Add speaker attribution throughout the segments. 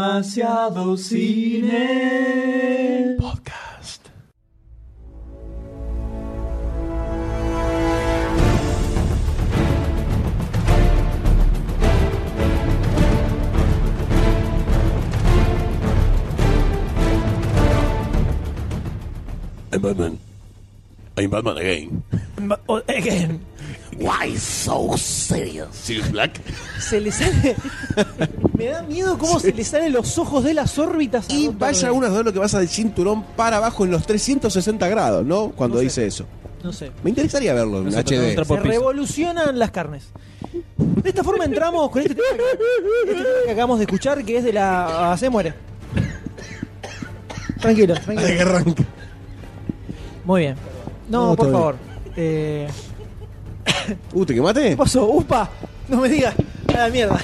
Speaker 1: Demasiado cine.
Speaker 2: Podcast.
Speaker 3: I'm Batman. I'm Batman again.
Speaker 2: oh,
Speaker 3: Why so serious? Sirius Black.
Speaker 4: Se le sale. Me da miedo cómo se le salen los ojos de las órbitas. a
Speaker 2: Y
Speaker 4: Doctor
Speaker 2: vaya
Speaker 4: Who.
Speaker 2: unas dos lo que pasa del cinturón para abajo en los 360 grados, ¿no? Cuando
Speaker 4: No sé.
Speaker 2: dice eso.
Speaker 4: No sé.
Speaker 2: Me interesaría verlo en
Speaker 3: Nosotros no
Speaker 2: HD.
Speaker 3: entramos.
Speaker 4: Se
Speaker 3: Por piso.
Speaker 4: revolucionan las carnes. De esta forma entramos con este tema, que, este tema que acabamos de escuchar, que es de la. ah, se muere. Tranquilo, tranquilo. Muy bien. No,
Speaker 2: No,
Speaker 4: por
Speaker 2: todo
Speaker 4: favor. Eh,
Speaker 2: Uh, ¿te quemaste?
Speaker 4: ¿Qué pasó? ¡Upa! No me digas. A la mierda.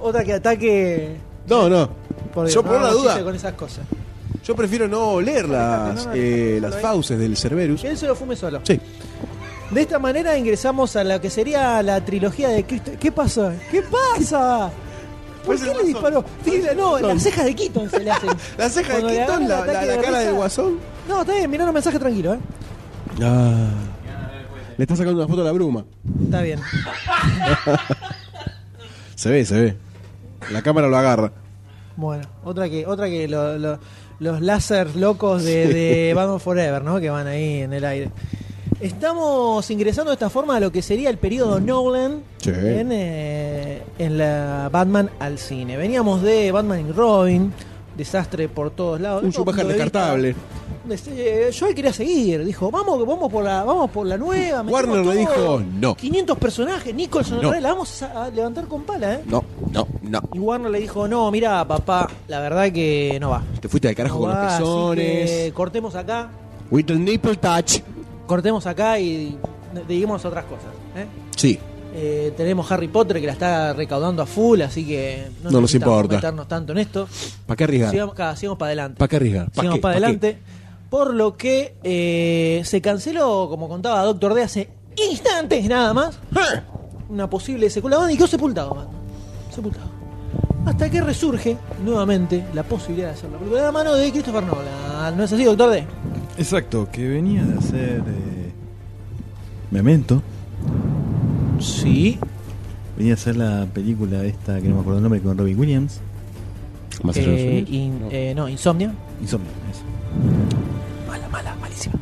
Speaker 4: Otra que ataque.
Speaker 2: No, no.
Speaker 4: Por Dios,
Speaker 2: Yo por
Speaker 4: no,
Speaker 2: la
Speaker 4: no
Speaker 2: duda.
Speaker 4: existe Con esas cosas.
Speaker 2: Yo prefiero no leer
Speaker 4: No,
Speaker 2: las,
Speaker 4: no, no,
Speaker 2: eh,
Speaker 4: no,
Speaker 2: las
Speaker 4: no, no.
Speaker 2: fauces del Cerberus.
Speaker 4: Que él se lo fume solo.
Speaker 2: Sí.
Speaker 4: De esta manera ingresamos a lo que sería la trilogía de Cristo. ¿Qué pasó? ¿Qué pasa? ¿Por qué
Speaker 2: Parece Pues el
Speaker 4: le
Speaker 2: guasón.
Speaker 4: disparó? Tiene la- no, las cejas de Keaton se le hacen.
Speaker 2: La ceja de
Speaker 4: Cuando le
Speaker 2: Quintón,
Speaker 4: agarra
Speaker 2: la,
Speaker 4: el ataque
Speaker 2: la- la
Speaker 4: de
Speaker 2: cara
Speaker 4: risa.
Speaker 2: del guasón.
Speaker 4: No, está bien, mirá un mensaje tranquilo, ¿eh? Ah.
Speaker 2: Le está sacando una foto a la bruma.
Speaker 4: Está bien.
Speaker 2: Se ve, se ve. La cámara lo agarra.
Speaker 4: Bueno, otra que, otra que lo- lo- los láser locos de, de Batman Forever, ¿no? Que van ahí en el aire. Estamos ingresando de esta forma a lo que sería el periodo Nolan
Speaker 2: Sí.
Speaker 4: en, eh, en la Batman al cine. Veníamos de Batman y Robin, desastre por todos lados.
Speaker 2: Un
Speaker 4: Todo
Speaker 2: chupajar
Speaker 4: punto de vista-
Speaker 2: descartable.
Speaker 4: Eh, Joel quería seguir, dijo, vamos, vamos por la, vamos por la nueva. metemos
Speaker 2: Warner le
Speaker 4: Ah, todo.
Speaker 2: dijo no.
Speaker 4: 500 personajes, Nicholson,
Speaker 2: No.
Speaker 4: la vamos a a levantar con pala, ¿eh?
Speaker 2: No, no, no.
Speaker 4: Y Warner le dijo, no, mira, papá, la verdad que no va.
Speaker 2: Te fuiste al carajo
Speaker 4: No
Speaker 2: con los
Speaker 4: va, así que
Speaker 2: pezones.
Speaker 4: cortemos acá,
Speaker 2: With the nipple touch.
Speaker 4: cortemos acá y digamos otras cosas. ¿eh?
Speaker 2: Sí.
Speaker 4: Eh, tenemos Harry Potter que la está recaudando a full, así que no,
Speaker 2: No nos
Speaker 4: necesitamos
Speaker 2: importa.
Speaker 4: meternos tanto en esto.
Speaker 2: ¿Para qué arriesgar?
Speaker 4: Sigamos, acá, sigamos para adelante.
Speaker 2: ¿Para qué arriesgar?
Speaker 4: sigamos
Speaker 2: qué?
Speaker 4: para
Speaker 2: qué?
Speaker 4: adelante. Por lo que eh, se canceló, como contaba Doctor D hace instantes nada más,
Speaker 2: ¡Eh!
Speaker 4: una posible secuela Batman y quedó sepultado Batman. Sepultado. Hasta que resurge nuevamente la posibilidad de hacer la película de la mano de Christopher Nolan. ¿No es así, Doctor D?
Speaker 1: Exacto, que venía de hacer eh, Memento.
Speaker 4: Sí.
Speaker 1: Venía a hacer la película esta que no me acuerdo el nombre con Robin Williams.
Speaker 2: Más allá de los
Speaker 4: Eh,
Speaker 2: sueños.
Speaker 4: in- eh, no, Insomnia.
Speaker 1: Insomnio, eso.
Speaker 4: Mala, mala, malísima.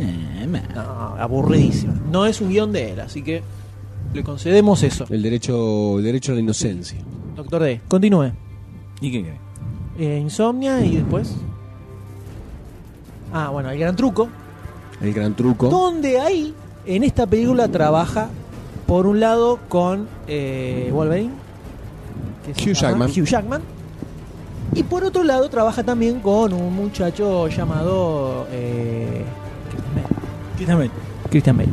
Speaker 1: Eh,
Speaker 4: No, aburridísima. No es un guión de él, así que le concedemos eso.
Speaker 2: El derecho, el derecho a la inocencia.
Speaker 4: Doctor D, continúe.
Speaker 1: ¿Y qué cree?
Speaker 4: Eh, insomnia y después. Ah, bueno, el gran truco.
Speaker 2: El gran truco.
Speaker 4: Donde ahí, en esta película, trabaja por un lado con eh, Wolverine, que se
Speaker 2: Hugh
Speaker 4: llama
Speaker 2: Jackman.
Speaker 4: Hugh Jackman, y por otro lado trabaja también con un muchacho llamado eh, Christian Bale. Christian Bale.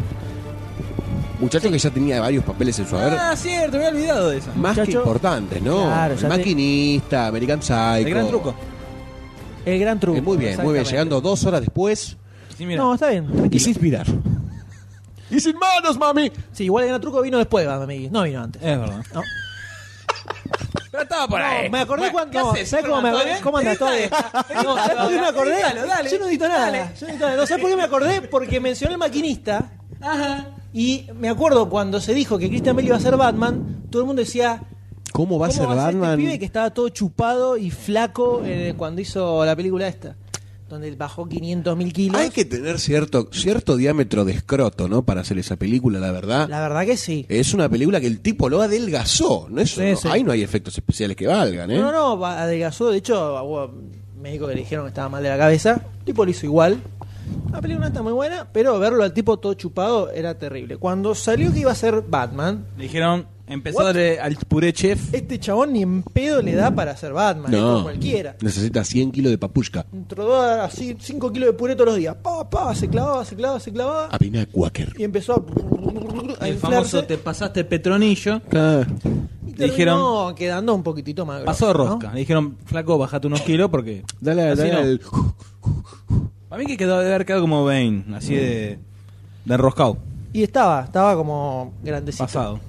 Speaker 2: Muchacho que ya tenía varios papeles en su haber.
Speaker 1: Ah, cierto, me había olvidado de esa.
Speaker 2: más que
Speaker 4: muchacho-
Speaker 2: importantes, ¿no?
Speaker 4: Claro,
Speaker 2: el
Speaker 4: ya te-
Speaker 2: maquinista, American Psycho.
Speaker 1: El gran truco.
Speaker 4: El gran truco.
Speaker 2: Eh, muy bien, muy bien.
Speaker 4: exactamente.
Speaker 2: Llegando dos horas después.
Speaker 1: Sí, mira.
Speaker 4: No, está bien, tranquilo.
Speaker 2: Quise inspirar. y sin manos, mami.
Speaker 4: Sí, igual el gran truco vino después, Batman Begins, no vino antes.
Speaker 1: Es verdad.
Speaker 4: No.
Speaker 1: Pero estaba por
Speaker 4: No, me acordé
Speaker 1: Bueno,
Speaker 4: cuando.
Speaker 1: ¿qué
Speaker 4: no,
Speaker 1: haces?
Speaker 4: ¿Sabes cómo me
Speaker 1: ¿Todo
Speaker 4: acordé?
Speaker 1: bien?
Speaker 4: ¿Cómo anda todo? No, ¿sabes por qué me acordé?
Speaker 1: Edítalo, dale.
Speaker 4: Yo no edito nada. Yo no edito nada. No, ¿Sabes por qué me acordé? Porque mencioné el maquinista. Y me acuerdo cuando se dijo que Christian Bale iba a ser Batman, todo el mundo decía.
Speaker 2: ¿Cómo va a ser
Speaker 4: ¿Cómo va a ser este
Speaker 2: Batman?
Speaker 4: pibe que estaba todo chupado y flaco eh, cuando hizo la película esta? Donde bajó 500 mil kilos.
Speaker 2: Hay que tener cierto, cierto diámetro de escroto, ¿no? Para hacer esa película, la verdad.
Speaker 4: La verdad que sí.
Speaker 2: Es una película que el tipo lo adelgazó. ¿no? Eso,
Speaker 4: Sí,
Speaker 2: no-
Speaker 4: sí.
Speaker 2: Ahí no hay efectos especiales que valgan, ¿eh?
Speaker 4: No, no, no, va- adelgazó. De hecho, hubo médico que le dijeron que estaba mal de la cabeza. El tipo lo hizo igual. La película no está muy buena, pero verlo al tipo todo chupado era terrible. Cuando salió que iba a ser Batman,
Speaker 1: Le dijeron, empezó
Speaker 4: What?
Speaker 1: darle al puré chef.
Speaker 4: este chabón ni en pedo le da para ser Batman. Es como cualquiera.
Speaker 2: Necesita 100 kilos de papushka.
Speaker 4: Entró así 5 kilos de puré todos los días. Pa, pa, se clavaba, se clavaba, se clavaba.
Speaker 2: Avena Quaker.
Speaker 4: Y empezó a, a
Speaker 1: El
Speaker 4: inflarse.
Speaker 1: famoso te pasaste el petronillo.
Speaker 4: Y
Speaker 1: le dijeron-
Speaker 4: terminó quedando un poquitito más
Speaker 1: Pasó de
Speaker 4: grosso, ¿no?
Speaker 1: rosca. Le dijeron, flaco, bajate unos kilos porque.
Speaker 2: Dale,
Speaker 1: Así
Speaker 2: dale
Speaker 1: no.
Speaker 2: al-
Speaker 1: A mí que quedó de haber quedado como Bane, así de. de enroscado,
Speaker 4: Y estaba, estaba como grandecito.
Speaker 1: pasado.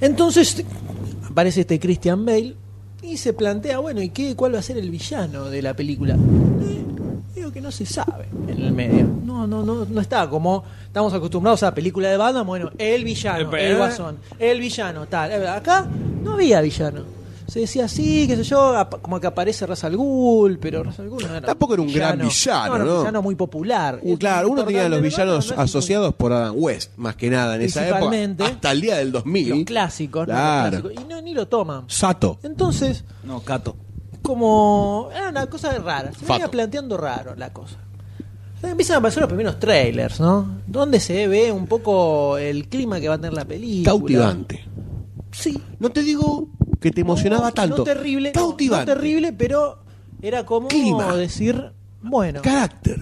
Speaker 4: Entonces aparece este Christian Bale y se plantea, bueno, ¿y qué, cuál va a ser el villano de la película? Eh, Digo que no se sabe en el medio. No, no, no, no está como estamos acostumbrados a película de Batman, bueno, el villano, el guasón, el villano, tal. Eh, Acá no había villano. Se decía así, qué sé yo, ap- como que aparece Ra's al Ghul, pero Ra's al Ghul no era
Speaker 2: Tampoco era un gran villano,
Speaker 4: era un
Speaker 2: ¿no?
Speaker 4: villano muy popular.
Speaker 2: Uh, claro, uno tenía los
Speaker 4: Importante,
Speaker 2: villanos
Speaker 4: ¿verdad? No es muy-
Speaker 2: asociados por Adam West, más que nada en esa época.
Speaker 4: Principalmente.
Speaker 2: Hasta el día del 2000.
Speaker 4: los clásicos, ¿no? Los
Speaker 2: Claro.
Speaker 4: clásicos. y no, ni lo toman.
Speaker 2: Sato.
Speaker 4: Entonces,
Speaker 1: No, Cato.
Speaker 4: como era una cosa rara, se venía
Speaker 2: Fato.
Speaker 4: planteando raro la cosa. Entonces Empiezan a aparecer los primeros trailers, ¿no? Donde se ve un poco el clima que va a tener la película.
Speaker 2: Cautivante.
Speaker 4: Sí.
Speaker 2: No te digo que te emocionaba
Speaker 4: No,
Speaker 2: tanto.
Speaker 4: No terrible. no,
Speaker 2: Cautivante.
Speaker 4: No terrible, pero era como
Speaker 2: Clima.
Speaker 4: decir, bueno,
Speaker 2: Carácter.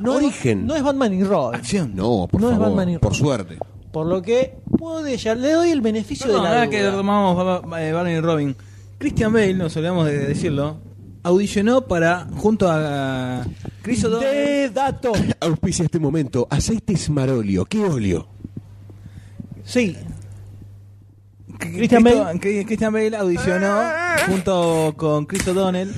Speaker 4: no,
Speaker 2: Origen. Ah,
Speaker 4: No es Batman y Robin.
Speaker 1: Acción.
Speaker 2: No, por
Speaker 4: No es
Speaker 2: favor.
Speaker 4: Batman y
Speaker 2: por
Speaker 4: Robin.
Speaker 2: suerte.
Speaker 4: Por lo que puede ya, le doy el beneficio de
Speaker 1: Perdón,
Speaker 4: la
Speaker 1: ahora
Speaker 4: duda.
Speaker 1: que retomamos Ba- Ba- eh, Batman y Robin. Christian Bale, nos olvidamos de decirlo, audicionó para, junto a Chris O'Donnell,
Speaker 4: De dato.
Speaker 2: Auspicia este momento. Aceites Marolio. ¿Qué óleo?
Speaker 4: Sí,
Speaker 1: Christian
Speaker 4: Christian
Speaker 1: Bale.
Speaker 4: Bale.
Speaker 1: Christian Bale audicionó junto con Chris O'Donnell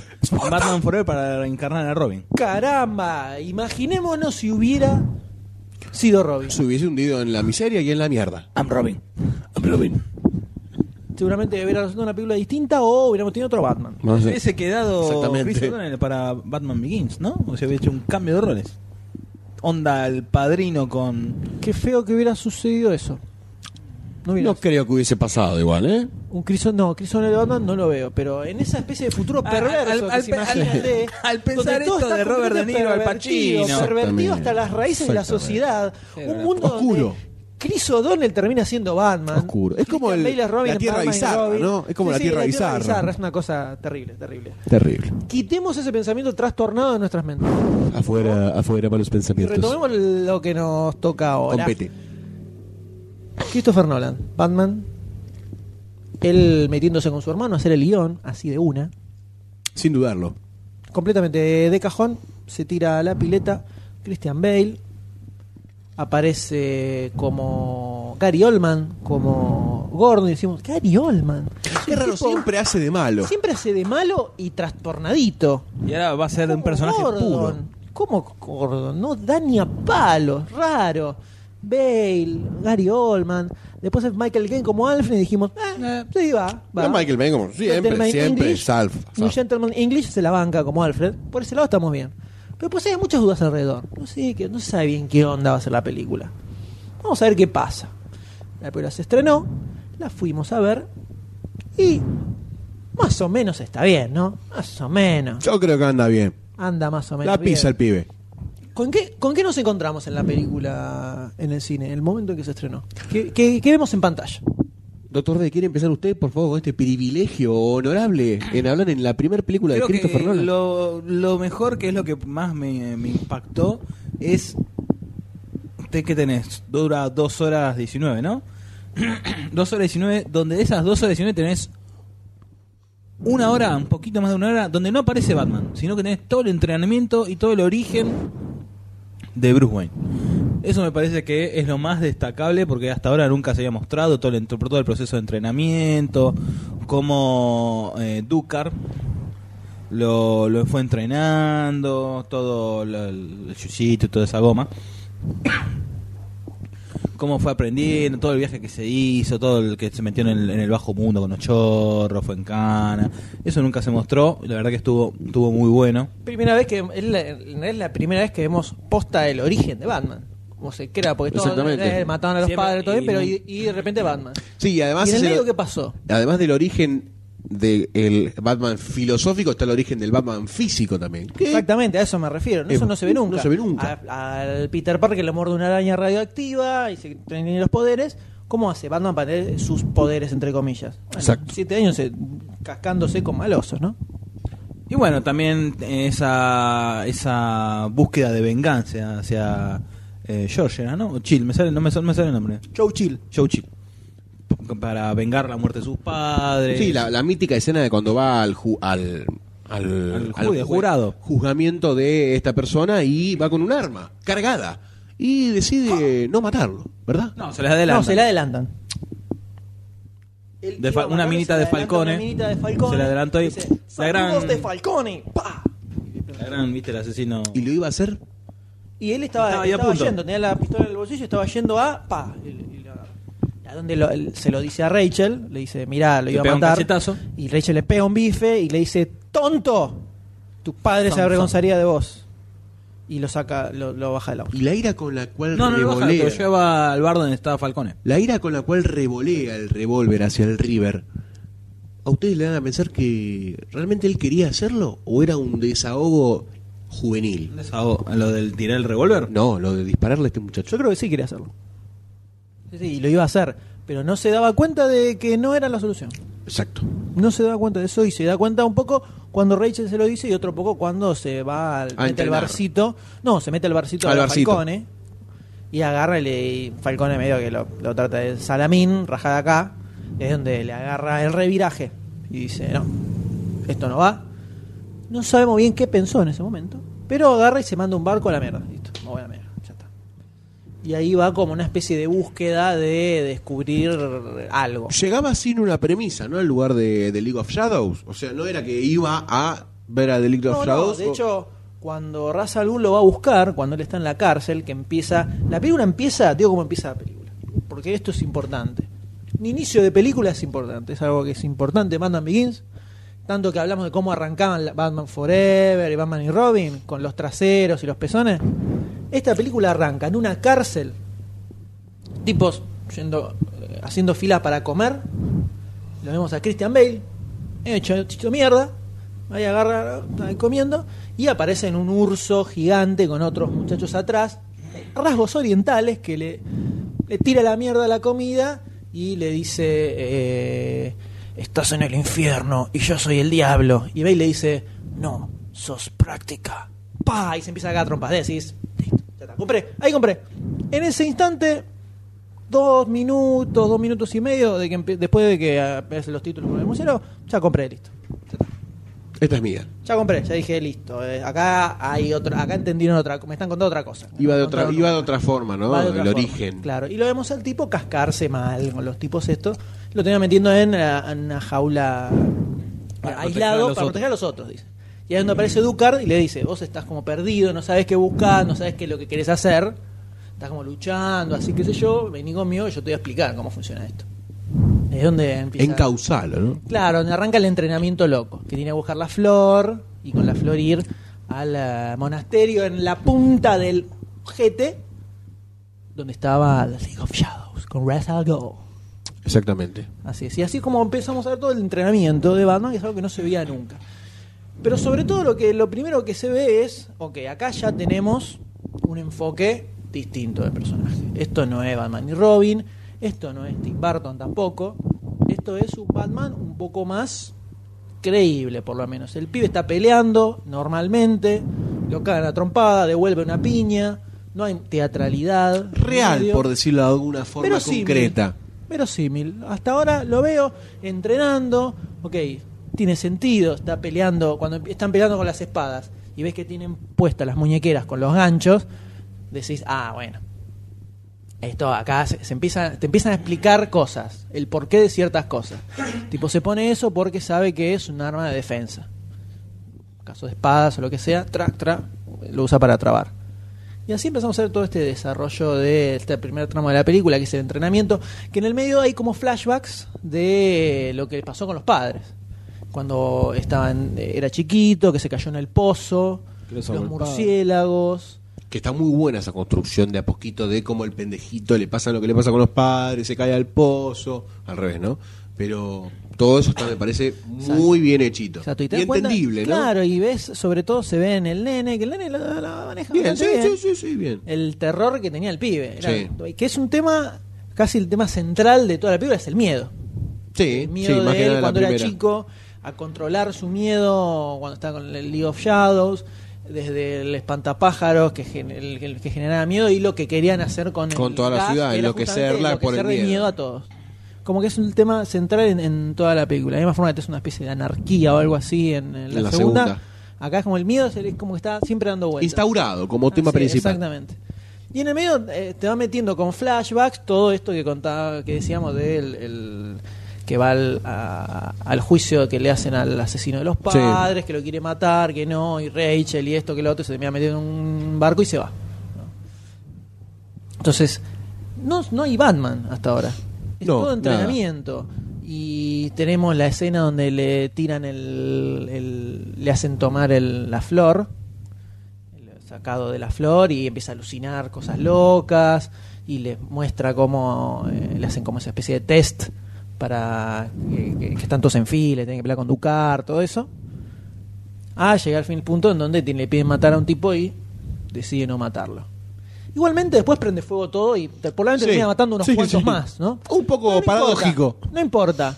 Speaker 1: Batman Forever para reencarnar a Robin.
Speaker 4: Caramba, imaginémonos si hubiera sido Robin.
Speaker 2: Se hubiese hundido en la miseria y en la mierda.
Speaker 1: I'm Robin.
Speaker 4: Seguramente hubiéramos hecho una película distinta o hubiéramos tenido otro Batman.
Speaker 2: No sé.
Speaker 1: Hubiese quedado
Speaker 2: Exactamente.
Speaker 1: Chris O'Donnell para Batman Begins, ¿no? O sea, había hecho un cambio de roles. Onda el padrino con.
Speaker 4: Qué feo que hubiera sucedido eso. No hubiera.
Speaker 2: No creo que hubiese pasado igual, ¿eh?
Speaker 4: Un Criso, no, Criso de Batman no lo veo, pero en esa especie de futuro
Speaker 1: Al-
Speaker 4: perverso.
Speaker 1: al-
Speaker 4: que
Speaker 1: al
Speaker 4: se
Speaker 1: pe-
Speaker 4: imagina
Speaker 1: al-
Speaker 4: de-
Speaker 1: al pensar
Speaker 4: donde todo
Speaker 1: esto
Speaker 4: está
Speaker 1: de Robert De
Speaker 4: completamente
Speaker 1: Niro al
Speaker 4: pervertido,
Speaker 1: Pacino.
Speaker 4: Pervertido
Speaker 2: Exactamente.
Speaker 4: hasta las raíces de la
Speaker 2: Exactamente.
Speaker 4: sociedad.
Speaker 1: era
Speaker 4: Un mundo
Speaker 2: oscuro.
Speaker 4: donde Chris O'Donnell termina siendo Batman.
Speaker 2: Oscuro. Es como
Speaker 4: Christian
Speaker 2: el-
Speaker 4: Bale es Robin
Speaker 2: la
Speaker 4: en
Speaker 2: Tierra
Speaker 4: Batman y
Speaker 2: Bizarra,
Speaker 4: Robin.
Speaker 2: ¿no? Es como la Tierra Bizarra.
Speaker 4: Es una cosa terrible, terrible.
Speaker 2: Terrible.
Speaker 4: Quitemos ese pensamiento trastornado de nuestras mentes.
Speaker 2: Afuera, afuera para los
Speaker 4: Y
Speaker 2: pensamientos.
Speaker 4: retomemos lo que nos toca ahora.
Speaker 2: Compete.
Speaker 4: Christopher Nolan, Batman. Él metiéndose con su hermano a hacer el guión, así de una.
Speaker 2: Sin dudarlo.
Speaker 4: Completamente de, de cajón. Se tira a la pileta. Christian Bale. Aparece como Gary Oldman, como Gordon. Y decimos, Gary Oldman. Es
Speaker 2: Qué
Speaker 4: un
Speaker 2: raro,
Speaker 4: tipo-
Speaker 2: siempre hace de malo.
Speaker 4: Siempre hace de malo y trastornadito.
Speaker 1: Y ahora va a ser un
Speaker 4: Como
Speaker 1: personaje
Speaker 4: Gordon.
Speaker 1: puro.
Speaker 4: ¿Cómo Gordon? No da ni a palos, raro. Bale, Gary Oldman, después es Michael Caine como Alfred y dijimos, eh, sí, va, va.
Speaker 2: No, Michael Bay como siempre,
Speaker 4: Gentleman
Speaker 2: siempre
Speaker 4: English,
Speaker 2: es alfa.
Speaker 4: Un gentleman English se la banca como Alfred, por ese lado estamos bien. Pero pues hay muchas dudas alrededor. No sé, qué- no se sabe bien qué onda va a ser la película. Vamos a ver qué pasa. La película se estrenó, la fuimos a ver y más o menos está bien, ¿no? Más o menos.
Speaker 2: Yo creo que anda bien.
Speaker 4: Anda más o menos.
Speaker 2: La pisa
Speaker 4: bien.
Speaker 2: el pibe.
Speaker 4: ¿Con qué, ¿Con qué nos encontramos en la película, en el cine, en el momento en que se estrenó? ¿Qué, qué- qué vemos en pantalla?
Speaker 2: Doctor D, ¿quiere empezar usted, por favor, con este privilegio honorable en hablar en la primera película
Speaker 1: Creo
Speaker 2: de
Speaker 1: que
Speaker 2: Christopher Nolan?
Speaker 1: lo, lo mejor que es lo que más me, me impactó es te- ¿Qué tenés? Dura 2 horas 19, ¿no? 2 horas 19, donde de esas 2 horas 19 tenés una hora, un poquito más de una hora, donde no aparece Batman, sino que tenés todo el entrenamiento y todo el origen de Bruce Wayne. Eso me parece que es lo más destacable porque hasta ahora nunca se había mostrado todo el, entro- todo el proceso de entrenamiento, cómo eh, Dukar lo, lo fue entrenando, todo lo- el yuyito y toda esa goma. Cómo fue aprendiendo, todo el viaje que se hizo, todo el que se metió en el, en el bajo mundo con los chorros, fue en cana. Eso nunca se mostró, la verdad que estuvo, estuvo muy bueno.
Speaker 4: Primera vez que es la, es la primera vez que vemos posta el origen de Batman. Como se crea, porque todos
Speaker 2: Exactamente.
Speaker 4: eh, mataban a los
Speaker 1: Siempre-
Speaker 4: padres, todo bien, pero
Speaker 1: y-
Speaker 4: y, y de repente Batman.
Speaker 2: Sí, además
Speaker 4: ¿Y en el
Speaker 2: es el-
Speaker 4: medio qué pasó?
Speaker 2: Además del origen del Batman filosófico, está el origen del Batman físico también. ¿Qué?
Speaker 4: Exactamente, a eso me refiero. ¿no?
Speaker 2: Eh,
Speaker 4: Eso no se ve nunca.
Speaker 2: no se ve nunca.
Speaker 4: A- al Peter Parker le muerde una araña radioactiva y se tiene los poderes. ¿Cómo hace Batman para tener sus poderes, entre comillas? Bueno,
Speaker 2: Exacto.
Speaker 4: Siete años eh, cascándose con malosos, ¿no?
Speaker 1: Y bueno, también esa, esa búsqueda de venganza hacia eh, George, ¿era, ¿no? O Chill, me sale, no me, sale- me sale el nombre.
Speaker 4: Joe Chill.
Speaker 1: Joe Chill. P- Para vengar la muerte de sus padres.
Speaker 2: Sí, la, la mítica escena de cuando va al ju- al, al,
Speaker 1: Al jury, al jurado.
Speaker 2: juzgamiento de esta persona y va con un arma cargada y decide no matarlo, ¿verdad?
Speaker 1: No, se les adelanta.
Speaker 4: No, se le adelantan. el
Speaker 1: De
Speaker 4: tío
Speaker 1: fa- una
Speaker 4: Marrone
Speaker 1: minita
Speaker 4: se le
Speaker 1: de
Speaker 4: adelanta
Speaker 1: Falcone.
Speaker 4: Una minita de Falcone.
Speaker 1: Se le adelantó y-
Speaker 4: Dice,
Speaker 1: la gran-
Speaker 4: "Saludos de Falcone. ¡Pah!
Speaker 1: La gran, viste, el asesino.
Speaker 2: ¿Y lo iba a hacer?
Speaker 4: Y él estaba,
Speaker 1: Estaba
Speaker 4: estaba,
Speaker 1: ahí a punto.
Speaker 4: yendo, tenía la pistola en el bolsillo, estaba yendo a. ¡Pah! Y, y lo agarra. A donde lo- él se lo dice a Rachel, le dice, mirá, lo
Speaker 1: Le
Speaker 4: iba a
Speaker 1: pega un
Speaker 4: matar.
Speaker 1: cachetazo.
Speaker 4: y Rachel le pega un bife y le dice, ¡Tonto! Tu padre se
Speaker 1: Zam,
Speaker 4: avergonzaría de vos. Y lo saca, lo, lo baja del auto.
Speaker 2: Y la ira con la cual
Speaker 1: No, no, no, baja,
Speaker 2: revolea.
Speaker 1: lo lleva al bar donde estaba Falcone.
Speaker 2: la ira con la cual revolea el revólver hacia el River. ¿A ustedes le dan a pensar que realmente él quería hacerlo o era un desahogo juvenil?
Speaker 1: Desahogo, Lo del tirar el revólver.
Speaker 2: No, lo de dispararle a este
Speaker 4: Yo
Speaker 2: muchacho.
Speaker 4: creo que sí quería hacerlo. Sí, sí, y lo iba a hacer. Pero no se daba cuenta de que no era la solución.
Speaker 2: Exacto.
Speaker 4: No se da cuenta de eso y se da cuenta un poco cuando Rachel se lo dice y otro poco cuando se va al, mete al
Speaker 2: entrenar.
Speaker 4: barcito. No, se mete al barcito
Speaker 2: Al
Speaker 4: de
Speaker 2: barcito.
Speaker 4: Falcone y agarra y, le- y Falcone medio que lo, lo trata de salamín, rajada acá. Es donde le agarra el reviraje y dice, no, esto no va. No sabemos bien qué pensó en ese momento, pero agarra y se manda un barco a la mierda. Listo, me voy a la mierda, ya está. Y ahí va como una especie de búsqueda de descubrir algo.
Speaker 2: Llegaba sin una premisa, ¿no? Al lugar de, de League of Shadows. O sea, no era que iba a ver a The League of
Speaker 4: No, no,
Speaker 2: Shadows.
Speaker 4: de
Speaker 2: o-
Speaker 4: hecho, cuando Ra's al Ghul lo va a buscar, cuando él está en la cárcel, que empieza. La película empieza, digo cómo empieza la película, porque esto es importante. Un inicio de película es importante, es algo que es importante. Batman Begins, tanto que hablamos de cómo arrancaban la- Batman Forever y Batman y Robin, con los traseros y los pezones. Esta película arranca en una cárcel, tipos yendo, eh, haciendo fila para comer. Lo vemos a Christian Bale, hecho, hecho mierda. Ahí agarra, está ahí comiendo. Y aparece en un urso gigante con otros muchachos atrás. Rasgos orientales que le, le tira la mierda a la comida y le dice: eh, Estás en el infierno y yo soy el diablo. Y Bale le dice: No, sos práctica. ¡Pah! Y se empieza a agarrar trompas. Decís: "Listo, ya está, compré, ahí compré. En ese instante dos minutos, dos minutos y medio de que empe- después de que aparecen los títulos por el museo, ya compré, listo.
Speaker 2: Esta es mía.
Speaker 4: Ya compré, ya dije, listo. eh, acá hay otra, acá entendieron otra, me están contando otra cosa.
Speaker 2: Iba de
Speaker 4: Me
Speaker 2: otra,
Speaker 4: contaron
Speaker 2: iba de
Speaker 4: otra.
Speaker 2: otra forma, ¿no?
Speaker 4: Va de
Speaker 2: El
Speaker 4: otra forma,
Speaker 2: origen.
Speaker 4: Claro, y lo vemos al tipo cascarse mal con los tipos estos. Lo tenía metiendo en, la- en una jaula eh,
Speaker 1: Para
Speaker 4: aislado para proteger
Speaker 1: proteger
Speaker 4: a los otros, dice. Y ahí es donde aparece Ducar y le dice, vos estás como perdido, no sabes qué buscar, no sabes qué es lo que querés hacer, estás como luchando, así que sé yo, vení conmigo y yo te voy a explicar cómo funciona esto. Es donde empieza...
Speaker 2: Encauzalo, ¿no?
Speaker 4: Claro, donde arranca el entrenamiento loco, que tiene que buscar la flor y con la flor ir al eh, monasterio en la punta del GT, donde estaba The League of Shadows, con Ra's al Ghul.
Speaker 2: Exactamente.
Speaker 4: Así es, y así es como empezamos a ver todo el entrenamiento de Batman, que es algo que no se veía nunca. Pero sobre todo lo que lo primero que se ve es, ok, acá ya tenemos un enfoque distinto de personaje. Esto no es Batman y Robin, esto no es Tim Burton tampoco, esto es un Batman un poco más creíble por lo menos. El pibe está peleando normalmente, lo cagan a trompada, devuelve una piña, no hay teatralidad.
Speaker 2: Real,
Speaker 4: medio.
Speaker 2: por decirlo de alguna forma
Speaker 4: Verosímil.
Speaker 2: concreta.
Speaker 4: Verosímil. Hasta ahora lo veo entrenando. Ok, tiene sentido. Está peleando. Cuando empie- están peleando con las espadas y ves que tienen puestas las muñequeras con los ganchos, decís, ah, bueno. Esto acá se, se empieza, te empiezan a explicar cosas, el porqué de ciertas cosas. tipo, se pone eso porque sabe que es un arma de defensa. Caso de espadas o lo que sea, trac, trac, lo usa para trabar. Y así empezamos a ver todo este desarrollo de este primer tramo de la película, que es el entrenamiento, que en el medio hay como flashbacks de lo que pasó con los padres. Cuando estaban, era chiquito, que se cayó en el pozo,
Speaker 1: Que
Speaker 4: los
Speaker 1: los agolpaba.
Speaker 4: murciélagos.
Speaker 2: Que está muy buena esa construcción de a poquito de cómo el pendejito le pasa lo que le pasa con los padres, se cae al pozo, al revés, ¿no? Pero todo eso está, me parece muy bien hechito.
Speaker 4: Exacto,
Speaker 2: y
Speaker 4: te das cuenta-
Speaker 2: entendible, ¿no?
Speaker 4: Claro, y ves, sobre todo se ve en el nene, que el nene la, la maneja
Speaker 2: Bien, sí,
Speaker 4: bastante bien. Eh,
Speaker 2: sí, sí, sí, bien.
Speaker 4: El terror que tenía el pibe. era-
Speaker 2: Sí.
Speaker 4: Que es un tema, casi el tema central de toda la película, es el miedo.
Speaker 2: Sí,
Speaker 4: El
Speaker 2: sí,
Speaker 4: eh, miedo
Speaker 2: más que
Speaker 4: de
Speaker 2: nada
Speaker 4: él
Speaker 2: la
Speaker 4: cuando era
Speaker 2: primera.
Speaker 4: chico, a controlar su miedo cuando está con el League of Shadows, desde el espantapájaros que, gen- el, el que generaba miedo y lo que querían hacer con, el
Speaker 2: Con toda la
Speaker 4: gas,
Speaker 2: ciudad,
Speaker 4: que era
Speaker 2: enloquecerla
Speaker 4: justamente
Speaker 2: por el
Speaker 4: enloquecer de
Speaker 2: miedo.
Speaker 4: miedo a todos. Como que es un tema central en, en toda la película. De la misma forma que es una especie de anarquía o algo así en, en la,
Speaker 2: En la
Speaker 4: segunda,
Speaker 2: segunda.
Speaker 4: Acá es como el miedo, es el- es como que está siempre dando vueltas.
Speaker 2: Instaurado como tema
Speaker 4: Así es,
Speaker 2: principal.
Speaker 4: Ah, Exactamente. Y en el medio eh, te va metiendo con flashbacks todo esto que contaba, que decíamos del el- que va al, a- al juicio que le hacen al asesino de los padres, que lo quiere matar, que no, y Rachel y esto, que lo otro, y se termina metiendo en un barco y se va. ¿no? Entonces, no, no hay Batman hasta ahora. Es
Speaker 2: No,
Speaker 4: todo
Speaker 2: nada.
Speaker 4: entrenamiento. Y tenemos la escena donde le tiran el. el- le hacen tomar el- la flor, el sacado de la flor, y empieza a alucinar cosas locas. Y les muestra cómo. eh, le hacen como esa especie de test para que, que- que están todos en fila, y tienen que pelear con Ducar, todo eso. Ah, llega al fin el punto en donde tiene- le piden matar a un tipo y decide no matarlo. Igualmente después prende fuego todo y te- probablemente
Speaker 2: Sí.
Speaker 4: termina matando unos
Speaker 2: Sí,
Speaker 4: cuantos
Speaker 2: sí.
Speaker 4: más, ¿no?
Speaker 2: Un poco
Speaker 4: No, no
Speaker 2: paradójico.
Speaker 4: importa, no importa.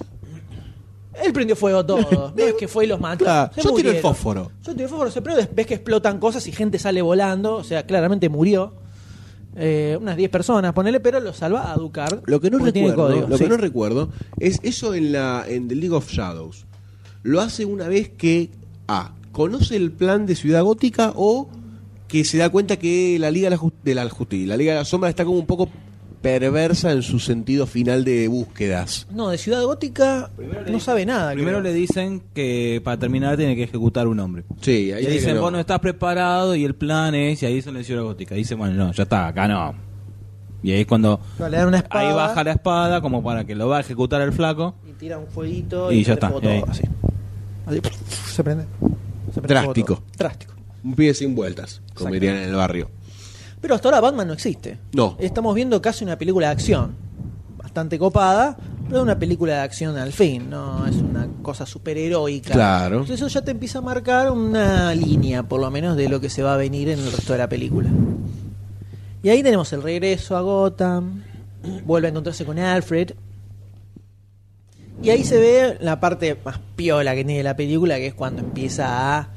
Speaker 4: Él prendió fuego todo. no es que fue y los mató.
Speaker 2: Claro,
Speaker 4: se
Speaker 2: yo tiro el
Speaker 4: murieron.
Speaker 2: fósforo.
Speaker 4: Yo tiro el fósforo, se- pero des- ves que explotan cosas y gente sale volando. O sea, claramente murió. Eh, unas 10 personas, ponele, pero lo salva a Ducar.
Speaker 2: Lo que no
Speaker 4: porque tiene
Speaker 2: recuerdo,
Speaker 4: código,
Speaker 2: lo
Speaker 4: sí.
Speaker 2: que no recuerdo es eso en la en The League of Shadows. Lo hace una vez que a conoce el plan de Ciudad Gótica o que se da cuenta que la Liga de la, Jus- de la Justicia, la Liga de la Sombra está como un poco perversa en su sentido final de búsquedas.
Speaker 4: No, de Ciudad Gótica no sabe nada.
Speaker 1: Primero
Speaker 4: creo.
Speaker 1: le dicen que para terminar tiene que ejecutar un hombre.
Speaker 2: Sí, ahí
Speaker 1: Y
Speaker 2: dice
Speaker 1: dicen,
Speaker 2: que no.
Speaker 1: vos no estás preparado y el plan es, y ahí son la ciudad gótica. Dice, bueno, no, ya está, acá no. Y ahí es cuando
Speaker 4: No, le dan una espada.
Speaker 1: ahí baja la espada como para que lo va a ejecutar el flaco.
Speaker 4: Y tira un fueguito
Speaker 1: Y ya
Speaker 4: prende
Speaker 1: está,
Speaker 4: fuego
Speaker 1: y ahí.
Speaker 4: todo, así. Así, se prende. Se prende
Speaker 2: Drástico.
Speaker 4: fuego todo. Drástico.
Speaker 2: Un pibe sin vueltas, como dirían en el barrio.
Speaker 4: Pero hasta ahora Batman no existe.
Speaker 2: No.
Speaker 4: Estamos viendo casi una película de acción. Bastante copada, pero una película de acción al fin. No es una cosa superheroica.
Speaker 2: Claro.
Speaker 4: Entonces eso ya te empieza a marcar una línea, por lo menos, de lo que se va a venir en el resto de la película. Y ahí tenemos el regreso a Gotham. Vuelve a encontrarse con Alfred. Y ahí se ve la parte más piola que tiene la película, que es cuando empieza a,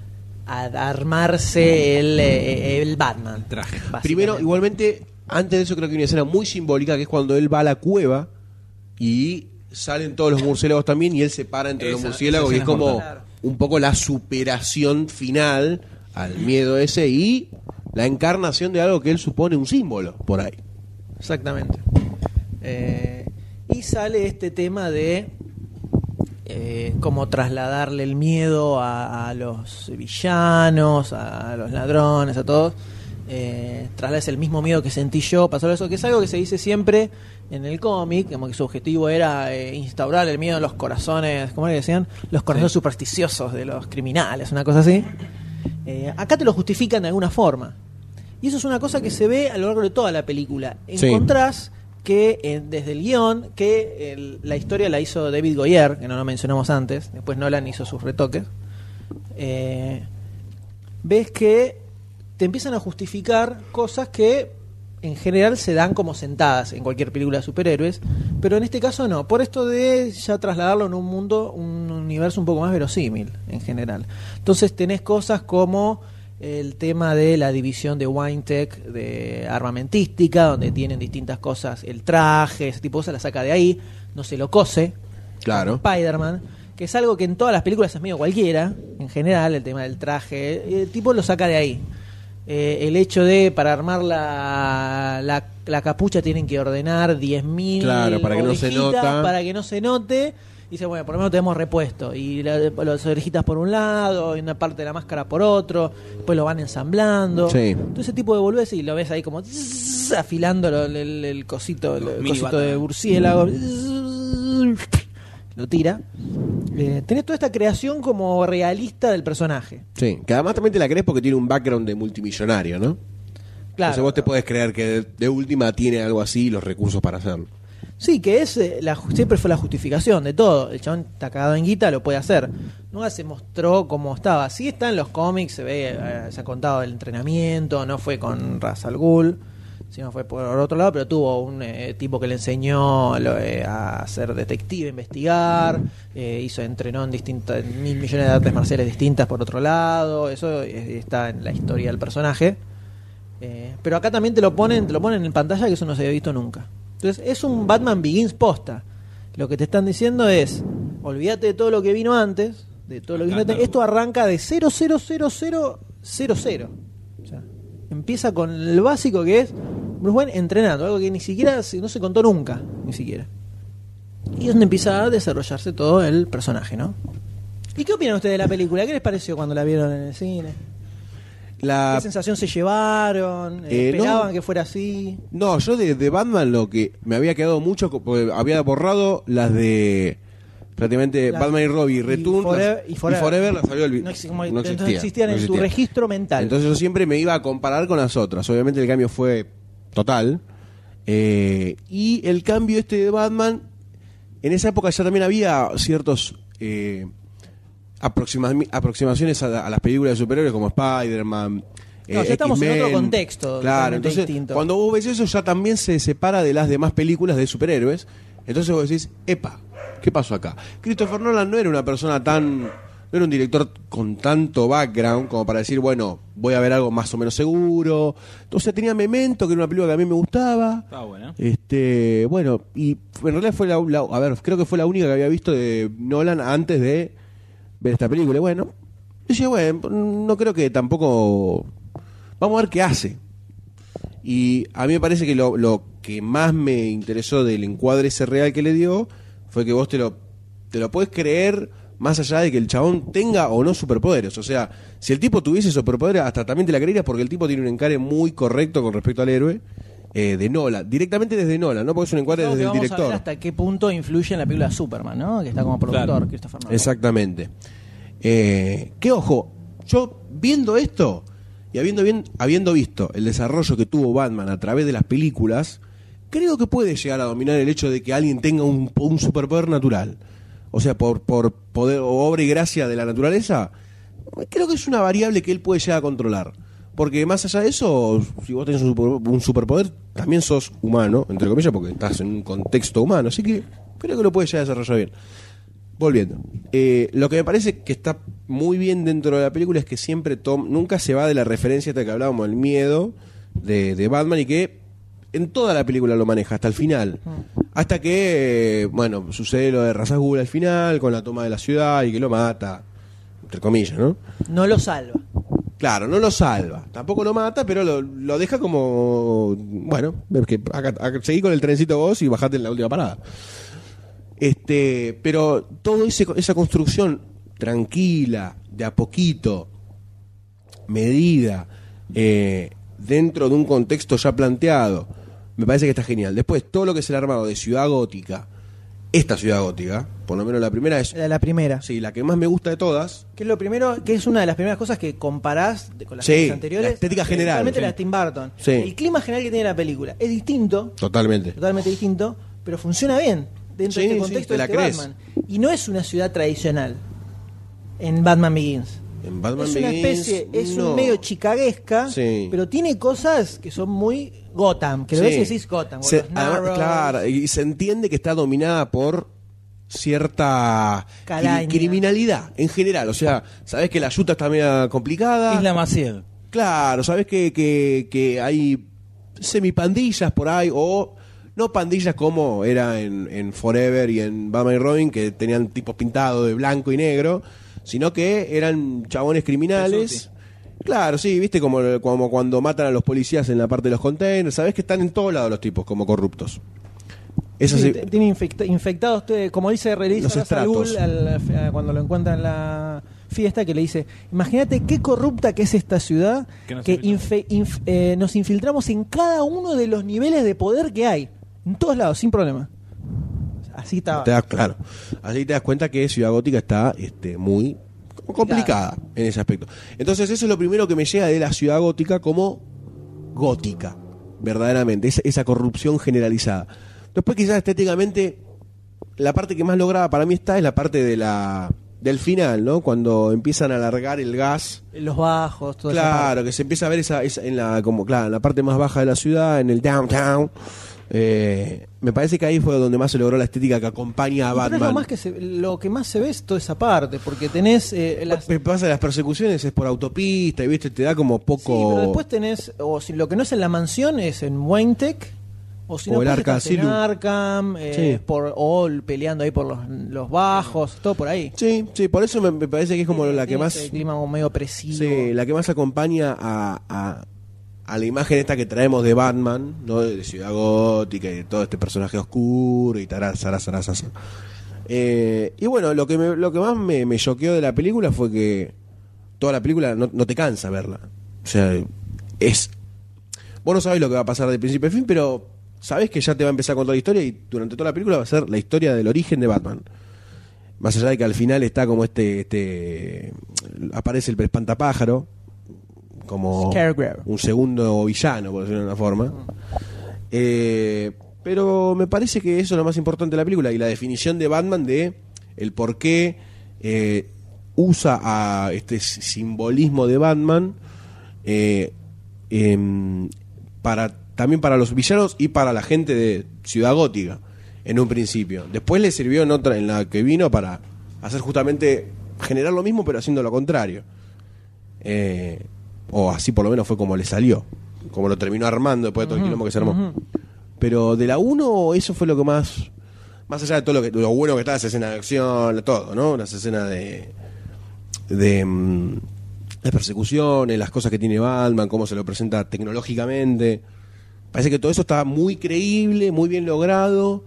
Speaker 4: a armarse el, eh, el Batman.
Speaker 1: traje.
Speaker 4: básicamente.
Speaker 2: Primero, igualmente, antes de eso creo que hay una escena muy simbólica que es cuando él va a la cueva y salen todos los murciélagos también y él se para entre los
Speaker 1: Esa-
Speaker 2: murciélagos
Speaker 1: esa
Speaker 2: y es
Speaker 1: escena es
Speaker 2: como
Speaker 4: mortal.
Speaker 2: un poco la superación final al miedo ese y la encarnación de algo que él supone un símbolo por ahí.
Speaker 4: Exactamente. Eh, y sale este tema de eh, cómo trasladarle el miedo a, a los villanos, a los ladrones, a todos. Eh, trasladas el mismo miedo que sentí yo, pasó eso, que es algo que se dice siempre en el cómic, como que su objetivo era eh, instaurar el miedo en los corazones, ¿cómo le decían? Los corazones supersticiosos de los criminales, una cosa así. Eh, acá te lo justifican de alguna forma. Y eso es una cosa que se ve a lo largo de toda la película.
Speaker 2: Sí.
Speaker 4: Encontrás que eh, desde el guión, que el- la historia la hizo David Goyer, que no lo mencionamos antes, después Nolan hizo sus retoques, eh, ves que te empiezan a justificar cosas que en general se dan como sentadas en cualquier película de superhéroes, pero en este caso no, por esto de ya trasladarlo en un mundo, un universo un poco más verosímil en general. Entonces tenés cosas como el tema de la división de Winetech de armamentística, donde tienen distintas cosas, el traje, ese tipo de cosas, la saca de ahí, no se lo cose,
Speaker 2: Claro.
Speaker 4: Spider-Man, que es algo que en todas las películas es medio cualquiera, en general, el tema del traje, eh, el tipo lo saca de ahí. Eh, el hecho de para armar la, la, la capucha tienen que ordenar 10.000
Speaker 2: Claro, para que no se
Speaker 4: orejitas
Speaker 2: nota.
Speaker 4: para que no se note. Y dice, bueno, por lo menos tenemos repuesto. Y la- las orejitas por un lado, y una parte de la máscara por otro. Después lo van ensamblando.
Speaker 2: Sí.
Speaker 4: Todo ese tipo de boludez y lo ves ahí como zzzz, afilando lo- el, el- el cosito, el,
Speaker 1: Mini
Speaker 4: cosito
Speaker 1: Batman.
Speaker 4: de murciélago. Zzzz, Lo tira. Eh, tenés toda esta creación como realista del personaje.
Speaker 2: Sí, que además también te la crees porque tiene un background de multimillonario, ¿no? Entonces
Speaker 4: Claro.
Speaker 2: vos te podés creer que de, de última tiene algo así y los recursos para hacerlo.
Speaker 4: Sí, que es eh, la, ju- siempre fue la justificación de todo. El chabón está cagado en guita, lo puede hacer. Nunca se mostró cómo estaba. Sí está en los cómics, se ve, eh, se ha contado el entrenamiento, no fue con Ra's al Ghul, sino fue por otro lado, pero tuvo un eh, tipo que le enseñó lo, eh, a ser detective, investigar, eh, hizo, entrenó en distintas, en mil millones de artes marciales distintas por otro lado, eso eh, está en la historia del personaje. Eh, pero acá también te lo ponen, te lo ponen en pantalla que eso no se había visto nunca. Entonces, es un Batman Begins posta. Lo que te están diciendo es, olvídate de todo lo que vino antes, de todo lo que vino antes. Esto arranca de 000000. O sea, empieza con el básico que es Bruce Wayne entrenando, algo que ni siquiera se- no se contó nunca, ni siquiera. Y es donde empieza a desarrollarse todo el personaje, ¿no? ¿Y qué opinan ustedes de la película? ¿Qué les pareció cuando la vieron en el cine?
Speaker 2: La-
Speaker 4: ¿Qué sensación se llevaron?
Speaker 2: Ah, Eh,
Speaker 4: ¿Esperaban
Speaker 2: no.
Speaker 4: que fuera así?
Speaker 2: No, yo de, de Batman lo que me había quedado mucho, co- porque había borrado las de prácticamente
Speaker 4: Las-
Speaker 2: Batman y Robbie,
Speaker 4: y
Speaker 2: Return
Speaker 4: Forever-
Speaker 2: las-
Speaker 4: y Forever.
Speaker 2: las había olvidado.
Speaker 4: No exi- como- entonces existían
Speaker 2: no
Speaker 4: en tu
Speaker 2: existían.
Speaker 4: registro mental.
Speaker 2: Entonces yo siempre me iba a comparar con las otras. Obviamente el cambio fue total. Eh, y el cambio este de Batman, en esa época ya también había ciertos eh, aproxima- aproximaciones a, la- a las películas de superhéroes como Spider-Man. eh,
Speaker 4: No, ya estamos en
Speaker 2: X-Men.
Speaker 4: otro contexto
Speaker 2: Claro,
Speaker 4: totalmente
Speaker 2: entonces
Speaker 4: distinto.
Speaker 2: cuando vos ves eso ya también se separa de las demás películas de superhéroes. Entonces vos decís, epa, ¿qué pasó acá? Christopher Nolan no era una persona tan... No era un director con tanto background como para decir, bueno, voy a ver algo más o menos seguro. Entonces tenía Memento, que era una película que a mí me gustaba.
Speaker 1: Está buena.
Speaker 2: Este, bueno, y en realidad fue la, la- a ver, creo que fue la única que había visto de Nolan antes de ver esta película. Y Bueno, dije, bueno, no creo que tampoco vamos a ver qué hace. Y a mí me parece que lo, lo que más me interesó del encuadre ese real que le dio fue que vos te lo te lo puedes creer más allá de que el chabón tenga o no superpoderes. O sea, si el tipo tuviese superpoderes, hasta también te la creerías porque el tipo tiene un encare muy correcto con respecto al héroe eh, de Nola. Directamente desde Nola, ¿no? Porque es un encuadre
Speaker 4: Creo que
Speaker 2: desde el
Speaker 4: vamos a
Speaker 2: director.
Speaker 4: ver hasta qué punto influye en la película Superman, ¿no? Que está como productor
Speaker 1: Claro.
Speaker 4: Christopher Nolan.
Speaker 2: Exactamente. Eh, que ojo, yo viendo esto y habiendo, bien, habiendo visto el desarrollo que tuvo Batman a través de las películas, creo que puede llegar a dominar el hecho de que alguien tenga un, un superpoder natural. O sea, por, por poder, o obra y gracia de la naturaleza, creo que es una variable que él puede llegar a controlar. Porque más allá de eso, si vos tenés un, super- un superpoder, también sos humano, entre comillas, porque estás en un contexto humano. Así que creo que lo puede llegar a desarrollar bien. Volviendo. Eh, lo que me parece que está muy bien dentro de la película es que siempre Tom nunca se va de la referencia hasta que hablábamos, el miedo de, de Batman y que en toda la película lo maneja hasta el final. Hasta que, eh, bueno, sucede lo de Razagul al final, con la toma de la ciudad y que lo mata, entre comillas, ¿no?
Speaker 4: No lo salva.
Speaker 2: Claro, no lo salva, tampoco lo mata, pero lo, lo deja como, bueno, es que acá- acá- seguí con el trencito vos y bajate en la última parada. Este, pero toda esa construcción tranquila, de a poquito, medida, eh, dentro de un contexto ya planteado, me parece que está genial. Después, todo lo que es el armado de Ciudad Gótica, esta Ciudad Gótica, por lo menos la primera es,
Speaker 4: La, la primera.
Speaker 2: sí, la que más me gusta de todas,
Speaker 4: Que es lo primero, que es una de las primeras cosas que comparás de- con las
Speaker 2: Sí,
Speaker 4: películas anteriores.
Speaker 2: la estética general,
Speaker 4: Principalmente
Speaker 2: sí.
Speaker 4: la de Tim Burton.
Speaker 2: Sí.
Speaker 4: El clima general que tiene la película es distinto,
Speaker 2: totalmente.
Speaker 4: totalmente distinto, pero funciona bien dentro
Speaker 2: Sí,
Speaker 4: de este
Speaker 2: sí,
Speaker 4: contexto
Speaker 2: te
Speaker 4: de
Speaker 2: la
Speaker 4: este
Speaker 2: crees.
Speaker 4: Batman. Y no es una ciudad tradicional en Batman Begins.
Speaker 2: En Batman
Speaker 4: es una
Speaker 2: Begins,
Speaker 4: especie, es
Speaker 2: no.
Speaker 4: un medio chicaguesca,
Speaker 2: Sí.
Speaker 4: pero tiene cosas que son muy Gotham, que lo
Speaker 2: Sí.
Speaker 4: ves y decís Gotham.
Speaker 2: Se-
Speaker 4: Gotham
Speaker 2: además,
Speaker 4: Narrows.
Speaker 2: claro, y se entiende que está dominada por cierta cri-
Speaker 4: Calaña.
Speaker 2: criminalidad en general. O sea, sabes que la yuta está media complicada.
Speaker 1: Isla Maciel.
Speaker 2: Claro, sabes que, que, que hay semipandillas por ahí, o no pandillas como era en, en Forever y en Batman y Robin, que tenían tipos pintados de blanco y negro, sino que eran chabones criminales. Claro, sí, viste como, como cuando matan a los policías en la parte de los containers, sabes que están en todos lados los tipos como corruptos. Eso
Speaker 4: Sí,
Speaker 2: sí,
Speaker 4: te- Tiene infecta- infectados, te- como dice Relisa
Speaker 2: Los estratos.
Speaker 4: Razalul al- a- cuando lo encuentra en la fiesta, que le dice, imagínate qué corrupta que es esta ciudad,
Speaker 1: Que nos
Speaker 4: que infe- inf- eh, nos infiltramos en cada uno de los niveles de poder que hay, en todos lados, sin problema. Así estaba.
Speaker 2: te das, claro. Así te das cuenta que Ciudad Gótica está este, muy complicada en ese aspecto. Entonces, eso es lo primero que me llega de la Ciudad Gótica como gótica, verdaderamente, esa, esa corrupción generalizada. Después, quizás estéticamente, la parte que más lograda para mí está es la parte de la del final, ¿no? Cuando empiezan a alargar el gas.
Speaker 4: Los bajos, todo
Speaker 2: Claro, que se empieza a ver esa, esa- en la como claro, en la parte más baja de la ciudad, en el downtown. Eh, me parece que ahí fue donde más se logró la estética que acompaña a
Speaker 4: Pero es lo,
Speaker 2: Batman.
Speaker 4: más que se- lo que más se ve es toda esa parte, porque tenés eh, las,
Speaker 2: Lo que pasa las persecuciones es por autopista y viste te da como poco
Speaker 4: Sí, pero después tenés, o si lo que no es en la mansión es en Wayne Tech, o si no,
Speaker 2: O el
Speaker 4: después
Speaker 2: Arkham
Speaker 4: estás en
Speaker 2: Asylum.
Speaker 4: Arkham, eh,
Speaker 2: Sí.
Speaker 4: por, o peleando ahí por los, los bajos, todo por ahí.
Speaker 2: sí sí por eso me, me parece que es como la que
Speaker 4: Tiene
Speaker 2: más
Speaker 4: ese clima como medio opresivo.
Speaker 2: sí, la que más acompaña a, a- a la imagen esta que traemos de Batman, ¿no? de Ciudad Gótica y de todo este personaje oscuro y tará, zará, zará, zará. Eh, y bueno, lo que, me- lo que más me me choqueó de la película fue que toda la película no, no te cansa verla. O sea, es. Vos no sabés lo que va a pasar de principio a fin, pero sabés que ya te va a empezar a contar la historia y durante toda la película va a ser la historia del origen de Batman. Más allá de que al final está como este. este aparece el espantapájaro. Como
Speaker 4: Scarecrow.
Speaker 2: un segundo villano, por decirlo de una forma. Eh, pero me parece que eso es lo más importante de la película y la definición de Batman de el por qué eh, usa a este s- simbolismo de Batman eh, em, para también para los villanos y para la gente de Ciudad Gótica en un principio. Después le sirvió en otra en la que vino para hacer justamente generar lo mismo pero haciendo lo contrario. Eh, o así por lo menos fue como le salió. Como lo terminó armando después de todo el quilombo que se armó. Pero de la 1, eso fue lo que más. Más allá de todo lo, que, lo bueno que está, las escenas de acción, todo, ¿no? Las escenas de. de. mm, las persecuciones, las cosas que tiene Batman, cómo se lo presenta tecnológicamente. Parece que todo eso está muy creíble, muy bien logrado.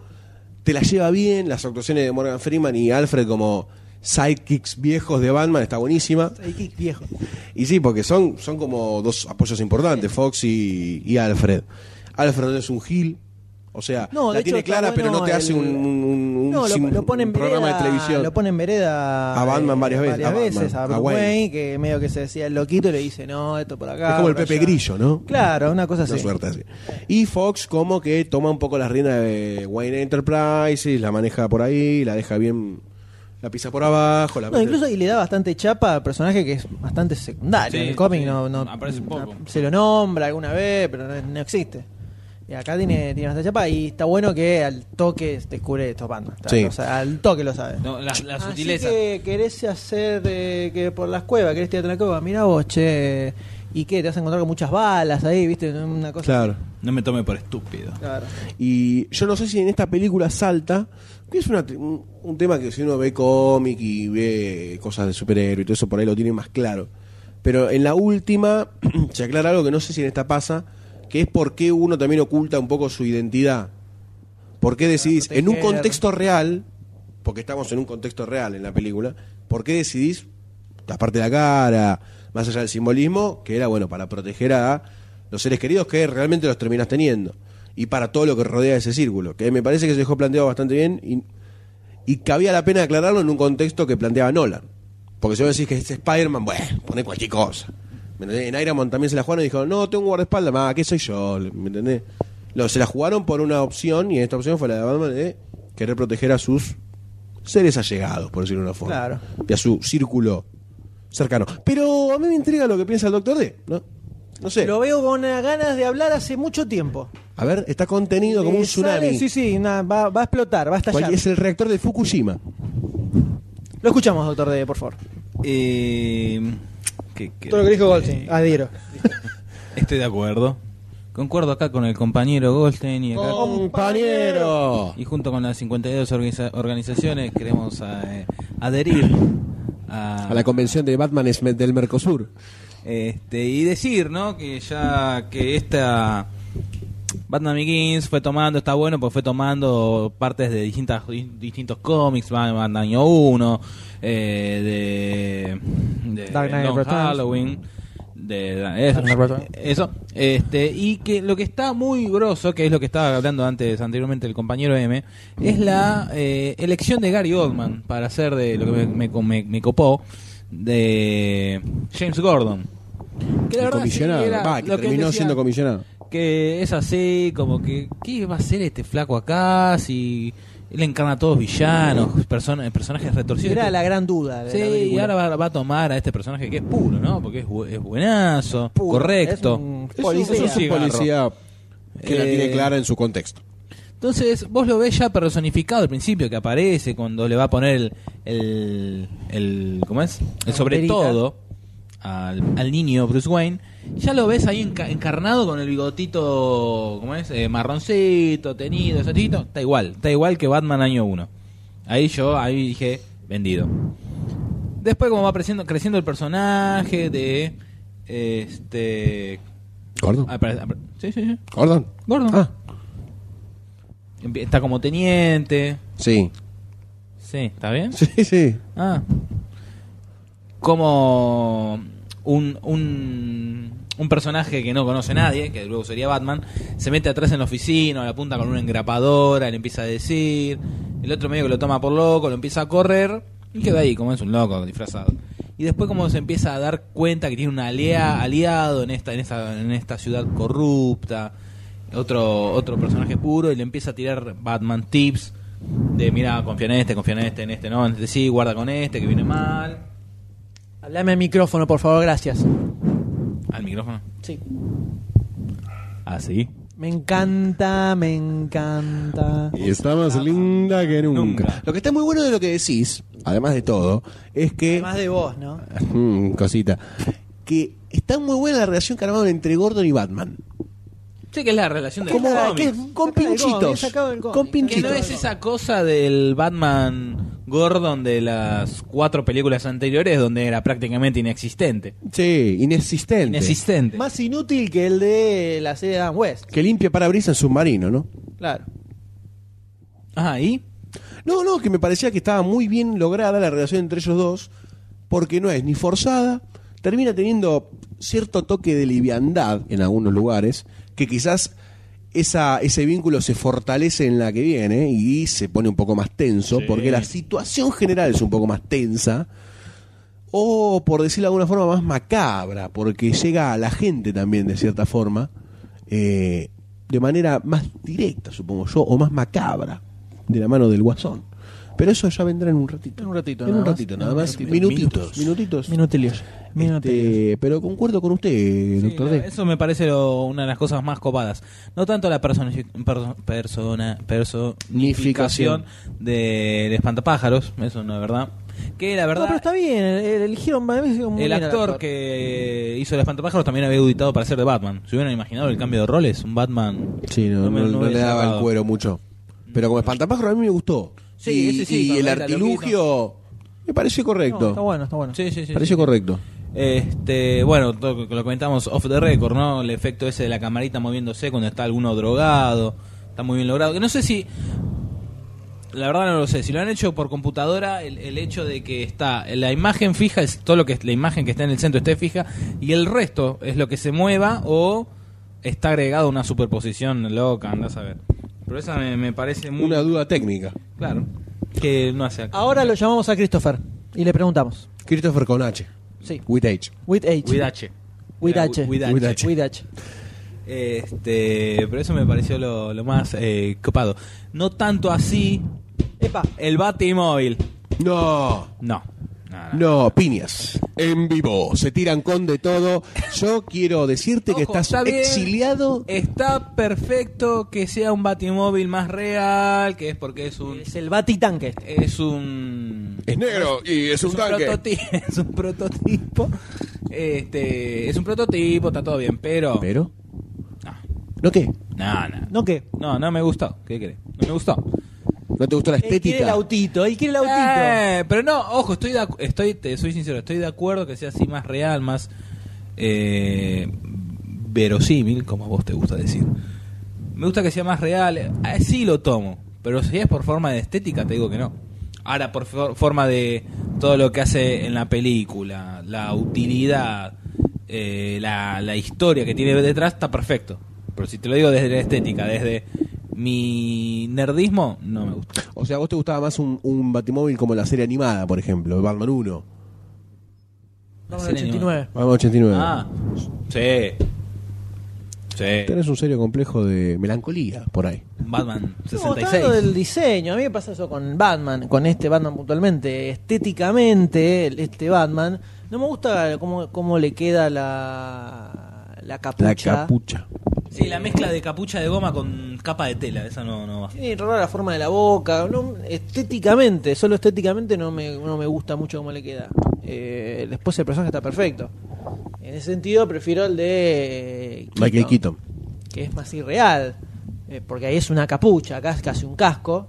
Speaker 2: Te la lleva bien. Las actuaciones de Morgan Freeman y Alfred como sidekicks viejos de Batman está buenísima.
Speaker 4: viejo.
Speaker 2: Y sí, porque son, son como dos apoyos importantes, Fox y, y Alfred. Alfred no es un gil, o sea,
Speaker 4: No, de
Speaker 2: la
Speaker 4: hecho,
Speaker 2: tiene
Speaker 4: está
Speaker 2: clara,
Speaker 4: bueno
Speaker 2: pero no te hace
Speaker 4: el-
Speaker 2: un, un- un-
Speaker 4: No, lo,
Speaker 2: sim-
Speaker 4: lo pone en
Speaker 2: un programa de
Speaker 4: vereda-
Speaker 2: televisión.
Speaker 4: Lo pone en vereda.
Speaker 2: A Batman
Speaker 4: eh,
Speaker 2: varias veces, a Batman,
Speaker 4: veces, a
Speaker 2: a
Speaker 4: Bruce
Speaker 2: Wayne.
Speaker 4: Wayne, que medio que se decía el loquito y le dice, no, esto por acá.
Speaker 2: Es como el
Speaker 4: por
Speaker 2: Pepe
Speaker 4: allá".
Speaker 2: Grillo, ¿no?
Speaker 4: Claro, una cosa
Speaker 2: Una
Speaker 4: así.
Speaker 2: suerte así. Y Fox como que toma un poco las riendas de Wayne Enterprises, la maneja por ahí, la deja bien, la pisa por abajo. La
Speaker 4: No,
Speaker 2: mete-
Speaker 4: incluso y le da bastante chapa al personaje que es bastante secundario.
Speaker 1: Sí,
Speaker 4: en el cómic
Speaker 1: sí,
Speaker 4: no, no-
Speaker 1: aparece poco.
Speaker 4: Se lo nombra alguna vez, pero no, no existe. Y acá tiene, tiene bastante chapa y está bueno que al toque descubre esto Batman. Está-
Speaker 2: Sí.
Speaker 4: o sea, al toque lo sabe.
Speaker 1: No, la, la
Speaker 4: Así
Speaker 1: sutileza.
Speaker 4: que querés hacer eh, que por las cuevas, querés tirarte a la cueva, mira vos, che. ¿Y qué? Te vas a encontrar con muchas balas ahí, viste, una cosa.
Speaker 2: Claro.
Speaker 1: No me tome por estúpido.
Speaker 4: así. Claro.
Speaker 2: Y yo no sé si en esta película salta, que es una te- un, un tema que si uno ve cómic y ve cosas de superhéroe y todo eso, por ahí lo tiene más claro. Pero en la última se aclara algo que no sé si en esta pasa, que es por qué uno también oculta un poco su identidad. ¿Por qué decidís, en un
Speaker 4: proteger.
Speaker 2: contexto real, porque estamos en un contexto real en la película, por qué decidís taparte la cara, más allá del simbolismo, que era bueno para proteger a los seres queridos que realmente los terminás teniendo? Y para todo lo que rodea ese círculo, que me parece que se dejó planteado bastante bien y, y cabía la pena aclararlo en un contexto que planteaba Nolan. Porque si vos decís que es Spider-Man, bueno, poné cualquier cosa. ¿Me entendés? En Iron Man también se la jugaron y dijo, no, tengo un guardaespaldas, más, ¿qué soy yo? ¿Me entendés? Lo- se la jugaron por una opción y esta opción fue la de Batman de querer proteger a sus seres allegados, por decirlo de una forma.
Speaker 4: Claro.
Speaker 2: Y a su círculo cercano. Pero a mí me intriga lo que piensa el Doctor D, ¿no? No sé.
Speaker 4: Lo veo con eh, ganas de hablar hace mucho tiempo.
Speaker 2: A ver, está contenido como
Speaker 4: Le
Speaker 2: un tsunami.
Speaker 4: sale- sí, sí, una- va, va a explotar, va a
Speaker 2: Cual-
Speaker 4: estallar.
Speaker 2: Es el reactor de Fukushima.
Speaker 4: Lo escuchamos, doctor D, por favor.
Speaker 1: Eh, ¿qué- qué-
Speaker 4: Goldstein, adhiero.
Speaker 1: Estoy de acuerdo. Concuerdo acá con el compañero Goldstein y, acá-
Speaker 2: Compañero.
Speaker 1: y junto con las 52 organiza- organizaciones queremos eh, adherir a,
Speaker 2: A la convención de Batman es me- del Mercosur.
Speaker 1: Este, y decir, ¿no? Que ya que esta Batman Begins fue tomando, está bueno, pues fue tomando partes de distintas, di- distintos cómics, Batman Año 1, eh, de, de
Speaker 4: Dark Knight
Speaker 1: Long
Speaker 4: Returns.
Speaker 1: Halloween, de eso,
Speaker 4: Dark Knight Returns.
Speaker 1: eso, este, y que lo que está muy grosso, que es lo que estaba hablando antes anteriormente el compañero M, es la eh, elección de Gary Oldman para hacer de lo que me, me- me- me copó de James Gordon. Que la
Speaker 2: El
Speaker 1: verdad
Speaker 2: comisionado.
Speaker 1: sí, era
Speaker 2: Va, que
Speaker 1: lo que él
Speaker 2: terminó
Speaker 1: decía,
Speaker 2: siendo comisionado.
Speaker 1: que es así, como que, ¿qué va a hacer este flaco acá? Si él encarna a todos villanos, persona- personajes retorcidos.
Speaker 4: Era
Speaker 1: Este-
Speaker 4: la gran duda. de
Speaker 1: Sí,
Speaker 4: la
Speaker 1: y
Speaker 4: película.
Speaker 1: ahora va, va a tomar a este personaje que es puro, ¿no? Porque es, bu- es buenazo,
Speaker 4: Puro,
Speaker 1: correcto.
Speaker 4: es un
Speaker 2: Es
Speaker 4: policía.
Speaker 2: un,
Speaker 1: Es un cigarro.
Speaker 2: policía que la
Speaker 1: Eh,
Speaker 2: tiene clara en su contexto.
Speaker 1: Entonces, vos lo ves ya personificado al principio, que aparece cuando le va a poner el. el, el- ¿Cómo es? El
Speaker 4: La
Speaker 1: sobre
Speaker 4: banderita.
Speaker 1: todo al, al niño Bruce Wayne. Ya lo ves ahí enca- encarnado con el bigotito, ¿cómo es? Eh, marroncito, tenido, exactito. Está igual, está igual que Batman año 1. Ahí yo, ahí dije, vendido. Después, como va creciendo, creciendo el personaje de. Este.
Speaker 2: Gordon.
Speaker 1: Apare- apare- sí, sí, sí.
Speaker 2: Ah. Gordon.
Speaker 1: Gordon.
Speaker 2: Ah,
Speaker 1: Empie- Está como teniente.
Speaker 2: sí.
Speaker 1: Sí, ¿está bien?
Speaker 2: Sí, sí.
Speaker 1: Ah. Como un, un, un personaje que no conoce nadie, que luego sería Batman, se mete atrás en la oficina, la apunta con una engrapadora, le empieza a decir, el otro medio que lo toma por loco, lo empieza a correr y queda ahí como es un loco disfrazado. Y después como se empieza a dar cuenta que tiene un alea- aliado en esta, en esta, en esta ciudad corrupta, otro, otro personaje puro, y le empieza a tirar Batman tips de mira, confía en este, confía en este, en este no, en este sí, guarda con este que viene mal.
Speaker 4: Hablame al micrófono, por favor, gracias.
Speaker 1: Al micrófono.
Speaker 4: Sí. Ah,
Speaker 1: Así.
Speaker 4: Me encanta, me encanta.
Speaker 2: Y está más linda que nunca.
Speaker 1: Nunca.
Speaker 2: Lo que está muy bueno de lo que decís, además de todo, es que.
Speaker 4: Además Eh, de vos, ¿no?
Speaker 2: Mm, cosita. Que está muy buena la relación que armaron entre Gordon y Batman.
Speaker 1: Sí, que es la relación de
Speaker 2: Como
Speaker 1: los
Speaker 2: que es
Speaker 1: cómics.
Speaker 2: con
Speaker 4: Sacado del cómic,
Speaker 2: pinchitos.
Speaker 4: sacado del cómic.
Speaker 2: Con
Speaker 1: Que no
Speaker 2: pinchitos.
Speaker 1: es esa cosa del Batman Gordon de las cuatro películas anteriores donde era prácticamente inexistente.
Speaker 2: Sí, inexistente.
Speaker 1: Inexistente.
Speaker 4: Más inútil que el de la serie de Adam West.
Speaker 2: Que limpia parabrisas en submarino, ¿no?
Speaker 4: Claro.
Speaker 1: Ah, ¿y?
Speaker 2: No, no, que me parecía que estaba muy bien lograda la relación entre ellos dos, porque no es ni forzada, termina teniendo cierto toque de liviandad en algunos lugares, que quizás esa, ese vínculo se fortalece en la que viene y se pone un poco más tenso, porque la situación general es un poco más tensa, o por decirlo de alguna forma más macabra, porque llega a la gente también de cierta forma, eh, de manera más directa, supongo yo, o más macabra, de la mano del guasón. Pero eso ya vendrá en un ratito.
Speaker 4: En un ratito,
Speaker 2: En
Speaker 4: nada
Speaker 2: un
Speaker 4: más.
Speaker 2: ratito,
Speaker 4: En
Speaker 2: nada
Speaker 4: un
Speaker 2: más.
Speaker 4: ratito.
Speaker 2: Minutitos. Minutitos.
Speaker 4: Minutillos. Minutillos.
Speaker 2: Este, pero concuerdo con usted,
Speaker 1: Sí,
Speaker 2: doctor
Speaker 1: la-
Speaker 2: D.
Speaker 1: eso me parece lo- una de las cosas más copadas. No tanto la personi- perso- persona, personificación del espantapájaros, eso no es verdad. Que la
Speaker 4: No,
Speaker 1: verdad,
Speaker 4: pero está bien. el- Eligieron para mí es muy
Speaker 1: el
Speaker 4: bien al
Speaker 1: actor que hizo el espantapájaros también había auditado para ser de Batman. ¿Se hubieran imaginado el cambio de roles? Un Batman.
Speaker 2: Sí, no,
Speaker 1: No me-
Speaker 2: no-
Speaker 1: no
Speaker 2: no
Speaker 1: hubiese
Speaker 2: le daba
Speaker 1: cerrado.
Speaker 2: el cuero mucho. Pero como espantapájaro a mí me gustó.
Speaker 1: Sí,
Speaker 2: y,
Speaker 1: ese sí,
Speaker 2: y el
Speaker 1: cuando era
Speaker 2: artilugio me pareció
Speaker 4: No,
Speaker 2: correcto.
Speaker 4: está bueno, está bueno.
Speaker 1: Sí, sí, sí.
Speaker 2: pareció
Speaker 1: sí.
Speaker 2: correcto.
Speaker 1: Este, bueno, to- lo comentamos off the record, ¿no? El efecto ese de la camarita moviéndose cuando está alguno drogado. Está muy bien logrado. Que no sé si. La verdad no lo sé. Si lo han hecho por computadora, el, el hecho de que está. La imagen fija es todo lo que. es- La imagen que está en el centro esté fija. Y el resto es lo que se mueva o está agregado una superposición loca, andás a ver. Pero esa me, me parece muy.
Speaker 2: Una duda técnica.
Speaker 1: Claro. Que no hace acá.
Speaker 4: Ahora lo llamamos a Christopher y le preguntamos.
Speaker 2: Christopher con H.
Speaker 4: Sí.
Speaker 2: With H.
Speaker 4: With H.
Speaker 1: With H.
Speaker 4: With
Speaker 1: Era
Speaker 4: H.
Speaker 1: with
Speaker 2: With
Speaker 1: H.
Speaker 2: H.
Speaker 4: With H.
Speaker 1: Este, pero eso me pareció lo, lo más eh, copado. No tanto así
Speaker 4: Epa.
Speaker 1: el Batimóvil.
Speaker 2: No.
Speaker 1: No. No, no.
Speaker 2: No, piñas. En vivo. Se tiran con de todo. Yo quiero decirte que
Speaker 1: Ojo,
Speaker 2: estás
Speaker 1: está bien. Eh.
Speaker 2: exiliado.
Speaker 1: Está perfecto que sea un Batimóvil más real, que es porque es este. un
Speaker 4: Es el Batitanque.
Speaker 1: es un
Speaker 2: Es negro y es un tanque.
Speaker 1: prototi- es un prototipo. Este, es un prototipo, está todo bien, pero
Speaker 2: Pero. ¿No qué?
Speaker 1: no, no.
Speaker 4: ¿No qué?
Speaker 1: No, no me gustó. ¿Qué querés? No me gustó.
Speaker 2: ¿No te gustó la
Speaker 4: Él quiere el
Speaker 2: estética?
Speaker 4: autito. Él quiere el autito.
Speaker 1: Eh, pero no, ojo, estoy, de acu- estoy te soy sincero, estoy de acuerdo que sea así más real, más eh, verosímil, como a vos te gusta decir. Me gusta que sea más real, así lo tomo, pero si es por forma de estética, te digo que no. Ahora, por for- forma de todo lo que hace en la película, la utilidad, eh, la, la historia que tiene detrás, está perfecto. Pero si te lo digo desde la estética, desde mi nerdismo, no me gusta.
Speaker 2: O sea, ¿a vos te gustaba más un, un batimóvil como la serie animada, por ejemplo? Batman 1.
Speaker 4: Vamos al
Speaker 1: Serie
Speaker 4: 89.
Speaker 2: Batman 89.
Speaker 1: Ah, sí. Sí.
Speaker 2: Tenés un serio complejo de melancolía por ahí.
Speaker 1: Batman
Speaker 4: No, está hablando
Speaker 1: 66.
Speaker 4: del diseño. A mí me pasa eso con Batman, con este Batman puntualmente. Estéticamente, el- este Batman, no me gusta cómo, cómo le queda la, la capucha.
Speaker 2: La capucha.
Speaker 1: Sí, la mezcla de capucha de goma con capa de tela, esa no, no va.
Speaker 4: Tiene rara la forma de la boca. no- estéticamente, solo estéticamente no me, no me gusta mucho cómo le queda. Eh, después el personaje está perfecto. En ese sentido prefiero el de eh,
Speaker 2: Michael Keaton.
Speaker 4: que es más irreal, eh, porque ahí es una capucha, acá es casi un casco,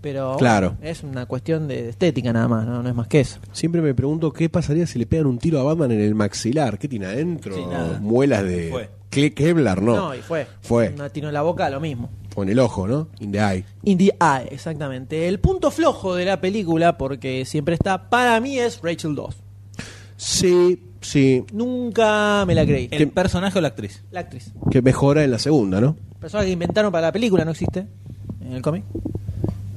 Speaker 4: pero
Speaker 2: Claro.
Speaker 4: bueno, es una cuestión de estética nada más, no, no es más que eso.
Speaker 2: Siempre me pregunto qué pasaría si le pegan un tiro a Batman en el maxilar. ¿Qué tiene adentro?
Speaker 1: Sí, nada.
Speaker 2: Muelas de.
Speaker 1: Fue.
Speaker 2: Cle- Kevlar, no.
Speaker 4: No, y fue.
Speaker 2: Fue.
Speaker 4: Un tiro en la boca, lo mismo.
Speaker 2: Con el ojo, ¿no? In the eye.
Speaker 4: In the Eye, exactamente. El punto flojo de la película, porque siempre está, para mí es Rachel 2.
Speaker 2: Sí, sí.
Speaker 4: Nunca me la creí.
Speaker 1: ¿El personaje o la actriz?
Speaker 4: La actriz.
Speaker 2: Que mejora en la segunda, ¿no?
Speaker 4: Persona que inventaron para la película, no existe en el cómic.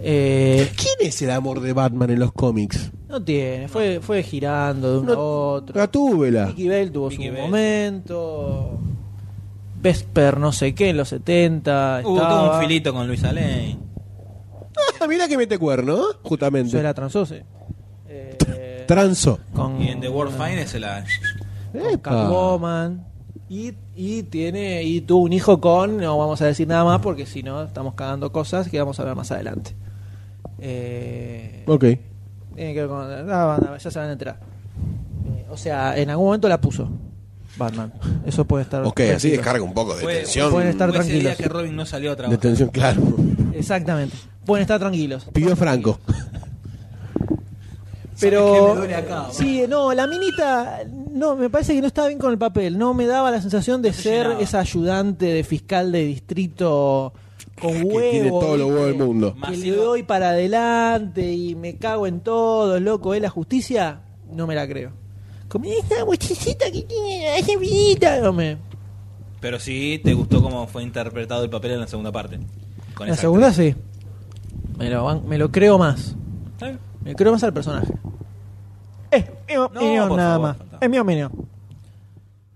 Speaker 4: Eh,
Speaker 2: ¿Quién es el amor de Batman en los cómics?
Speaker 4: no tiene, fue, fue girando de uno a otro.
Speaker 2: Gatúbela.
Speaker 4: Vicky Bell tuvo
Speaker 1: Vicky
Speaker 4: su
Speaker 1: Bell.
Speaker 4: momento. Vesper, no sé qué, en los 70.
Speaker 1: Hubo
Speaker 4: estaba.
Speaker 1: todo un filito con Luisa Lane.
Speaker 2: Ah, mirá que mete cuerno, ¿eh? Justamente.
Speaker 4: Yo era transose. Eh,
Speaker 2: Transo.
Speaker 4: con,
Speaker 1: Y en The World Finest se la.
Speaker 4: con Catwoman. Y, y tiene y tuvo un hijo con, no vamos a decir nada más porque si no estamos cagando cosas que vamos a ver más adelante. Eh,
Speaker 2: Ok.
Speaker 4: tiene que ver con- ah, banda, ya se van a enterar. Eh, o sea, en algún momento la puso Batman. Eso puede estar.
Speaker 2: Ok, así
Speaker 4: tranquilo.
Speaker 2: descarga un poco de
Speaker 1: Fue-
Speaker 2: tensión.
Speaker 4: pueden estar
Speaker 1: fue ese día
Speaker 4: tranquilos.
Speaker 1: que Robin no salió a
Speaker 2: De
Speaker 1: trabajar.
Speaker 2: tensión, claro.
Speaker 4: Exactamente. Pueden estar tranquilos.
Speaker 2: Pidió Franco.
Speaker 1: ¿Sabes qué
Speaker 4: Pero
Speaker 1: me duele acá, va?
Speaker 4: sí, no, la minita no me parece que no estaba bien con el papel, no me daba la sensación de
Speaker 1: te
Speaker 4: ser
Speaker 1: llenaba.
Speaker 4: esa ayudante de fiscal de distrito con
Speaker 2: Que
Speaker 4: huevos.
Speaker 2: tiene todo lo huevo del
Speaker 4: ¿viste?
Speaker 2: mundo.
Speaker 4: Que le
Speaker 1: Masivo.
Speaker 4: doy para adelante y me cago en todo, loco, es la justicia, no me la creo. Como esa bochecita que tiene, esa vidita, no me.
Speaker 1: Pero sí, te gustó cómo fue interpretado el papel en la segunda parte. Con
Speaker 4: La
Speaker 1: esa
Speaker 4: segunda
Speaker 1: actriz.
Speaker 4: sí. Me lo, ban- me lo creo más.
Speaker 1: Está bien.
Speaker 4: Me Eh, creo más al personaje. Es mi opinión
Speaker 1: por
Speaker 4: nada
Speaker 1: favor,
Speaker 4: más.
Speaker 1: fantasma.
Speaker 4: Es mi opinión.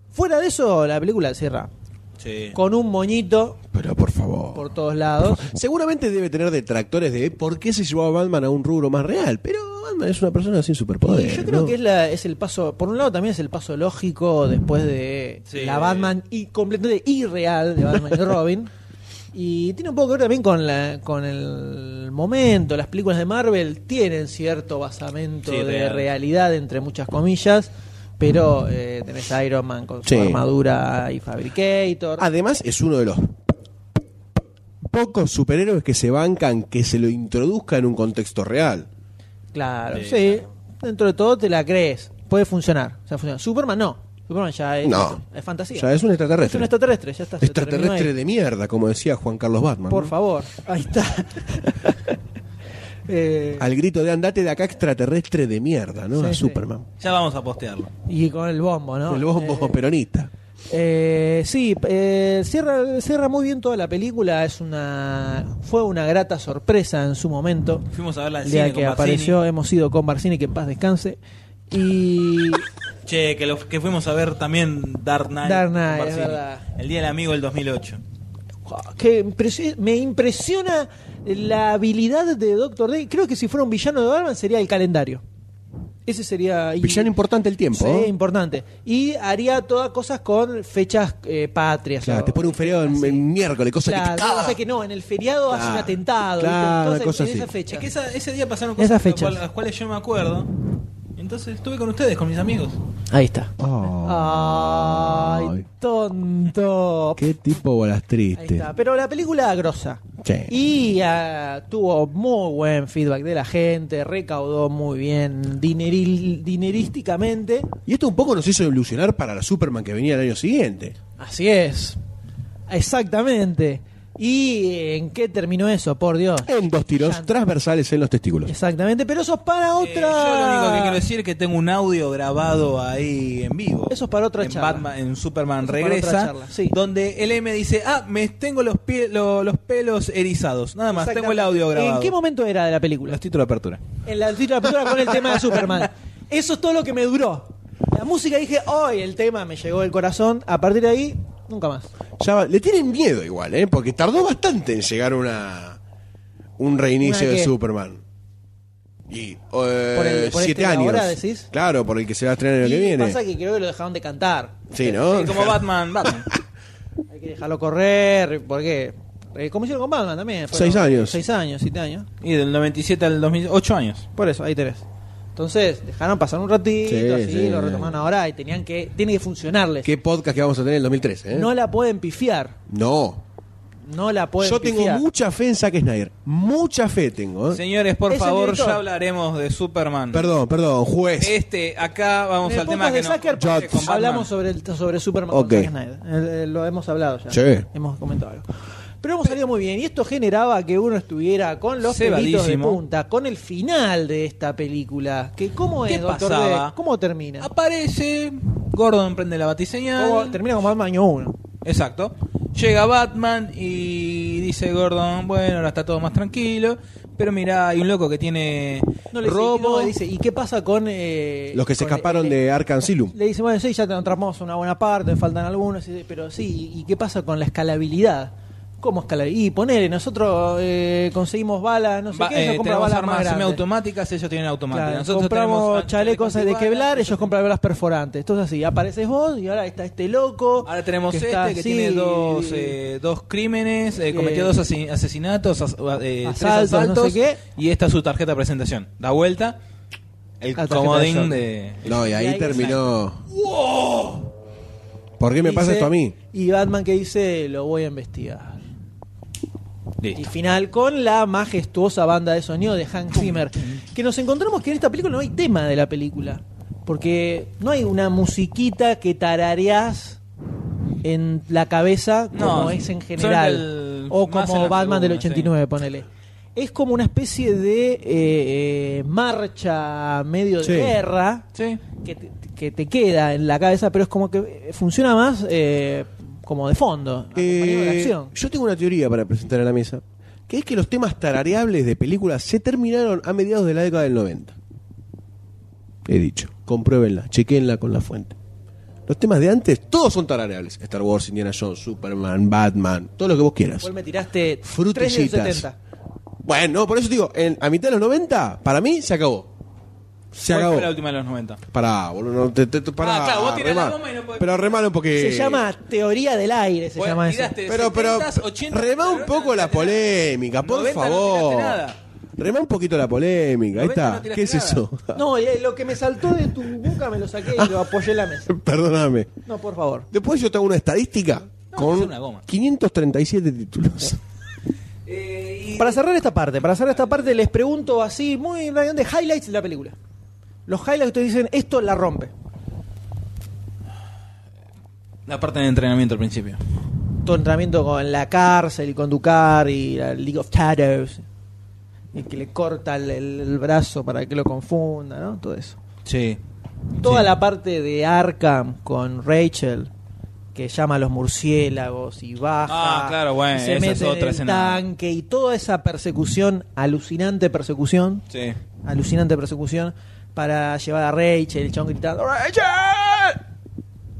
Speaker 4: Fuera de eso, la película cierra
Speaker 1: Sí.
Speaker 4: con un moñito
Speaker 2: Pero por favor.
Speaker 4: por todos lados.
Speaker 2: Seguramente debe tener detractores de por qué se llevó a Batman a un rubro más real. Pero Batman es una persona sin superpoder.
Speaker 4: Y yo creo
Speaker 2: ¿no?
Speaker 4: que es, la- es el paso, por un lado también es el paso lógico después de
Speaker 1: Sí.
Speaker 4: la Batman y completamente irreal de Batman y Robin. Y tiene un poco que ver también con, la, con el momento. Las películas de Marvel tienen cierto basamento
Speaker 1: Sí,
Speaker 4: de
Speaker 1: real.
Speaker 4: realidad, entre muchas comillas. Pero eh, tenés a Iron Man con su
Speaker 2: Sí. Ah,
Speaker 4: armadura y Fabricator.
Speaker 2: Además, es uno de los pocos superhéroes que se bancan que se lo introduzca en un contexto real.
Speaker 4: claro,
Speaker 1: Sí,
Speaker 4: sí. Dentro de todo te la crees. Puede funcionar. O sea, funciona. Superman no. Superman ya es,
Speaker 2: No.
Speaker 4: es fantasía.
Speaker 2: Ya es un extraterrestre.
Speaker 4: Es un extraterrestre, ya está. se terminó ahí.
Speaker 2: Extraterrestre de mierda, como decía Juan Carlos Batman.
Speaker 4: Por
Speaker 2: ¿no?
Speaker 4: favor, ahí está. Eh,
Speaker 2: Al grito de andate de acá, extraterrestre de mierda, ¿no?
Speaker 4: Sí,
Speaker 2: a
Speaker 4: sí.
Speaker 2: Superman.
Speaker 1: Ya vamos a postearlo.
Speaker 4: y con el bombo, ¿no?
Speaker 2: El bombo
Speaker 4: Eh,
Speaker 2: peronista.
Speaker 4: eh, sí, eh, cierra, cierra muy bien toda la película. Es una, fue una grata sorpresa en su momento.
Speaker 1: Fuimos a verla al
Speaker 4: El
Speaker 1: cine
Speaker 4: día
Speaker 1: con
Speaker 4: que
Speaker 1: Barcini.
Speaker 4: apareció, hemos ido con Barcini, que en paz descanse. Y
Speaker 1: Che, que, los que fuimos a ver también Dark Knight.
Speaker 4: Dark
Speaker 1: con
Speaker 4: Knight, es
Speaker 1: Barcini.
Speaker 4: verdad.
Speaker 1: El Día del Amigo del 2008.
Speaker 4: que impresi- me impresiona la habilidad de Doctor Day. Creo que si fuera un villano de Batman sería el calendario. Ese sería. y-
Speaker 2: Villano importante el tiempo.
Speaker 4: Sí,
Speaker 2: ¿eh?
Speaker 4: importante. Y haría todas cosas con fechas eh, patrias.
Speaker 2: Claro,
Speaker 4: o-
Speaker 2: te pone un feriado en,
Speaker 4: así.
Speaker 2: en miércoles, cosa que
Speaker 4: Claro,
Speaker 2: te caga.
Speaker 4: cosa que no, en el feriado hace un
Speaker 2: Claro,
Speaker 4: atentado. ¿viste?
Speaker 2: claro,
Speaker 4: Entonces,
Speaker 2: cosas
Speaker 4: en
Speaker 2: así.
Speaker 4: esa fecha.
Speaker 1: Es que esa- ese día pasaron
Speaker 4: Esas
Speaker 1: cosas de las
Speaker 4: fechas.
Speaker 1: cual- las cuales yo me acuerdo. Entonces estuve con ustedes, con mis amigos.
Speaker 4: Ahí está.
Speaker 2: Ah,
Speaker 4: Ah.
Speaker 2: Ay,
Speaker 4: Ay, tonto.
Speaker 2: Qué tipo bolas
Speaker 4: Ahí
Speaker 2: triste.
Speaker 4: está. Pero la película grosa.
Speaker 2: Sí.
Speaker 4: Y ah, tuvo muy buen feedback de la gente, recaudó muy bien dineril- dinerísticamente.
Speaker 2: Y esto un poco nos hizo ilusionar para la Superman que venía el año siguiente.
Speaker 4: Así es. Exactamente. ¿Y eh, en qué terminó eso? Por Dios.
Speaker 2: En dos tiros transversales en los testículos.
Speaker 4: Exactamente, pero eso es para
Speaker 1: Eh, yo lo único que
Speaker 4: otra.
Speaker 1: quiero decir es que tengo un audio grabado ahí en vivo.
Speaker 4: Eso es para otra
Speaker 1: en
Speaker 4: charla.
Speaker 1: Batman, en Superman
Speaker 4: Eso es para otra
Speaker 1: Regresa,
Speaker 4: charla, sí.
Speaker 1: donde el M dice, ah, me tengo los, pie- lo- los pelos erizados. Nada más,
Speaker 4: Exactamente.
Speaker 1: tengo el audio grabado.
Speaker 4: ¿En qué momento era de la película?
Speaker 1: Los títulos de apertura.
Speaker 4: En la título de la película con el tema de Superman. Eso es todo lo que me duró. La música dije, hoy el tema me llegó del corazón. A partir de ahí, nunca más.
Speaker 2: Ya va- Le tienen miedo igual, ¿eh? Porque tardó bastante en llegar una un reinicio
Speaker 4: ¿Una
Speaker 2: de
Speaker 4: qué?
Speaker 2: Superman. Y eh,
Speaker 4: el- por este
Speaker 2: siete
Speaker 4: de
Speaker 2: años.
Speaker 4: ahora, decís?
Speaker 2: Claro, por el que se va a estrenar el
Speaker 4: y
Speaker 2: año que viene.
Speaker 4: pasa que creo que lo dejaron de cantar.
Speaker 2: Sí, ¿no?
Speaker 1: Eh, como Batman, Batman.
Speaker 4: Hay que dejarlo correr, porque... eh, como hicieron con Batman también. fueron
Speaker 2: Seis años.
Speaker 4: Seis años, siete años.
Speaker 1: y del 97 al 2008 años.
Speaker 4: Por eso, ahí tenés. Entonces, dejaron pasar un ratito,
Speaker 2: Sí,
Speaker 4: así,
Speaker 2: sí.
Speaker 4: lo retomaron ahora y tenían que... Tiene que funcionarles.
Speaker 2: ¿Qué podcast que vamos a tener en el 2013? ¿eh?
Speaker 4: No la pueden pifiar.
Speaker 2: No.
Speaker 4: No la pueden
Speaker 2: Yo tengo
Speaker 4: pifiar.
Speaker 2: mucha fe en Zack Snyder. Mucha fe tengo. ¿eh?
Speaker 1: Señores, por
Speaker 4: Es el
Speaker 1: favor,
Speaker 4: director.
Speaker 1: ya hablaremos de Superman.
Speaker 2: Perdón, perdón, juez.
Speaker 1: Este, acá
Speaker 4: En
Speaker 1: vamos
Speaker 4: el
Speaker 1: al tema
Speaker 4: podcast de
Speaker 1: que nos
Speaker 4: Zucker,
Speaker 1: compete con Batman.
Speaker 4: hablamos sobre, el, sobre Superman
Speaker 2: Ok.
Speaker 4: con Zack Snyder. El- el- lo hemos hablado ya.
Speaker 2: Sí.
Speaker 4: Hemos comentado algo. Pero hemos salido muy bien y esto generaba que uno estuviera con los pelitos de
Speaker 1: Cebadísimo.
Speaker 4: punta, con el final de esta película. Que ¿Cómo
Speaker 1: ¿Qué
Speaker 4: es, Doctor D?
Speaker 1: pasaba?
Speaker 4: ¿Cómo termina?
Speaker 1: Aparece, Gordon prende la batiseñal.
Speaker 4: ¿Cómo termina como Batman año 1.
Speaker 1: Exacto. Llega Batman y dice Gordon, bueno, ahora está todo más tranquilo, pero mira, hay un loco que tiene
Speaker 4: No le dice-
Speaker 1: robo.
Speaker 4: no, le dice, ¿y qué pasa con... eh,
Speaker 2: Los que se
Speaker 4: con-
Speaker 2: escaparon de Arkham Asylum.
Speaker 4: Le dice, bueno, sí, ya te entramos una buena parte, faltan algunos, y- pero sí, ¿y qué pasa con la escalabilidad? ¿Cómo escalar? Y ponele, nosotros eh, conseguimos balas, no sé
Speaker 1: Va-
Speaker 4: qué, ellos
Speaker 1: eh,
Speaker 4: compran
Speaker 1: tenemos
Speaker 4: balas
Speaker 1: armas
Speaker 4: más grandes.
Speaker 1: semiautomáticas, ellos tienen automáticas.
Speaker 4: Claro,
Speaker 1: Nosotros
Speaker 4: compramos
Speaker 1: tenemos
Speaker 4: chalecos de queblar, ellos
Speaker 1: compran
Speaker 4: compran balas perforantes. Entonces así, apareces vos y ahora está este loco.
Speaker 1: Ahora tenemos este
Speaker 4: está
Speaker 1: que
Speaker 4: así,
Speaker 1: tiene dos, eh, dos crímenes, eh, cometió
Speaker 4: Eh,
Speaker 1: dos asi- asesinatos, as- eh, tres
Speaker 4: asaltos, no sé
Speaker 1: asaltos,
Speaker 4: qué.
Speaker 1: y esta es su tarjeta de presentación. Da vuelta, el
Speaker 4: La tarjeta de
Speaker 1: comodín
Speaker 4: shopping.
Speaker 1: de...
Speaker 2: No, y ahí,
Speaker 4: Y ahí-
Speaker 2: terminó. ¿Por qué me
Speaker 4: dice-
Speaker 2: pasa esto a mí?
Speaker 4: Y Batman que dice, lo voy a investigar. Y
Speaker 1: Listo.
Speaker 4: final con la majestuosa banda de sonido de Hank Zimmer. Que nos encontramos que en esta película no hay tema de la película. Porque no hay una musiquita que tarareás en la cabeza como
Speaker 1: No,
Speaker 4: es en
Speaker 1: suena
Speaker 4: general.
Speaker 1: el-
Speaker 4: o
Speaker 1: más en
Speaker 4: como
Speaker 1: las
Speaker 4: Batman del
Speaker 1: columnas, sí.
Speaker 4: 89, ponele. Es como una especie de eh, eh, marcha medio de
Speaker 2: Sí.
Speaker 4: guerra
Speaker 1: Sí.
Speaker 4: que te, que te queda en la cabeza, pero es como que eh, funciona más eh, como de fondo, acompañado de la
Speaker 2: Eh,
Speaker 4: acción.
Speaker 2: yo tengo una teoría para presentar a la mesa, que es que los temas tarareables de películas se terminaron a mediados de la década del 90. He dicho, compruébenla, chequenla con la fuente. Los temas de antes, todos son tarareables. Star Wars, Indiana Jones, Superman, Batman, todo lo que vos quieras.
Speaker 4: Vos me tiraste tres de los
Speaker 2: Frutillitas.
Speaker 4: 70.
Speaker 2: Bueno, por eso te digo, en- a mitad de los 90, para mí, se acabó. Se
Speaker 1: ¿Cuál
Speaker 2: acabó.
Speaker 1: fue la última de los 90?
Speaker 2: Pará, boludo, no, te, te- te- pará,
Speaker 1: Ah, claro, vos tirás la
Speaker 2: remá.
Speaker 1: goma y no podés-
Speaker 2: Pero remalo porque...
Speaker 4: Se llama teoría del aire, se
Speaker 1: Bueno,
Speaker 4: llama eso.
Speaker 1: tiraste
Speaker 2: Pero, pero,
Speaker 1: 70s, 80s,
Speaker 2: remá un
Speaker 1: Eh, pero
Speaker 2: poco
Speaker 1: no
Speaker 2: la
Speaker 1: tiraste nada.
Speaker 2: polémica, por
Speaker 1: 90 no
Speaker 2: favor.
Speaker 1: tiraste nada.
Speaker 2: remá un poquito la polémica, ahí
Speaker 1: 90
Speaker 2: está.
Speaker 1: no tiraste
Speaker 2: ¿Qué es
Speaker 1: nada.
Speaker 2: eso?
Speaker 4: No, y eh, lo que me saltó de tu boca me lo saqué y lo apoyé en la mesa.
Speaker 2: Perdóname.
Speaker 4: No, por favor.
Speaker 2: Después yo tengo una estadística
Speaker 1: No,
Speaker 2: con
Speaker 1: es una goma.
Speaker 2: 537 títulos.
Speaker 1: Eh, y-
Speaker 4: Para cerrar esta parte, para cerrar esta parte les pregunto así, muy rápidamente, highlights de la película. Los highlights que te dicen, esto la rompe.
Speaker 1: La parte de entrenamiento al principio.
Speaker 4: Tu entrenamiento con la cárcel y con Ducar y la League of Shadows. Y que le corta el, el- el brazo para que lo confunda, ¿no? Todo eso.
Speaker 1: Sí.
Speaker 4: Toda
Speaker 1: Sí.
Speaker 4: la parte de Arkham con Rachel, que llama a los murciélagos y baja.
Speaker 1: Ah, claro, bueno,
Speaker 4: y se
Speaker 1: esa
Speaker 4: mete
Speaker 1: es otra
Speaker 4: en el
Speaker 1: escena.
Speaker 4: tanque y toda esa persecución, alucinante persecución,
Speaker 1: Sí.
Speaker 4: alucinante persecución, para llevar a Rachel, el chabón gritando, ¡Rachel!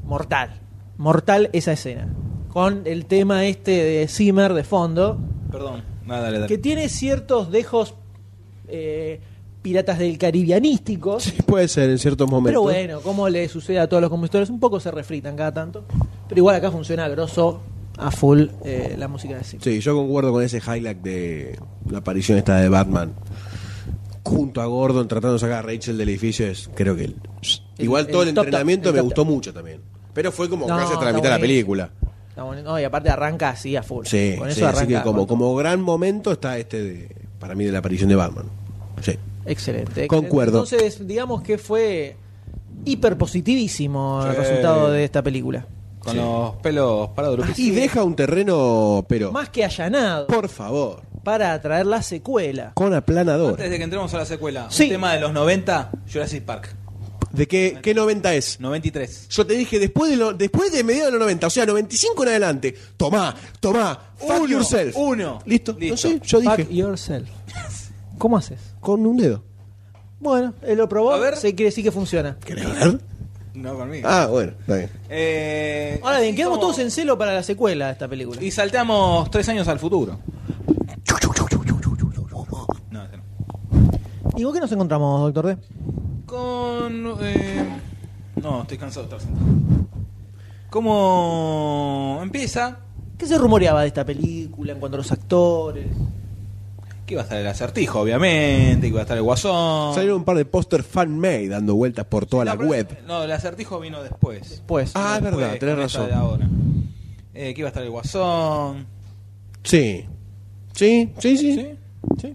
Speaker 4: Mortal, mortal esa escena. Con el tema este de Zimmer de fondo,
Speaker 1: Perdón. Nada, dale, dale.
Speaker 4: que tiene ciertos dejos eh, piratas del caribianísticos.
Speaker 2: Sí, puede ser en ciertos momentos.
Speaker 4: Pero bueno, como le sucede a todos los compositores, un poco se refritan cada tanto. Pero igual acá funciona grosso a full eh, la música de Zimmer.
Speaker 2: Sí, yo concuerdo con ese highlight de la aparición esta de Batman. Junto a Gordon tratando de sacar a Rachel del edificio es, creo que el- Igual
Speaker 4: el
Speaker 2: todo el,
Speaker 4: top top,
Speaker 2: entrenamiento
Speaker 4: el
Speaker 2: me
Speaker 4: top
Speaker 2: gustó
Speaker 4: top.
Speaker 2: mucho también. Pero fue como
Speaker 4: No,
Speaker 2: casi hasta
Speaker 4: está
Speaker 2: la mitad de la
Speaker 4: buenísimo.
Speaker 2: película.
Speaker 4: Está bonito. No, y aparte arranca así a full.
Speaker 2: Sí,
Speaker 4: Con
Speaker 2: sí,
Speaker 4: eso
Speaker 2: así que
Speaker 4: arranca
Speaker 2: como,
Speaker 4: con-
Speaker 2: como gran momento está este de, para mí de la aparición de Batman. Sí.
Speaker 4: Excelente. excelente.
Speaker 2: Concuerdo.
Speaker 4: Entonces, digamos que fue hiper positivísimo el
Speaker 1: Sí.
Speaker 4: resultado de esta película.
Speaker 1: Con los pelos parados.
Speaker 4: Ah,
Speaker 2: Y deja un terreno, pero
Speaker 4: Más que allanado
Speaker 2: por favor,
Speaker 4: para atraer la secuela.
Speaker 2: con aplanador.
Speaker 1: Antes de que entremos a la secuela,
Speaker 4: Sí.
Speaker 1: un tema de los 90, Jurassic Park.
Speaker 2: ¿De qué, qué 90 es?
Speaker 1: 93.
Speaker 2: Yo te dije después de, lo- después de mediados de los 90, o sea, 95 en adelante. Tomá, tomá, fuck
Speaker 1: Uno,
Speaker 2: yourself.
Speaker 1: uno.
Speaker 2: Listo.
Speaker 1: Listo.
Speaker 2: No sé, yo dije
Speaker 4: Fuck yourself. ¿Cómo haces?
Speaker 2: con un dedo.
Speaker 4: Bueno, él lo probó,
Speaker 1: A ver.
Speaker 4: se quiere decir que funciona.
Speaker 2: ¿Querés ver?
Speaker 1: No conmigo.
Speaker 2: Ah, bueno, está bien.
Speaker 1: Eh,
Speaker 4: Ahora bien,
Speaker 1: así
Speaker 4: quedamos
Speaker 1: como-
Speaker 4: todos en celo para la secuela de esta película.
Speaker 1: Y saltamos tres años al futuro. No, este no.
Speaker 4: ¿Y con qué nos encontramos, doctor D?
Speaker 1: Con. eh, No, estoy cansado de estar sentado. ¿Cómo empieza?
Speaker 4: ¿Qué se rumoreaba de esta película en cuanto a los actores?
Speaker 1: Que iba a estar el acertijo, obviamente, que iba a estar el guasón.
Speaker 2: Salieron un par de póster fan-made dando vueltas por toda la
Speaker 1: No, pero-
Speaker 2: web.
Speaker 1: No, el acertijo vino después.
Speaker 4: Pues,
Speaker 2: Ah, es verdad,
Speaker 1: Después,
Speaker 2: tenés
Speaker 1: con esta
Speaker 2: razón.
Speaker 1: de ahora. Eh, que iba a estar el guasón.
Speaker 2: Sí. Sí, sí, sí.
Speaker 1: Sí, sí,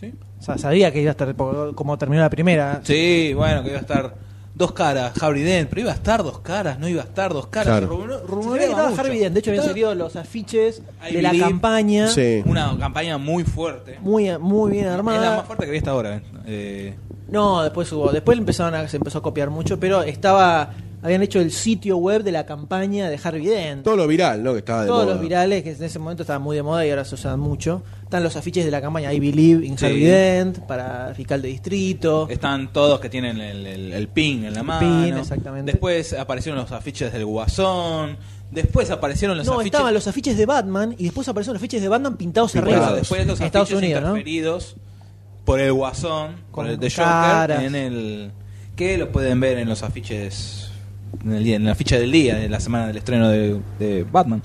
Speaker 1: sí.
Speaker 4: O sea, sabía que iba a estar po- como terminó la primera.
Speaker 1: Sí, bueno, que iba a estar dos caras, Harvey Dent, pero iba a estar dos caras, no iba a estar dos caras.
Speaker 2: Claro.
Speaker 1: Se rumoreó-
Speaker 4: Se
Speaker 1: rumoreaba
Speaker 4: sabía que estaba
Speaker 1: mucho.
Speaker 4: Harvey Dent. De hecho, habían
Speaker 1: Estaba
Speaker 4: salido los afiches
Speaker 1: I
Speaker 4: de la
Speaker 1: believe.
Speaker 4: campaña.
Speaker 2: Sí.
Speaker 1: Una campaña muy fuerte.
Speaker 4: Muy, muy bien
Speaker 1: Es la
Speaker 4: armada.
Speaker 1: más fuerte que había hasta ahora. eh. Eh,
Speaker 4: No, después hubo. Después empezaron a, se empezó a copiar mucho, pero estaba. Habían hecho el sitio web de la campaña de Harvey Dent.
Speaker 2: Todo lo viral, ¿no? Que estaba de
Speaker 4: Todos
Speaker 2: moda.
Speaker 4: los virales que en ese momento estaban muy de moda y ahora se usan mucho. Están los afiches de la campaña I Believe in
Speaker 1: Sí.
Speaker 4: Harvey Dent para fiscal de distrito.
Speaker 1: están todos que tienen el, el- el pin en la
Speaker 4: El
Speaker 1: mano.
Speaker 4: pin, exactamente.
Speaker 1: Después aparecieron los afiches del Guasón. Después aparecieron los
Speaker 4: no,
Speaker 1: afiches.
Speaker 4: estaban los afiches de Batman y después aparecieron los afiches de Batman pintados
Speaker 1: Claro,
Speaker 4: arriba.
Speaker 1: después los
Speaker 4: En
Speaker 1: afiches
Speaker 4: Estados Unidos, ¿no?
Speaker 1: interferidos por el Guasón,
Speaker 4: Con
Speaker 1: por el de Joker,
Speaker 4: caras.
Speaker 1: en el que lo pueden ver en los afiches en, el día- en la ficha del día de la semana del estreno de, de Batman.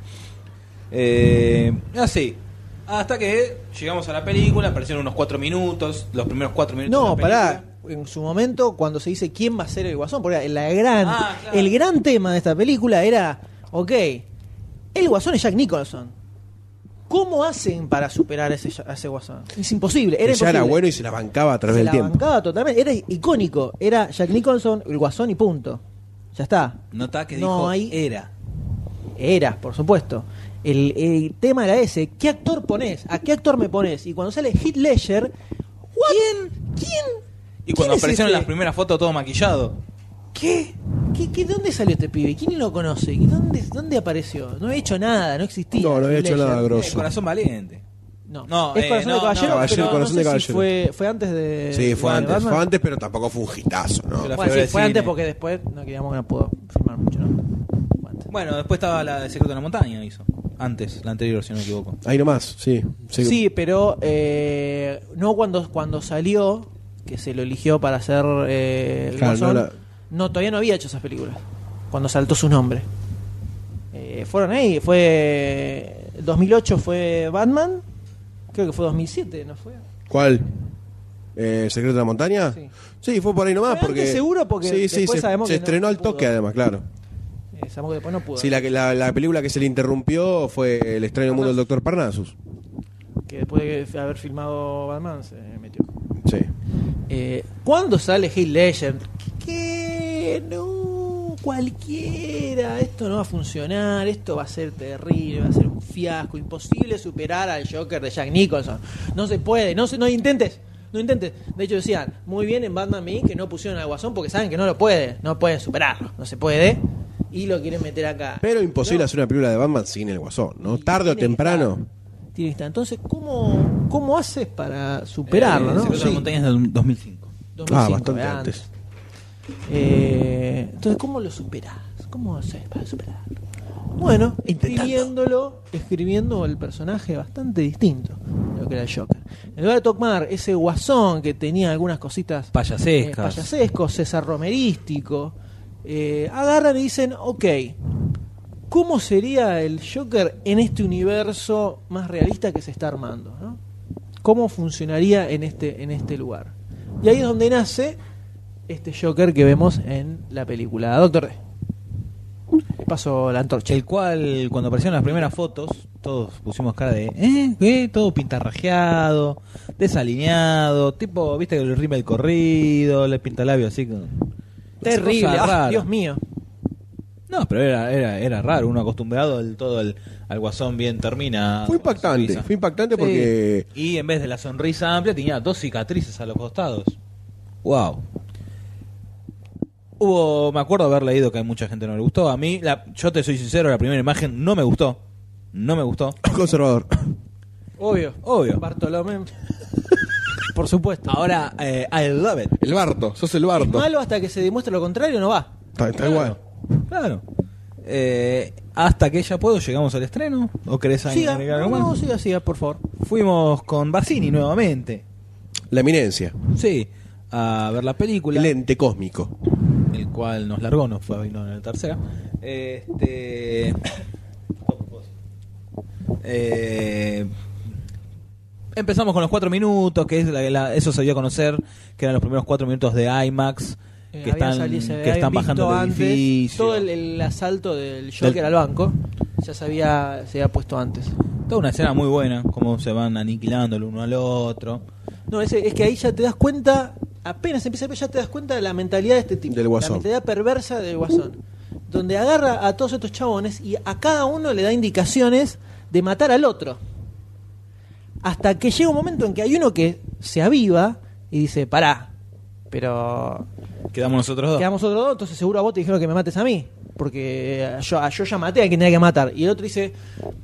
Speaker 1: Eh, así. Hasta que llegamos a la película, aparecieron unos cuatro minutos, los primeros cuatro minutos.
Speaker 4: No,
Speaker 1: de la película.
Speaker 4: pará. En su momento, cuando se dice quién va a ser el guasón, porque la gran,
Speaker 1: Ah, claro.
Speaker 4: el gran tema de esta película era: ok, el guasón es Jack Nicholson. ¿Cómo hacen para superar a ese, a ese guasón? Es imposible. Era
Speaker 2: Que ya era
Speaker 4: imposible.
Speaker 2: bueno y se la bancaba a través
Speaker 4: se
Speaker 2: del
Speaker 4: la
Speaker 2: tiempo.
Speaker 4: bancaba totalmente. Era icónico. Era Jack Nicholson, el guasón y punto. Ya está.
Speaker 1: Notá que
Speaker 4: No,
Speaker 1: dijo
Speaker 4: ahí-
Speaker 1: era.
Speaker 4: Era, por supuesto. El, el tema era ese. ¿Qué actor pones? ¿A qué actor me pones? Y cuando sale Heath Ledger, ¿quién? ¿Quién?
Speaker 1: Y
Speaker 4: quién
Speaker 1: cuando
Speaker 4: es
Speaker 1: aparecieron
Speaker 4: ese?
Speaker 1: las primeras fotos todo maquillado.
Speaker 4: ¿Qué? ¿Qué, qué- dónde salió este pibe? ¿Quién lo conoce? ¿Y ¿Dónde, ¿Dónde apareció? No había hecho nada, no existía.
Speaker 2: No, no había hecho
Speaker 4: grosso.
Speaker 2: nada
Speaker 1: Eh,
Speaker 2: grosso.
Speaker 1: corazón valiente.
Speaker 4: No,
Speaker 1: No,
Speaker 4: es
Speaker 1: eh,
Speaker 4: Corazón
Speaker 1: no,
Speaker 4: de Caballero,
Speaker 1: no,
Speaker 4: pero
Speaker 2: Caballero,
Speaker 4: no
Speaker 2: Corazón
Speaker 4: sé
Speaker 2: de
Speaker 4: si
Speaker 2: Caballero.
Speaker 4: fue, fue antes de.
Speaker 2: Sí, fue
Speaker 4: de
Speaker 2: antes,
Speaker 4: Batman.
Speaker 2: fue antes, pero tampoco fue un hitazo, ¿no?
Speaker 1: Yo la-
Speaker 4: Bueno, sí,
Speaker 1: Fiebre
Speaker 4: fue
Speaker 1: del
Speaker 4: antes
Speaker 1: cine.
Speaker 4: porque después no queríamos que no pudo filmar mucho, ¿no? Fue antes.
Speaker 1: Bueno, después estaba la de Secreto de la Montaña, hizo. Antes, la anterior, si no me equivoco.
Speaker 2: Ahí nomás, sí.
Speaker 4: Sí, pero eh, no cuando, cuando salió, que se lo eligió para hacer eh, el
Speaker 2: Claro,
Speaker 4: Guasón,
Speaker 2: no
Speaker 4: no,
Speaker 2: la-
Speaker 4: todavía no había hecho esas películas, cuando saltó su nombre. Eh, fueron ahí, fue... 2008 fue Batman, creo que fue 2007, ¿no fue?
Speaker 2: ¿Cuál? Eh, ¿Secreto de la montaña?
Speaker 4: Sí.
Speaker 2: Sí. fue por ahí nomás.
Speaker 4: Fue antes
Speaker 2: Porque,
Speaker 4: seguro, porque
Speaker 2: Sí, sí,
Speaker 4: después
Speaker 2: se,
Speaker 4: sabemos
Speaker 2: se
Speaker 4: que no
Speaker 2: estrenó al
Speaker 4: pudo.
Speaker 2: toque, además, claro.
Speaker 4: Eh, sabemos que después no pudo.
Speaker 2: Sí, la, que- la, la película que se le interrumpió fue El extraño mundo del doctor Parnassus.
Speaker 4: Que después de haber filmado Batman se metió.
Speaker 2: Sí.
Speaker 4: Eh, ¿Cuándo sale Hill Legend? Que no, cualquiera. Esto no va a funcionar, esto va a ser terrible, va a ser un fiasco. Imposible superar al Joker de Jack Nicholson. No se puede, no, se, no intentes. No intentes. De hecho, decían muy bien en Batman Me que no pusieron al guasón porque saben que no lo puede. No pueden superarlo, no se puede. Y lo quieren meter acá.
Speaker 2: Pero imposible
Speaker 4: No.
Speaker 2: hacer una película de Batman sin el guasón, ¿no? Tarde
Speaker 4: Tiene
Speaker 2: o
Speaker 4: que
Speaker 2: temprano.
Speaker 4: estar. Tiene que estar. Entonces, ¿cómo, cómo haces para superarlo?
Speaker 1: Eh,
Speaker 4: no?
Speaker 1: Secreto de la
Speaker 4: Sí.
Speaker 1: Montaña es del 2005.
Speaker 4: 2005,
Speaker 2: Ah, bastante
Speaker 4: era
Speaker 2: antes.
Speaker 4: Eh, entonces, ¿cómo lo superás? ¿Cómo haces para superarlo? Bueno, escribiéndolo, escribiendo el personaje bastante distinto a lo que era el Joker. En lugar de tomar ese guasón que tenía algunas cositas eh,
Speaker 1: Payasescas.
Speaker 4: payasesco, César Romerístico. eh, agarran y dicen, ok, ¿cómo sería el Joker en este universo más realista que se está armando? ¿no? ¿Cómo funcionaría en este, en este lugar? Y ahí es donde nace este Joker que vemos en la película Doctor D. Paso la antorcha.
Speaker 1: El cual, cuando aparecieron las primeras fotos, todos pusimos cara de, ¿eh? ¿Qué? Todo pintarrajeado, desalineado, tipo, viste que el rímel corrido, el pintalabio así. con-
Speaker 4: Terrible,
Speaker 1: Cosa
Speaker 4: ah,
Speaker 1: rara.
Speaker 4: Dios mío.
Speaker 1: No, pero era, era, era raro, uno acostumbrado al todo el, al guasón bien
Speaker 4: Ah,
Speaker 1: termina.
Speaker 2: Fue impactante,
Speaker 1: sonrisa.
Speaker 2: fue impactante porque...
Speaker 1: Y en vez de la sonrisa amplia tenía dos cicatrices a los costados. Wow. Hubo, me acuerdo haber leído que a mucha gente no le gustó. A mí, la- yo te soy sincero, la primera imagen no me gustó. No me gustó.
Speaker 2: Conservador.
Speaker 4: Obvio.
Speaker 1: Obvio.
Speaker 4: Bartolomé. Por supuesto.
Speaker 1: Ahora, eh, I love it.
Speaker 2: El Barto, sos el Barto.
Speaker 4: Malo hasta que se demuestre lo contrario, no va.
Speaker 2: Está, está igual.
Speaker 1: Claro. Eh, hasta que ya puedo, llegamos al estreno. ¿O querés
Speaker 4: Siga,
Speaker 1: agregar algo
Speaker 4: no,
Speaker 1: más?
Speaker 4: siga, siga, por favor.
Speaker 1: Fuimos con Bassini nuevamente.
Speaker 2: La eminencia.
Speaker 1: Sí. A ver la película.
Speaker 2: El ente cósmico.
Speaker 1: el cual nos largó, no fue no, en la tercera. Este. Eh, empezamos con los cuatro minutos, que es la- la- eso se dio a conocer, que eran los primeros cuatro minutos de IMAX,
Speaker 4: Eh,
Speaker 1: que
Speaker 4: habían
Speaker 1: están,
Speaker 4: salido- se
Speaker 1: que
Speaker 4: habían
Speaker 1: están
Speaker 4: visto
Speaker 1: bajando el
Speaker 4: antes
Speaker 1: edificio.
Speaker 4: Todo el, el asalto del Joker al banco. Ya se había, se había puesto antes.
Speaker 1: Toda una escena muy buena, como se van aniquilando el uno al otro.
Speaker 4: No, ese- es, que ahí ya te das cuenta, apenas empieza a ver, ya te das cuenta de la mentalidad de este tipo.
Speaker 2: Del guasón.
Speaker 4: La mentalidad perversa del guasón. Donde agarra a todos estos chabones y a cada uno le da indicaciones de matar al otro. Hasta que llega un momento en que hay uno que se aviva y dice, pará, pero
Speaker 1: Quedamos nosotros dos.
Speaker 4: quedamos otros dos, entonces seguro a vos te dijeron que me mates a mí. Porque yo, yo ya maté a quien tenía que matar. Y el otro dice,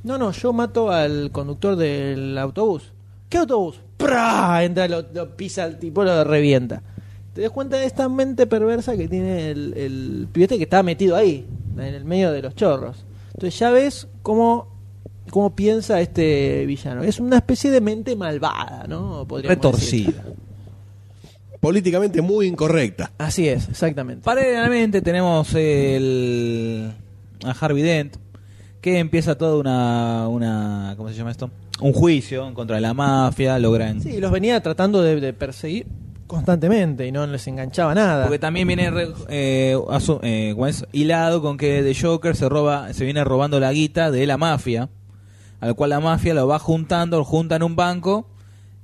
Speaker 4: no, no, yo mato al conductor del autobús. ¿Qué autobús? ¡Pra! Entra, lo, lo pisa el tipo, lo revienta. ¿Te das cuenta de esta mente perversa que tiene el, el pibete que está metido ahí, en el medio de los chorros? Entonces ya ves cómo, cómo piensa este villano. Es una especie de mente malvada, ¿no? Podríamos decir.
Speaker 1: Retorcida.
Speaker 2: Políticamente muy incorrecta.
Speaker 4: Así es, exactamente.
Speaker 1: Paralelamente tenemos el a Harvey Dent que empieza toda una una ¿cómo se llama esto? Un juicio en contra de la mafia, logran
Speaker 4: Sí, los venía tratando de, de perseguir constantemente y no les enganchaba nada.
Speaker 1: porque también viene re- eh, asu- eh, ¿cómo es? hilado con que The Joker se roba se viene robando la guita de la mafia, al cual la mafia lo va juntando, lo junta en un banco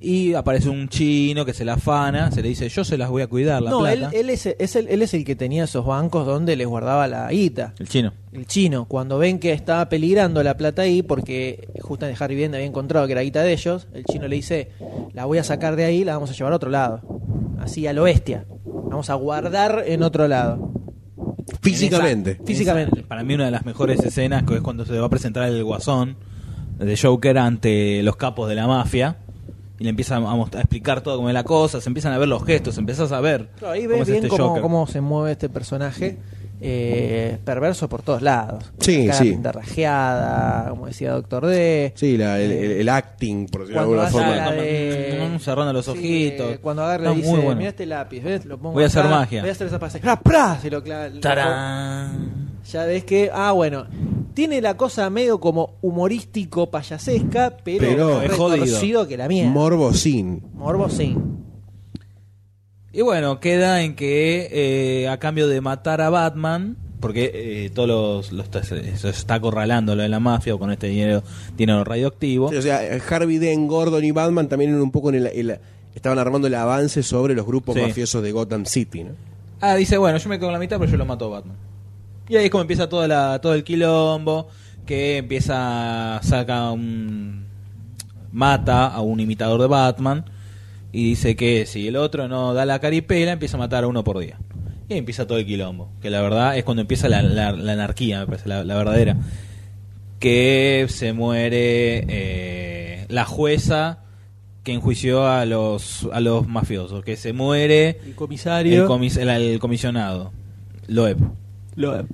Speaker 1: y aparece un chino que se la afana, se le dice "Yo se las voy a cuidar la
Speaker 4: no, él,
Speaker 1: plata".
Speaker 4: él es, es el, él es el que tenía esos bancos donde les guardaba la guita.
Speaker 1: El chino.
Speaker 4: El chino, cuando ven que estaba peligrando la plata ahí, porque justamente Harry Bien había encontrado que era guita de ellos, el chino le dice, la voy a sacar de ahí, la vamos a llevar a otro lado. Así, al oeste. Vamos a guardar en otro lado.
Speaker 2: Físicamente.
Speaker 4: Exacto. Físicamente.
Speaker 1: Esa, para mí una de las mejores escenas que es cuando se va a presentar el guasón de Joker ante los capos de la mafia y le empiezan a, mostrar- a explicar todo cómo es la cosa, se empiezan a ver los gestos, empezás a ver
Speaker 4: Claro, ahí ves
Speaker 1: es
Speaker 4: bien
Speaker 1: este
Speaker 4: cómo,
Speaker 1: Joker.
Speaker 4: cómo se mueve este personaje eh, perverso por todos lados.
Speaker 2: Sí,
Speaker 4: Cara
Speaker 2: sí.
Speaker 4: pintarrajeada, como decía Doctor D.
Speaker 2: Sí, la- el, el- el acting, por decirlo de
Speaker 4: Cuando
Speaker 2: alguna
Speaker 4: hace
Speaker 2: forma.
Speaker 4: la
Speaker 1: Mm,
Speaker 4: de...
Speaker 1: cerrando los ojitos.
Speaker 4: Cuando agarra
Speaker 1: No,
Speaker 4: y dice,
Speaker 1: muy bueno.
Speaker 4: mira este lápiz, ¿ves? Lo pongo
Speaker 1: Voy a hacer
Speaker 4: acá,
Speaker 1: magia.
Speaker 4: Voy a hacer esa pase. ¡Pra, pra! Se lo clava. el-
Speaker 1: ¡Tarán!
Speaker 4: Ya ves que, ah, bueno, tiene la cosa medio como humorístico, payasesca, pero,
Speaker 2: Pero
Speaker 1: es jodido.
Speaker 4: retorcido que la mierda.
Speaker 2: Morbosín.
Speaker 4: Morbo sí.
Speaker 1: Y bueno, queda en que eh, a cambio de matar a Batman, porque eh, todos los, los está- se está acorralando lo de la mafia con este dinero, dinero radioactivo.
Speaker 2: Sí, O sea, Harvey Dent, Gordon y Batman también eran un poco en el, el- estaban armando el avance sobre los grupos
Speaker 1: Sí.
Speaker 2: mafiosos de Gotham City, ¿no?
Speaker 1: Ah, dice, bueno, yo me quedo con la mitad, pero yo lo mato a Batman. Y ahí es como empieza toda la, todo el quilombo, que empieza, saca un... mata a un imitador de Batman, y dice que si el otro no da la caripela, empieza a matar a uno por día. Y ahí empieza todo el quilombo, que la verdad es cuando empieza la, la- la anarquía, me parece, la, la verdadera. Que se muere eh, la jueza que enjuició a los, a los mafiosos, que se muere...
Speaker 4: El
Speaker 1: El,
Speaker 4: comisario.
Speaker 1: comis- el- el comisionado, Loeb,
Speaker 4: lo-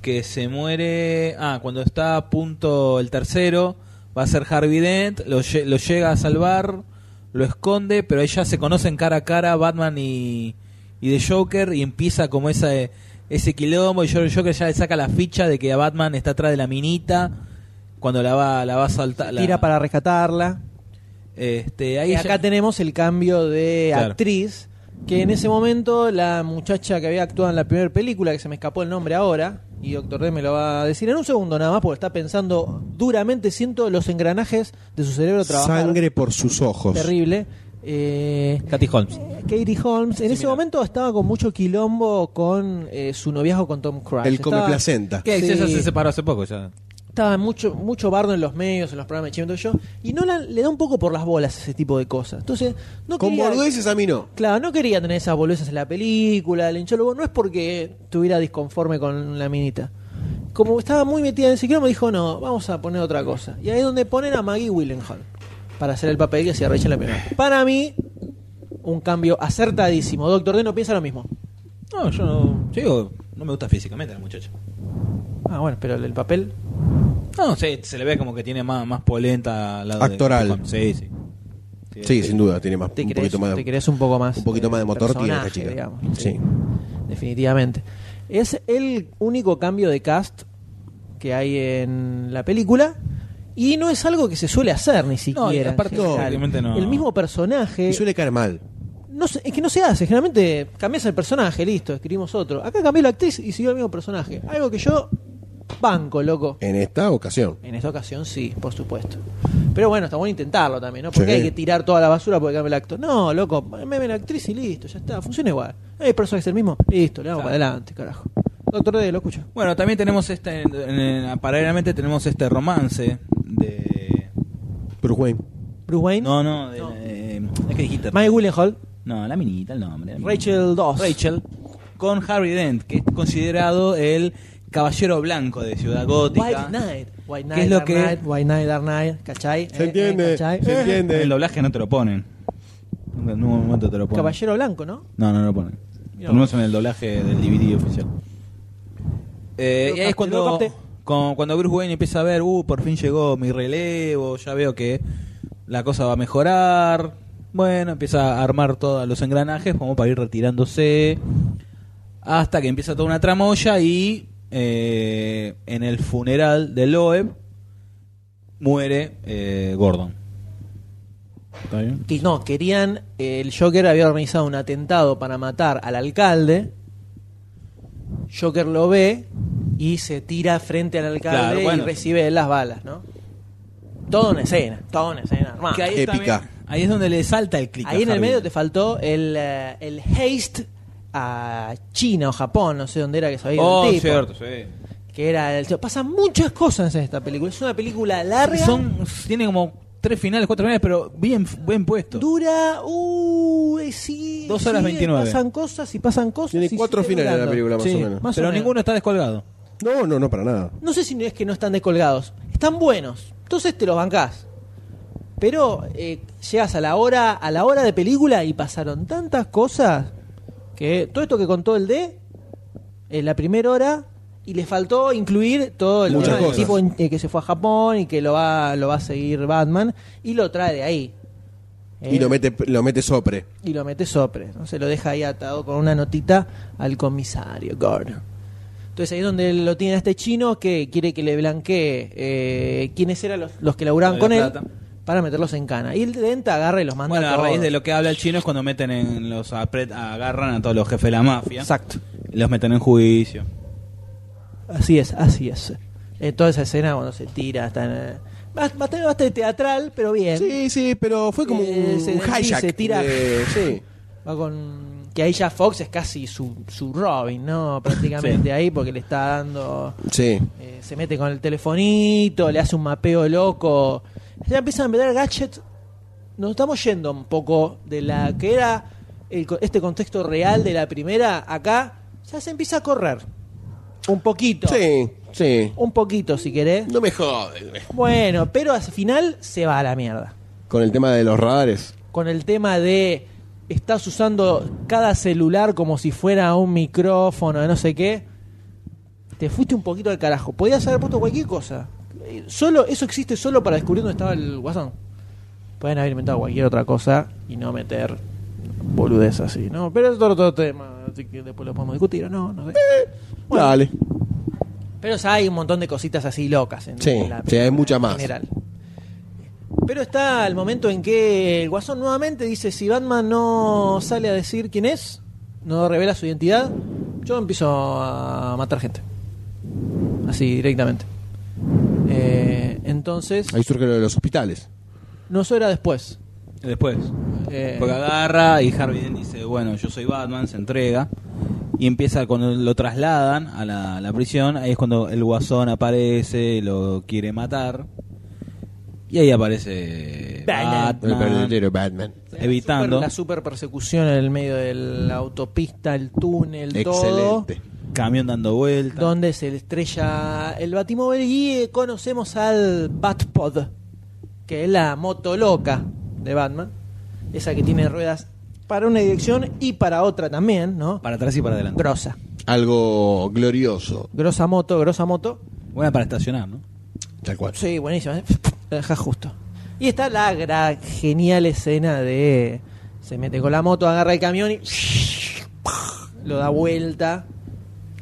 Speaker 1: que se muere. Ah, cuando está a punto el tercero, va a ser Harvey Dent, lo, lle- lo llega a salvar, lo esconde, pero ahí ya se conocen cara a cara Batman y, y The Joker y empieza como esa, ese quilombo. Y yo- el Joker ya le saca la ficha de que a Batman está atrás de la minita cuando la va, la va a saltar. la-
Speaker 4: Tira para rescatarla.
Speaker 1: Este, ahí
Speaker 4: y
Speaker 1: ya-
Speaker 4: acá tenemos el cambio de
Speaker 1: Claro.
Speaker 4: actriz. Que en ese momento la muchacha que había actuado en la primera película, que se me escapó el nombre ahora, y Doctor D me lo va a decir en un segundo nada más, porque está pensando duramente, siento los engranajes de su cerebro trabajar.
Speaker 2: Sangre por sus ojos.
Speaker 4: Terrible. Eh,
Speaker 1: Katy Holmes.
Speaker 4: Katie Holmes, en ese
Speaker 1: mirá.
Speaker 4: momento estaba con mucho quilombo con eh, su noviazgo con Tom Cruise.
Speaker 2: El come
Speaker 4: Estaba-
Speaker 2: placenta.
Speaker 1: Que
Speaker 4: Sí.
Speaker 1: ella se separó hace poco ya.
Speaker 4: estaba mucho, mucho bardo en los medios, en los programas de Chimento y yo, y Nolan le da un poco por las bolas ese tipo de cosas. Entonces, no
Speaker 2: Con
Speaker 4: quería,
Speaker 2: boludeces a mí no.
Speaker 4: Claro, no quería tener esas boludeces en la película, el hinchólogo, no es porque estuviera disconforme con la minita. Como estaba muy metida en ese me dijo, no, vamos a poner otra cosa. Y ahí es donde ponen a Maggie Willenhall para hacer el papel que hacía Rachel en la primera. Para mí, un cambio acertadísimo. Doctor D no piensa lo mismo.
Speaker 1: No, yo no. yo digo, no me gusta físicamente la muchacha.
Speaker 4: Ah, bueno, pero el papel
Speaker 1: No, sí, se le ve como que tiene más, más polenta al lado de-
Speaker 2: Actoral.
Speaker 1: de Juan. sí, sí.
Speaker 2: Sí, sin duda, tiene más,
Speaker 4: te
Speaker 2: un
Speaker 4: crees,
Speaker 2: poquito más
Speaker 4: te
Speaker 2: de,
Speaker 4: crees un poco más.
Speaker 2: un poquito
Speaker 4: eh,
Speaker 2: más de motor tiene esta
Speaker 4: personaje,
Speaker 2: chica.
Speaker 4: digamos.
Speaker 2: Sí.
Speaker 4: Definitivamente. Es el único cambio de cast que hay en la película. Y no es algo que se suele hacer ni siquiera.
Speaker 1: y
Speaker 4: en
Speaker 1: aparte,
Speaker 4: general.
Speaker 1: obviamente no.
Speaker 4: El mismo personaje.
Speaker 2: Y suele caer mal.
Speaker 4: no se- es que no se hace. Generalmente cambias el personaje, listo, escribimos otro. Acá cambió la actriz y siguió el mismo personaje. Algo que yo Banco, loco.
Speaker 2: En esta ocasión.
Speaker 4: En esta ocasión sí, por supuesto. Pero bueno, está bueno intentarlo también, ¿no? Porque
Speaker 2: Sí.
Speaker 4: hay que tirar toda la basura porque cambia el acto. No, loco, meme la actriz y listo, ya está, funciona igual. Hay personajes el mismo, listo, le damos para adelante, carajo. Doctor D, lo escucho.
Speaker 1: Bueno, también tenemos este, en- en- paralelamente tenemos este romance de...
Speaker 2: Pero Wayne.
Speaker 4: Bruce Wayne,
Speaker 1: No, no, de...
Speaker 4: No.
Speaker 1: eh, ¿qué dijiste?
Speaker 4: Mike Willenhall,
Speaker 1: No, la minita, el nombre. la minita.
Speaker 4: Rachel Doss.
Speaker 1: Rachel, con Harry Dent, que es considerado el caballero blanco de Ciudad Gótica.
Speaker 4: White Knight. White Knight,
Speaker 1: ¿Qué es lo
Speaker 4: Dark
Speaker 1: que-
Speaker 4: Knight, White Knight, Dark Knight, ¿cachai? Eh,
Speaker 2: Se
Speaker 4: eh,
Speaker 2: entiende, se
Speaker 4: ¿cachai?
Speaker 1: En el
Speaker 2: entiende.
Speaker 1: doblaje no te lo ponen. En ningún momento te lo ponen.
Speaker 4: Caballero Blanco, ¿no?
Speaker 1: No, no, no lo ponen.
Speaker 4: Mira
Speaker 1: Por lo menos en el doblaje del DVD oficial. Eh,
Speaker 4: Lo
Speaker 1: y ahí es
Speaker 4: capté, lo
Speaker 1: cuando,
Speaker 4: capté.
Speaker 1: con- cuando Bruce Wayne empieza a ver, uh, por fin llegó mi relevo, ya veo que la cosa va a mejorar. Bueno, empieza a armar todos los engranajes como para ir retirándose. Hasta que empieza toda una tramoya y eh, en el funeral de Loeb muere eh, Gordon. ¿Está bien?
Speaker 4: Que no, querían. eh, el Joker había organizado un atentado para matar al alcalde. Joker lo ve y se tira frente al alcalde
Speaker 1: Claro, bueno.
Speaker 4: y recibe las balas, ¿no? Toda una escena, toda una escena, hermano.
Speaker 1: Que ahí,
Speaker 2: Épica.
Speaker 1: también- ahí es donde le salta el clic. a
Speaker 4: Ahí en el
Speaker 1: Harvey.
Speaker 4: medio te faltó el, eh, el haste a China o Japón, no sé dónde era que sabía
Speaker 1: Oh,
Speaker 4: el tipo.
Speaker 1: cierto, sí.
Speaker 4: Que era el Pasan muchas cosas en esta película. Es una película larga.
Speaker 1: Son, tiene como tres finales, cuatro finales, pero bien, bien puesto.
Speaker 4: Dura, uh, eh, sí.
Speaker 1: Dos horas
Speaker 4: sí,
Speaker 1: 29.
Speaker 4: Pasan cosas y pasan cosas.
Speaker 2: Tiene
Speaker 4: y
Speaker 2: cuatro
Speaker 4: sigue
Speaker 2: finales la
Speaker 4: durando.
Speaker 2: película, más
Speaker 1: Sí,
Speaker 2: o menos.
Speaker 4: más-
Speaker 1: pero
Speaker 4: o menos.
Speaker 1: ninguno está descolgado.
Speaker 2: No, no, no, para nada.
Speaker 4: No sé si no es que no están descolgados. Están buenos. Entonces te los bancás. Pero eh, llegas a la hora a la hora de película y pasaron tantas cosas que todo esto que contó el D en la primera hora y le faltó incluir todo el
Speaker 2: Muchas
Speaker 4: tema del
Speaker 2: cosas.
Speaker 4: tipo en- eh, que se fue a Japón y que lo va lo va a seguir Batman y lo trae de ahí.
Speaker 2: Y
Speaker 4: Eh,
Speaker 2: lo mete, lo mete sopre.
Speaker 4: y lo mete sopre, ¿no? se lo deja ahí atado con una notita al comisario Gordon. Entonces ahí es donde lo tiene a este chino que quiere que le blanquee eh, quiénes eran los, los que laburaban
Speaker 1: La
Speaker 4: con él
Speaker 1: plata.
Speaker 4: para meterlos en cana. Y el Denta agarra y los manda
Speaker 1: Bueno,
Speaker 4: a
Speaker 1: a raíz
Speaker 4: todos.
Speaker 1: de lo que habla el chino es cuando meten en los apret- agarran a todos los jefes de la mafia.
Speaker 4: Exacto.
Speaker 1: Y los meten en juicio.
Speaker 4: Así es, así es. Eh, toda esa escena cuando se tira, está en- eh, bast- bastante, bastante teatral, pero bien.
Speaker 2: Sí, sí, pero fue como
Speaker 4: Eh,
Speaker 2: un,
Speaker 4: se-
Speaker 2: un
Speaker 4: sí,
Speaker 2: hijack.
Speaker 4: se tira.
Speaker 2: de- sí.
Speaker 4: Va con que ahí ya Fox es casi su, su Robin, ¿no? Prácticamente
Speaker 1: Sí.
Speaker 4: ahí porque le está dando
Speaker 2: Sí.
Speaker 4: Eh, se mete con el telefonito, le hace un mapeo loco. Ya empiezan a meter gadgets. Nos estamos yendo un poco de la que era el co- este contexto real de la primera. Acá ya se empieza a correr. Un poquito.
Speaker 2: Sí, sí.
Speaker 4: Un poquito, si querés.
Speaker 2: No me jodes.
Speaker 4: Bueno, pero al final se va a la mierda.
Speaker 2: Con el tema de los radares.
Speaker 4: Con el tema de estás usando cada celular como si fuera un micrófono, de no sé qué. te fuiste un poquito al carajo. Podías haber puesto cualquier cosa. Eh, Solo, eso existe solo para descubrir dónde estaba el guasón. Pueden haber inventado cualquier otra cosa y no meter boludez así, ¿no? Pero es otro, otro tema, así que después lo podemos discutir, ¿o ¿no? No sé. Bueno.
Speaker 2: Dale.
Speaker 4: Pero ya hay un montón de cositas así locas. En
Speaker 2: Sí,
Speaker 4: en la
Speaker 2: sí,
Speaker 4: película
Speaker 2: hay mucha más.
Speaker 4: En general. Pero está el momento en que el guasón nuevamente dice: Si Batman no sale a decir quién es, no revela su identidad, yo empiezo a matar gente. Así, directamente. Eh, entonces,
Speaker 2: Ahí surge lo de los hospitales.
Speaker 4: no eso era después.
Speaker 1: Después.
Speaker 4: Eh,
Speaker 1: Porque agarra y Harvey Dent dice, bueno, yo soy Batman, se entrega. Y empieza cuando lo trasladan a la, la prisión, ahí es cuando el guasón aparece, lo quiere matar. Y ahí aparece
Speaker 4: Batman.
Speaker 2: El
Speaker 1: Batman.
Speaker 2: verdadero Batman.
Speaker 1: evitando.
Speaker 4: la super persecución en el medio de la autopista, el túnel, todo.
Speaker 2: Excelente.
Speaker 1: Camión dando vueltas.
Speaker 4: donde se le estrella el batimóvil y eh, conocemos al Batpod, que es la moto loca de Batman, esa que tiene ruedas para una dirección y para otra también, ¿no?
Speaker 1: Para atrás y para adelante.
Speaker 4: Grosa,
Speaker 2: Algo glorioso.
Speaker 4: grosa moto, grosa moto.
Speaker 1: Buena para estacionar, ¿no?
Speaker 2: Tal cual.
Speaker 4: Sí, buenísima, ¿eh? la deja justo. Y está la gra- genial escena de se mete con la moto, agarra el camión y lo da vuelta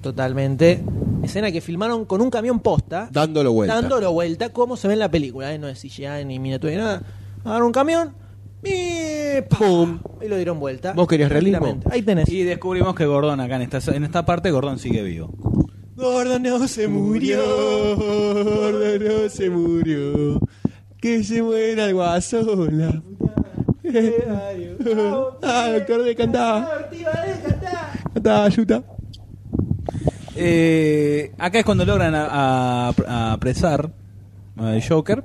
Speaker 4: totalmente. Escena que filmaron con un camión posta.
Speaker 2: Dándolo vuelta.
Speaker 4: dándolo vuelta como se ve en la película, ¿eh? no es CGI ni miniatura ni nada. Agarra un camión y, pa, y lo dieron vuelta.
Speaker 2: ¿Vos querías realismo?
Speaker 4: Tranquilamente. Ahí tenés.
Speaker 1: Y descubrimos que Gordón acá en esta, en esta parte, Gordón sigue vivo.
Speaker 2: Gordon no se murió, Gordon no se murió. Que se muera el guasón. Ah, doctor de cantaba, cantaba ayuda.
Speaker 1: Eh, acá es cuando logran a- a- a apresar al Joker.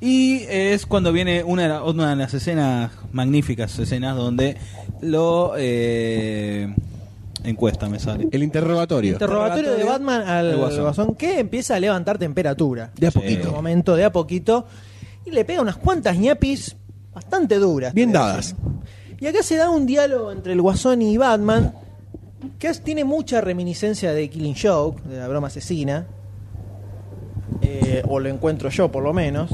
Speaker 1: Y es cuando viene una, de la- una de las escenas, magníficas escenas, donde lo eh, encuesta, me sale.
Speaker 2: El interrogatorio.
Speaker 4: Interrogatorio Este de Batman al
Speaker 1: El Guasón.
Speaker 4: guasón. que empieza a levantar temperatura.
Speaker 2: De a
Speaker 1: Sí.
Speaker 4: En Eh, un
Speaker 2: poquito.
Speaker 4: momento, de a poquito. Y le pega unas cuantas ñapis bastante duras.
Speaker 2: Bien
Speaker 4: te voy a
Speaker 2: dadas.
Speaker 4: decir. Y acá se da un diálogo entre el guasón y Batman que es- tiene mucha reminiscencia de Killing Joke, de la broma asesina. Eh, o lo encuentro yo, por lo menos.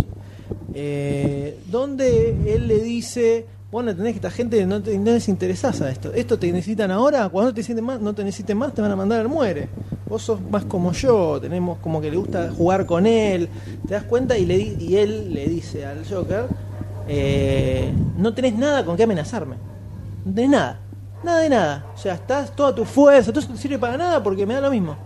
Speaker 4: Eh, donde él le dice. Bueno, entendés que esta gente no, te, no les interesás a esto. Esto te necesitan ahora, cuando te sienten más, no te necesiten más, te van a mandar al muere. Vos sos más como yo, tenemos como que le gusta jugar con él. Te das cuenta y, le, di- y él le dice al Joker, eh, no tenés nada con qué amenazarme. No tenés nada. Nada de nada. O sea, estás toda tu fuerza, todo eso no te sirve para nada porque me da lo mismo.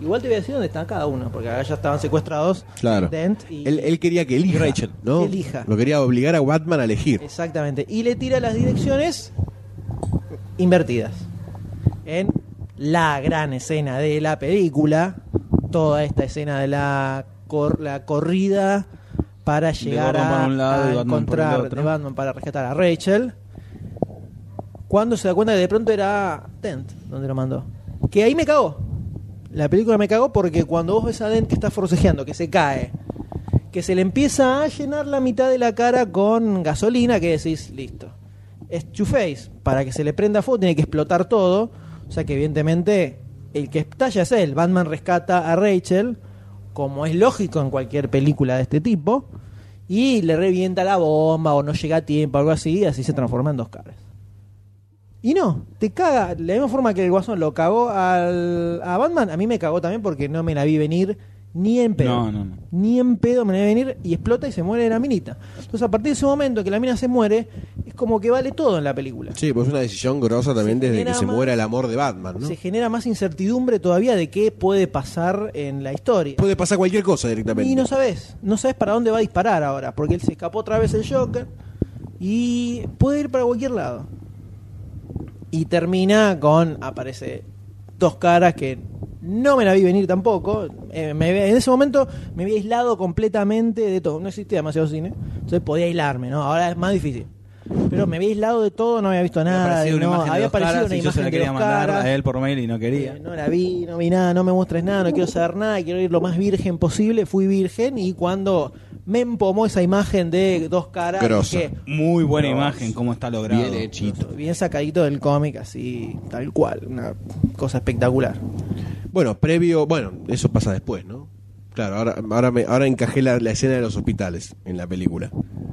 Speaker 4: Igual te voy a decir dónde está cada uno, porque acá ya estaban secuestrados.
Speaker 2: Claro.
Speaker 4: Dent y
Speaker 2: Él, él quería que elija.
Speaker 1: Rachel.
Speaker 2: ¿no?
Speaker 4: Que elija.
Speaker 2: Lo quería obligar a Batman a elegir.
Speaker 4: Exactamente. Y le tira las direcciones invertidas. En la gran escena de la película, toda esta escena de la, cor- la corrida para llegar
Speaker 1: Batman
Speaker 4: a,
Speaker 1: por un lado y
Speaker 4: a
Speaker 1: Batman por el
Speaker 4: encontrar
Speaker 1: otro.
Speaker 4: de Batman para rescatar a Rachel. Cuando se da cuenta que de pronto era Dent donde lo mandó. Que ahí me cagó. La película me cagó porque cuando vos ves a Dent que está forcejeando, que se cae, que se le empieza a llenar la mitad de la cara con gasolina, que decís, listo. Es Two-Face. Para que se le prenda fuego tiene que explotar todo. O sea que evidentemente el que estalla es él. Batman rescata a Rachel, como es lógico en cualquier película de este tipo, y le revienta la bomba o no llega a tiempo, algo así, y así se transforma en dos caras. Y no, te caga. De la misma forma que el Guasón lo cagó al, a Batman, a mí me cagó también porque no me la vi venir ni en pedo.
Speaker 1: No, no, no.
Speaker 4: Ni en pedo me la vi venir y explota y se muere la minita. Entonces, a partir de ese momento que la mina se muere, es como que vale todo en la película.
Speaker 2: Sí, pues es una decisión grosa también
Speaker 4: Se
Speaker 2: desde que
Speaker 4: genera
Speaker 2: se
Speaker 4: más-
Speaker 2: muera el amor de Batman, ¿no?
Speaker 4: Se genera más incertidumbre todavía de qué puede pasar en la historia.
Speaker 2: Puede pasar cualquier cosa directamente.
Speaker 4: Y no sabes, no sabes para dónde va a disparar ahora, porque él se escapó otra vez el Joker y puede ir para cualquier lado. Y termina con, aparece dos caras que no me la vi venir tampoco. Eh, me había- en ese momento me había aislado completamente de todo. No existía demasiado cine, entonces podía aislarme, ¿no? Ahora es más difícil. Pero me había aislado de todo, no había visto
Speaker 1: Había
Speaker 4: nada.
Speaker 1: aparecido una
Speaker 4: no,
Speaker 1: imagen de
Speaker 4: había
Speaker 1: dos caras
Speaker 4: aparecido una
Speaker 1: y yo
Speaker 4: imagen
Speaker 1: se la
Speaker 4: de
Speaker 1: quería
Speaker 4: dos
Speaker 1: mandar
Speaker 4: caras.
Speaker 1: a él por mail y no quería.
Speaker 4: Eh, no la vi, no vi nada, no me muestres nada, no quiero saber nada, quiero ir lo más virgen posible. Fui virgen y cuando me empomó esa imagen de dos caras,
Speaker 2: Grosso.
Speaker 4: dije,
Speaker 1: Muy buena imagen, cómo está logrado.
Speaker 2: Bien hechito.
Speaker 4: bien sacadito del cómic, así, tal cual, una cosa espectacular.
Speaker 2: Bueno, previo. Bueno, eso pasa después, ¿no? Claro, ahora, ahora, me, ahora encajé la, la escena de los hospitales en la película.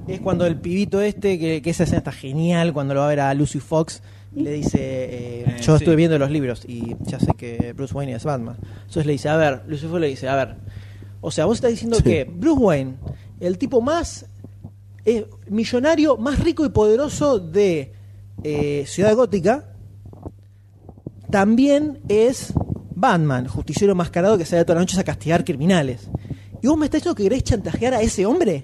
Speaker 4: Es cuando el pibito este, que, que esa escena está genial, cuando lo va a ver a Lucy Fox, le dice, eh,
Speaker 1: Eh,
Speaker 4: yo
Speaker 1: sí.
Speaker 4: estuve viendo los libros y ya sé que Bruce Wayne es Batman. Entonces le dice, a ver, Lucy Fox le dice, a ver, o sea, vos estás diciendo que Bruce Wayne, el tipo más eh, millonario, más rico y poderoso de eh, Ciudad Gótica, también es Batman, justiciero mascarado que sale todas las noches a castigar criminales. ¿Y vos me estás diciendo que querés chantajear a ese hombre?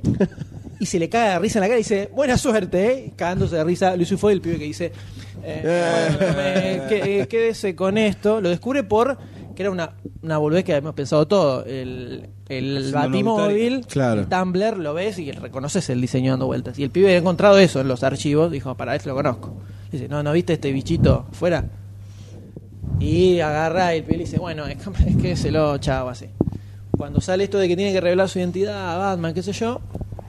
Speaker 4: Y se le caga de risa en la cara y dice, buena suerte, ¿eh? Y Cagándose de risa, Luis fue el pibe que dice, eh, bueno, eh, que- eh, quédese con esto. Lo descubre por, que era una, una boludez que habíamos pensado todo, el, el
Speaker 1: Haciendo una
Speaker 4: batimóvil,
Speaker 1: autórica.
Speaker 2: Claro.
Speaker 4: el Tumblr, lo ves y reconoces el diseño dando vueltas. Y el pibe había encontrado eso en los archivos, dijo, para esto lo conozco. Dice, no, ¿no viste este bichito fuera? Y agarra el piel y dice, bueno, es que- es que se lo chavo así. Cuando sale esto de que tiene que revelar su identidad a Batman, qué sé yo,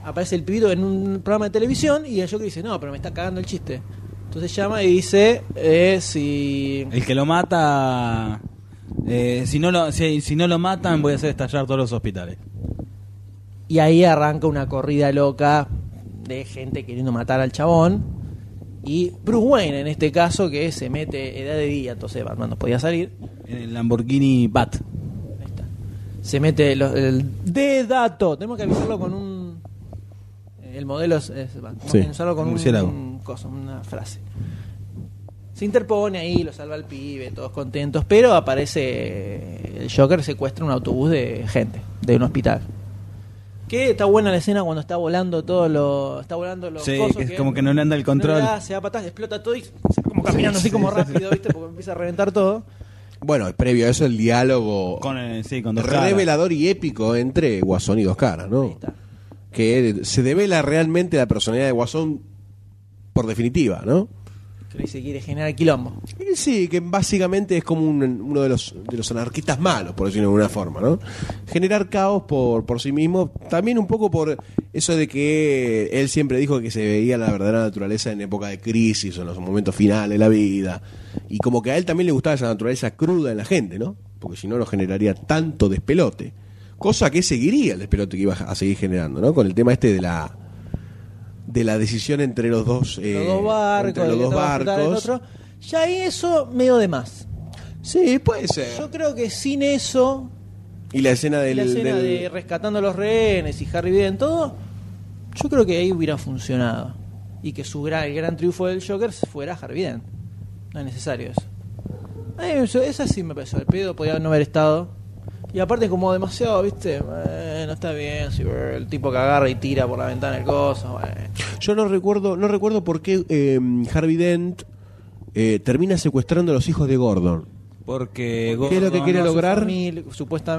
Speaker 4: aparece el pibito en un programa de televisión y el Joker dice, no, pero me está cagando el chiste. Entonces llama y dice, eh, si...
Speaker 1: El que lo mata. eh, si, no lo, si, si no lo matan, voy a hacer estallar todos los hospitales.
Speaker 4: Y ahí arranca una corrida loca de gente queriendo matar al chabón. Y Bruce Wayne, en este caso, que se mete edad de día, entonces Batman no podía salir.
Speaker 1: En el Lamborghini Bat.
Speaker 4: Ahí está. Se mete lo- el de dato. Tenemos que avisarlo con un. eh, El modelo es. es- va, tenemos
Speaker 2: Sí,
Speaker 4: que avisarlo con un-
Speaker 1: murciélago.
Speaker 4: un coso, una frase. Se interpone ahí, lo salva el pibe, todos contentos, pero aparece eh, el Joker secuestra un autobús de gente, de un hospital. Que está buena la escena cuando está volando todo lo. Está volando los.
Speaker 1: Sí,
Speaker 4: cosos
Speaker 1: que es como que no le anda el control.
Speaker 4: le da, se da patas, explota todo y se va como caminando así como rápido, ¿viste? Porque empieza a reventar todo.
Speaker 2: Bueno, y previo a eso el diálogo
Speaker 1: Con el- sí, con dos caras.
Speaker 2: revelador y épico entre Guasón y Dos Caras,
Speaker 1: Oh.
Speaker 2: ¿no?
Speaker 4: Ahí está.
Speaker 2: Que se devela realmente la personalidad de Guasón por definitiva, ¿no?
Speaker 4: Que le dice, quiere generar quilombo.
Speaker 2: Y Sí, que básicamente es como un- uno de los, de los anarquistas malos, por decirlo de alguna forma, ¿no? Generar caos por, por sí mismo, también un poco por eso de que él siempre dijo que se veía la verdadera naturaleza en época de crisis o en los momentos finales de la vida, y como que a él también le gustaba esa naturaleza cruda en la gente, ¿no? Porque si no, no generaría tanto despelote, cosa que seguiría el despelote que iba a seguir generando, ¿no? Con el tema este de la de la decisión entre los dos, eh,
Speaker 4: los dos barcos,
Speaker 2: entre
Speaker 4: el
Speaker 2: los
Speaker 4: que
Speaker 2: dos
Speaker 4: te va a apuntar al
Speaker 2: barcos.
Speaker 4: otro. Ya eso medio de más.
Speaker 2: Sí, puede ser.
Speaker 4: Yo creo que sin eso,
Speaker 2: Y la escena del.
Speaker 4: la escena
Speaker 2: del-
Speaker 4: de rescatando a los rehenes y Harry Biden, todo, yo creo que ahí hubiera funcionado. Y que su gran, el gran triunfo del Joker fuera Harry Biden. No es necesario eso. A mí eso- esa sí me pasó. El pedo podía no haber estado. Y aparte, como demasiado, viste, no está bien. si, eh, el tipo que agarra y tira por la ventana el coso. bueno.
Speaker 2: Yo no recuerdo, no recuerdo por qué eh, Harvey Dent eh, termina secuestrando a los hijos de Gordon.
Speaker 1: Porque
Speaker 2: ¿Qué es lo que quiere
Speaker 1: no-
Speaker 4: su
Speaker 2: lograr?
Speaker 4: familia,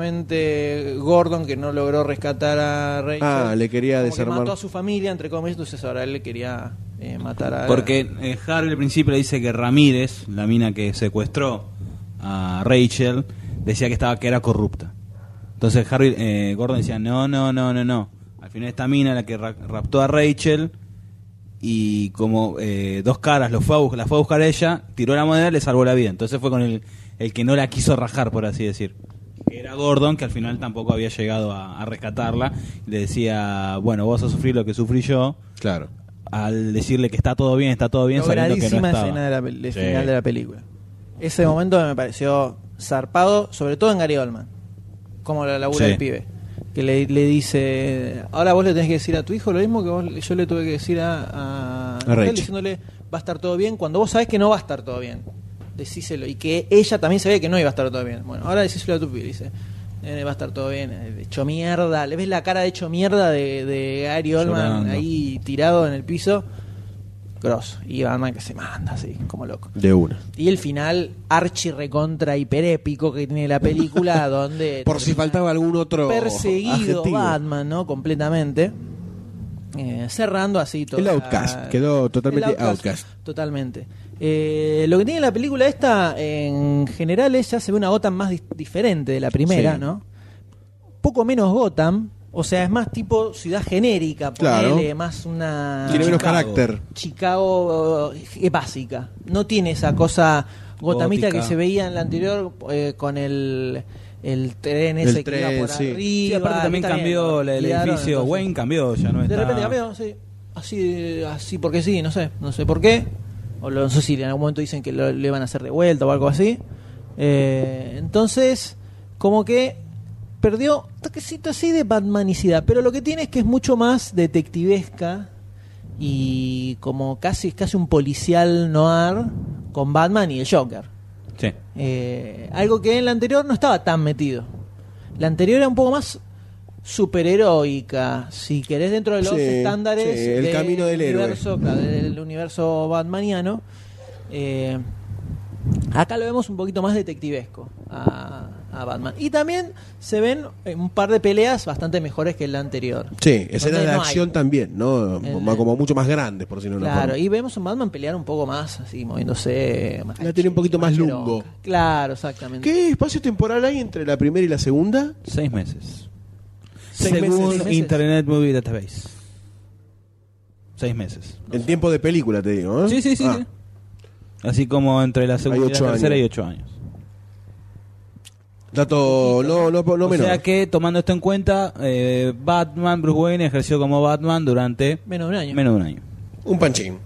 Speaker 4: supuestamente Gordon, que no logró rescatar a Rachel.
Speaker 2: Ah, le quería
Speaker 4: como que
Speaker 2: desarmar.
Speaker 4: mató a su familia, entre comillas, entonces ahora él le quería eh, matar a.
Speaker 1: Porque eh, Harry al principio le dice que Ramírez, la mina que secuestró a Rachel, decía que estaba que era corrupta. Entonces Harry eh, Gordon decía, "No, no, no, no, no." Al final esta mina la que ra- raptó a Rachel y como eh, dos caras lo fue a bus- la fue a buscar a ella, tiró la moneda y le salvó la vida. Entonces fue con el, el que no la quiso rajar, por así decir. Que Era Gordon, que al final tampoco había llegado a, a rescatarla. Le decía, bueno, vos vas a sufrir lo que sufrí yo
Speaker 2: Claro.
Speaker 1: al decirle que está todo bien, está todo bien, sabiendo que no
Speaker 4: Logradísima
Speaker 1: estaba.
Speaker 4: escena de la, pel- de
Speaker 1: Sí.
Speaker 4: final de la película. Ese momento me pareció zarpado, sobre todo en Gary Oldman. Como la labura
Speaker 1: Sí.
Speaker 4: del pibe. Que le, le dice. Ahora vos le tenés que decir a tu hijo lo mismo que vos- yo le tuve que decir a, a,
Speaker 2: A Rachel.
Speaker 4: diciéndole va a estar todo bien. Cuando vos sabés que no va a estar todo bien, decíselo. Y que ella también sabía que no iba a estar todo bien. Bueno, ahora decíselo a tu pibe. Dice. "Nene, va a estar todo bien. eh, Hecho mierda. ¿Le ves la cara de hecho mierda de, de Gary Oldman
Speaker 1: Llorando.
Speaker 4: ahí tirado en el piso? grosso. Y Batman que se manda así, como loco.
Speaker 2: De una.
Speaker 4: Y el final, archi recontra hiperépico que tiene la película, donde.
Speaker 2: Por si faltaba algún otro.
Speaker 4: Perseguido
Speaker 2: adjetivo.
Speaker 4: Batman, ¿no? Completamente. Eh, cerrando así todo.
Speaker 2: El Outcast, quedó totalmente Outcast.
Speaker 4: Totalmente. Eh, lo que tiene la película esta, en general, es ya se ve una Gotham más dis- diferente de la primera,
Speaker 2: Sí.
Speaker 4: ¿no? Poco menos Gotham, o sea, es más tipo ciudad genérica,
Speaker 2: Claro.
Speaker 4: ponele, más una.
Speaker 2: Tiene menos
Speaker 1: Chicago.
Speaker 2: carácter.
Speaker 4: Chicago eh, básica. No tiene esa cosa gotamita
Speaker 1: Gótica.
Speaker 4: que se veía en la anterior eh, con el, el tren
Speaker 2: El
Speaker 4: ese que iba
Speaker 2: tren,
Speaker 4: por
Speaker 2: sí.
Speaker 4: arriba.
Speaker 1: Sí, aparte también
Speaker 4: Está bien, ¿no?
Speaker 1: cambió la- el
Speaker 4: Liquidaron,
Speaker 1: edificio.
Speaker 4: entonces.
Speaker 1: Wayne cambió, ya no está.
Speaker 4: De repente cambió, sí. Así, así porque sí, no sé. No sé por qué. O lo- no sé si en algún momento dicen que lo, le van a hacer de vuelta o algo así. Eh, entonces, como que perdió un toquecito así de batmanicidad. Pero lo que tiene es que es mucho más detectivesca y como casi, casi un policial noir con Batman y el Joker.
Speaker 1: Sí.
Speaker 4: Eh, algo que en la anterior no estaba tan metido. La anterior era un poco más superheroica, si querés, dentro de los
Speaker 2: Sí,
Speaker 4: estándares
Speaker 2: sí, el camino del héroe.
Speaker 4: universo, claro, del universo batmaniano. Eh, acá lo vemos un poquito más detectivesco a, a Batman. Y también se ven eh, un par de peleas bastante mejores que la anterior.
Speaker 2: Sí, escenas
Speaker 4: Donde
Speaker 2: de
Speaker 4: no hay.
Speaker 2: acción también, ¿no?
Speaker 4: El-
Speaker 2: Como mucho más grandes, por decirlo de alguna
Speaker 4: Claro,
Speaker 2: forma.
Speaker 4: y vemos a Batman pelear un poco más, así, moviéndose. más
Speaker 2: La tiene un poquito más
Speaker 4: cheroca.
Speaker 2: lungo.
Speaker 4: Claro, exactamente.
Speaker 2: ¿Qué espacio temporal hay entre la primera y la segunda?
Speaker 1: Seis meses.
Speaker 2: Seis
Speaker 1: Según
Speaker 2: meses.
Speaker 1: Internet Movie Database. Seis meses.
Speaker 2: En tiempo de película, te digo, ¿eh?
Speaker 1: Sí, sí, sí,
Speaker 2: Ah,
Speaker 1: sí. Así como entre la segunda y la
Speaker 2: ocho
Speaker 1: tercera
Speaker 2: años.
Speaker 1: y ocho años.
Speaker 2: Dato no, no, no
Speaker 1: o
Speaker 2: menor.
Speaker 1: sea que, tomando esto en cuenta, eh, Batman, Bruce Wayne ejerció como Batman durante
Speaker 4: Menos de un año.
Speaker 1: menos de un año.
Speaker 2: Un panchín.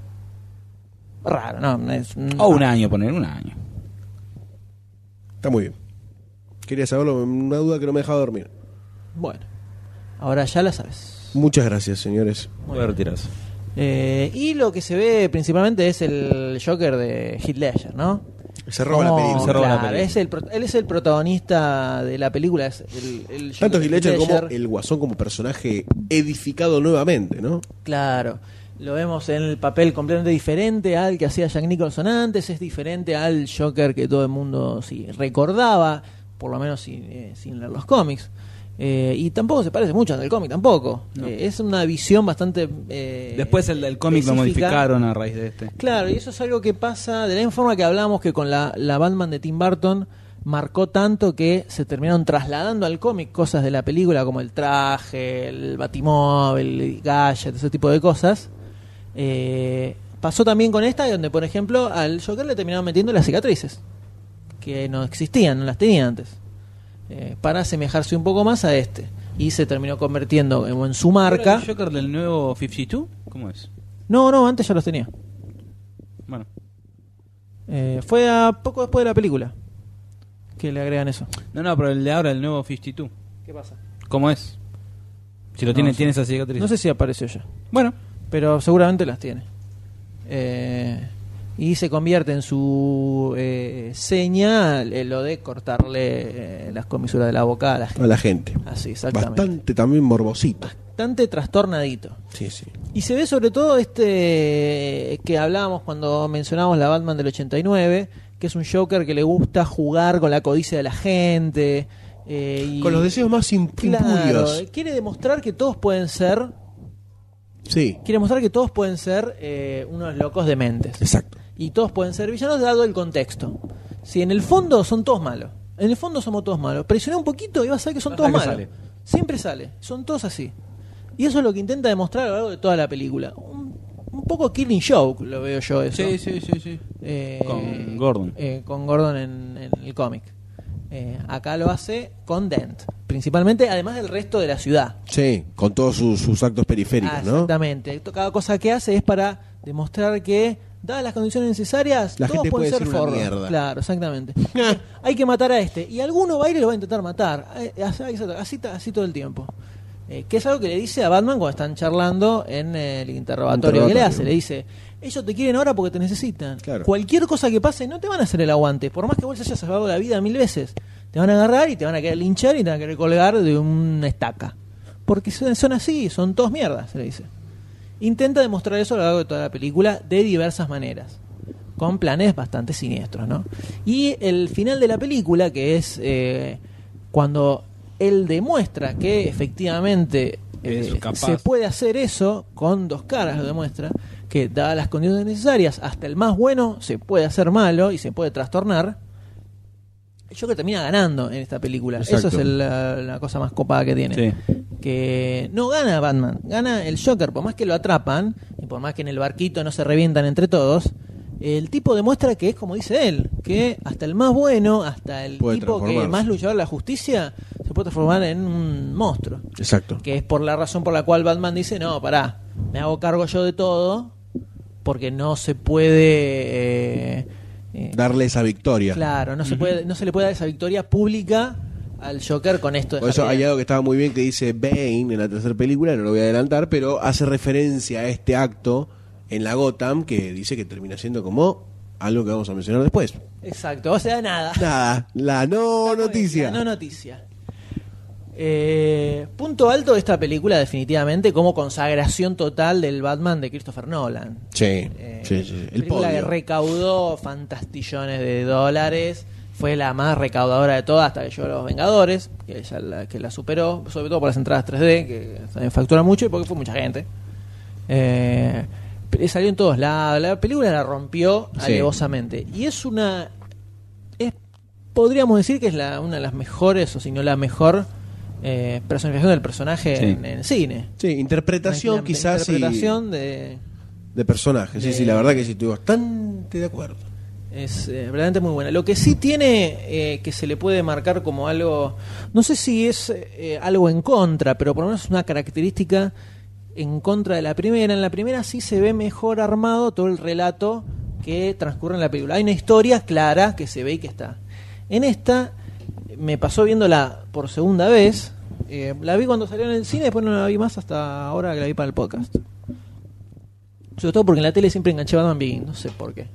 Speaker 4: Raro, no, no es un-
Speaker 1: O un año, poner un año.
Speaker 2: Está muy bien. Quería saberlo, una duda que no me dejaba dormir.
Speaker 4: Ah, Bueno, ahora ya la sabes.
Speaker 2: Muchas gracias, señores.
Speaker 1: Voy a retirarse.
Speaker 4: Eh, y lo que se ve principalmente es el Joker de Heath Ledger, ¿no?
Speaker 5: Se roba la
Speaker 4: Como-
Speaker 5: película.
Speaker 1: Se roba la
Speaker 4: claro,
Speaker 1: película.
Speaker 4: es el pro- él es el protagonista de la película. Es el, el
Speaker 2: Tanto Heath Ledger como
Speaker 4: Ledger.
Speaker 2: el Guasón como personaje edificado nuevamente, ¿no?
Speaker 4: Claro. Lo vemos en el papel completamente diferente al que hacía Jack Nicholson antes, es diferente al Joker que todo el mundo sí, recordaba, por lo menos sin, eh, sin leer los cómics. Eh, y tampoco se parece mucho al del cómic, tampoco. Eh, es una visión bastante... eh,
Speaker 1: Después el del cómic lo
Speaker 4: específica.
Speaker 1: modificaron a raíz de este.
Speaker 4: Claro, y eso es algo que pasa de la misma forma que hablamos que con la, la Batman de Tim Burton marcó tanto que se terminaron trasladando al cómic cosas de la película como el traje, el batimóvil, el gadget, ese tipo de cosas. Eh, pasó también con esta, donde por ejemplo al Joker le terminaron metiendo las cicatrices, que no existían, no las tenía antes, eh, para asemejarse un poco más a este. Y se terminó convirtiendo en, en su marca.
Speaker 1: ¿El Joker del nuevo 52? ¿Cómo es?
Speaker 4: No, no, antes ya los tenía.
Speaker 1: Bueno.
Speaker 4: Eh, fue a poco después de la película que le agregan eso.
Speaker 1: No, no, pero el de ahora, el nuevo 52.
Speaker 4: ¿Qué pasa?
Speaker 1: ¿Cómo es? Si lo
Speaker 4: No
Speaker 1: tiene,
Speaker 4: sé.
Speaker 1: tiene esa cicatriz.
Speaker 4: No sé si apareció ya,
Speaker 1: Bueno,
Speaker 4: pero seguramente las tiene. Eh, y se convierte en su eh, seña eh, lo de cortarle eh, las comisuras de la boca a la gente.
Speaker 2: A la gente.
Speaker 4: Así, exactamente.
Speaker 2: Bastante también morbosito.
Speaker 4: Bastante trastornadito.
Speaker 2: Sí, sí.
Speaker 4: Y se ve sobre todo este que hablábamos cuando mencionábamos la Batman del 89, que es un Joker que le gusta jugar con la codicia de la gente. eh, y-
Speaker 2: Con los deseos más imp-
Speaker 4: Claro,
Speaker 2: impurios.
Speaker 4: quiere demostrar que todos pueden ser,
Speaker 2: Sí,
Speaker 4: quiere mostrar que todos pueden ser eh, unos locos dementes.
Speaker 2: exacto.
Speaker 4: Y todos pueden ser villanos dado el contexto. Si en el fondo son todos malos, en el fondo somos todos malos. Presiona un poquito y vas a ver que son
Speaker 1: Hasta
Speaker 4: todos
Speaker 1: que
Speaker 4: malos.
Speaker 1: sale.
Speaker 4: Siempre sale, son todos así. Y eso es lo que intenta demostrar a lo largo de toda la película. Un, un poco Killing Joke lo veo yo eso.
Speaker 1: sí, sí, sí, sí.
Speaker 4: Eh,
Speaker 1: Con Gordon.
Speaker 4: eh, con Gordon en, en el cómic. Eh, acá lo hace con Dent, principalmente, además del resto de la ciudad.
Speaker 2: Sí, con todos sus, sus actos periféricos,
Speaker 4: Ah,
Speaker 2: ¿no?
Speaker 4: Exactamente. To- Cada cosa que hace es para demostrar que, dadas las condiciones necesarias,
Speaker 2: La
Speaker 4: todos
Speaker 2: gente
Speaker 4: pueden
Speaker 2: puede
Speaker 4: ser
Speaker 2: ser una
Speaker 4: forros.
Speaker 2: mierda.
Speaker 4: Claro, exactamente. Hay que matar a este. Y alguno va a ir y lo va a intentar matar. Eh, Así, así- así todo el tiempo. Eh, que es algo que le dice a Batman cuando están charlando en eh, el interrogatorio. que le hace? Le dice, ellos te quieren ahora porque te necesitan.
Speaker 2: Claro.
Speaker 4: Cualquier cosa que pase no te van a hacer el aguante. Por más que vos les hayas salvado la vida mil veces. Te van a agarrar y te van a querer linchar y te van a querer colgar de una estaca. Porque son, son así, son todos mierdas, se le dice. Intenta demostrar eso a lo largo de toda la película de diversas maneras, con planes bastante siniestros, ¿no? Y el final de la película, que es eh, cuando él demuestra que efectivamente
Speaker 1: Es
Speaker 4: eh,
Speaker 1: capaz.
Speaker 4: se puede hacer eso, con dos caras lo demuestra, que dadas las condiciones necesarias, hasta el más bueno se puede hacer malo y se puede trastornar. Yo que termina ganando en esta película.
Speaker 2: Exacto.
Speaker 4: Eso es el- la, la cosa más copada que tiene
Speaker 1: Sí.
Speaker 4: que no gana Batman, gana el Joker, por más que lo atrapan, y por más que en el barquito no se revientan entre todos, el tipo demuestra que es como dice él, que hasta el más bueno, hasta el
Speaker 2: Puede
Speaker 4: tipo que
Speaker 2: transformarse.
Speaker 4: más luchador de la justicia, se puede transformar en un monstruo.
Speaker 2: Exacto.
Speaker 4: Que es por la razón por la cual Batman dice, no, pará, me hago cargo yo de todo, porque no se puede... eh, eh,
Speaker 2: Darle esa victoria.
Speaker 4: claro, no se, puede, no se le puede dar esa victoria pública al Joker con esto de
Speaker 2: Por eso
Speaker 4: Harvey
Speaker 2: hay
Speaker 4: Dent.
Speaker 2: algo que estaba muy bien que dice Bane en la tercera película, no lo voy a adelantar, pero hace referencia a este acto en la Gotham que dice que termina siendo como algo que vamos a mencionar después.
Speaker 4: Exacto, o sea, nada.
Speaker 2: Nada, la no noticia.
Speaker 4: No noticia. Eh, punto alto de esta película, definitivamente, como consagración total del Batman de Christopher Nolan.
Speaker 2: Sí,
Speaker 4: Eh,
Speaker 2: sí, sí, el
Speaker 4: película que
Speaker 2: podio.
Speaker 4: recaudó fantastillones de dólares. Fue la más recaudadora de todas hasta que llegó Los Vengadores, que ya la, que la superó, sobre todo por las entradas 3D, que también factura mucho y porque fue mucha gente. Eh, pe- salió en todos lados. La película la rompió
Speaker 2: Sí.
Speaker 4: alevosamente. Y es una. Es, podríamos decir que es la, una de las mejores, o si no la mejor, eh, personificación del personaje
Speaker 1: Sí.
Speaker 4: en, en cine.
Speaker 2: Sí, interpretación
Speaker 4: Una
Speaker 2: quizás y-
Speaker 4: Interpretación de.
Speaker 2: de personajes. Sí, sí, la verdad que sí, estoy bastante de acuerdo.
Speaker 4: Es eh, verdaderamente muy buena. Lo que sí tiene eh, que se le puede marcar como algo, no sé si es eh, algo en contra, pero por lo menos es una característica en contra de la primera. En la primera sí se ve mejor armado todo el relato que transcurre en la película. Hay una historia clara que se ve y que está. En esta me pasó viéndola por segunda vez. Eh, la vi cuando salió en el cine, después no la vi más hasta ahora que la vi para el podcast. Sobre todo porque en la tele siempre enganché Batman Begins, no sé por qué.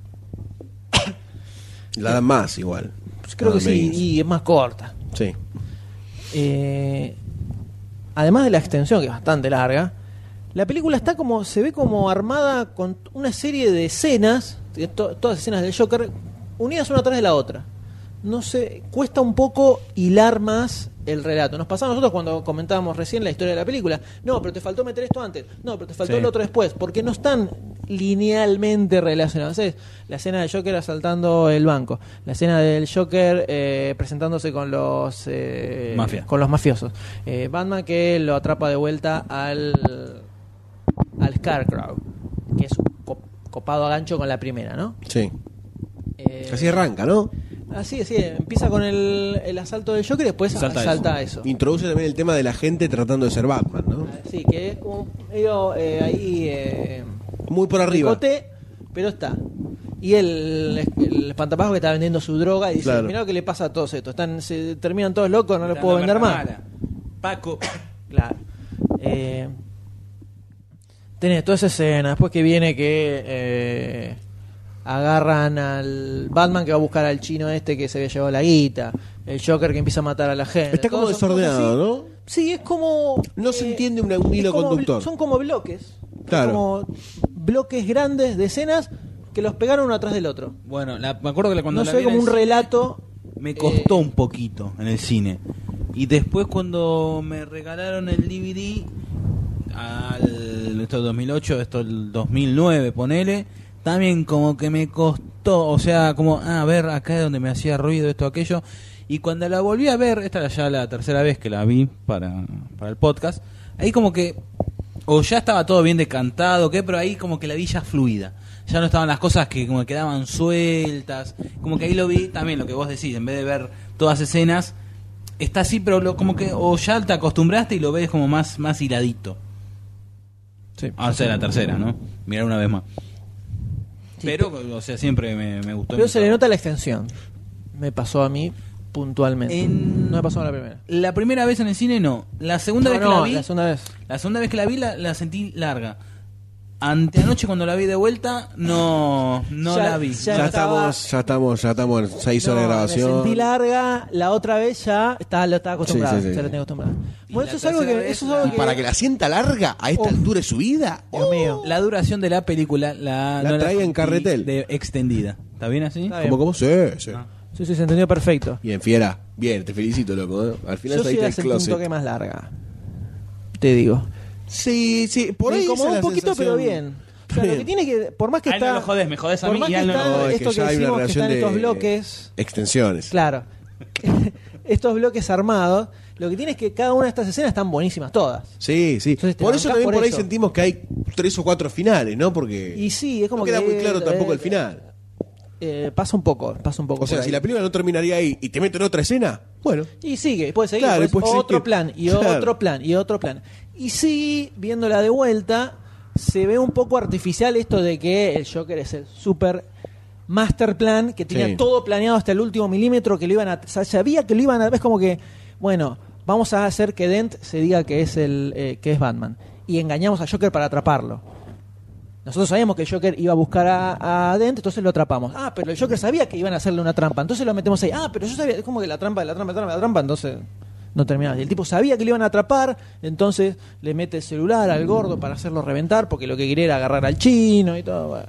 Speaker 2: La dan más igual.
Speaker 4: Pues creo
Speaker 2: La
Speaker 4: que
Speaker 2: dan
Speaker 4: sí,
Speaker 2: Begins.
Speaker 4: y es más corta.
Speaker 2: Sí.
Speaker 4: Eh, además de la extensión, que es bastante larga, la película está como, se ve como armada con una serie de escenas, de to- todas escenas del Joker, unidas una tras de la otra. No sé, cuesta un poco hilar más el relato. Nos pasaba a nosotros cuando comentábamos recién la historia de la película. No, pero te faltó meter esto antes. No, pero te faltó
Speaker 1: Sí.
Speaker 4: el otro después. Porque no están linealmente relacionados. Es la escena del Joker asaltando el banco. La escena del Joker eh, presentándose con los... eh,
Speaker 1: Mafia.
Speaker 4: con los mafiosos. Eh, Batman que lo atrapa de vuelta al al Scarecrow, que es co- copado a gancho con la primera, ¿no?
Speaker 2: Sí.
Speaker 4: Eh,
Speaker 2: Así arranca, ¿no?
Speaker 4: Así es, sí, empieza con el, el asalto del Joker y después
Speaker 1: Salta
Speaker 4: asalta eso.
Speaker 2: Introduce también el tema de la gente tratando de ser Batman, ¿no?
Speaker 4: Así que es como medio, eh, ahí eh,
Speaker 2: Muy por arriba.
Speaker 4: picote, pero está. Y el, el espantapajo que está vendiendo su droga y dice,
Speaker 2: Claro.
Speaker 4: mirá lo que le pasa a todos estos, están, se terminan todos locos, no les puedo vender más.
Speaker 1: Paco.
Speaker 4: Claro. Eh, tenés toda esa escena. Después que viene que eh, agarran al Batman que va a buscar al chino este que se había llevado la guita. El Joker que empieza a matar a la gente.
Speaker 2: Está como
Speaker 4: Todas son cosas
Speaker 2: desordenado,
Speaker 4: así.
Speaker 2: ¿no?
Speaker 4: Sí, es como. eh,
Speaker 2: No se entiende una- un
Speaker 4: es
Speaker 2: hilo
Speaker 4: como blo-
Speaker 2: conductor.
Speaker 4: Son como bloques.
Speaker 2: Claro.
Speaker 4: Como bloques grandes de escenas que los pegaron uno atrás del otro.
Speaker 1: Bueno, la- me acuerdo que la- cuando
Speaker 4: No
Speaker 1: la
Speaker 4: se ve
Speaker 1: vi en
Speaker 4: como un
Speaker 1: el-
Speaker 4: relato.
Speaker 1: Me costó
Speaker 4: eh,
Speaker 1: un poquito en el cine. Y después cuando me regalaron el DVD, al, esto es 2008, esto es el 2009, ponele, también como que me costó, o sea, como, ah, a ver, acá es donde me hacía ruido esto, aquello. Y cuando la volví a ver, esta era ya la tercera vez que la vi para, para el podcast, ahí como que, o ya estaba todo bien decantado, ¿qué? pero ahí como que la vi ya fluida. Ya no estaban las cosas que como quedaban sueltas. Como que ahí lo vi también, lo que vos decís, en vez de ver todas escenas, está así, pero lo- como que o ya te acostumbraste y lo ves como más, más hiladito. O sea, la tercera, ¿no? Mirar una vez más. Pero, o sea, siempre me, me gustó.
Speaker 4: Pero se le
Speaker 1: mucho.
Speaker 4: nota la extensión. Me pasó a mí puntualmente.
Speaker 1: En-
Speaker 4: No me pasó a la primera.
Speaker 1: La primera vez en el cine no. La segunda
Speaker 4: No,
Speaker 1: vez que
Speaker 4: no,
Speaker 1: la vi.
Speaker 4: la segunda vez.
Speaker 1: La segunda vez que la vi la, la sentí larga. Ante anoche cuando la vi de vuelta, no, no
Speaker 4: Ya-
Speaker 1: la vi.
Speaker 4: ya
Speaker 2: Ya,
Speaker 4: no estaba-
Speaker 2: estamos, ya estamos, ya estamos en seis horas de
Speaker 4: No, Me
Speaker 2: grabación.
Speaker 4: sentí larga, la otra vez ya estaba, lo estaba acostumbrada.
Speaker 2: Sí, sí, sí.
Speaker 4: ya la tenía acostumbrada.
Speaker 1: Y
Speaker 4: Bueno, eso
Speaker 1: la
Speaker 4: es algo
Speaker 1: tercera
Speaker 4: que.
Speaker 1: vez
Speaker 4: Eso es algo
Speaker 1: la-
Speaker 2: Y
Speaker 4: que
Speaker 2: para que la sienta larga a esta
Speaker 4: Oh.
Speaker 2: altura de su vida.
Speaker 4: Dios mío.
Speaker 1: La duración de la película la,
Speaker 2: La trae en
Speaker 1: sentí
Speaker 2: carretel.
Speaker 1: De extendida. ¿Está bien así?
Speaker 4: Está bien.
Speaker 2: Como, como, sí, sí.
Speaker 4: Sí, sí, se entendió perfecto.
Speaker 2: Bien, fiera. Bien, te felicito, loco. ¿eh? Al final
Speaker 4: Yo sí
Speaker 2: saliste
Speaker 4: la
Speaker 2: del
Speaker 4: sentí un toque
Speaker 2: closet.
Speaker 4: más larga. Te digo.
Speaker 2: Sí, sí, por
Speaker 4: Me
Speaker 2: ahí.
Speaker 4: incomodó
Speaker 2: esa
Speaker 4: un
Speaker 2: es la
Speaker 4: poquito, pero
Speaker 2: sensación.
Speaker 4: bien. O sea, lo que
Speaker 2: Bien.
Speaker 4: tiene que. Por más que
Speaker 1: A él no
Speaker 4: está.
Speaker 1: lo jodés, me jodés a
Speaker 4: por
Speaker 1: mí
Speaker 4: más
Speaker 1: y a
Speaker 4: que
Speaker 1: él no lo
Speaker 4: está
Speaker 1: jodés.
Speaker 2: No, es
Speaker 4: esto que,
Speaker 2: ya hay una
Speaker 4: decimos que
Speaker 2: relación
Speaker 4: están estos
Speaker 2: de
Speaker 4: bloques.
Speaker 2: Extensiones.
Speaker 4: Claro. estos bloques armados. Lo que tiene es que cada una de estas escenas están buenísimas todas.
Speaker 2: Sí, sí.
Speaker 4: Entonces te
Speaker 2: por eso
Speaker 4: bancás
Speaker 2: también
Speaker 4: por
Speaker 2: por, ahí
Speaker 4: eso.
Speaker 2: sentimos que hay tres o cuatro finales, ¿no? Porque
Speaker 4: Y sí, es como
Speaker 2: no queda
Speaker 4: que-
Speaker 2: muy claro tampoco el
Speaker 4: eh,
Speaker 2: final.
Speaker 4: Eh, pasa un poco, pasa un poco.
Speaker 2: O sea,
Speaker 4: por
Speaker 2: si
Speaker 4: ahí.
Speaker 2: la película no terminaría ahí y te meten otra escena, bueno.
Speaker 4: Y sigue, puede seguir,
Speaker 2: Claro,
Speaker 4: puede-
Speaker 2: y puede
Speaker 4: otro
Speaker 2: seguir.
Speaker 4: plan, y
Speaker 2: Claro.
Speaker 4: otro plan, y otro plan. Y sí, viéndola de vuelta, se ve un poco artificial esto de que el Joker es el super master plan, que tenía
Speaker 2: Sí.
Speaker 4: todo planeado hasta el último milímetro, que lo iban a... O sea, sabía que lo iban a... Es como que, bueno, vamos a hacer que Dent se diga que es, el, eh, que es Batman. Y engañamos a Joker para atraparlo. Nosotros sabíamos que el Joker iba a buscar a, a Dent, entonces lo atrapamos. Ah, pero el Joker sabía que iban a hacerle una trampa, entonces lo metemos ahí. Ah, pero yo sabía, es como que la trampa, la trampa, la trampa, la trampa, entonces no terminaba. Y el tipo sabía que le iban a atrapar, entonces le mete el celular al gordo para hacerlo reventar, porque lo que quería era agarrar al chino y todo. Bueno,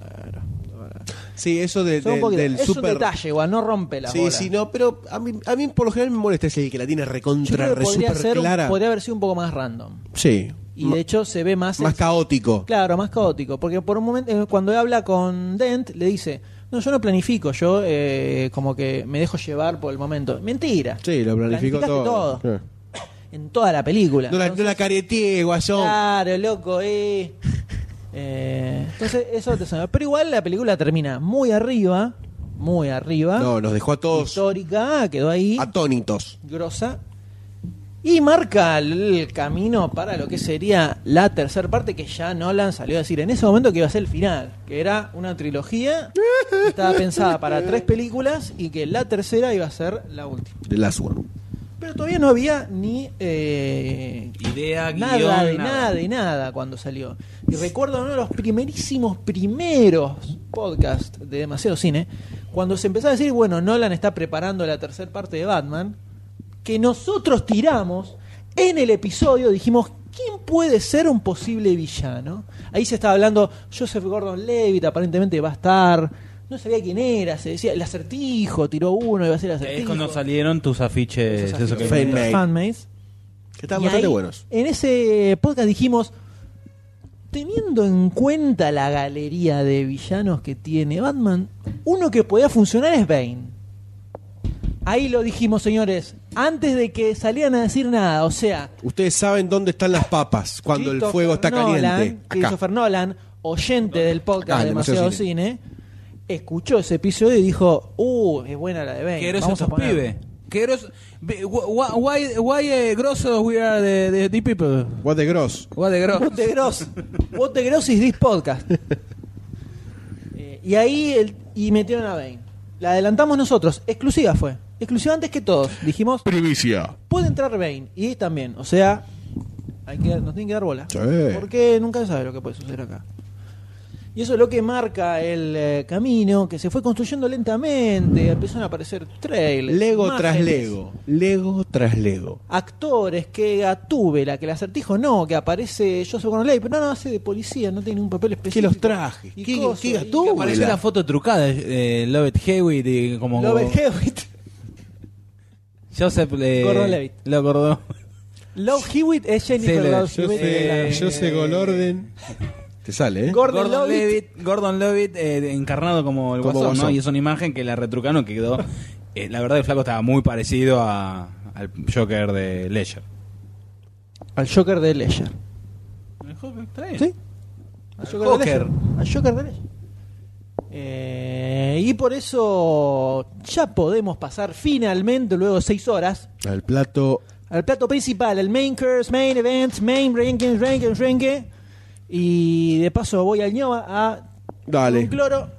Speaker 2: Sí, eso de-
Speaker 4: Son un
Speaker 2: del-
Speaker 4: poquito-
Speaker 2: del
Speaker 4: es
Speaker 2: super.
Speaker 4: un detalle, igual, no rompe la
Speaker 2: sí,
Speaker 4: bola.
Speaker 2: sí, no, pero a mí, a mí por lo general me molesta es el que la tiene
Speaker 4: Yo
Speaker 2: recontra,
Speaker 4: creo que
Speaker 2: re
Speaker 4: podría,
Speaker 2: super
Speaker 4: ser,
Speaker 2: clara.
Speaker 4: podría haber sido un poco más random.
Speaker 2: Sí.
Speaker 4: Y de hecho se ve más...
Speaker 2: más
Speaker 4: el-
Speaker 2: caótico.
Speaker 4: Claro, más caótico. Porque por un momento, eh, cuando habla con Dent, le dice: No, yo no planifico, yo eh, como que me dejo llevar por el momento. Mentira.
Speaker 2: Sí, lo planificó
Speaker 4: Planificaste
Speaker 2: todo.
Speaker 4: todo.
Speaker 2: Sí.
Speaker 4: En toda la película.
Speaker 2: No la, no
Speaker 4: Entonces,
Speaker 2: la careteé, guasón.
Speaker 4: Claro, loco, eh. Eh, entonces, eso te suena. Pero igual la película termina muy arriba, muy arriba.
Speaker 2: No, nos dejó a todos
Speaker 4: histórica, quedó ahí
Speaker 2: atónitos.
Speaker 4: grosa y marca el camino para lo que sería la tercera parte que ya Nolan salió a decir en ese momento que iba a ser el final, que era una trilogía que estaba pensada para tres películas y que la tercera iba a ser la última.
Speaker 2: The last one.
Speaker 4: Pero todavía no había ni eh,
Speaker 1: Idea,
Speaker 4: nada
Speaker 1: guión,
Speaker 4: de nada. de nada cuando salió. Y recuerdo uno de los primerísimos primeros podcasts de demasiado cine Cuando se empezó a decir, bueno, Nolan está preparando la tercera parte de Batman, que nosotros tiramos en el episodio, dijimos, ¿quién puede ser un posible villano? Ahí se estaba hablando, Joseph Gordon Levitt aparentemente va a estar, no sabía quién era, se decía, el acertijo, tiró uno, iba a ser el acertijo.
Speaker 1: Es cuando salieron tus afiches.
Speaker 4: Esos
Speaker 1: eso que-
Speaker 2: Fame.
Speaker 4: acertijos,
Speaker 2: Fanmade.
Speaker 4: fanmades.
Speaker 2: Que estaban
Speaker 4: Y
Speaker 2: bastante
Speaker 4: ahí,
Speaker 2: buenos.
Speaker 4: En ese podcast dijimos, teniendo en cuenta la galería de villanos que tiene Batman, uno que podía funcionar es Bane. Ahí lo dijimos, señores, antes de que salieran a decir nada, o sea,
Speaker 2: Ustedes saben dónde están las papas cuando el
Speaker 4: Christopher
Speaker 2: fuego está
Speaker 4: Nolan,
Speaker 2: caliente. Acá. Ah,
Speaker 4: Christopher Nolan, oyente del podcast
Speaker 2: Acá,
Speaker 4: de Demasiado Cine, escuchó ese episodio y dijo, uh, es buena la de Bane.
Speaker 1: Que grosos
Speaker 4: vamos a
Speaker 1: estos
Speaker 4: poner".
Speaker 1: pibes. Que grosos. Be- wh- wh- Why, why, eh, grosos we are the, the, the people.
Speaker 2: What the gross.
Speaker 1: Why the gross.
Speaker 4: Bote Gross. Bote Gross is this podcast. Eh, y ahí el- y metieron a Bane. La adelantamos nosotros. Exclusiva fue. Exclusiva antes que todos. Dijimos,
Speaker 3: Primicia.
Speaker 4: puede entrar Bane. Y ahí también. O sea, hay que, nos tienen que dar bola.
Speaker 2: Sí.
Speaker 4: Porque nunca se sabe lo que puede suceder acá. Y eso es lo que marca el eh, camino que se fue construyendo lentamente. Empezaron a aparecer trailers.
Speaker 2: Lego
Speaker 4: imágenes
Speaker 2: tras Lego. Lego tras Lego.
Speaker 4: actores que Gatúbela, que el acertijo no, que aparece Joseph Gordon Levitt, pero no, no hace de policía, no tiene ningún papel específico.
Speaker 2: Que los trajes.
Speaker 4: Y
Speaker 2: Que-
Speaker 4: cosas,
Speaker 2: que
Speaker 4: y
Speaker 2: Gatúbela.
Speaker 4: que
Speaker 1: Apareció la foto trucada de eh, Lovett Hewitt y como.
Speaker 4: aparece- Love Hewitt.
Speaker 1: Joseph le.
Speaker 4: Gordon Levitt.
Speaker 1: Lo acordó.
Speaker 4: Love Hewitt es Jennifer
Speaker 1: Sí, lo-
Speaker 4: Love
Speaker 1: yo
Speaker 4: Hewitt.
Speaker 1: sé-
Speaker 4: Eh,
Speaker 1: yo sé
Speaker 2: Golorden. Te sale, ¿eh?
Speaker 4: Gordon,
Speaker 1: Gordon,
Speaker 4: Levitt.
Speaker 1: Levitt. Gordon Levitt eh, encarnado como el
Speaker 2: Como
Speaker 1: guasón, ¿no?
Speaker 2: Guasón.
Speaker 1: Y es una imagen que la retrucaron que quedó. eh, la verdad, el flaco estaba muy parecido a, al Joker de Ledger.
Speaker 4: Al Joker de Ledger. ¿Sí? Al Joker, de Ledger.
Speaker 1: Joker.
Speaker 4: Al Joker de Ledger. Eh, y por eso ya podemos pasar finalmente, luego de seis horas,
Speaker 2: Al plato.
Speaker 4: al plato principal, el main curse, main events, main rankings, rankings, rankings. Y de paso voy al ñoba a
Speaker 2: Dale.
Speaker 4: un cloro.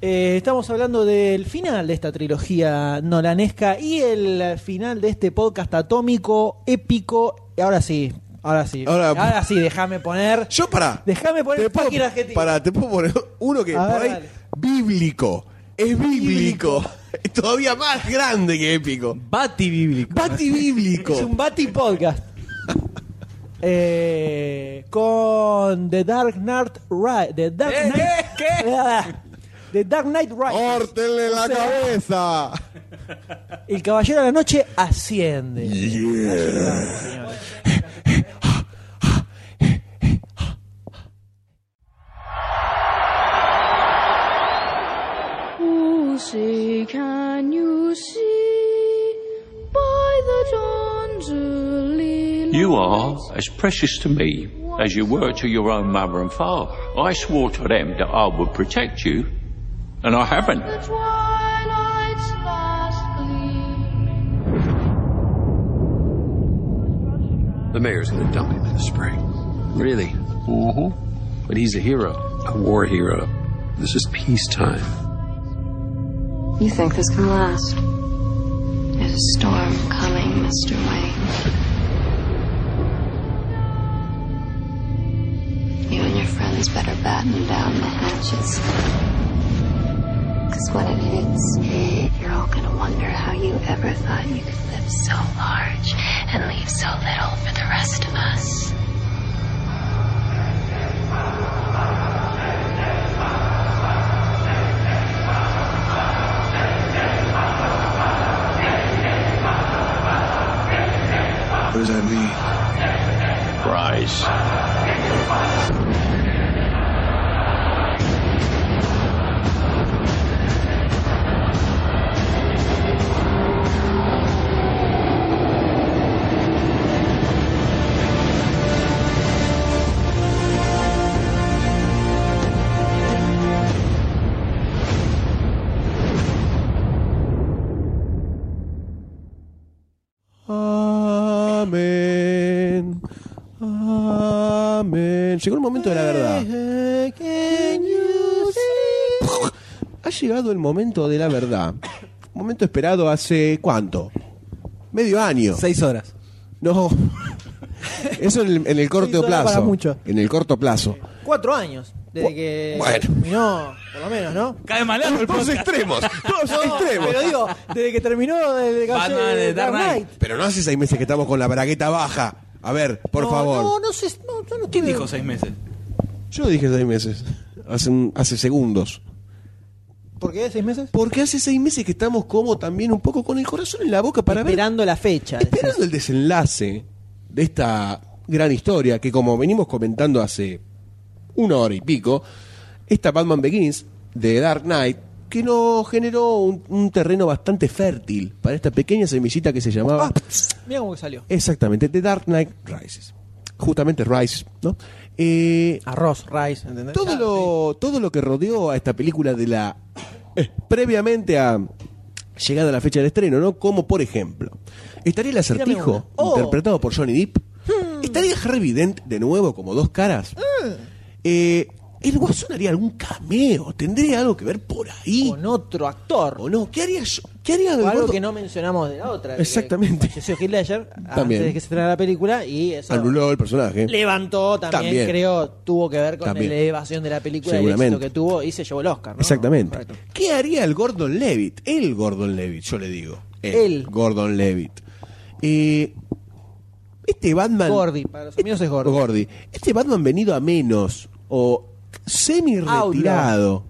Speaker 4: Eh, estamos hablando del final de esta trilogía nolanesca y el final de este podcast atómico, épico. Y ahora sí, ahora sí.
Speaker 2: Ahora-
Speaker 4: Ahora, sí, déjame poner.
Speaker 2: Yo para.
Speaker 4: Déjame poner
Speaker 2: te
Speaker 4: el fucking
Speaker 2: puedo-
Speaker 4: adjetivo.
Speaker 2: Pará, te puedo poner uno que
Speaker 4: A
Speaker 2: por
Speaker 4: ver,
Speaker 2: ahí.
Speaker 4: dale.
Speaker 2: Bíblico. Es bíblico. Es todavía más grande que épico.
Speaker 1: Bati bíblico.
Speaker 2: Bati bíblico.
Speaker 4: Es un Bati Podcast. Eh, con The Dark Knight Ri- The Dark
Speaker 1: ¿Eh,
Speaker 4: Knight. Ah,
Speaker 1: qué? ¿Qué?
Speaker 4: The Dark Knight Rises.
Speaker 2: ¡Córtenle la
Speaker 4: O sea,
Speaker 2: cabeza!
Speaker 4: El Caballero de la Noche asciende. Vamos, señores.
Speaker 5: Oh, say, can you see by the dawn's early light?
Speaker 6: You are as precious to me as you were to your own mother and father. I swore to them that I would protect you, and I haven't.
Speaker 5: The twilight's last gleam.
Speaker 7: The mayor's gonna dump him in the spring. Really? Mm-hmm. But he's a hero, a war hero. This is peacetime.
Speaker 8: You think this can last? There's a storm coming, Mr. Wayne. You and your friends better batten down the hatches. Because when it hits, you're all gonna wonder how you ever thought you could live so large and leave so little for the rest of us.
Speaker 7: What does that mean?
Speaker 6: Rise.
Speaker 2: Amén. Amén. Llegó el momento de la verdad. Ha llegado el momento de la verdad. Momento esperado hace cuánto? Medio año.
Speaker 1: Seis horas.
Speaker 2: No. Eso en el, en el corto
Speaker 4: horas
Speaker 2: plazo.
Speaker 4: para mucho.
Speaker 2: En el corto plazo.
Speaker 4: Cuatro años. desde que
Speaker 3: Bueno.
Speaker 4: terminó, por lo menos, ¿no?
Speaker 1: Cae mal
Speaker 3: Todos
Speaker 1: el podcast.
Speaker 3: extremos, todos extremos.
Speaker 4: Pero digo, desde que terminó el
Speaker 1: Batman, eh, Dark Knight.
Speaker 2: Pero no hace seis meses que estamos con la bragueta baja. A ver, por
Speaker 4: No,
Speaker 2: favor.
Speaker 4: No, no sé, no, yo no
Speaker 1: ¿Quién
Speaker 4: estoy-
Speaker 1: dijo seis meses?
Speaker 2: Yo dije seis meses. Hace, un- hace segundos.
Speaker 4: ¿Por qué? ¿Seis meses?
Speaker 2: Porque hace seis meses que estamos como también un poco con el corazón en la boca para ver
Speaker 4: Esperando la fecha. decís.
Speaker 2: Esperando el desenlace de esta gran historia que como venimos comentando hace una hora y pico, esta Batman Begins de Dark Knight que nos generó un, un terreno bastante fértil para esta pequeña semillita que se llamaba
Speaker 4: Mira cómo que salió.
Speaker 2: exactamente The Dark Knight Rises. Justamente Rises, ¿no? Eh,
Speaker 4: Arroz, rice, ¿entendés?
Speaker 2: todo lo, todo lo que rodeó a esta película de la eh, previamente a llegada a la fecha del estreno, ¿no? Como por ejemplo, estaría el
Speaker 4: Tírame
Speaker 2: acertijo
Speaker 4: una. Oh. Hmm.
Speaker 2: interpretado por Johnny Depp, estaría Harry Vident de nuevo como dos caras. Eh, el Guasón haría algún cameo, tendría algo que ver por ahí.
Speaker 4: Con otro actor.
Speaker 2: ¿O no? ¿Qué haría yo? ¿Qué haría
Speaker 4: O algo
Speaker 2: Eduardo?
Speaker 4: que no mencionamos de la otra. de que
Speaker 2: Exactamente.
Speaker 4: falleció Heath Ledger antes
Speaker 2: También.
Speaker 4: de que se estrenara la película y eso
Speaker 2: Anuló el personaje.
Speaker 4: levantó también,
Speaker 2: También.
Speaker 4: creo, tuvo que ver con
Speaker 2: También.
Speaker 4: la elevación de la película, el
Speaker 2: Seguramente.
Speaker 4: éxito que tuvo y se llevó el Oscar. ¿no?
Speaker 2: Exactamente.
Speaker 4: Correcto.
Speaker 2: ¿Qué haría el Gordon Levitt? El Gordon Levitt, yo le digo. El,
Speaker 4: El.
Speaker 2: Gordon Levitt. Eh, este Batman.
Speaker 4: Gordy, para los amigos es Gordy.
Speaker 2: Gordy. Este Batman venido a menos o semi-retirado.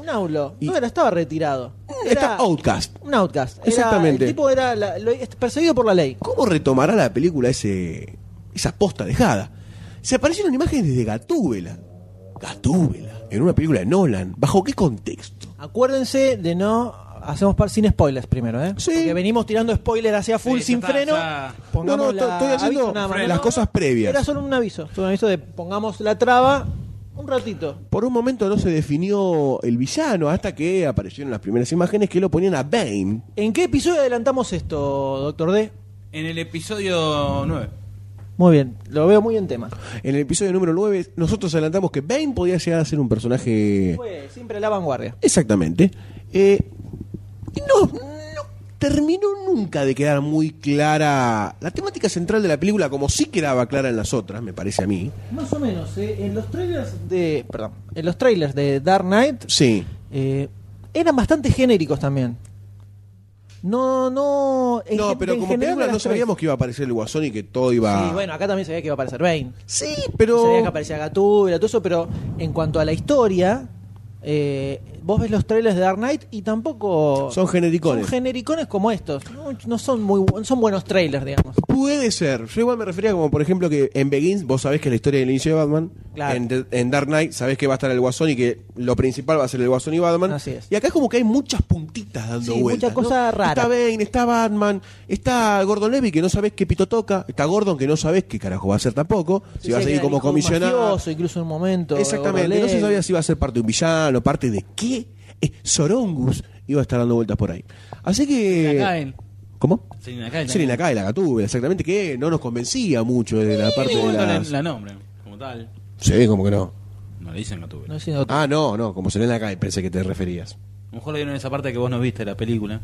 Speaker 4: Un aulo.
Speaker 2: Y-
Speaker 4: No era, estaba retirado. Era
Speaker 2: Está Outcast.
Speaker 4: Un outcast. Era-
Speaker 2: Exactamente.
Speaker 4: el tipo era la- lo- perseguido por la ley.
Speaker 2: ¿Cómo retomará la película ese, esa posta dejada? Se aparecieron imágenes de Gatúbela. Gatúbela. En una película de Nolan. ¿Bajo qué contexto?
Speaker 4: Acuérdense de no. Hacemos par sin spoilers primero, ¿eh?
Speaker 2: Sí.
Speaker 4: Porque venimos tirando spoilers hacia full
Speaker 1: Sí, ya
Speaker 4: sin
Speaker 1: está,
Speaker 4: freno.
Speaker 1: ya.
Speaker 4: Pongamos
Speaker 2: No, no,
Speaker 4: la-
Speaker 2: to- estoy haciendo
Speaker 4: aviso nada más.
Speaker 2: las cosas previas.
Speaker 4: Era solo un aviso. Un aviso de pongamos la traba un ratito.
Speaker 2: Por un momento no se definió el villano hasta que aparecieron las primeras imágenes que lo ponían a Bane.
Speaker 4: ¿En qué episodio adelantamos esto, doctor D?
Speaker 1: En el episodio 9.
Speaker 4: Muy bien, lo veo muy en tema.
Speaker 2: En el episodio número 9 nosotros adelantamos que Bane podía llegar a ser un personaje...
Speaker 4: Fue siempre la vanguardia.
Speaker 2: Exactamente. Eh, y no, no terminó nunca de quedar muy clara la temática central de la película como sí quedaba clara en las otras, me parece a mí.
Speaker 4: Más o menos, ¿eh? en los trailers de. Perdón. En los trailers de Dark Knight
Speaker 2: Sí.
Speaker 4: eh, eran bastante genéricos también. No, no. en
Speaker 2: No,
Speaker 4: gen-
Speaker 2: pero
Speaker 4: en
Speaker 2: como
Speaker 4: general
Speaker 2: película
Speaker 4: las
Speaker 2: no sabíamos
Speaker 4: tres.
Speaker 2: que iba a aparecer el Guasón y que todo iba...
Speaker 4: Sí, bueno, acá también sabía que iba a aparecer Bane.
Speaker 2: Sí,
Speaker 4: Sabía que
Speaker 2: pero...
Speaker 4: aparecía Gatúbela, todo eso, pero en cuanto a la historia, eh, vos ves los trailers de Dark Knight y tampoco.
Speaker 2: Son genericones.
Speaker 4: Son genericones como estos. No, no son muy bu- son buenos trailers, digamos.
Speaker 2: Puede ser. Yo igual me refería como, por ejemplo, que en Begins vos sabés que es la historia del inicio de Batman.
Speaker 4: Claro.
Speaker 2: En, The- en Dark Knight sabés que va a estar el Guasón y que lo principal va a ser el Guasón y Batman.
Speaker 4: Así es.
Speaker 2: Y acá es como que hay muchas puntitas dando
Speaker 4: Sí,
Speaker 2: vueltas.
Speaker 4: mucha
Speaker 2: ¿no?
Speaker 4: cosa rara.
Speaker 2: Está Bane, está Batman, está Gordon Levy que no sabés qué pito toca, está Gordon que no sabés qué carajo va a hacer tampoco, si
Speaker 4: Decía
Speaker 2: va a
Speaker 4: que
Speaker 2: seguir
Speaker 4: era
Speaker 2: como
Speaker 4: hijo de un
Speaker 2: comisionado.
Speaker 4: mafioso, incluso en un momento.
Speaker 2: Exactamente, no se
Speaker 4: Gordon
Speaker 2: sabía
Speaker 4: Levitt.
Speaker 2: si iba a ser parte de un villano, parte de qué. Eh, Sorongus iba a estar dando vueltas por ahí. Así que...
Speaker 1: Kyle.
Speaker 2: ¿Cómo?
Speaker 1: Selina Kyle.
Speaker 2: Selena Kyle, la Gatúbela, exactamente, que no nos convencía mucho de la parte de
Speaker 1: la,
Speaker 2: las...
Speaker 1: la nombran como tal.
Speaker 2: Sí, como que no.
Speaker 1: No le dicen Gatúbela.
Speaker 4: No, sino otro.
Speaker 2: Ah, no, no, como Selena Kyle, pensé que te referías.
Speaker 1: A lo mejor lo vieron en esa parte que vos no viste de la película.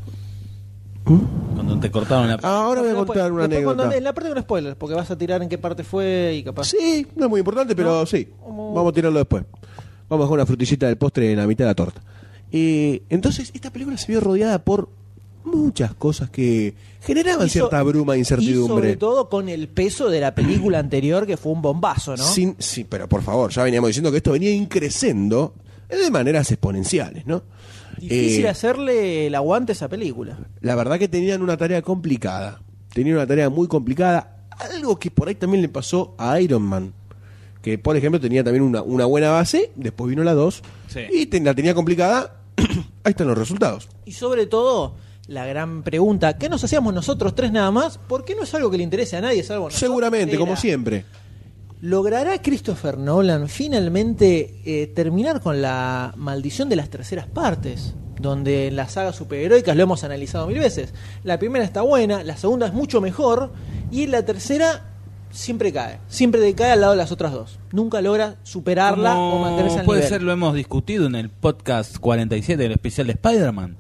Speaker 1: Cuando te cortaron la...
Speaker 2: Ahora voy a
Speaker 4: Pero después-
Speaker 2: contar una
Speaker 4: pues, después cuando
Speaker 2: anécdota.
Speaker 4: andes- en la parte con spoilers, porque vas a tirar en qué parte fue y capaz.
Speaker 2: Sí, no es muy importante, pero sí, vamos a tirarlo después. Vamos a dejar una frutillita del postre en la mitad de la torta. Eh, entonces, esta película se vio rodeada por muchas cosas que generaban
Speaker 4: Y so-
Speaker 2: cierta bruma e
Speaker 4: Y sobre
Speaker 2: incertidumbre.
Speaker 4: todo con el peso de la película anterior, que fue un bombazo, ¿no?
Speaker 2: Sin- sí, pero por favor, ya veníamos diciendo que esto venía creciendo de maneras exponenciales, ¿no?
Speaker 4: Difícil
Speaker 2: Eh,
Speaker 4: hacerle el aguante a esa película.
Speaker 2: la verdad que tenían una tarea complicada. Tenían una tarea muy complicada. Algo que por ahí también le pasó a Iron Man. Que, por ejemplo, tenía también una, una buena base. Después vino la 2.
Speaker 1: Sí.
Speaker 2: Y ten- la tenía complicada. ahí están los resultados.
Speaker 4: Y sobre todo, la gran pregunta, ¿qué nos hacíamos nosotros tres nada más? Porque no es algo que le interese a nadie, salvo a nosotros.
Speaker 2: Seguramente,
Speaker 4: Era,
Speaker 2: como siempre.
Speaker 4: ¿Logrará Christopher Nolan finalmente eh, terminar con la maldición de las terceras partes? Donde en las sagas superheroicas lo hemos analizado mil veces. La primera está buena, la segunda es mucho mejor y la tercera siempre cae. Siempre decae al lado de las otras dos. Nunca logra superarla o mantenerse
Speaker 1: Como
Speaker 4: al
Speaker 1: puede
Speaker 4: nivel.
Speaker 1: ser, lo hemos discutido en el podcast 47 del especial de Spider-Man.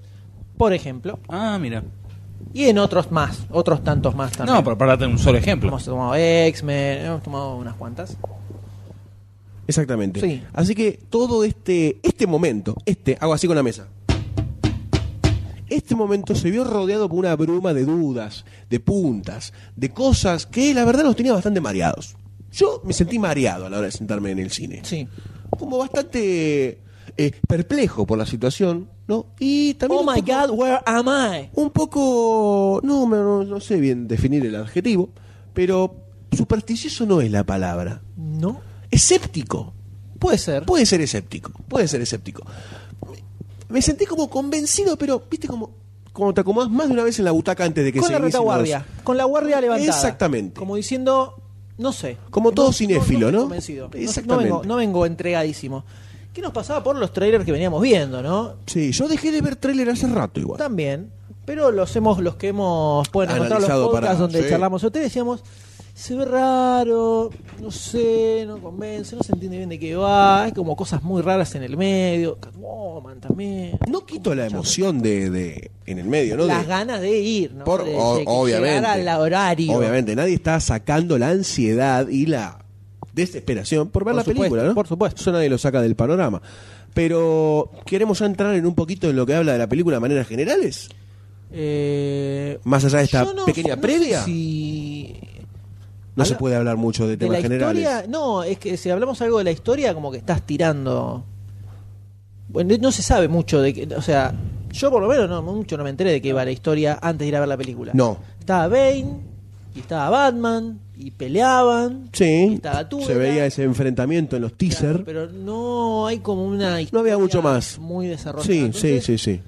Speaker 4: Por ejemplo.
Speaker 1: Ah, mira.
Speaker 4: Y en otros más, otros tantos más también.
Speaker 1: No, pero para darte un solo ejemplo.
Speaker 4: Hemos tomado X-Men, hemos tomado unas cuantas.
Speaker 2: Exactamente.
Speaker 4: Sí.
Speaker 2: Así que todo este, este momento, este, hago así con la mesa. Este momento se vio rodeado por una bruma de dudas, de puntas, de cosas que la verdad los tenía bastante mareados. Yo me sentí mareado a la hora de sentarme en el cine.
Speaker 4: Sí.
Speaker 2: Como bastante eh, perplejo por la situación, ¿no? Y también.
Speaker 4: Oh
Speaker 2: un
Speaker 4: my
Speaker 2: poco-
Speaker 4: God, where am I?
Speaker 2: un poco, no, me- no, no sé bien definir el adjetivo, pero supersticioso no es la palabra.
Speaker 4: No,
Speaker 2: Escéptico.
Speaker 4: puede ser.
Speaker 2: Puede ser escéptico, puede ser escéptico. Me, me sentí como convencido, pero viste como cuando te acomodas más de una vez en la butaca antes de que
Speaker 4: con
Speaker 2: se
Speaker 4: la
Speaker 2: inicien
Speaker 4: retaguardia,
Speaker 2: los-
Speaker 4: con la guardia levantada.
Speaker 2: Exactamente.
Speaker 4: Como diciendo, no sé.
Speaker 2: Como todo cinéfilo,
Speaker 4: estoy
Speaker 2: ¿no?
Speaker 4: convencido. No- No,
Speaker 2: Exactamente.
Speaker 4: vengo, no vengo entregadísimo. ¿Qué nos pasaba por los trailers que veníamos viendo, no?
Speaker 2: Sí, yo dejé de ver tráiler hace rato igual.
Speaker 4: También, pero los hemos, los que hemos pueden encontrar los
Speaker 2: Analizado
Speaker 4: podcasts
Speaker 2: para-
Speaker 4: donde
Speaker 2: sí.
Speaker 4: charlamos ustedes decíamos se ve raro, no sé, no convence, no se entiende bien de qué va, hay como cosas muy raras en el medio, Catwoman también.
Speaker 2: No quito la emoción de, de- en el medio, ¿no?
Speaker 4: Las
Speaker 2: De-
Speaker 4: ganas de ir, ¿no?
Speaker 2: Por-
Speaker 4: De- de
Speaker 2: o-
Speaker 4: que
Speaker 2: obviamente.
Speaker 4: llegara al horario.
Speaker 2: Obviamente, nadie está sacando la ansiedad y la desesperación por ver
Speaker 4: Por
Speaker 2: la
Speaker 4: supuesto,
Speaker 2: película, ¿no?
Speaker 4: por supuesto.
Speaker 2: Eso nadie lo saca del panorama. Pero queremos ya entrar en un poquito en lo que habla de la película de maneras generales.
Speaker 4: Eh,
Speaker 2: Más allá de esta
Speaker 4: yo
Speaker 2: pequeña
Speaker 4: no
Speaker 2: previa,
Speaker 4: sé si
Speaker 2: no se
Speaker 4: Habla-
Speaker 2: puede hablar mucho de
Speaker 4: de
Speaker 2: temas
Speaker 4: la
Speaker 2: generales.
Speaker 4: historia, no, es que si hablamos algo de la historia, como que estás tirando. Bueno, no se sabe mucho de que, o sea, yo por lo menos no mucho no me enteré de qué va la historia antes de ir a ver la película.
Speaker 2: No.
Speaker 4: Estaba Bane y estaba Batman y peleaban. y
Speaker 2: Sí,
Speaker 4: estaba Gatúbela.
Speaker 2: se veía ese enfrentamiento en los
Speaker 4: Claro,
Speaker 2: teaser.
Speaker 4: pero no hay como una historia
Speaker 2: no había mucho más.
Speaker 4: muy desarrollada.
Speaker 2: Sí, sí,
Speaker 4: Entonces,
Speaker 2: sí, sí.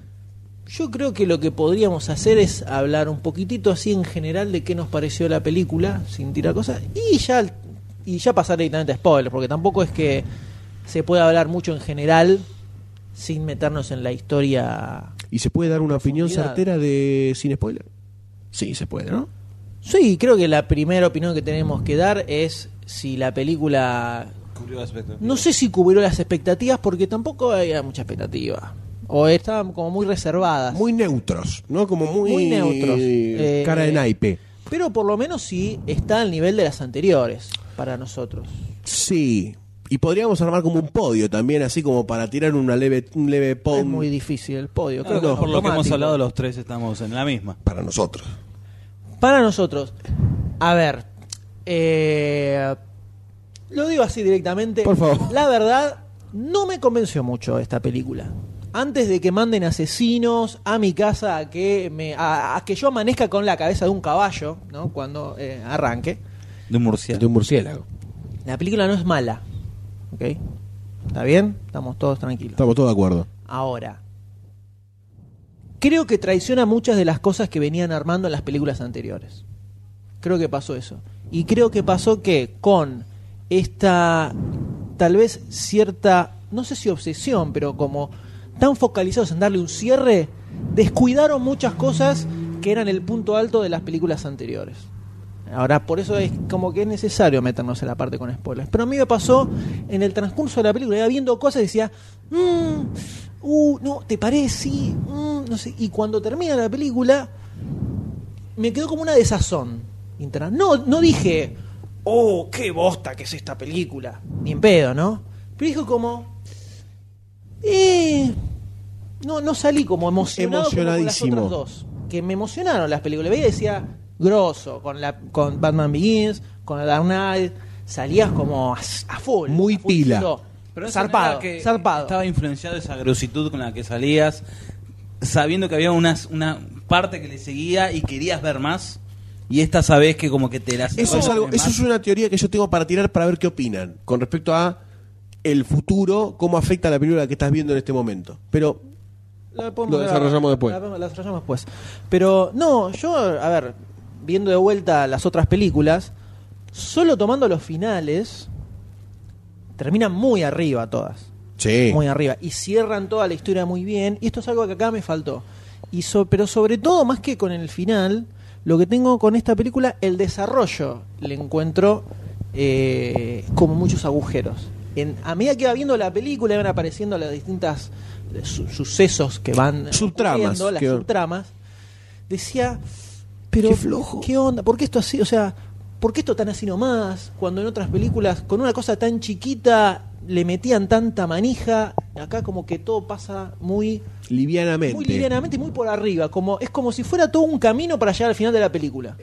Speaker 4: Yo creo que lo que podríamos hacer es hablar un poquitito así en general de qué nos pareció la película, sin tirar cosas, y ya, y ya pasar directamente a spoilers, porque tampoco es que se pueda hablar mucho en general sin meternos en la historia.
Speaker 2: ¿Y se puede dar una opinión
Speaker 4: Profundidad.
Speaker 2: certera de sin spoiler? Sí, se puede, ¿no?
Speaker 4: Sí, creo que la primera opinión que tenemos que dar es si la película No sé si cubrió las expectativas porque tampoco había mucha expectativa. O estaban como muy reservadas.
Speaker 2: Muy neutros, ¿no? Como muy,
Speaker 4: Ah, Muy neutros. Eh,
Speaker 2: cara de naipe.
Speaker 4: Pero por lo menos sí está al nivel de las anteriores para nosotros.
Speaker 2: Sí. Y podríamos armar como un podio también, así como para tirar una leve, un leve
Speaker 4: Es
Speaker 2: pom
Speaker 4: muy difícil el podio. creo
Speaker 1: Creo que
Speaker 4: que es
Speaker 1: Um, por lo que hemos
Speaker 4: automático.
Speaker 1: hablado los tres estamos en la misma.
Speaker 2: para nosotros.
Speaker 4: Para nosotros, a ver, eh, lo digo así directamente.
Speaker 2: Por favor.
Speaker 4: La verdad, no me convenció mucho esta película. Antes de que manden asesinos a mi casa a que, me, a, a que yo amanezca con la cabeza de un caballo, ¿no? Cuando eh, arranque.
Speaker 1: De un murciano.
Speaker 2: un murciélago.
Speaker 4: La película no es mala. ¿Ok? ¿Está bien? Estamos todos tranquilos.
Speaker 2: Estamos todos de acuerdo.
Speaker 4: Ahora, creo que traiciona muchas de las cosas que venían armando en las películas anteriores. Creo que pasó eso. Y creo que pasó que con esta, tal vez cierta, no sé si obsesión, pero como tan focalizados en darle un cierre, descuidaron muchas cosas que eran el punto alto de las películas anteriores. Ahora, por eso es como que es necesario meternos en la parte con spoilers. Pero a mí me pasó en el transcurso de la película, iba viendo cosas y decía, "Mm, uh, no, ¿te parece? Sí, mm, no sé. Y cuando termina la película, me quedó como una desazón. interna. No, no dije, oh, qué bosta que es esta película. Ni en pedo, ¿no? Pero dijo como, eh, no, no salí como emocionado como con las
Speaker 2: Emocionadísimo.
Speaker 4: otras dos. Que me emocionaron las películas. Veía y decía, grosso, con, la, con Batman Begins, con Dark Knight. Salías como a, a full.
Speaker 2: Muy
Speaker 4: a full
Speaker 2: pila.
Speaker 4: diciendo,
Speaker 1: Pero eso no
Speaker 4: zarpado,
Speaker 1: era que
Speaker 4: zarpado.
Speaker 1: Estaba influenciado esa grositud con la que salías, sabiendo que había unas, una parte que le seguía y querías ver más. Y esta sabés que como que te la
Speaker 2: Eso, es algo, eso es una teoría que yo tengo para tirar para ver qué opinan con respecto a el futuro, cómo afecta a la película que estás viendo en este momento. Pero
Speaker 4: La
Speaker 2: Lo
Speaker 4: podemos hablar-
Speaker 2: desarrollamos después.
Speaker 4: La, la desarrollamos después. Pero no, yo, a ver, viendo de vuelta las otras películas, solo tomando los finales, terminan muy arriba todas.
Speaker 2: sí,
Speaker 4: Muy arriba. Y cierran toda la historia muy bien. Y esto es algo que acá me faltó. Y so- pero sobre todo, más que con el final, lo que tengo con esta película, el desarrollo, le encuentro eh, como muchos agujeros. En, a medida que va viendo la película, van apareciendo las distintas eh, su- sucesos que van
Speaker 2: Subtramas,
Speaker 4: ocurriendo, las
Speaker 2: que-
Speaker 4: subtramas. Decía, pero
Speaker 2: Qué flojo.
Speaker 4: ¿Qué onda? ¿Por qué esto así? O sea, ¿por qué esto tan así nomás? Cuando en otras películas, con una cosa tan chiquita, le metían tanta manija, acá como que todo pasa muy
Speaker 2: Livianamente.
Speaker 4: muy livianamente, muy por arriba. Como, es como si fuera todo un camino para llegar al final de la película.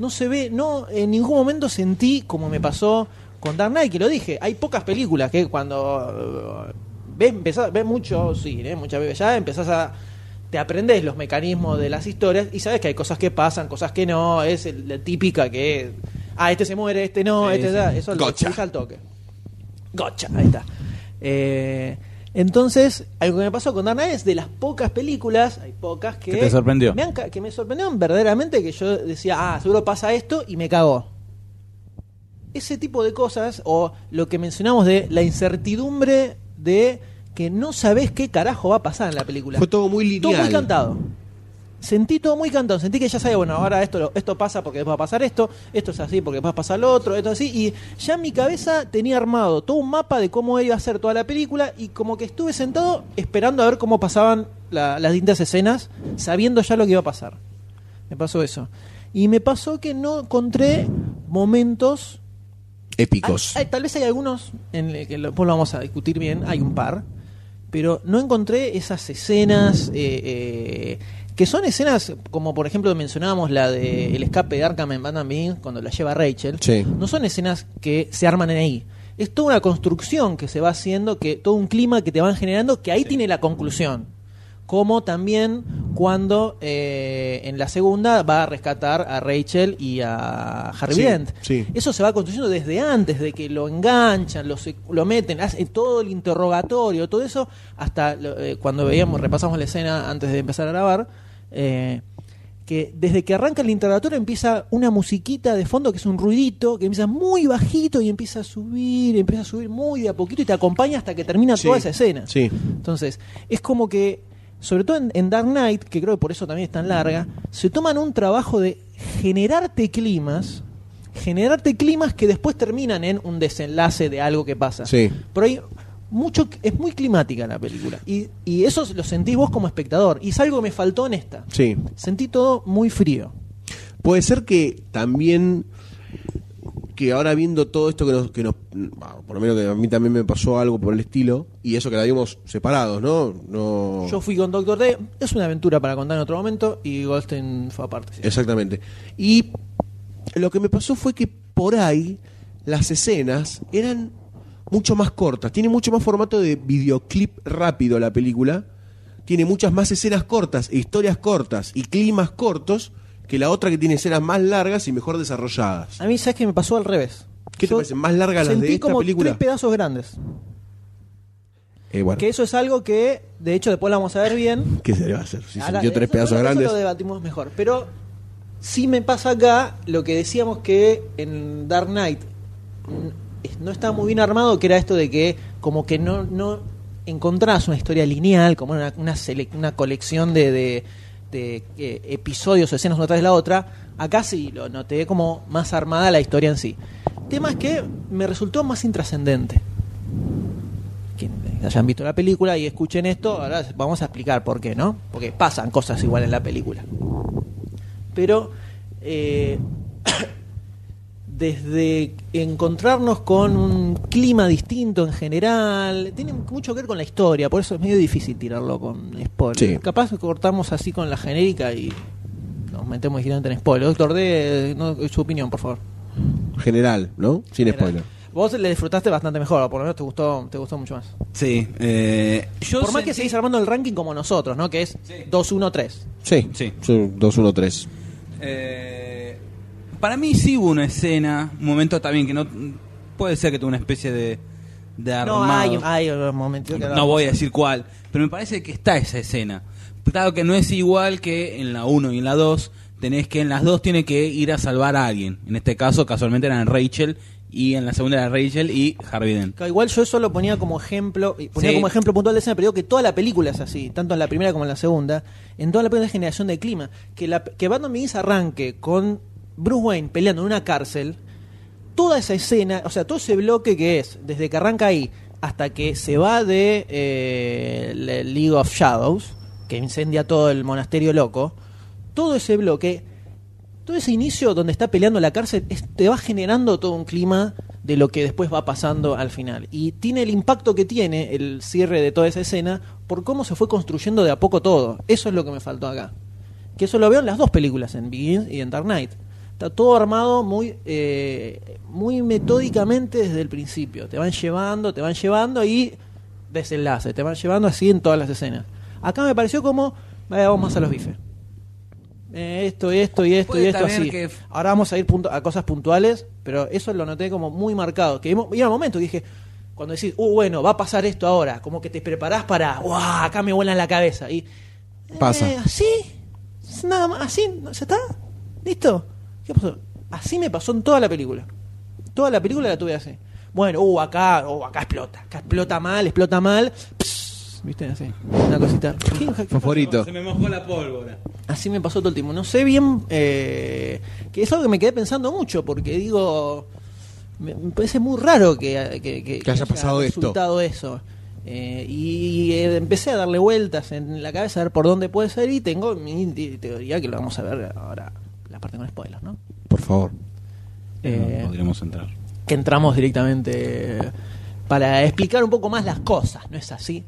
Speaker 4: No se ve, no, en ningún momento sentí, como me pasó con Dark Knight, que lo dije, hay pocas películas que cuando eh, ves, empezás- ves mucho cine, muchas veces ya empezás a. Te aprendes los mecanismos de las historias y sabes que hay cosas que pasan, cosas que no. Es el- la típica que. Ah, este se muere, este no,
Speaker 1: Sí,
Speaker 4: este
Speaker 1: sí.
Speaker 4: da. Eso lo
Speaker 2: Gotcha.
Speaker 4: explica al toque. Gocha, ahí está. Eh, entonces, algo que me pasó con Dark Knight es de las pocas películas, hay pocas que.
Speaker 1: Que te sorprendió.
Speaker 4: Me han ca- que me sorprendieron verdaderamente, que yo decía, ah, seguro pasa esto y me cagó. Ese tipo de cosas, o lo que mencionamos de la incertidumbre de que no sabes qué carajo va a pasar en la película.
Speaker 2: Fue todo muy
Speaker 4: Todo
Speaker 2: lineal.
Speaker 4: muy cantado. Sentí todo muy cantado. Sentí que ya sabía, bueno, ahora esto, lo- esto pasa porque después va a pasar esto, esto es así porque después va a pasar lo otro, esto así. Y ya en mi cabeza tenía armado todo un mapa de cómo iba a ser toda la película y como que estuve sentado esperando a ver cómo pasaban la- las distintas escenas, sabiendo ya lo que iba a pasar. Me pasó eso. Y me pasó que no encontré momentos
Speaker 2: Épicos.
Speaker 4: hay- hay- tal vez hay algunos, en el que lo, después lo vamos a discutir bien, hay un par, pero no encontré esas escenas eh, eh, que son escenas, como por ejemplo mencionábamos la de el escape de Arkham en Batman Begins cuando la lleva Rachel,
Speaker 2: Sí.
Speaker 4: no son escenas que se arman en ahí. Es toda una construcción que se va haciendo, que todo un clima que te van generando, que ahí tiene la conclusión. Como también cuando eh, en la segunda va a rescatar a Rachel y a Harry
Speaker 2: Sí,
Speaker 4: Dent.
Speaker 2: sí.
Speaker 4: Eso se va construyendo desde antes, de que lo enganchan, lo, sec- lo meten, hace todo el interrogatorio, todo eso, hasta lo- eh, cuando veíamos, repasamos la escena antes de empezar a grabar, eh, que desde que arranca el interrogatorio empieza una musiquita de fondo que es un ruidito, que empieza muy bajito y empieza a subir, empieza a subir muy de a poquito y te acompaña hasta que termina
Speaker 2: Sí,
Speaker 4: toda esa escena.
Speaker 2: sí.
Speaker 4: Entonces, es como que, sobre todo en, en Dark Knight, que creo que por eso también es tan larga, se toman un trabajo de generarte climas, generarte climas que después terminan en un desenlace de algo que pasa.
Speaker 2: Sí.
Speaker 4: Pero hay mucho, es muy climática la película. Y, y eso lo sentís vos como espectador. Y es algo que me faltó en esta.
Speaker 2: Sí.
Speaker 4: Sentí todo muy frío.
Speaker 2: Puede ser que también que ahora viendo todo esto que nos, que nos bah, por lo menos que a mí también me pasó algo por el estilo y eso que la vimos separados, ¿no? No
Speaker 4: Yo fui con Doctor D, es una aventura para contar en otro momento, y Goldstein fue aparte. sí.
Speaker 2: Exactamente. Y lo que me pasó fue que por ahí las escenas eran mucho más cortas. Tiene mucho más formato de videoclip rápido la película. Tiene muchas más escenas cortas, e historias cortas y climas cortos que la otra que tiene escenas más largas y mejor desarrolladas.
Speaker 4: A mí, ¿sabes que me pasó al revés?
Speaker 2: ¿Qué te parece, más larga las de
Speaker 4: sentí
Speaker 2: esta
Speaker 4: como
Speaker 2: película?
Speaker 4: tres pedazos grandes.
Speaker 2: Eh, bueno,
Speaker 4: Que eso es algo que, de hecho, después lo vamos a ver bien.
Speaker 2: ¿Qué se le va a hacer? Si
Speaker 4: Ahora,
Speaker 2: sintió
Speaker 4: Ah,
Speaker 2: tres
Speaker 4: eso-
Speaker 2: pedazos
Speaker 4: eso
Speaker 2: grandes.
Speaker 4: lo debatimos mejor. Pero sí me pasa acá lo que decíamos que en Dark Knight mm, es- no está muy bien armado, que era esto de que como que no, no encontrás una historia lineal, como una, una, sele- una colección de, de- de, eh, episodios o escenas una tras la otra. Acá sí lo noté como más armada la historia en sí. El tema es que me resultó más intrascendente quien hayan visto la película y escuchen esto, ahora vamos a explicar por qué, ¿no? Porque pasan cosas igual en la película. Pero eh, desde encontrarnos con un clima distinto en general, tiene mucho que ver con la historia, por eso es medio difícil tirarlo con spoilers.
Speaker 2: Sí.
Speaker 4: Capaz cortamos así con la genérica y nos metemos directamente en spoilers. Doctor D, no, su opinión, por favor.
Speaker 2: General, ¿no? Sin
Speaker 4: Era-
Speaker 2: spoiler.
Speaker 4: Vos le disfrutaste bastante mejor, o por lo menos te gustó, te gustó mucho más.
Speaker 1: Sí. eh, yo
Speaker 4: Por más que
Speaker 1: sentí-
Speaker 4: seguís armando el ranking como nosotros, ¿no? Que es 2-1-3.
Speaker 2: Sí.
Speaker 1: Sí.
Speaker 2: Son 2, 1, 3.
Speaker 1: Eh, para mí sí hubo una escena, un momento también que no puede ser que tuvo una especie de, de armado.
Speaker 4: No, hay, hay un momento. que
Speaker 1: No voy a decir cuál, pero me parece que está esa escena. Claro que no es igual que en la 1 y en la 2, tenés que en las dos tiene que ir a salvar a alguien. En este caso, casualmente eran Rachel y en la segunda era Rachel y Harvey Dent.
Speaker 4: Que Igual yo eso lo ponía como ejemplo, y ponía
Speaker 1: Sí.
Speaker 4: como ejemplo puntual de escena, pero digo que toda la película es así, tanto en la primera como en la segunda, en toda la película es generación de clima. Que, la, que Batman Begins arranque con Bruce Wayne peleando en una cárcel, toda esa escena, o sea, todo ese bloque que es, desde que arranca ahí hasta que se va de eh, la League of Shadows, que incendia todo el monasterio loco, todo ese bloque, todo ese inicio donde está peleando la cárcel, es- te va generando todo un clima de lo que después va pasando al final. Y tiene el impacto que tiene el cierre de toda esa escena por cómo se fue construyendo de a poco todo. Eso es lo que me faltó acá. Que eso lo veo en las dos películas, en Begins y en Dark Knight. Está todo armado muy, eh, muy metódicamente desde el principio. Te van llevando, te van llevando y desenlace. Te van llevando así en todas las escenas. Acá me pareció como, "Eh, vamos más a los bifes. Eh, esto, esto y esto y
Speaker 1: Puede
Speaker 4: esto
Speaker 1: también
Speaker 4: así.
Speaker 1: que-
Speaker 4: Ahora vamos a ir puntu- a cosas puntuales, pero eso lo noté como muy marcado. Que hemos- y era un momento que dije, cuando decís, uh, bueno, va a pasar esto ahora, como que te preparás para, ¡guau! Acá me vuelan la cabeza. Y. eh,
Speaker 2: Pasa.
Speaker 4: así. es Nada más, así, ¿no? ¿se está? ¿Listo? ¿Qué pasó? Así me pasó en toda la película. Toda la película la tuve así. Bueno, uh, acá, uh, acá explota. Acá explota mal, explota mal. Pss, ¿Viste? Así. Una cosita. ¿Qué- qué- qué-
Speaker 2: Favorito.
Speaker 1: me mojó la pólvora.
Speaker 4: Así me pasó todo el tiempo. No sé bien. eh, que es algo que me quedé pensando mucho, porque digo. Me, me parece muy raro que, que,
Speaker 2: Que haya pasado esto.
Speaker 4: resultado eso. Eh, y eh, empecé a darle vueltas en la cabeza a ver por dónde puede ser. Y tengo mi te- teoría que lo vamos a ver ahora, la parte con spoilers, ¿no?
Speaker 2: Por favor.
Speaker 4: Eh,
Speaker 9: podríamos entrar.
Speaker 4: que entramos directamente eh, para explicar un poco más las cosas, ¿no es así?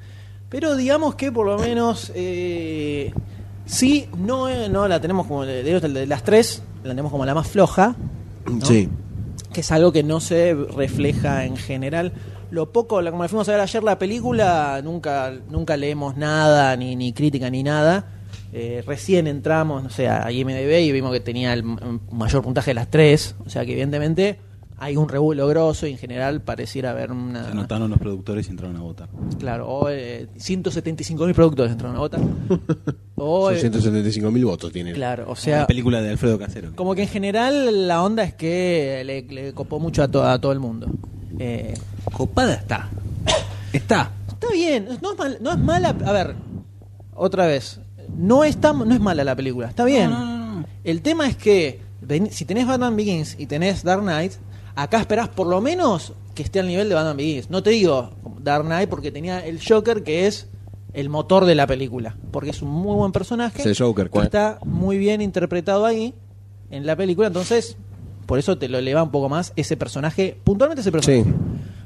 Speaker 4: Pero digamos que por lo menos eh, sí, no, eh, no la tenemos como de de las tres, la tenemos como la más floja, ¿no?
Speaker 2: Sí.
Speaker 4: que es algo que no se refleja en general. Lo poco, la- como la fuimos a ver ayer la película, nunca, nunca leemos nada, ni, ni crítica, ni nada. Eh, recién entramos, no sé, a IMDB y vimos que tenía el m- mayor puntaje de las tres. O sea que evidentemente hay un revuelo grosso y en general pareciera haber una...
Speaker 9: Se anotaron los productores y entraron a votar.
Speaker 4: Claro, Ah. o eh, 175 mil productores entraron a votar. O,
Speaker 2: Son
Speaker 4: eh,
Speaker 2: 175 mil votos tienen.
Speaker 4: claro, o
Speaker 9: la
Speaker 4: sea...
Speaker 9: película de Alfredo Casero.
Speaker 4: Como que en general la onda es que le, le copó mucho a, to- a todo el mundo. Eh,
Speaker 1: Copada está. Está.
Speaker 4: Está bien, no es, mal- no es mala. A ver, otra vez. No es, tan- no es mala la película, está bien. El tema es que ven- si tenés Batman Begins y tenés Dark Knight, acá esperás por lo menos que esté al nivel de Batman Begins. No te digo Dark Knight porque tenía el Joker que es el motor de la película, porque es un muy buen personaje.
Speaker 2: Es el Joker,
Speaker 4: que
Speaker 2: cual.
Speaker 4: está muy bien interpretado ahí en la película, entonces por eso te lo eleva un poco más ese personaje, puntualmente ese personaje
Speaker 2: Sí.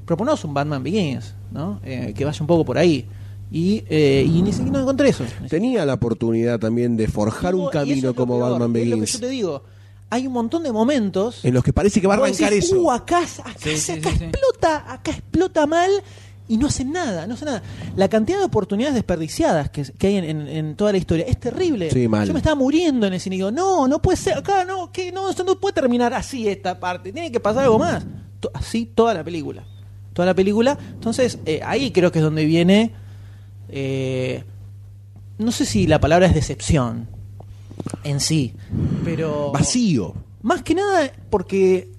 Speaker 4: proponemos un Batman Begins, ¿no? Eh, que vaya un poco por ahí. Y, eh, y ni siquiera encontré eso.
Speaker 2: Tenía la oportunidad también de forjar
Speaker 4: Y
Speaker 2: un
Speaker 4: eso es
Speaker 2: camino
Speaker 4: lo
Speaker 2: como
Speaker 4: peor, es lo
Speaker 2: Batman
Speaker 4: que
Speaker 2: Begins.
Speaker 4: yo te digo. Hay un montón de momentos
Speaker 2: En los que parece que va a
Speaker 4: vos decís,
Speaker 2: arrancar eso.
Speaker 4: "Uh, acá, acá,
Speaker 1: Sí, sí,
Speaker 4: acá
Speaker 1: sí, sí.
Speaker 4: explota, acá explota mal y no hacen nada, no hacen nada. La cantidad de oportunidades desperdiciadas que, que hay en, en- en toda la historia es terrible.
Speaker 2: Sí, mal.
Speaker 4: Yo me estaba muriendo en el cine y digo, no, no puede ser, acá no, que no, esto no puede terminar así esta parte, tiene que pasar algo más. To- así toda la película. Toda la película. Entonces, eh, ahí creo que es donde viene. eh, no sé si la palabra es decepción en sí, pero.
Speaker 2: Vacío.
Speaker 4: Más que nada porque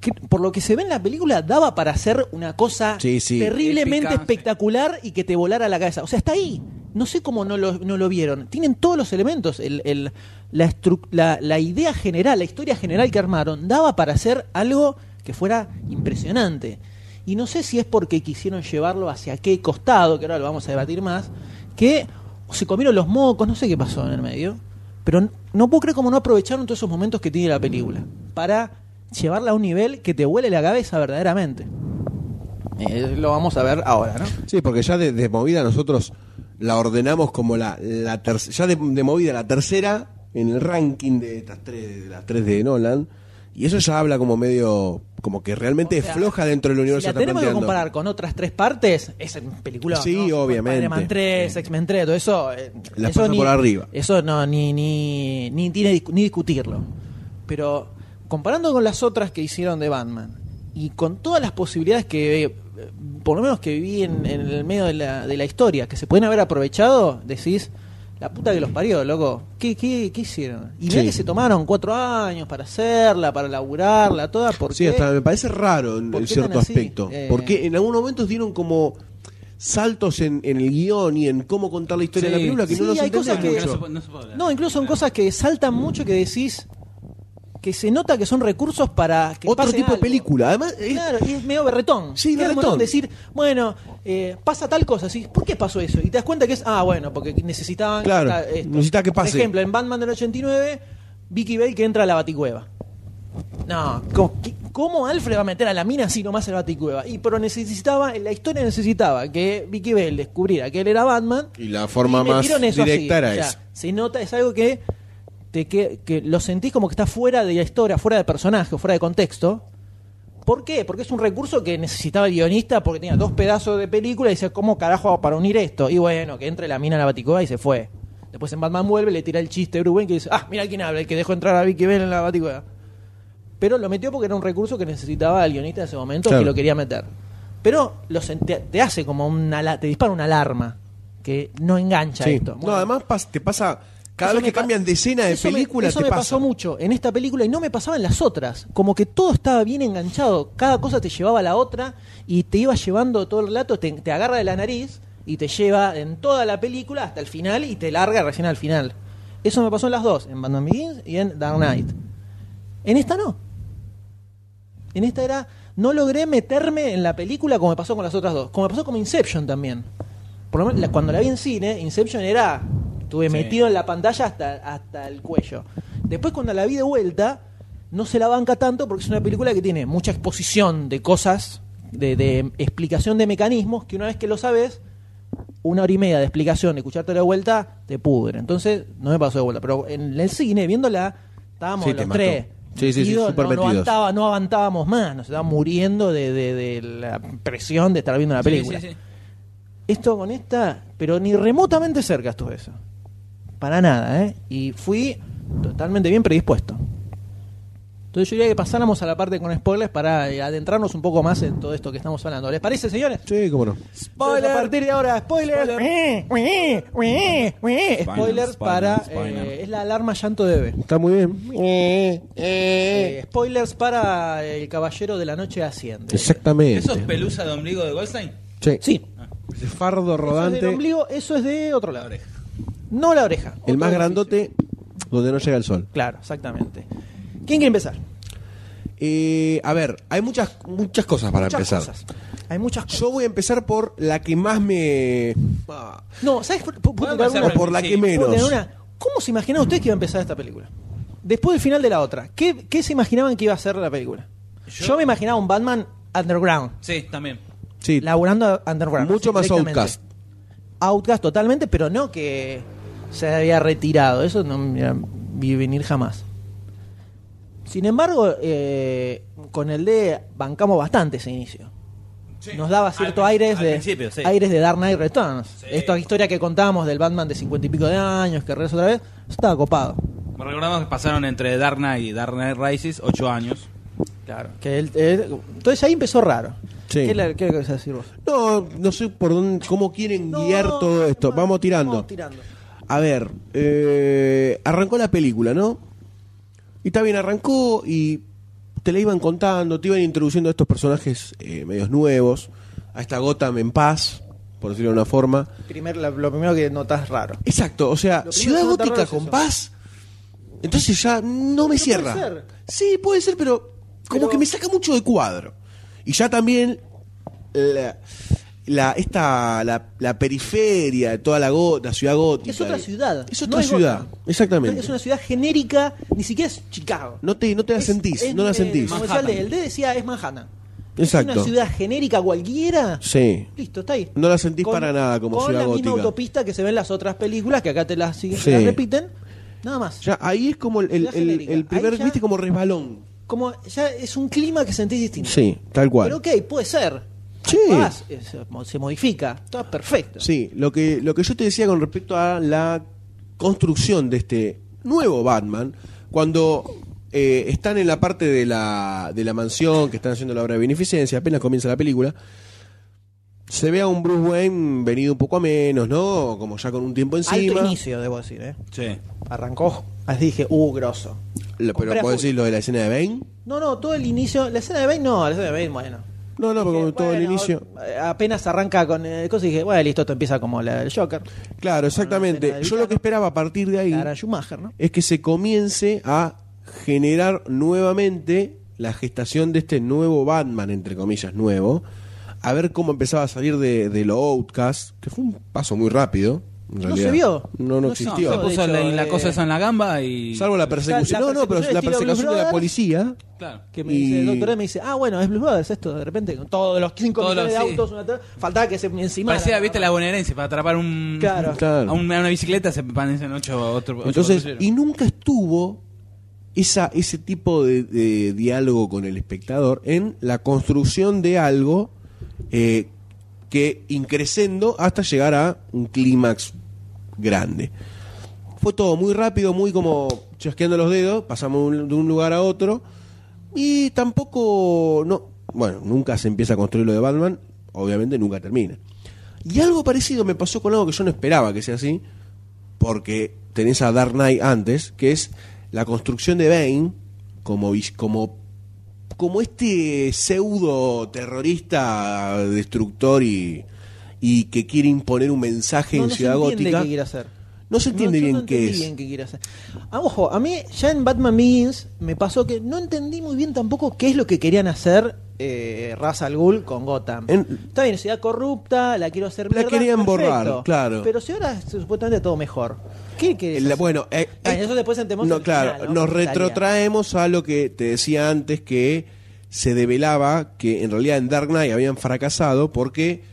Speaker 4: que- por lo que se ve en la película daba para hacer una cosa
Speaker 2: Sí, sí.
Speaker 4: terriblemente
Speaker 1: Épica, sí.
Speaker 4: espectacular y que te volara la cabeza. O sea, está ahí. No sé cómo no lo, no lo vieron. Tienen todos los elementos. El- el- la, estru- la- la idea general, la historia general que armaron, daba para hacer algo que fuera impresionante. Y no sé si es porque quisieron llevarlo hacia qué costado, que ahora lo vamos a debatir más, que se comieron los mocos, no sé qué pasó en el medio. Pero n- no puedo creer cómo no aprovecharon todos esos momentos que tiene la película para llevarla a un nivel que te huele la cabeza verdaderamente. Eh, lo vamos a ver ahora, ¿no?
Speaker 2: Sí, porque ya de, de movida nosotros la ordenamos como la, la ter- ya de, de movida la tercera en el ranking de estas tres, de las tres de Nolan. Y eso ya habla como medio, como que realmente es floja dentro del universo.
Speaker 4: Si la
Speaker 2: está
Speaker 4: tenemos que
Speaker 2: planteando.
Speaker 4: comparar con otras tres partes, esa película.
Speaker 2: Sí, obviamente.
Speaker 4: Spider-Man 3, X-Men 3, todo eso. eh,
Speaker 2: La
Speaker 4: eso
Speaker 2: pasa por arriba.
Speaker 4: Eso no, ni, ni, ni tiene discu- ni discutirlo. Pero comparando con las otras que hicieron de Batman y con todas las posibilidades que, eh, por lo menos que vi en, en el medio de la, de la historia, que se pueden haber aprovechado, decís. La puta que los parió, loco. ¿Qué, qué, qué hicieron? Y mirá
Speaker 2: Sí.
Speaker 4: que se tomaron cuatro años para hacerla, para laburarla, toda, porque...
Speaker 2: Sí, hasta me parece raro en,
Speaker 4: ¿Por
Speaker 2: en
Speaker 4: qué tan
Speaker 2: cierto
Speaker 4: así?
Speaker 2: aspecto.
Speaker 4: Eh.
Speaker 2: Porque en algunos momentos dieron como saltos en, en el guión y en cómo contar la historia de la
Speaker 1: Sí,
Speaker 2: película que
Speaker 4: sí,
Speaker 2: no nos
Speaker 4: hay
Speaker 2: entendemos
Speaker 4: cosas que-
Speaker 2: mucho.
Speaker 9: No se puede hablar.
Speaker 4: No, incluso son cosas que saltan mucho que decís que se nota que son recursos para que
Speaker 2: Otro
Speaker 4: pase
Speaker 2: tipo de
Speaker 4: algo.
Speaker 2: película. Además, es-
Speaker 4: Claro, y es medio berretón.
Speaker 2: Sí,
Speaker 4: Es como
Speaker 2: berretón.
Speaker 4: decir, bueno, eh, pasa tal cosa, ¿sí? ¿por qué pasó eso? Y te das cuenta que es, ah, bueno, porque necesitaban.
Speaker 2: Claro,
Speaker 4: esta- esto.
Speaker 2: necesitaba que pase.
Speaker 4: Por ejemplo, en Batman del 89, Vicky Bale que entra a la Baticueva. No, ¿cómo- qué- ¿Cómo Alfred va a meter a la mina así nomás al Baticueva? Y pero necesitaba, la historia necesitaba que Vicky Bell descubriera que él era Batman.
Speaker 2: Y la forma
Speaker 4: Y
Speaker 2: más
Speaker 4: metieron eso así.
Speaker 2: directa era
Speaker 4: O sea,
Speaker 2: esa.
Speaker 4: Se nota, es algo que, te, que, que lo sentís como que está fuera de la historia, fuera de personaje, fuera de contexto. ¿Por qué? Porque es un recurso que necesitaba el guionista porque tenía dos pedazos de película y decía, ¿cómo carajo hago para unir esto? Y bueno, que entre la mina en la Baticoa y se fue. Después en Batman vuelve, le tira el chiste a Bruce Wayne que dice, ah, mira quién habla, el que dejó entrar a Vicky Bell en la Baticoa. Pero lo metió porque era un recurso que necesitaba el guionista en ese momento
Speaker 2: Claro.
Speaker 4: que lo quería meter. Pero lo sent- te, te hace como una... ala- te dispara una alarma que no engancha
Speaker 2: Sí.
Speaker 4: esto.
Speaker 2: No,
Speaker 4: Bueno,
Speaker 2: además pas- te pasa. Cada
Speaker 4: eso
Speaker 2: vez
Speaker 4: me
Speaker 2: que
Speaker 4: pa-
Speaker 2: cambian de escena de
Speaker 4: eso me-
Speaker 2: película,
Speaker 4: eso
Speaker 2: te
Speaker 4: me
Speaker 2: pasa.
Speaker 4: pasó mucho en esta película y no me pasaba en las otras. Como que todo estaba bien enganchado, cada cosa te llevaba a la otra y te iba llevando todo el relato, te, te agarra de la nariz y te lleva en toda la película hasta el final y te larga recién al final. Eso me pasó en las dos, en Batman Begins y en Dark Knight. En esta no. En esta era no logré meterme en la película como me pasó con las otras dos, como me pasó con Inception también. Por lo menos la- cuando la vi en cine, Inception era estuve metido en la pantalla hasta, hasta el cuello. Después cuando la vi de vuelta, no se la banca tanto porque es una película que tiene mucha exposición de cosas, de, de explicación de mecanismos que una vez que lo sabes, una hora y media de explicación, de escucharte de vuelta, te pudre. Entonces, no me pasó de vuelta. Pero en el cine, viéndola, estábamos
Speaker 2: Sí,
Speaker 4: los
Speaker 2: te mató.
Speaker 4: tres.
Speaker 2: Sí, sí, sí,
Speaker 4: metidos, no,
Speaker 2: súper
Speaker 4: no,
Speaker 2: metidos.
Speaker 4: aguantaba- no aguantábamos más, nos estábamos muriendo de, de- de la presión de estar viendo la película.
Speaker 1: Sí, sí, sí.
Speaker 4: Esto con esta, pero ni remotamente cerca estuve eso. Para nada, ¿eh? Y fui totalmente bien predispuesto. Entonces yo diría que pasáramos a la parte con spoilers para eh, adentrarnos un poco más en todo esto que estamos hablando. ¿Les parece, señores?
Speaker 2: Sí, cómo no.
Speaker 4: Entonces, A partir de ahora, spoilers. Eh, Spoilers,
Speaker 9: Spoilers,
Speaker 4: eh. para.
Speaker 9: spoilers.
Speaker 4: eh, es la alarma llanto de
Speaker 1: Eh.
Speaker 4: bebé.
Speaker 2: Está muy bien.
Speaker 4: Eh, spoilers para eh, El Caballero de la Noche Asciende.
Speaker 2: Exactamente.
Speaker 1: ¿Eso es pelusa de ombligo de Goldstein?
Speaker 2: Sí.
Speaker 4: Sí.
Speaker 2: Ese
Speaker 4: Eso
Speaker 2: fardo
Speaker 4: es del
Speaker 2: rodante. El
Speaker 4: ombligo, eso es de otro lado. No la oreja. otro
Speaker 2: más
Speaker 4: orificio.
Speaker 2: grandote donde no llega el sol.
Speaker 4: Claro, exactamente. ¿Quién quiere empezar?
Speaker 2: Eh, a ver, hay muchas, muchas cosas para
Speaker 4: Muchas
Speaker 2: empezar.
Speaker 4: cosas. Hay muchas cosas.
Speaker 2: Yo voy a empezar por la que más me. ah,
Speaker 4: No, ¿sabes? P- p-
Speaker 1: Podemos
Speaker 4: tener
Speaker 1: hacer
Speaker 4: una-
Speaker 2: o por la
Speaker 1: sí.
Speaker 2: que
Speaker 4: puedo
Speaker 2: menos.
Speaker 4: tener una- ¿Cómo se imaginaba usted que iba a empezar esta película? Después del final de la otra. ¿Qué, qué se imaginaban que iba a ser la película? Yo,
Speaker 1: Yo-
Speaker 4: me imaginaba un Batman underground.
Speaker 1: Sí, también.
Speaker 2: Sí,
Speaker 4: Laburando underground.
Speaker 2: mucho
Speaker 4: así,
Speaker 2: más
Speaker 4: directamente.
Speaker 2: outcast.
Speaker 4: Outcast totalmente, pero no que se había retirado. Eso no me vi venir jamás. Sin embargo, eh, con el D bancamos bastante ese inicio. Nos daba cierto
Speaker 1: Al-
Speaker 4: aires
Speaker 1: al
Speaker 4: de
Speaker 1: principio, sí.
Speaker 4: aires de Dark Knight Returns.
Speaker 1: Sí.
Speaker 4: Esta historia que contábamos del Batman de cincuenta y pico de años, que regresa otra vez, estaba copado.
Speaker 1: Me recordamos que pasaron entre Dark Knight y Dark Knight Rises 8 años.
Speaker 4: Claro. Que él- él- entonces ahí empezó raro.
Speaker 2: Sí.
Speaker 4: ¿Qué le qué le querés decir vos?
Speaker 2: No, no sé por dónde, cómo quieren guiar
Speaker 4: No,
Speaker 2: todo esto.
Speaker 4: no,
Speaker 2: Vamos tirando.
Speaker 4: vamos tirando.
Speaker 2: A ver, eh, arrancó la película, ¿no? Y está bien, arrancó y te la iban contando, te iban introduciendo a estos personajes eh, medios nuevos, a esta Gotham en paz, por decirlo de una forma.
Speaker 4: Primer- la- lo primero que notás raro.
Speaker 2: Exacto, o sea,
Speaker 4: Lo primero que
Speaker 2: ciudad
Speaker 4: se nota
Speaker 2: gótica
Speaker 4: raro es
Speaker 2: con
Speaker 4: eso.
Speaker 2: paz. Entonces ya no me
Speaker 4: Pero
Speaker 2: cierra.
Speaker 4: puede ser.
Speaker 2: Sí, puede ser, pero como
Speaker 4: Pero-
Speaker 2: que me saca mucho de cuadro. Y ya también la, la- esta la, la periferia, toda la, go- la ciudad gótica.
Speaker 4: Es otra ciudad.
Speaker 2: Es
Speaker 4: no
Speaker 2: otra ciudad,
Speaker 4: Gotham.
Speaker 2: exactamente.
Speaker 4: Es una ciudad genérica, ni siquiera es Chicago.
Speaker 2: No te, no te la
Speaker 4: Es-
Speaker 2: sentís,
Speaker 4: es,
Speaker 2: no la
Speaker 4: eh,
Speaker 2: sentís.
Speaker 4: como decía
Speaker 1: Manhattan.
Speaker 4: el D, el D decía es Manhattan.
Speaker 2: Exacto.
Speaker 4: Es una ciudad genérica cualquiera.
Speaker 2: Sí.
Speaker 4: Listo, está ahí.
Speaker 2: No la sentís para nada como
Speaker 4: con
Speaker 2: ciudad
Speaker 4: la misma
Speaker 2: gótica.
Speaker 4: autopista que se ven las otras películas, que acá te las, siguen-
Speaker 2: Sí.
Speaker 4: las repiten. Nada más.
Speaker 2: Ya ahí es como el, el-
Speaker 4: Ciudad
Speaker 2: el-
Speaker 4: genérica.
Speaker 2: el primer,
Speaker 4: Ahí ya-
Speaker 2: viste, como resbalón.
Speaker 4: Como ya es un clima que sentís distinto.
Speaker 2: Sí, tal cual.
Speaker 4: Pero ok, puede ser.
Speaker 2: Sí.
Speaker 4: Vas, eh, se, mo- se modifica. Está perfecto.
Speaker 2: Sí, lo que, lo que yo te decía con respecto a la construcción de este nuevo Batman, cuando eh, están en la parte de la, de la mansión, que están haciendo la obra de beneficencia, apenas comienza la película, se ve a un Bruce Wayne venido un poco a menos, ¿no? Como ya con un tiempo
Speaker 4: Alto
Speaker 2: encima.
Speaker 4: inicio, debo decir. ¿eh?
Speaker 1: Sí.
Speaker 4: Arrancó. Así dije, uh, grosso.
Speaker 2: Lo-
Speaker 4: Compré
Speaker 2: pero
Speaker 4: a
Speaker 2: puedo
Speaker 4: full.
Speaker 2: decir lo de la escena de Bane.
Speaker 4: No, no, todo el inicio. La escena de Bane, no, la escena de Bane, bueno.
Speaker 2: No, no, porque
Speaker 4: Dije,
Speaker 2: todo el
Speaker 4: bueno,
Speaker 2: inicio.
Speaker 4: eh, Apenas arranca con eh, el cosa y dije, bueno, listo, esto empieza como la del Joker.
Speaker 2: Claro,
Speaker 4: escena
Speaker 2: exactamente.
Speaker 4: del
Speaker 2: Yo lo que
Speaker 4: villano.
Speaker 2: esperaba a partir de ahí.
Speaker 4: La era Schumacher, ¿no?
Speaker 2: es que se comience a generar nuevamente la gestación de este nuevo Batman, entre comillas, nuevo, a ver cómo empezaba a salir de, de lo outcast, que fue un paso muy rápido, en
Speaker 4: No
Speaker 2: realidad.
Speaker 4: se vio.
Speaker 2: No, no
Speaker 4: No
Speaker 2: existió.
Speaker 1: Se
Speaker 4: de
Speaker 1: puso la,
Speaker 4: hecho,
Speaker 1: la
Speaker 4: eh,
Speaker 1: cosa esa en la gamba y.
Speaker 2: Salvo la persecución. No, no, pero
Speaker 4: La persecución
Speaker 2: la
Speaker 4: de
Speaker 2: persecución de la
Speaker 4: Brothers.
Speaker 2: policía.
Speaker 1: Claro.
Speaker 4: Que me
Speaker 2: Y-
Speaker 4: dice, el doctor E me dice, ah, bueno, es Blues Brothers esto, de repente, con todos los cinco
Speaker 1: Todos
Speaker 4: millones
Speaker 1: los-
Speaker 4: de autos, una tra- faltaba que se encima.
Speaker 1: Parecía, viste, la bonaerense para atrapar un.
Speaker 4: Claro.
Speaker 1: A, un- a una bicicleta se parecen ocho otro. ocho
Speaker 2: Entonces,
Speaker 1: patrulleros.
Speaker 2: y nunca estuvo esa, ese tipo de, de diálogo con el espectador en la construcción de algo eh, que increciendo hasta llegar a un clímax grande. Fue todo muy rápido, muy como chasqueando los dedos, pasamos un- de un lugar a otro y tampoco, no, bueno, nunca se empieza a construir lo de Batman, obviamente nunca termina. Y algo parecido me pasó con algo que yo no esperaba que sea así, porque tenés a Dark Knight antes, que es la construcción de Bane como vis- como como este pseudo terrorista destructor y, y que quiere imponer un mensaje
Speaker 4: No,
Speaker 2: en
Speaker 4: no
Speaker 2: Ciudad
Speaker 4: se entiende
Speaker 2: Gótica.
Speaker 4: qué quiere hacer.
Speaker 2: No se entiende
Speaker 4: yo
Speaker 2: bien
Speaker 4: no
Speaker 2: qué
Speaker 4: entendí
Speaker 2: es.
Speaker 4: bien quiere hacer. Ah, ojo, a mí ya en Batman Begins me pasó que no entendí muy bien tampoco qué es lo que querían hacer eh, Ra's al Ghul con Gotham.
Speaker 2: En-
Speaker 4: Está bien, ciudad corrupta, la quiero hacer
Speaker 2: La
Speaker 4: mierda,
Speaker 2: querían borrar,
Speaker 4: perfecto.
Speaker 2: claro.
Speaker 4: Pero si ahora es supuestamente todo mejor, ¿qué querés
Speaker 2: La-
Speaker 4: hacer?
Speaker 2: bueno, eh,
Speaker 4: Ah,
Speaker 2: eh,
Speaker 4: eso después entendemos
Speaker 2: no,
Speaker 4: el
Speaker 2: claro,
Speaker 4: final, ¿no?
Speaker 2: nos
Speaker 4: Estaría.
Speaker 2: retrotraemos a lo que te decía antes que se develaba que en realidad en Dark Knight habían fracasado porque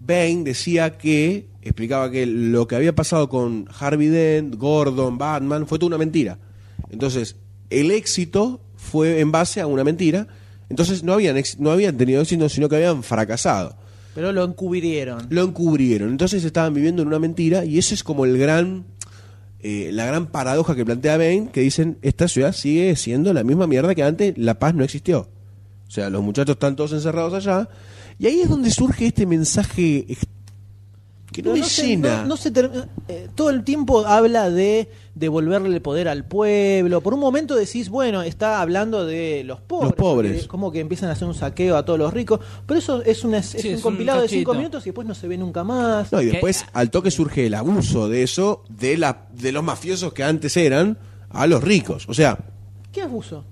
Speaker 2: Bane decía que explicaba que lo que había pasado con Harvey Dent, Gordon, Batman fue toda una mentira. Entonces, el éxito fue en base a una mentira. Entonces, no habían ex- no habían tenido éxito, sino que habían fracasado
Speaker 4: Pero lo encubrieron.
Speaker 2: lo encubrieron. Entonces estaban viviendo en una mentira y eso es como el gran eh, la gran paradoja que plantea Bain, que dicen esta ciudad sigue siendo la misma mierda que antes, la paz no existió. O sea, los muchachos están todos encerrados allá y ahí es donde surge este mensaje ex- que no,
Speaker 4: Pero
Speaker 2: me
Speaker 4: se-
Speaker 2: llena.
Speaker 4: no- no se term- eh, todo el tiempo habla de devolverle el poder al pueblo. Por un momento decís, bueno, está hablando de los pobres.
Speaker 2: Los pobres.
Speaker 4: que- como que empiezan a hacer un saqueo a todos los ricos. Pero eso es, una- es
Speaker 1: Sí,
Speaker 4: un
Speaker 1: es un
Speaker 4: compilado de cinco
Speaker 1: cachito.
Speaker 4: minutos y después no se ve nunca más.
Speaker 2: No, y
Speaker 1: Que-
Speaker 2: después
Speaker 4: ah,
Speaker 2: al toque surge el abuso de eso, de, la, de los mafiosos que antes eran, a los ricos. O sea,
Speaker 4: ¿Qué abuso?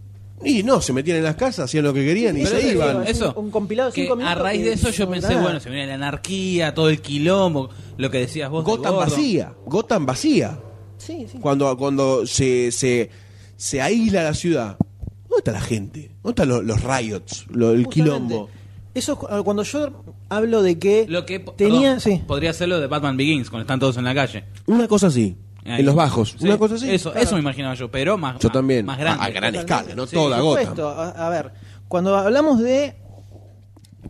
Speaker 2: y no, se metían en las casas, hacían lo que querían y
Speaker 4: Pero
Speaker 2: se
Speaker 4: eso-
Speaker 2: iban.
Speaker 4: Es un- un compilado de
Speaker 1: que
Speaker 4: cinco minutos
Speaker 1: a raíz
Speaker 4: que
Speaker 1: de eso yo
Speaker 4: no
Speaker 1: pensé,
Speaker 4: nada.
Speaker 1: bueno, se viene la anarquía, todo el quilombo, lo que decías vos. de
Speaker 2: Gotham
Speaker 1: Gordon.
Speaker 2: vacía, Gotham vacía.
Speaker 4: Sí, sí.
Speaker 2: cuando, cuando se, se, se aísla la ciudad, ¿dónde está la gente? ¿Dónde están los, los riots? Lo- el
Speaker 4: Justamente.
Speaker 2: quilombo.
Speaker 4: Eso es cu- cuando yo hablo de que,
Speaker 1: Lo que po-
Speaker 4: tenía.
Speaker 1: perdón,
Speaker 4: sí.
Speaker 1: podría ser lo de Batman Begins, cuando están todos en la calle.
Speaker 2: Una cosa así,
Speaker 1: Ahí.
Speaker 2: en los bajos.
Speaker 1: Sí,
Speaker 2: Una cosa así.
Speaker 1: Eso, eso me imaginaba yo, pero más,
Speaker 2: Yo
Speaker 1: más-
Speaker 2: también.
Speaker 1: más grande.
Speaker 2: A,
Speaker 4: Ah,
Speaker 2: a gran escala, no
Speaker 1: Sí,
Speaker 2: toda
Speaker 4: Por
Speaker 2: Gotham.
Speaker 4: supuesto. A, a ver, cuando hablamos de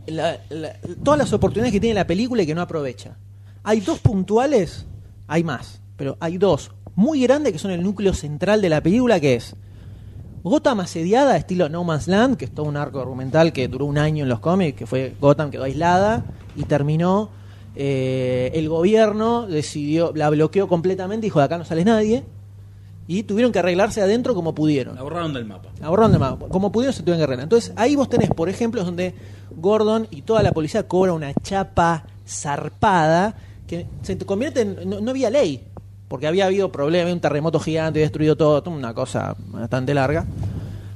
Speaker 4: la- la- todas las oportunidades que tiene la película y que no aprovecha, hay dos puntuales, hay más, pero hay dos muy grandes que son el núcleo central de la película, que es Gotham asediada, estilo No Man's Land, que es todo un arco argumental que duró un año en los cómics, que fue Gotham quedó aislada y terminó. eh, el gobierno decidió, la bloqueó completamente, dijo de acá no sales nadie, y tuvieron que arreglarse adentro como pudieron.
Speaker 1: La borraron del mapa.
Speaker 4: La borraron del mapa. Como pudieron, se tuvieron que arreglar. Entonces, ahí vos tenés, por ejemplo, donde Gordon y toda la policía cobra una chapa zarpada que se te convierte en. No, no había ley, porque había habido problemas, había un terremoto gigante, había destruido todo, toda una cosa bastante larga.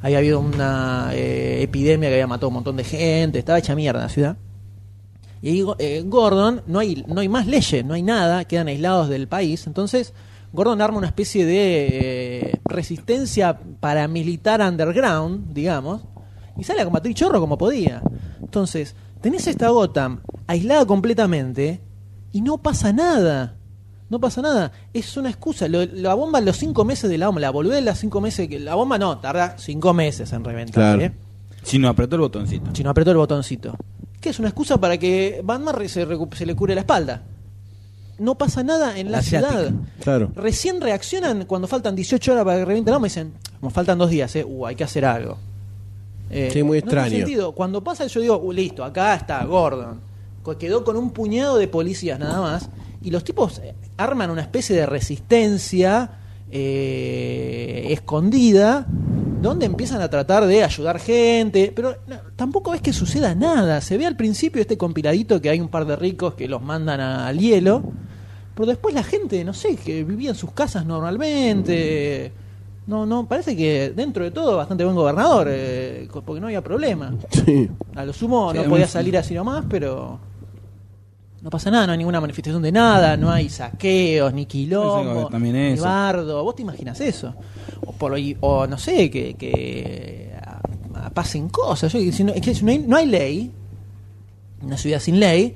Speaker 4: Había habido una eh, epidemia que había matado un montón de gente, estaba hecha mierda la ciudad. Y ahí, eh, Gordon, no hay, no hay más leyes, no hay nada, quedan aislados del país. Entonces, Gordon arma una especie de eh, resistencia paramilitar underground, digamos, y sale a combatir chorro como podía. Entonces, tenés esta Gotham aislada completamente y no pasa nada. No pasa nada. Es una excusa. Lo- la bomba, los cinco meses de la bomba, la boludez de las cinco meses. que La bomba no, tarda cinco meses en reventar.
Speaker 2: Claro.
Speaker 4: ¿eh?
Speaker 1: Si no apretó el botoncito.
Speaker 4: Si no apretó el botoncito. Que es una excusa para que Batman re- se, recu- se le cure la espalda. No pasa nada en la
Speaker 1: Asiática.
Speaker 4: ciudad.
Speaker 2: Claro.
Speaker 4: Recién reaccionan cuando faltan 18 horas para que reviente la bomba y dicen, como faltan dos días, eh, uh, hay que hacer algo. Eh,
Speaker 2: Sí, muy
Speaker 4: no tiene
Speaker 2: extraño.
Speaker 4: sentido. Cuando pasa yo digo, "Uh, listo, acá está Gordon. Co- Quedó con un puñado de policías nada más. Y los tipos eh, arman una especie de resistencia eh, escondida donde empiezan a tratar de ayudar gente. Pero no, tampoco es que suceda nada. Se ve al principio este compiladito que hay un par de ricos que los mandan a- al hielo. Pero después la gente, no sé, que vivía en sus casas normalmente. No, no, parece que dentro de todo bastante buen gobernador, eh, co- porque no había problema.
Speaker 2: Sí.
Speaker 4: A lo sumo
Speaker 1: Sí,
Speaker 4: no
Speaker 1: un-
Speaker 4: podía salir así nomás, pero No pasa nada, no hay ninguna manifestación de nada, no hay saqueos, ni
Speaker 1: Eso,
Speaker 4: quilombo,
Speaker 1: también
Speaker 4: ni
Speaker 1: eso.
Speaker 4: bardo. ¿Vos te imaginas eso? O, por, ahí- o no sé, que, que ah, ah, pasen cosas. Yo, si no, es que si no hay, no hay ley, una ciudad sin ley,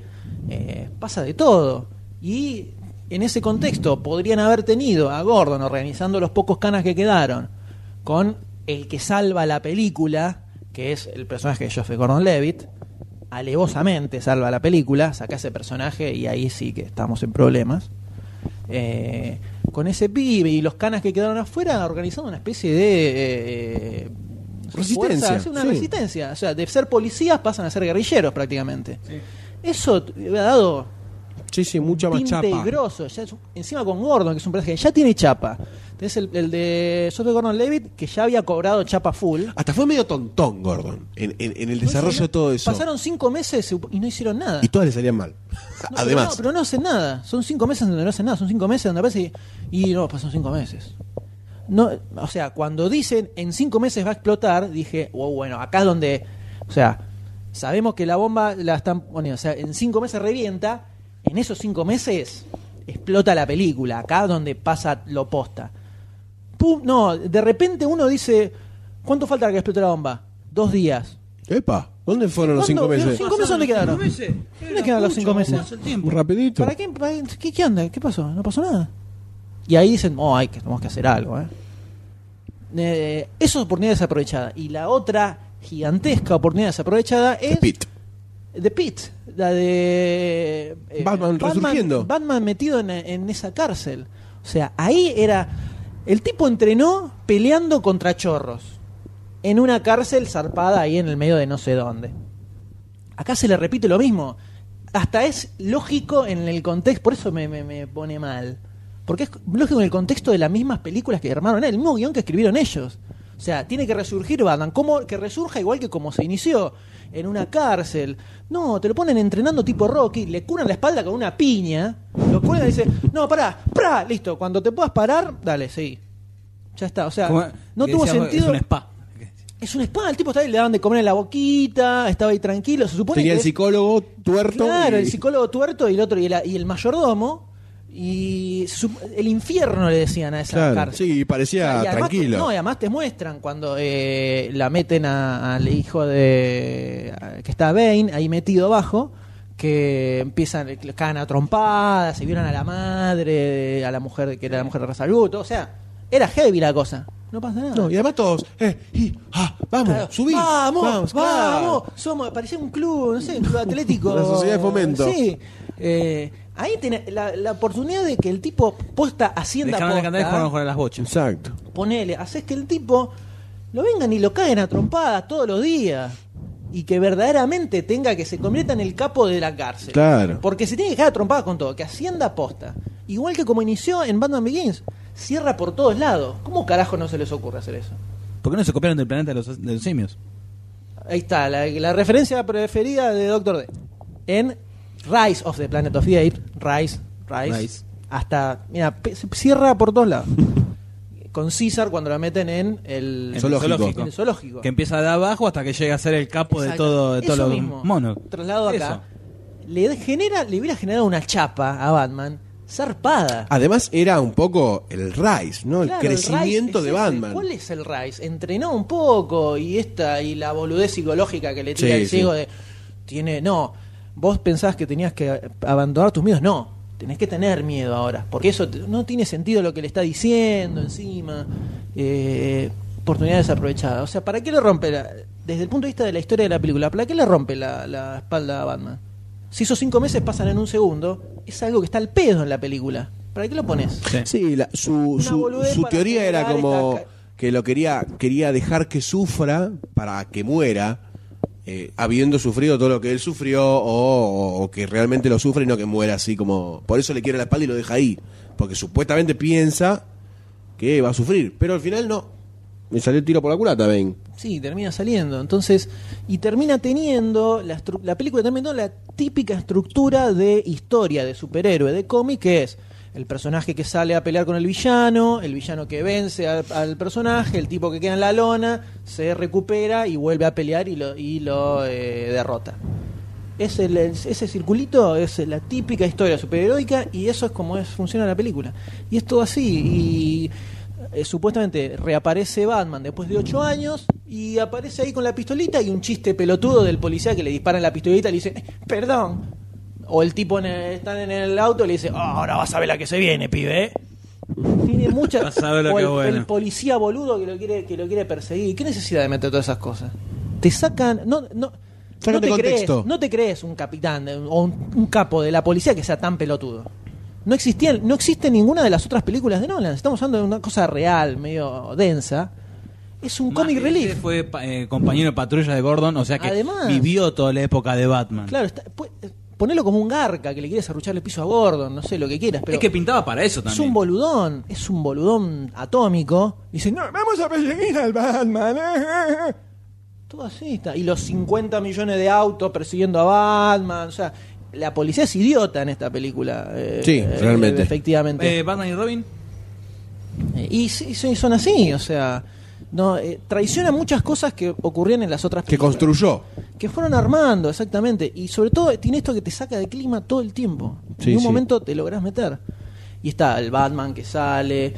Speaker 4: eh, pasa de todo. Y en ese contexto podrían haber tenido a Gordon organizando los pocos canas que quedaron con el que salva la película, que es el personaje de Joseph Gordon Levitt, alevosamente salva la película, saca ese personaje y ahí sí que estamos en problemas. Eh, con ese pibe y los canas que quedaron afuera organizando una especie de... eh,
Speaker 2: Resistencia,
Speaker 4: fuerza, es una
Speaker 2: sí.
Speaker 4: resistencia. O sea, de ser policías pasan a ser guerrilleros prácticamente. Eso te ha dado
Speaker 2: Sí, sí, mucha
Speaker 4: tinte
Speaker 2: machapa.
Speaker 4: grosso. Ya es- encima con Gordon, que es un personaje que ya tiene chapa. Tenés el, el de Joseph Gordon Levitt, que ya había cobrado chapa full.
Speaker 2: Hasta fue medio tontón, Gordon, en, en- en el desarrollo de Ah, todo eso.
Speaker 4: Pasaron cinco meses y no hicieron nada.
Speaker 2: Y todas le salían mal.
Speaker 4: No, pero
Speaker 2: Además.
Speaker 4: no, Pero no, hacen nada. Son cinco meses donde no hacen nada. Son cinco meses donde aparece y, y no, pasaron cinco meses. No, o sea, cuando dicen en cinco meses va a explotar, dije, "Oh, bueno, acá es donde. O sea, sabemos que la bomba la están poniendo. O sea, en cinco meses revienta. En esos cinco meses explota la película. Acá es donde pasa lo posta. Pum, no, de repente uno dice, ¿cuánto falta para que explote la bomba? Dos días.
Speaker 2: Epa, ¿dónde fueron los
Speaker 4: ¿Cuándo?
Speaker 2: cinco meses?
Speaker 4: Los cinco meses dónde quedaron?
Speaker 1: ¿Cinco meses?
Speaker 4: ¿Dónde quedaron los cinco meses?
Speaker 1: Pasa el tiempo.
Speaker 2: Rapidito.
Speaker 4: ¿Para qué, para qué- qué, qué onda? ¿Qué pasó? ¿No pasó nada? Y ahí dicen, oh, hay que, tenemos que hacer algo, ¿eh? Eh, Esa oportunidad desaprovechada. Y la otra gigantesca oportunidad desaprovechada es...
Speaker 2: Pit.
Speaker 4: The Pit, la de... eh,
Speaker 2: Batman resurgiendo.
Speaker 4: Batman metido en, en esa cárcel. O sea, ahí era... El tipo entrenó peleando contra chorros. En una cárcel zarpada ahí en el medio de no sé dónde. Acá se le repite lo mismo. Hasta es lógico en el contexto, por eso me, me- me pone mal. Porque es lógico en el contexto de las mismas películas que armaron, el mismo guión que escribieron ellos. O sea, tiene que resurgir Batman, como que resurja igual que como se inició, en una cárcel. No, te lo ponen entrenando tipo Rocky, le curan la espalda con una piña, lo cuelgan y dicen, no, pará, pará, listo, cuando te puedas parar, dale, sí. Ya está, o sea,
Speaker 1: Como-
Speaker 4: no
Speaker 1: que
Speaker 4: tuvo
Speaker 1: decías,
Speaker 4: sentido.
Speaker 1: Es un spa.
Speaker 4: Es un spa, el tipo estaba ahí, le daban de comer en la boquita, estaba ahí tranquilo, se supone
Speaker 2: Tenía
Speaker 4: que
Speaker 2: el
Speaker 4: es-
Speaker 2: psicólogo tuerto.
Speaker 4: Claro,
Speaker 2: y-
Speaker 4: el psicólogo tuerto y el otro y, el- y el mayordomo y su- el infierno le decían a esa
Speaker 2: Claro,
Speaker 4: cárcel.
Speaker 2: Sí, parecía
Speaker 4: Y además-
Speaker 2: tranquilo.
Speaker 4: No, y además te muestran cuando eh, la meten a- al hijo de a- que está Bane ahí metido abajo que empiezan le caen a trompadas, se violan a la madre, a la mujer que era la mujer de Rasalud, o sea, era heavy la cosa. No pasa nada.
Speaker 2: No, y además todos, eh, y, ah, vamos,
Speaker 4: Claro.
Speaker 2: subí.
Speaker 4: Vamos, vamos,
Speaker 2: claro.
Speaker 4: Somos, parecía un club, no sé, un club atlético.
Speaker 2: Una sociedad de fomento.
Speaker 4: Sí. Eh, ahí tenés la, la oportunidad de que el tipo posta hacienda
Speaker 1: Dejaron de cantar y
Speaker 4: posta,
Speaker 1: jugaron a jugar a las bochas.
Speaker 2: Exacto.
Speaker 4: ponele, haces que el tipo lo vengan y lo caguen a trompadas todos los días. Y que verdaderamente tenga que se convierta en el capo de la cárcel.
Speaker 2: Claro.
Speaker 4: Porque se tiene que quedar a trompadas con todo, que hacienda posta. Igual que como inició en Batman Begins, cierra por todos lados. ¿Cómo carajo no se les ocurre hacer eso?
Speaker 1: ¿Por qué no se copiaron del planeta de los, de los simios?
Speaker 4: Ahí está, la, la referencia preferida de Doctor D. En Rise of the Planet of the Apes, Rise, Rise,
Speaker 1: Rise.
Speaker 4: hasta, mira, pe- se cierra por todos lados. Con César cuando la meten en el,
Speaker 1: En el
Speaker 2: Zoológico.
Speaker 4: en el zoológico.
Speaker 1: Que empieza de abajo hasta que llega a ser el capo de
Speaker 4: Exacto.
Speaker 1: todo de
Speaker 4: Eso
Speaker 1: todos
Speaker 4: mismo.
Speaker 1: los monos.
Speaker 4: Traslado acá.
Speaker 1: Eso.
Speaker 4: Le, genera, le hubiera generado una chapa a Batman zarpada.
Speaker 2: Además era un poco el rise, ¿no? El
Speaker 4: Claro, Rice
Speaker 2: crecimiento de
Speaker 4: es ese.
Speaker 2: Batman.
Speaker 4: ¿Cuál es el Rice? Entrenó un poco y esta y la boludez psicológica que le tira
Speaker 2: Sí,
Speaker 4: el ciego
Speaker 2: sí.
Speaker 4: de tiene no, vos pensás que tenías que abandonar tus miedos, no, tenés que tener miedo ahora, porque eso te- no tiene sentido lo que le está diciendo encima. Eh, oportunidad desaprovechada. O sea, ¿para qué le rompe la- desde el punto de vista de la historia de la película, ¿para qué le rompe la, la espalda a Batman? Si esos cinco meses pasan en un segundo, es algo que está al pedo en la película. ¿Para qué lo pones?
Speaker 2: Sí, la- su,
Speaker 4: Una
Speaker 2: su-
Speaker 4: boludez
Speaker 2: su
Speaker 4: para
Speaker 2: teoría era
Speaker 4: generar
Speaker 2: como
Speaker 4: esta ca-
Speaker 2: que lo quería, quería dejar que sufra para que muera, eh, habiendo sufrido todo lo que él sufrió, o, o- o que realmente lo sufre y no que muera así como. Por eso le quiere la espalda y lo deja ahí. Porque supuestamente piensa que va a sufrir, pero al final no. Me salió el tiro por la culata, ven.
Speaker 4: Sí, termina saliendo. Entonces, y termina teniendo, la, estru- la película termina teniendo la típica estructura de historia de superhéroe, de cómic, que es el personaje que sale a pelear con el villano, el villano que vence al, al personaje, el tipo que queda en la lona, se recupera y vuelve a pelear y lo, y lo eh, derrota. Es el- el- ese circulito es la típica historia superheroica y eso es como es, funciona la película. Y es todo así. Y eh, supuestamente reaparece Batman después de ocho años y aparece ahí con la pistolita y un chiste pelotudo del policía que le dispara en la pistolita y le dice, "Eh, perdón. O el tipo en el- están en el auto y le dice, "Ah, ahora vas a ver la que se viene, pibe. ¿eh?". Tiene muchas...
Speaker 1: Vas a ver lo
Speaker 4: o
Speaker 1: que
Speaker 4: el,
Speaker 1: bueno.
Speaker 4: el policía boludo que lo quiere que lo quiere perseguir. ¿Qué necesidad de meter todas esas cosas? Te sacan... No, no,
Speaker 2: Sacan
Speaker 4: no
Speaker 2: de
Speaker 4: te
Speaker 2: contexto.
Speaker 4: crees, no te crees un capitán de- o un, un capo de la policía que sea tan pelotudo. No existía, no existe ninguna de las otras películas de Nolan. Estamos hablando de una cosa real, medio densa. Es un comic
Speaker 1: Más que ese
Speaker 4: relief.
Speaker 1: Fue pa- eh, compañero de patrulla de Gordon, o sea que
Speaker 4: Además.
Speaker 1: vivió toda la época de Batman.
Speaker 4: Claro, está, pu- ponelo como un garca que le quieres arruchar el piso a Gordon, no sé lo que quieras, pero
Speaker 1: es que pintaba para eso
Speaker 4: es
Speaker 1: también.
Speaker 4: un boludón, es un boludón atómico. Dice, no, vamos a perseguir al Batman. eh, eh". Todo así está. Y los 50 millones de autos persiguiendo a Batman. O sea, la policía es idiota en esta película. eh,
Speaker 2: Sí,
Speaker 4: eh,
Speaker 2: realmente.
Speaker 4: Efectivamente.
Speaker 1: Eh, Batman y Robin.
Speaker 4: Eh, y sí, sí, son así, o sea. No, eh, traiciona muchas cosas que ocurrían en las otras
Speaker 2: Que
Speaker 4: películas.
Speaker 2: construyó.
Speaker 4: Que fueron armando, exactamente. Y sobre todo tiene esto que te saca de clima todo el tiempo.
Speaker 2: Sí,
Speaker 4: en un
Speaker 2: sí.
Speaker 4: momento te lográs meter. Y está el Batman que sale.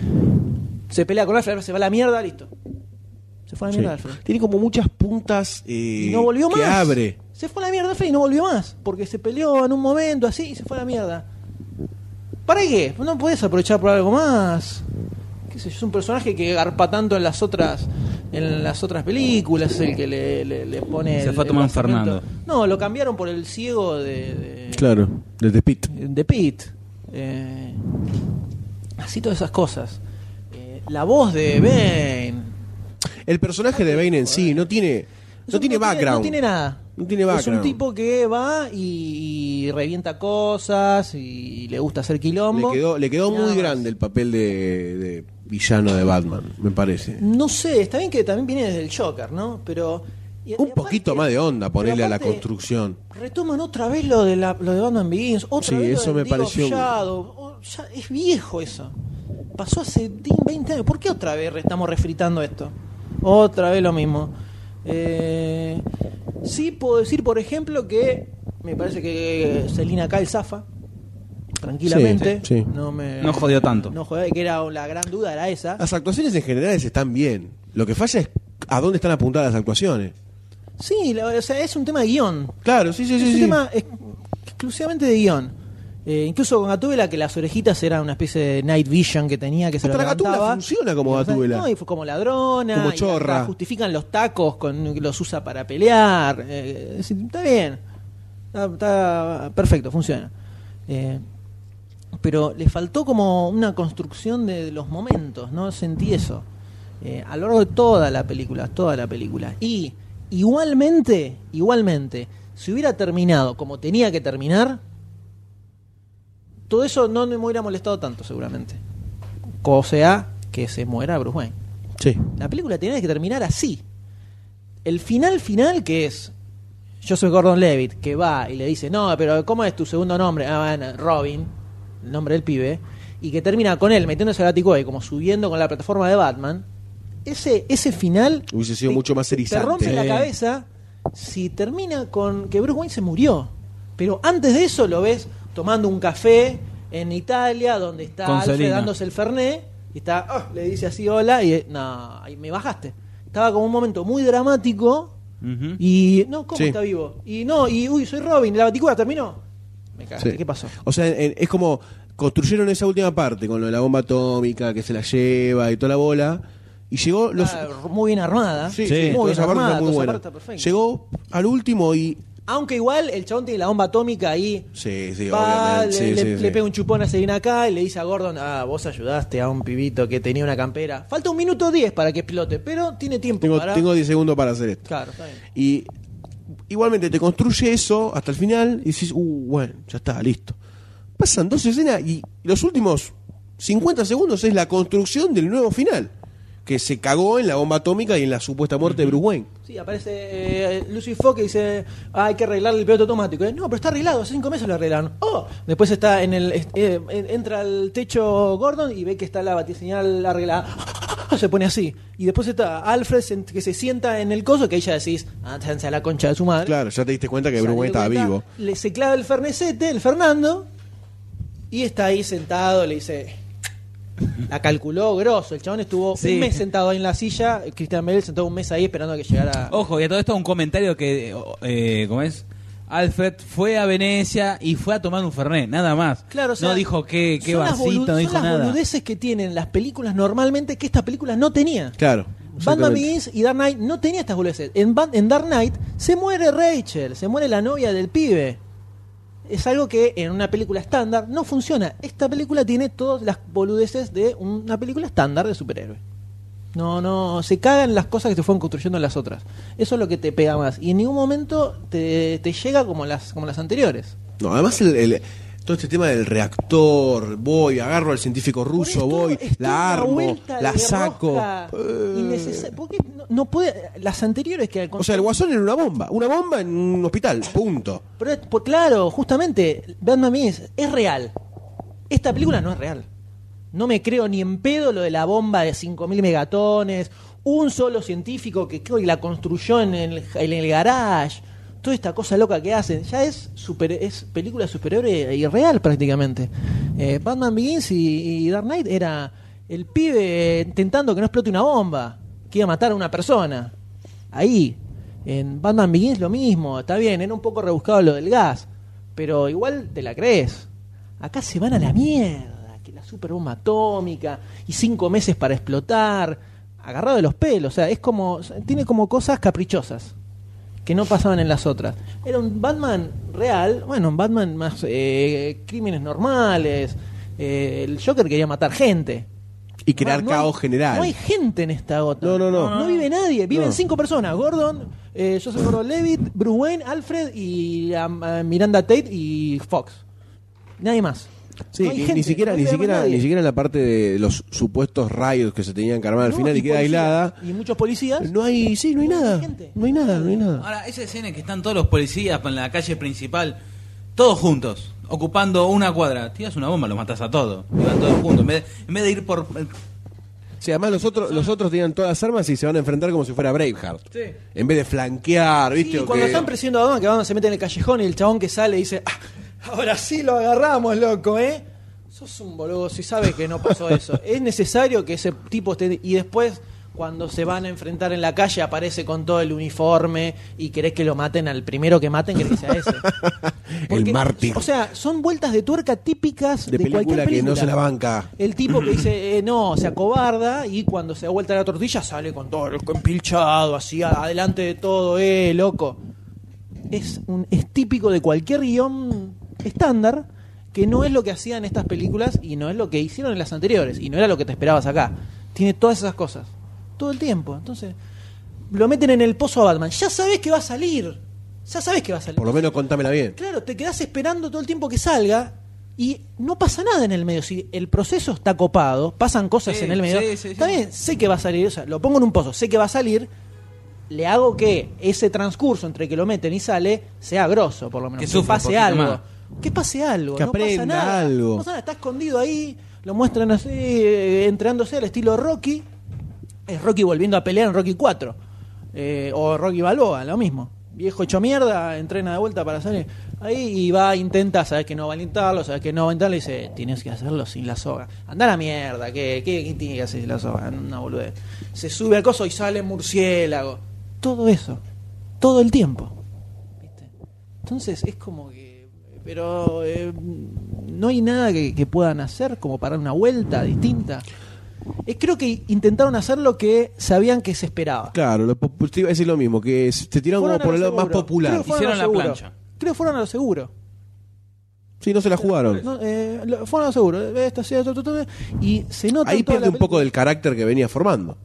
Speaker 4: Se pelea con Alfred, se va a la mierda, listo. Se fue a la mierda Alfred.
Speaker 2: Tiene como muchas puntas eh,
Speaker 4: Ah, Y no volvió
Speaker 2: que
Speaker 4: más.
Speaker 2: abre.
Speaker 4: Se fue a la mierda Alfred y no volvió más. Porque se peleó en un momento así y se fue a la mierda. ¿Para qué? No puedes aprovechar por algo más. Qué sé yo, es un personaje que garpa tanto en las otras en las otras películas, el que le, le- le pone
Speaker 1: Se
Speaker 4: el-
Speaker 1: fue a tomar
Speaker 4: el
Speaker 1: un Fernando.
Speaker 4: lanzamiento. No, lo cambiaron por el ciego de, de-
Speaker 2: Claro, desde Pit.
Speaker 4: de Pete. Eh, así todas esas cosas. Eh, la voz de Ben.
Speaker 2: El personaje de Bane en sí no tiene,
Speaker 4: Es
Speaker 2: no
Speaker 4: un-
Speaker 2: tiene background.
Speaker 4: No tiene nada.
Speaker 2: No tiene
Speaker 4: Es un
Speaker 2: background.
Speaker 4: tipo que va y, y revienta cosas y le gusta hacer quilombo.
Speaker 2: Le quedó, le quedó
Speaker 4: Nada
Speaker 2: muy
Speaker 4: más.
Speaker 2: grande el papel de, de villano de Batman, me parece.
Speaker 4: No sé, está bien que también viene desde el Joker, ¿no? Pero. y- y
Speaker 2: Un
Speaker 4: aparte-
Speaker 2: poquito más de onda, ponerle
Speaker 4: pero
Speaker 2: a la
Speaker 4: aparte,
Speaker 2: construcción.
Speaker 4: Retoman otra vez lo de, la, lo de Batman Begins, otra
Speaker 2: Sí,
Speaker 4: vez lo
Speaker 2: eso
Speaker 4: del
Speaker 2: me
Speaker 4: League of
Speaker 2: pareció-
Speaker 4: Shadow. O- ya es viejo eso. Pasó hace 10, 20 años. ¿Por qué otra vez re- estamos refritando esto? Otra vez lo mismo. Eh, sí puedo decir, por ejemplo, que me parece que Selina Kyle zafa tranquilamente.
Speaker 2: Sí, sí.
Speaker 4: No, me,
Speaker 1: No jodió tanto.
Speaker 4: Eh, No jodió, que era la gran duda, era esa.
Speaker 2: Las actuaciones en general están bien. Lo que falla es a dónde están apuntadas las actuaciones.
Speaker 4: Sí, la- o sea, es un tema de guión.
Speaker 2: Claro, sí, sí,
Speaker 4: es
Speaker 2: sí.
Speaker 4: un
Speaker 2: sí.
Speaker 4: tema ex- exclusivamente de guión. Eh, incluso con Gatúbela, que las orejitas eran una especie de night vision que tenía que se lo
Speaker 2: Hasta la Gatúbela
Speaker 4: levantaba.
Speaker 2: funciona como
Speaker 4: Y, o sea,
Speaker 2: Gatúbela.
Speaker 4: No, y fue como ladrona.
Speaker 2: Como
Speaker 4: y hasta
Speaker 2: chorra.
Speaker 4: justifican los tacos con que los usa para pelear. Eh, es decir, está bien. Está, está perfecto, funciona. Eh, pero le faltó como una construcción de, de los momentos, ¿no? Sentí eso. Eh, a lo largo de toda la película, toda la película. Y igualmente, igualmente, si hubiera terminado como tenía que terminar, todo eso no me hubiera molestado tanto seguramente. O sea, que se muera Bruce Wayne.
Speaker 2: Sí.
Speaker 4: La película tenía que terminar así. El final final que es Joseph Gordon-Levitt que va y le dice, "No, pero ¿cómo es tu segundo nombre?" Ah, bueno, Robin, el nombre del pibe, y que termina con él metiéndose al ático y como subiendo con la plataforma de Batman. Ese ese final
Speaker 2: Hubiese sido mucho más
Speaker 4: te
Speaker 2: erizante.
Speaker 4: rompe la
Speaker 2: Sí.
Speaker 4: cabeza si termina con que Bruce Wayne se murió. Pero antes de eso lo ves tomando un café en Italia, donde está
Speaker 1: Con
Speaker 4: Alfred
Speaker 1: Selena.
Speaker 4: dándose el Fernet, y está, "Ah", le dice así hola, y eh, no, ahí me bajaste. Estaba como un momento muy dramático,
Speaker 1: Ujú.
Speaker 4: y no, ¿cómo
Speaker 2: Sí.
Speaker 4: está vivo? Y no, y uy, soy Robin, la baticula terminó. Me cagaste,
Speaker 2: Sí.
Speaker 4: ¿qué pasó?
Speaker 2: O sea, en- es como construyeron esa última parte con lo de la bomba atómica que se la lleva y toda la bola. Y llegó los.
Speaker 4: Está muy bien armada.
Speaker 2: Sí,
Speaker 1: Sí.
Speaker 2: sí,
Speaker 4: muy
Speaker 2: toda
Speaker 4: bien
Speaker 2: esa parte
Speaker 4: armada,
Speaker 2: está
Speaker 4: toda
Speaker 2: muy
Speaker 4: esa
Speaker 2: buena.
Speaker 4: parte está perfecta.
Speaker 2: Llegó al último y.
Speaker 4: Aunque igual el chabón tiene la bomba atómica ahí
Speaker 2: Sí, sí,
Speaker 4: Va,
Speaker 2: obviamente.
Speaker 4: le,
Speaker 2: Sí,
Speaker 4: le-
Speaker 2: sí,
Speaker 4: le
Speaker 2: sí.
Speaker 4: pega un chupón a Selena acá y le dice a Gordon, ah, vos ayudaste a un pibito que tenía una campera. Falta un minuto diez para que explote, pero tiene tiempo
Speaker 2: Tengo,
Speaker 4: para...
Speaker 2: tengo 10 segundos para hacer esto.
Speaker 4: Claro, está bien.
Speaker 2: Y igualmente te construye eso hasta el final y dices, uh, bueno, ya está, listo. Pasan dos escenas y los últimos 50 segundos es la construcción del nuevo final. Que se cagó en la bomba atómica y en la supuesta muerte de Bruce Wayne.
Speaker 4: Sí, aparece eh, Lucy Fox y dice, ah, hay que arreglar el piloto automático. Eh, no, pero está arreglado, hace cinco meses lo arreglaron. Oh, después está en el... est- eh, en- entra al techo Gordon y ve que está la batiseñal arreglada. se pone así. Y después está Alfred sent- que se sienta en el coso, que ahí ya decís, atense a la concha de su madre.
Speaker 2: Claro, ya te diste cuenta que
Speaker 4: Sale
Speaker 2: Bruce Wayne estaba
Speaker 4: Weta,
Speaker 2: vivo.
Speaker 4: Le se clava el fernecete, el Fernando, y está ahí sentado, le dice. La calculó grosso. El chabón estuvo
Speaker 1: Sí.
Speaker 4: un mes sentado ahí en la silla. Christian Bale sentado un mes ahí esperando a que llegara.
Speaker 1: Ojo, y a todo esto un comentario que, eh, ¿cómo es? Alfred fue a Venecia y fue a tomar un Fernet, nada más.
Speaker 4: Claro, o sea,
Speaker 1: no dijo qué, qué
Speaker 4: son las
Speaker 1: vasito,
Speaker 4: bolu-
Speaker 1: no
Speaker 4: son
Speaker 1: dijo
Speaker 4: las
Speaker 1: nada.
Speaker 4: boludeces que tienen las películas normalmente que esta película no tenía.
Speaker 2: Claro.
Speaker 4: Batman
Speaker 2: exactamente.
Speaker 4: Begins y Dark Knight no tenía estas boludeces. En, Bat- en Dark Knight se muere Rachel, se muere la novia del pibe. Es algo que en una película estándar no funciona. Esta película tiene todas las boludeces de una película estándar de superhéroe. No, no, se cagan las cosas que se fueron construyendo en las otras. Eso es lo que te pega más. Y en ningún momento te, te llega como las, como las anteriores.
Speaker 2: No, además el, el- todo este tema del reactor, voy, agarro al científico ruso,
Speaker 4: Por
Speaker 2: voy,
Speaker 4: esto- esto es una
Speaker 2: la armo,
Speaker 4: vuelta
Speaker 2: la
Speaker 4: de
Speaker 2: saco.
Speaker 4: rosca
Speaker 2: Eh,
Speaker 4: innecesa- porque no, no puede. Las anteriores que al
Speaker 2: o sea, el guasón era una bomba, una bomba en un hospital, punto.
Speaker 4: Pero, es- por- claro, justamente, Batman Begins es real. Esta película no es real. No me creo ni en pedo lo de la bomba de 5.000 megatones, un solo científico que creo que la construyó en el, en el garage, toda esta cosa loca que hacen. Ya es, super, es película superior e- y real prácticamente. Eh, Batman Begins y, y Dark Knight era el pibe intentando que no explote una bomba, que iba a matar a una persona. Ahí, en Batman Begins lo mismo, está bien, era un poco rebuscado lo del gas, pero igual te la crees. Acá se van a la mierda, que la superbomba atómica y cinco meses para explotar, agarrado de los pelos, o sea, es como, tiene como cosas caprichosas que no pasaban en las otras. Era un Batman real, bueno, un Batman más eh, crímenes normales, eh, el Joker quería matar gente.
Speaker 2: Y crear
Speaker 4: Ah, No, no hay-
Speaker 2: caos general.
Speaker 4: No hay gente en esta gota.
Speaker 2: No, no, no.
Speaker 4: No vive nadie. Viven
Speaker 2: No.
Speaker 4: cinco personas. Gordon, eh, Joseph Gordon-Levitt, Bruce Wayne, Alfred y um, eh, Miranda Tate y Fox. Nadie más.
Speaker 2: Sí,
Speaker 4: No hay
Speaker 2: ni, ni
Speaker 4: gente,
Speaker 2: siquiera,
Speaker 4: no
Speaker 2: ni
Speaker 4: vive más
Speaker 2: siquiera,
Speaker 4: nadie.
Speaker 2: ni siquiera en la parte de los supuestos rayos que se tenían que armar al
Speaker 4: No,
Speaker 2: final y queda
Speaker 4: policía-
Speaker 2: aislada.
Speaker 4: Y muchos policías.
Speaker 2: No hay, sí, no hay
Speaker 4: No hay
Speaker 2: nada.
Speaker 4: gente.
Speaker 2: No hay nada, no hay nada.
Speaker 1: Ahora, esa escena en que están todos los policías en la calle principal, todos juntos, ocupando una cuadra, tiras una bomba, los matas a todos. Y van todos juntos. En vez de, en vez de ir por. eh,
Speaker 2: Sí, además los otros, los otros tenían todas las armas y se van a enfrentar como si fuera Braveheart. En vez de flanquear, ¿viste?
Speaker 4: Sí,
Speaker 2: O
Speaker 4: cuando
Speaker 2: que-
Speaker 4: están presionando a Batman, que Batman se mete en el callejón y el chabón que sale dice, "Ah, ahora sí lo agarramos, loco, ¿eh? Sos un boludo, si sabes que no pasó eso. es necesario que ese tipo esté... Y después, cuando se van a enfrentar en la calle, aparece con todo el uniforme y querés que lo maten al primero que maten, querés que sea ese.
Speaker 2: el mártir.
Speaker 4: O sea, son vueltas de tuerca típicas de,
Speaker 2: de película,
Speaker 4: cualquier
Speaker 2: que
Speaker 4: película.
Speaker 2: no se la banca.
Speaker 4: El tipo que dice, eh, no, se acobarda y cuando se da vuelta la tortilla sale con todo el empilchado, así a- adelante de todo, eh, loco. Es, un, es típico de cualquier guión estándar que no es lo que hacían estas películas y no es lo que hicieron en las anteriores y no era lo que te esperabas acá. Tiene todas esas cosas, todo el tiempo. Entonces, lo meten en el pozo a Batman. Ya sabes que va a salir. Ya sabes que va a salir.
Speaker 2: Por lo menos contámela bien.
Speaker 4: Claro, te quedás esperando todo el tiempo que salga y no pasa nada en el medio. Si el proceso está copado, pasan cosas
Speaker 1: Sí,
Speaker 4: en el medio.
Speaker 1: sí, sí,
Speaker 4: está
Speaker 1: sí.
Speaker 4: bien, sé que va a salir, o sea, lo pongo en un pozo, sé que va a salir. Le hago que ese transcurso entre que lo meten y sale sea grosso, por lo menos.
Speaker 1: Que sufra un
Speaker 4: pase
Speaker 1: poquito
Speaker 4: algo.
Speaker 1: más.
Speaker 4: Que pase algo.
Speaker 2: Que
Speaker 4: no pasa
Speaker 2: aprenda
Speaker 4: nada,
Speaker 2: algo.
Speaker 4: No pasa nada, está escondido ahí. Lo muestran así, eh, entrenándose al estilo Rocky. Es Rocky volviendo a pelear en Rocky 4. o Rocky Balboa, lo mismo. Viejo hecho mierda, entrena de vuelta para salir. Ahí y va, intenta, sabes que no va a intentarlo, sabes que no va a intentarlo, y dice, tienes que hacerlo sin la soga. Anda a la mierda, ¿qué, qué, qué tiene que hacer sin la soga? Una boludez. Se sube al coso y sale murciélago. Todo eso. Todo el tiempo. ¿viste? Entonces es como que. Pero eh, no hay nada que, que puedan hacer como para dar una vuelta distinta. Eh, creo que intentaron hacer lo que sabían que se esperaba.
Speaker 2: Claro, lo popu- te iba a decir lo mismo, que se te tiraron
Speaker 4: Fueron
Speaker 2: como
Speaker 4: a
Speaker 2: por
Speaker 4: lo
Speaker 2: el lado más
Speaker 4: seguro. Creo
Speaker 2: popular.
Speaker 4: que fueron a lo
Speaker 1: Hicieron la
Speaker 4: seguro.
Speaker 1: plancha.
Speaker 4: Creo que fueron a lo seguro.
Speaker 2: Sí, no se la jugaron.
Speaker 4: No, eh, lo- fueron a lo seguro. Eh, esto, sí, esto, esto, esto, y se nota.
Speaker 2: Ahí
Speaker 4: en toda
Speaker 2: pierde
Speaker 4: la
Speaker 2: un poco
Speaker 4: película.
Speaker 2: del carácter que venía formando.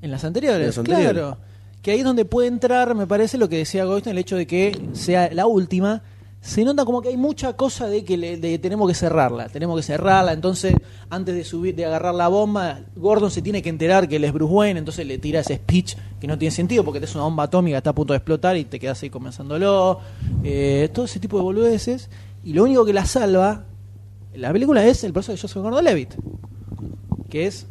Speaker 4: En las anteriores,
Speaker 2: En las anteriores.
Speaker 4: claro. Que ahí es donde puede entrar, me parece, lo que decía Goldstein, el hecho de que sea la última. Se nota como que hay mucha cosa de que le- de- tenemos que cerrarla, tenemos que cerrarla. Entonces, antes de subir, de agarrar la bomba, Gordon se tiene que enterar que él es Bruce Wayne, entonces le tira ese speech que no tiene sentido porque te es una bomba atómica, está a punto de explotar y te quedas ahí comenzándolo. Eh, todo ese tipo de boludeces. Y lo único que la salva, en la película es el proceso de Joseph Gordon-Levitt, que es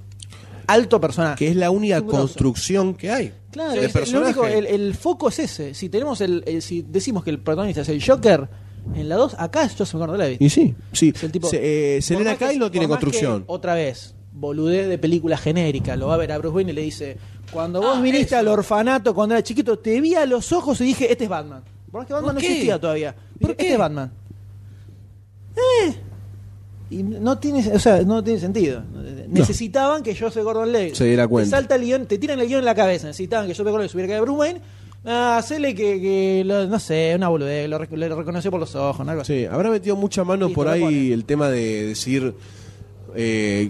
Speaker 4: alto personaje.
Speaker 2: que es la única
Speaker 4: Es un grosso.
Speaker 2: construcción que hay.
Speaker 4: Claro,
Speaker 2: de
Speaker 4: es- lo
Speaker 2: personaje.
Speaker 4: único- el, el foco es ese. Si tenemos el, el- si decimos que el protagonista es el Joker, en la 2, acá es Joseph Gordon Levitt.
Speaker 2: Y sí, sí.
Speaker 4: Es el tipo-
Speaker 2: Se- eh, Selena Kyle no tiene construcción.
Speaker 4: otra vez, boludez de película genérica. Lo va a ver a Bruce Wayne y le dice: Cuando
Speaker 2: Ah,
Speaker 4: vos viniste al orfanato cuando era chiquito, te vi a los ojos y dije: Este es Batman. Por más que Batman
Speaker 2: ¿Por
Speaker 4: no
Speaker 2: qué?
Speaker 4: existía todavía. Dije,
Speaker 2: ¿Por qué?
Speaker 4: Este es Batman. Eh. Y no tiene, o sea, no tiene sentido. Necesitaban que Joseph Gordon Levitt
Speaker 2: Se diera cuenta.
Speaker 4: Te salta el guión, te tiran el guión en la cabeza. Necesitaban que Joseph Gordon Levitt subiera acá de Bruce Wayne. Ah, hacele que, que lo- no sé, una boludez, lo, rec- lo reconoció por los ojos, ¿no? Algo así.
Speaker 2: Sí, habrá metido mucha mano
Speaker 4: Listo,
Speaker 2: por
Speaker 4: lo
Speaker 2: ahí
Speaker 4: pone.
Speaker 2: el tema de decir. Eh,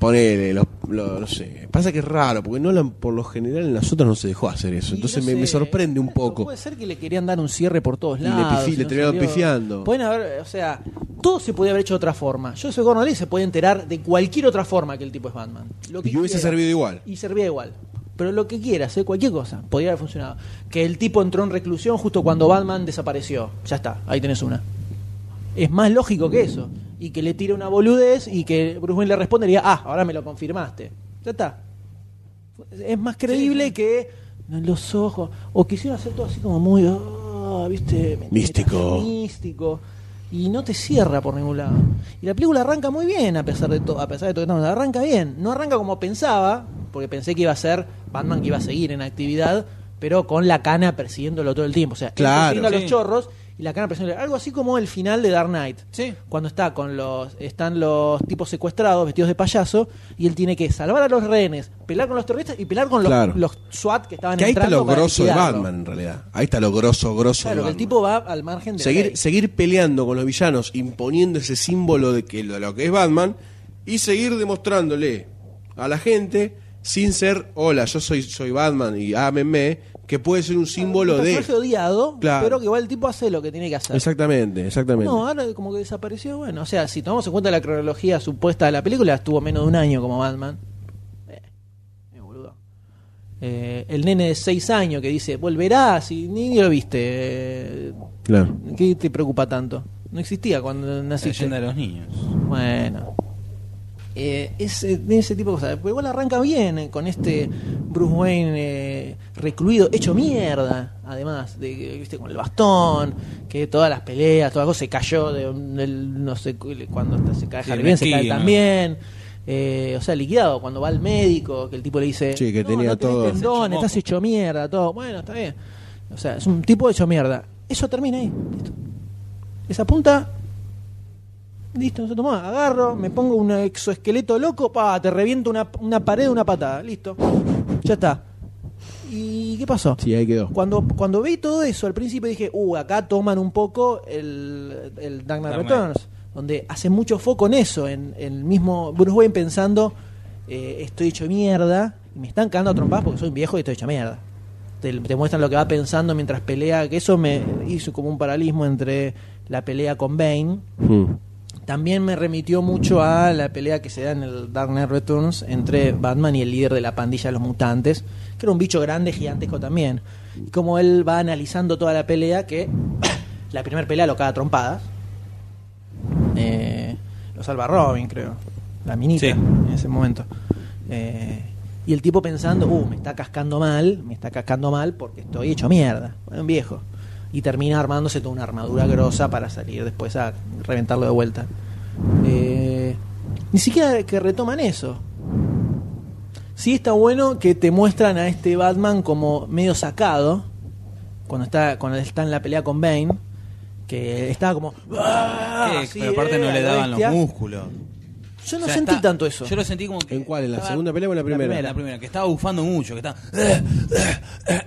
Speaker 2: ponele, los- lo- no sé. Pasa que es raro, porque Nolan por lo general en las otras no se dejó hacer eso.
Speaker 4: Y
Speaker 2: Entonces
Speaker 4: no
Speaker 2: me,
Speaker 4: sé,
Speaker 2: me sorprende un
Speaker 4: claro,
Speaker 2: poco.
Speaker 4: Puede ser que le querían dar un cierre por todos
Speaker 2: le
Speaker 4: lados.
Speaker 2: pifi-
Speaker 4: y
Speaker 2: le
Speaker 4: no
Speaker 2: terminaron
Speaker 4: salió.
Speaker 2: pifiando.
Speaker 4: Pueden haber, o sea, todo se podía haber hecho de otra forma. Yo soy Gordon Lee, se puede enterar de cualquier otra forma que el tipo es Batman. Lo que
Speaker 2: Y hubiese
Speaker 4: quiera.
Speaker 2: servido igual.
Speaker 4: Y servía igual. Pero lo que quieras, hacer cualquier cosa, podría haber funcionado. Que el tipo entró en reclusión justo cuando Batman desapareció. Ya está, ahí tenés una. Es más lógico que eso. Y que le tire una boludez y que Bruce Wayne le responde y diga, ah, ahora me lo confirmaste. Ya está. Es más creíble que los ojos. O quisieron hacer todo así como muy, ah, viste,
Speaker 2: Místico.
Speaker 4: Místico. Y no te cierra por ningún lado. Y la película arranca muy bien, a pesar de todo, a pesar de todo que estamos- arranca bien. No arranca como pensaba, porque pensé que iba a ser Batman que iba a seguir en actividad, pero con la cana persiguiéndolo todo el tiempo. O sea, él
Speaker 2: Claro.
Speaker 4: persiguiendo a los
Speaker 1: Sí.
Speaker 4: chorros y la cana persiguiéndolo. Algo así como el final de Dark Knight.
Speaker 1: Sí.
Speaker 4: Cuando está con los, están los tipos secuestrados, vestidos de payaso, y él tiene que salvar a los rehenes, pelear con los terroristas y pelear con los,
Speaker 2: Claro.
Speaker 4: los SWAT que estaban
Speaker 2: Que ahí está
Speaker 4: entrando
Speaker 2: lo
Speaker 4: para
Speaker 2: grosso de
Speaker 4: liquidarlo.
Speaker 2: Batman, en realidad. Ahí está lo grosso, grosso de
Speaker 4: Claro, que el
Speaker 2: Batman.
Speaker 4: tipo va al margen de la ley.
Speaker 2: seguir, seguir peleando con los villanos, imponiendo ese símbolo de que lo, lo que es Batman, y seguir demostrándole a la gente, sin ser, hola, yo soy, soy Batman y ámenme, que puede ser un símbolo
Speaker 4: Un
Speaker 2: de.
Speaker 4: personaje odiado,
Speaker 2: Claro.
Speaker 4: pero que igual el tipo hace lo que tiene que hacer.
Speaker 2: Exactamente, exactamente.
Speaker 4: No, ahora como que desapareció. Bueno, o sea, si tomamos en cuenta la cronología supuesta de la película, estuvo menos de un año como Batman. Eh, eh, boludo. Eh, el nene de 6 años que dice, volverás, y ni, ni lo viste. eh,
Speaker 2: Claro.
Speaker 4: ¿Qué te preocupa tanto? No existía cuando
Speaker 1: La
Speaker 4: naciste.
Speaker 1: leyenda de los niños.
Speaker 4: Bueno. Eh, ese, de ese tipo de cosas. Pero igual arranca bien eh, con este Bruce Wayne eh, recluido, hecho mierda, además, de, que, viste, con el bastón, que todas las peleas, toda cosa, se cayó de, un- del- no sé, cu- cuando hasta se cae
Speaker 1: Sí,
Speaker 4: Harvey Dent, se cae
Speaker 1: mezquino.
Speaker 4: también. Eh, o sea, liquidado, cuando va al médico, que el tipo le dice,
Speaker 2: Sí, que
Speaker 4: "No,
Speaker 2: tenía
Speaker 4: no tenés
Speaker 2: todo".
Speaker 4: tendones,
Speaker 1: Hecho
Speaker 4: estás
Speaker 1: moco.
Speaker 4: hecho mierda, todo. Bueno, está bien. O sea, es un tipo hecho mierda. Eso termina ahí. Listo. Esa punta Listo, no se tomó. Agarro, me pongo un exoesqueleto loco, pa, te reviento una, una pared de una patada. Listo. Ya está. ¿Y qué pasó?
Speaker 2: Sí, ahí quedó.
Speaker 4: Cuando, cuando vi todo eso, al principio dije, uh, acá toman un poco el, el Dark Knight
Speaker 1: Dark Knight.
Speaker 4: Returns, donde hace mucho foco en eso, en en el mismo Bruce Wayne pensando, eh, estoy hecho mierda, y me están cagando a trompadas porque soy un viejo y estoy hecho mierda. Te, te muestran lo que va pensando mientras pelea, que eso me hizo como un paralismo entre la pelea con Bane,
Speaker 2: Mm,
Speaker 4: también me remitió mucho a la pelea que se da en el Dark Knight Returns entre Batman y el líder de la pandilla de los mutantes, que era un bicho grande, gigantesco también. Y como él va analizando toda la pelea, que la primera pelea lo caga a trompadas. Eh, lo salva Robin, creo. La minita
Speaker 1: Sí.
Speaker 4: en ese momento. Eh, y el tipo pensando, uh, me está cascando mal, me está cascando mal porque estoy hecho mierda. Un viejo. Y termina armándose toda una armadura grosa para salir después a reventarlo de vuelta. Eh, ni siquiera que retoman eso. Sí está bueno que te muestran a este Batman como medio sacado cuando está cuando está en la pelea con Bane, que estaba como "Ah",
Speaker 1: Eh,
Speaker 4: así,
Speaker 1: pero aparte
Speaker 4: eh,
Speaker 1: no
Speaker 4: a
Speaker 1: le
Speaker 4: la
Speaker 1: daban
Speaker 4: bestia.
Speaker 1: los músculos.
Speaker 4: Yo no
Speaker 1: O sea,
Speaker 4: sentí
Speaker 1: está-
Speaker 4: tanto eso.
Speaker 1: Yo lo sentí como que.
Speaker 2: ¿En cuál? ¿En la
Speaker 1: estaba-
Speaker 2: segunda pelea o en la primera?
Speaker 1: La primera, que estaba bufando mucho, que estaba. eh,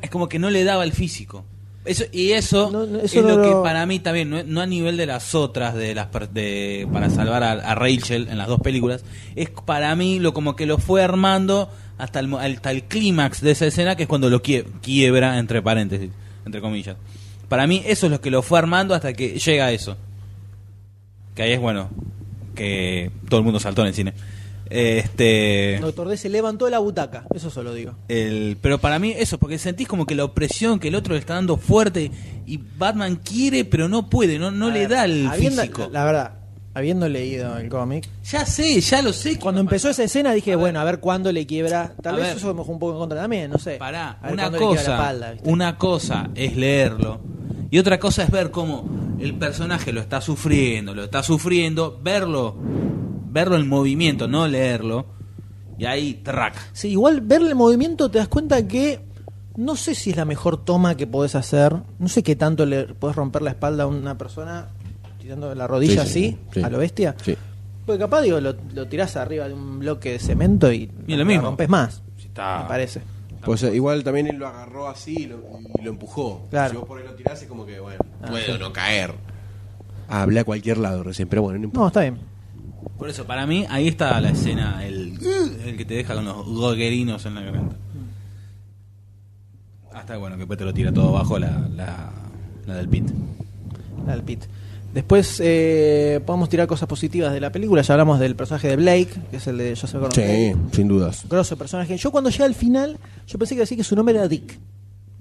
Speaker 1: Es como que no le daba el físico. Eso, y eso,
Speaker 4: No, no, eso
Speaker 1: es
Speaker 4: no
Speaker 1: lo que
Speaker 4: lo-
Speaker 1: para mí también, no, no a nivel de las otras, de las per- de, para salvar a, a Rachel en las dos películas, es para mí lo como que lo fue armando hasta el, mo- hasta el clímax de esa escena, que es cuando lo quie- quiebra, entre paréntesis, entre comillas. Para mí eso es lo que lo fue armando hasta que llega a eso. Que ahí es bueno, que todo el mundo saltó en el cine. Este...
Speaker 4: Doctor D se levantó de la butaca, eso solo digo.
Speaker 1: El- pero para mí eso, porque sentís como que la opresión que el otro le está dando fuerte y Batman quiere pero no puede, no, no
Speaker 4: A
Speaker 1: le
Speaker 4: ver,
Speaker 1: da el
Speaker 4: habiendo-
Speaker 1: físico.
Speaker 4: La, la verdad, habiendo leído el cómic,
Speaker 1: Ya sé, ya lo sé. que
Speaker 4: cuando
Speaker 1: iba a
Speaker 4: empezó esa
Speaker 1: pasar.
Speaker 4: escena dije,
Speaker 1: A ver.
Speaker 4: bueno, a ver cuándo le quiebra. Tal
Speaker 1: A
Speaker 4: vez
Speaker 1: ver.
Speaker 4: eso me jugó un poco en contra también, no sé.
Speaker 1: Pará,
Speaker 4: A ver
Speaker 1: una
Speaker 4: cuándo le quiebra
Speaker 1: cosa,
Speaker 4: la espalda, ¿viste?
Speaker 1: una cosa es leerlo y otra cosa es ver cómo el personaje lo está sufriendo, lo está sufriendo, verlo, verlo en movimiento, no leerlo. Y ahí, track.
Speaker 4: Sí, igual verle el movimiento te das cuenta que no sé si es la mejor toma que podés hacer. No sé qué tanto le podés romper la espalda a una persona tirando la rodilla
Speaker 2: Sí, sí,
Speaker 4: así,
Speaker 2: sí.
Speaker 4: a lo bestia.
Speaker 2: Sí.
Speaker 4: Porque capaz, digo, lo, lo tirás arriba de un bloque de cemento y,
Speaker 1: Y
Speaker 4: la
Speaker 1: lo mismo.
Speaker 4: rompes más.
Speaker 1: Si está-
Speaker 4: Me parece.
Speaker 2: Pues eh, igual también él lo agarró así y lo, y lo empujó.
Speaker 4: Claro. Ah,
Speaker 2: Si vos por ahí lo tirás es como que, bueno, puedo no caer. Hablé a cualquier lado recién, pero bueno, no importa.
Speaker 4: No, está bien.
Speaker 1: Por eso, para mí, ahí está la escena, el, el que te deja con los goguerinos en la garganta. Hasta bueno, que después te lo tira todo abajo la, la, la del pit.
Speaker 4: La del pit. Después eh, podemos tirar cosas positivas de la película. Ya hablamos del personaje de Blake, que es el de Joseph Gordon.
Speaker 2: Sí, sin dudas.
Speaker 4: grosso personaje. Yo cuando llega al final, yo pensé que iba a decir que su nombre era Dick,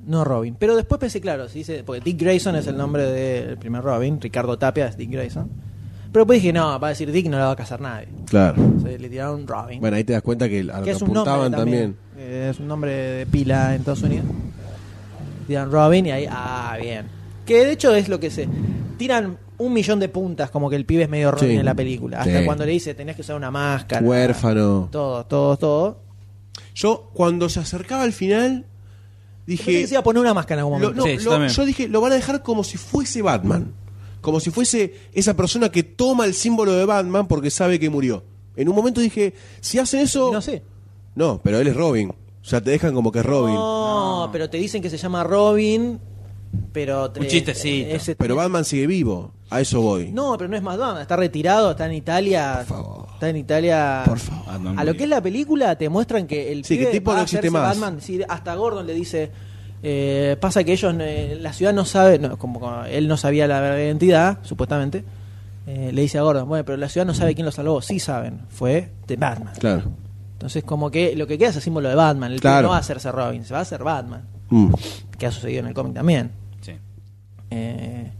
Speaker 4: no Robin. Pero después pensé, claro, si dice, porque Dick Grayson es el nombre del primer Robin, Ricardo Tapia es Dick Grayson. Pero después dije, no, va a decir Dick, no la va a casar nadie.
Speaker 2: Claro.
Speaker 4: O sea, le tiraron Robin.
Speaker 2: Bueno, ahí te das cuenta que a lo
Speaker 4: que
Speaker 2: que
Speaker 4: es un nombre
Speaker 2: apuntaban
Speaker 4: también.
Speaker 2: también.
Speaker 4: Eh, es un nombre de pila en Estados Unidos. Tiran Robin y ahí, ah, bien. Que de hecho es lo que se. Tiran un millón de puntas, como que el pibe es medio Robin
Speaker 2: Sí.
Speaker 4: en la película. Hasta
Speaker 2: Sí.
Speaker 4: cuando le dice, tenías que usar una máscara.
Speaker 2: Huérfano.
Speaker 4: Todo, todo, todo.
Speaker 2: Yo, cuando se acercaba al final,
Speaker 4: Pensé
Speaker 2: dije.
Speaker 4: que se iba a poner una máscara en algún
Speaker 2: lo-
Speaker 4: momento.
Speaker 2: no,
Speaker 1: Sí, yo
Speaker 2: lo-
Speaker 1: también.
Speaker 2: yo dije, lo van a dejar como si fuese Batman. Como si fuese esa persona que toma el símbolo de Batman porque sabe que murió. En un momento dije, si hacen eso.
Speaker 4: No sé.
Speaker 2: No, pero él es Robin. O sea, te dejan como que es Robin.
Speaker 4: No, pero te dicen que se llama Robin, pero... este te-
Speaker 1: Un chistecito.
Speaker 4: ese-
Speaker 2: Pero Batman sigue vivo. A eso voy.
Speaker 4: No, pero no es más Batman, está retirado, está en Italia.
Speaker 2: Por favor.
Speaker 4: Está en Italia.
Speaker 2: Por favor.
Speaker 4: A lo que es la película te muestran que el
Speaker 2: Sí, que
Speaker 4: pibe
Speaker 2: tipo
Speaker 4: va
Speaker 2: no
Speaker 4: a
Speaker 2: existe
Speaker 4: hacerse
Speaker 2: más.
Speaker 4: Batman, sí, hasta Gordon le dice eh, pasa que ellos eh, la ciudad no sabe, no, como, como él no sabía la verdadera identidad, supuestamente. eh, le dice a Gordon, bueno, pero la ciudad no sabe quién lo salvó, sí saben, fue de Batman.
Speaker 2: Claro.
Speaker 4: Entonces, como que lo que queda es el símbolo de Batman. El pibe
Speaker 2: Claro.
Speaker 4: no va a hacerse Robin, se va a hacer Batman.
Speaker 2: Mm.
Speaker 4: Que ha sucedido en el cómic también.
Speaker 1: Sí.
Speaker 4: Eh,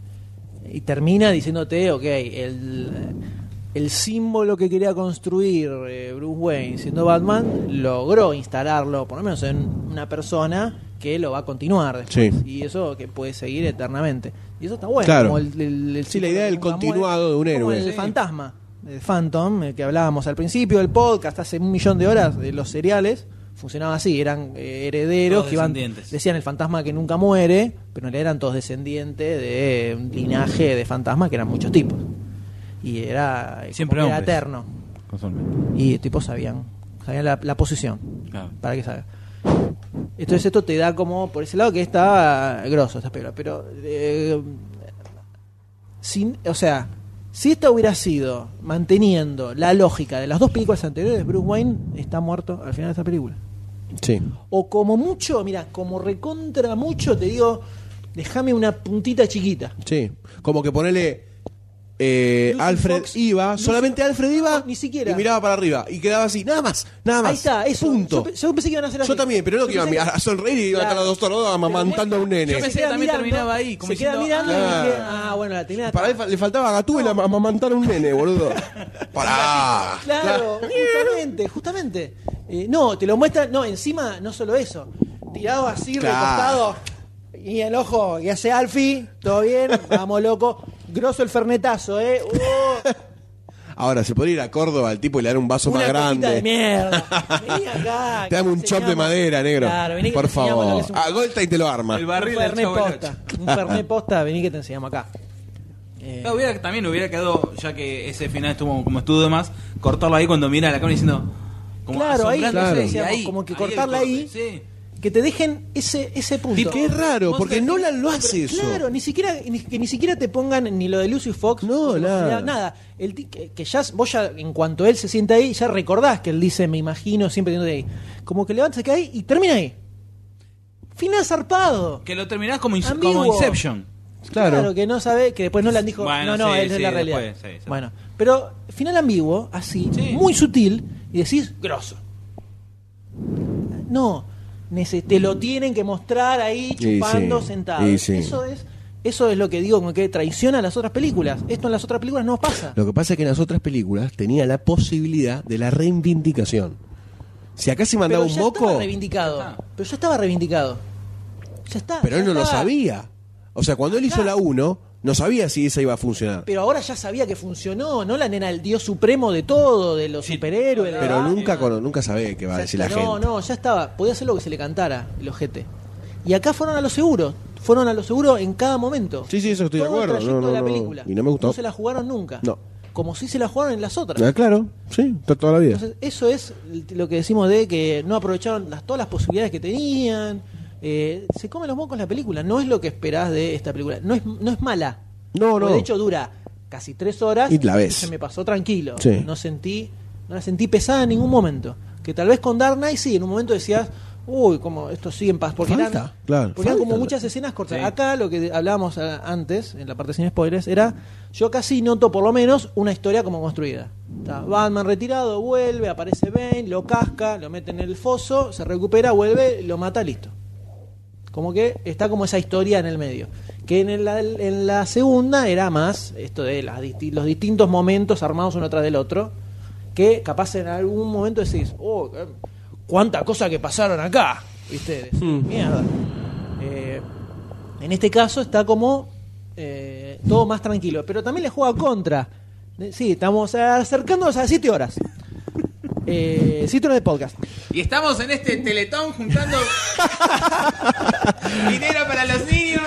Speaker 4: y termina diciéndote, ok, el, eh, el símbolo que quería construir eh, Bruce Wayne siendo Batman, logró instalarlo, por lo menos en una persona que lo va a continuar después.
Speaker 2: Sí.
Speaker 4: Y eso que puede seguir eternamente. Y eso está bueno.
Speaker 2: Claro.
Speaker 4: como el- el- el
Speaker 2: Sí,
Speaker 4: símbolo
Speaker 2: la idea
Speaker 4: que
Speaker 2: del
Speaker 4: nunca
Speaker 2: continuado de un
Speaker 4: como
Speaker 2: héroe.
Speaker 4: el
Speaker 2: Sí.
Speaker 4: fantasma, el Phantom, el que hablábamos al principio del podcast, hace un millón de horas, de los seriales, funcionaba así, eran eh, herederos
Speaker 1: Todos
Speaker 4: que iban,
Speaker 1: descendientes.
Speaker 4: decían el fantasma que nunca muere, pero le eran todos descendientes de un linaje de fantasmas que eran muchos tipos. Y era, eh, como
Speaker 1: Siempre
Speaker 4: que era
Speaker 1: hombres.
Speaker 4: eterno. Y tipos sabían, sabían la, la posición,
Speaker 1: Claro.
Speaker 4: para que salga. Entonces esto te da como, por ese lado que está grosso esta película, pero... eh, sin, o sea, si esta hubiera sido manteniendo la lógica de las dos películas anteriores, Bruce Wayne está muerto al final de esta película.
Speaker 2: Sí.
Speaker 4: O como mucho, mira, como recontra mucho, te digo, déjame una puntita chiquita.
Speaker 2: Sí. Como que ponele. eh,
Speaker 4: Lucy
Speaker 2: Alfred
Speaker 4: Fox-
Speaker 2: iba,
Speaker 4: Lucy-
Speaker 2: solamente Alfred iba
Speaker 4: No, ni siquiera.
Speaker 2: y miraba para arriba y quedaba así, nada más, nada más.
Speaker 4: Ahí está, eso.
Speaker 2: Punto.
Speaker 4: Yo, pe- yo pensé que iban a hacer
Speaker 2: Yo
Speaker 4: así.
Speaker 2: también, pero no que iba a
Speaker 4: pensé
Speaker 2: mirar a sonreír y iba a estar a dos tornados amamantando a un nene.
Speaker 1: Yo
Speaker 4: Se
Speaker 1: pensé que
Speaker 4: queda
Speaker 1: también terminaba ahí, como
Speaker 4: se queda
Speaker 1: diciendo,
Speaker 4: mirando y dije,
Speaker 2: ah.
Speaker 4: ah, bueno, la tenía.
Speaker 2: Para él fa- le faltaba a Gatúbela am- amamantar a un nene, boludo. Pará.
Speaker 4: Claro, justamente, justamente. Eh, no, te lo muestran, no, encima, no solo eso. Tirado así,
Speaker 2: Claro.
Speaker 4: recostado. Y el ojo que hace Alfi, todo bien, vamos loco. Grosso el fernetazo, ¿eh? Uh,
Speaker 2: Ahora, se podría ir a Córdoba al tipo y le dar un vaso
Speaker 4: una
Speaker 2: más
Speaker 4: copita de
Speaker 2: grande.
Speaker 4: mierda. Vení acá. que
Speaker 2: Te dame un chop de
Speaker 4: enseñamos-
Speaker 2: madera, negro.
Speaker 4: Claro, vení que
Speaker 2: Por
Speaker 4: te enseñamos lo que
Speaker 2: favor. Ah,
Speaker 4: es un-
Speaker 2: A Golta y te lo arma.
Speaker 1: El
Speaker 4: un
Speaker 1: barril del
Speaker 4: fernet
Speaker 1: Chavo del
Speaker 4: posta.
Speaker 1: Ocho.
Speaker 4: Un fernet posta, vení que te enseñamos acá. Eh,
Speaker 1: No, hubiera- también hubiera quedado, ya que ese final estuvo como estuvo de más, cortarlo ahí cuando mira la cámara diciendo. Como
Speaker 4: Claro, ahí,
Speaker 1: asombrándose,
Speaker 4: claro.
Speaker 1: y
Speaker 4: Decíamos, como que
Speaker 1: el
Speaker 4: cortarla ahí.
Speaker 1: corte, sí.
Speaker 4: que te dejen ese, ese punto.
Speaker 2: Tipo, Qué raro,
Speaker 1: Monster
Speaker 2: porque
Speaker 1: Inc.
Speaker 2: Nolan lo hace eso.
Speaker 4: Claro, ni siquiera, ni, que ni siquiera te pongan ni lo de Lucius Fox.
Speaker 2: No,
Speaker 4: ni
Speaker 2: nada.
Speaker 4: nada. El ti- que, que ya, vos ya, en cuanto él se sienta ahí, ya recordás que él dice, me imagino, siempre teniendo ahí. Como que levantas acá ahí y termina ahí. Final zarpado.
Speaker 1: Que lo terminás como, Ince-
Speaker 4: Ambiguo.
Speaker 1: como Inception.
Speaker 2: Claro.
Speaker 4: que no sabe, que después Nolan dijo,
Speaker 1: Bueno,
Speaker 4: no, no,
Speaker 1: sí,
Speaker 4: él es
Speaker 1: sí,
Speaker 4: la realidad.
Speaker 1: después, sí, sí.
Speaker 4: Bueno, pero final ambiguo, así,
Speaker 1: Sí.
Speaker 4: muy sutil, y decís, grosso. No, nece- te lo tienen que mostrar ahí
Speaker 2: Y
Speaker 4: chupando
Speaker 2: sí,
Speaker 4: sentado.
Speaker 2: y sí.
Speaker 4: Eso es Eso es lo que digo con que traiciona a las otras películas. Esto en las otras películas no pasa.
Speaker 2: Lo que pasa es que en las otras películas tenía la posibilidad de la reivindicación. Si acá se mandaba
Speaker 4: Pero
Speaker 2: un
Speaker 4: ya estaba
Speaker 2: moco,
Speaker 4: reivindicado. Pero ya estaba reivindicado. Ya está.
Speaker 2: pero
Speaker 4: ya
Speaker 2: él no lo
Speaker 4: estaba-
Speaker 2: sabía. O sea, cuando él hizo la 1, no sabía si esa iba a funcionar.
Speaker 4: Pero ahora ya sabía que funcionó, ¿no? La nena, el dios supremo de todo, de los superhéroes. de la
Speaker 2: Pero
Speaker 4: vaina.
Speaker 2: nunca cono- nunca sabe qué va a
Speaker 4: ah, eh, Ya
Speaker 2: decir la
Speaker 4: está,
Speaker 2: gente.
Speaker 4: no, no, ya estaba. Podía hacer lo que se le cantara, el ojete. Y acá fueron a lo seguro. Fueron a lo seguro en cada momento.
Speaker 2: Sí, sí, eso estoy
Speaker 4: Todo
Speaker 2: de acuerdo.
Speaker 4: El trayecto
Speaker 2: No, no,
Speaker 4: de la
Speaker 2: no.
Speaker 4: película.
Speaker 2: Y no me gustó.
Speaker 4: No se la jugaron nunca.
Speaker 2: No.
Speaker 4: Como si se la jugaron en las otras.
Speaker 2: Ah, claro, sí, to- toda la vida.
Speaker 4: Entonces, eso es lo que decimos de que no aprovecharon las, todas las posibilidades que tenían. Eh, se come los mocos la película. No es lo que esperás de esta película. No es, no es mala.
Speaker 2: No,
Speaker 4: Porque
Speaker 2: no.
Speaker 4: De hecho, dura casi tres horas.
Speaker 2: Y la ves.
Speaker 4: Se me pasó tranquilo.
Speaker 2: Sí.
Speaker 4: No sentí no la sentí pesada en ningún momento. Que tal vez con Dark Knight sí, en un momento decías, uy, como esto sigue en paz. Porque eran-
Speaker 2: Falta, claro,
Speaker 4: porque eran
Speaker 2: falta.
Speaker 4: como muchas escenas cortas. Acá lo que hablábamos ah, antes, en la parte sin spoilers, era yo casi noto por lo menos una historia como construida. Está Batman retirado, vuelve, aparece Bane, lo casca, lo mete en el foso, se recupera, vuelve, lo mata, listo. Como que está como esa historia en el medio. Que en la, en la segunda era más esto de las disti- los distintos momentos armados uno tras del otro. Que capaz en algún momento decís, oh, eh, cuánta cosa que pasaron acá. ¿Viste? Decís, Mierda. Eh, en este caso está como eh, todo más tranquilo. Pero también le juega contra. De- Sí, estamos acercándonos a 7 horas. 7 horas de podcast.
Speaker 1: Y estamos en este teletón juntando dinero para los niños.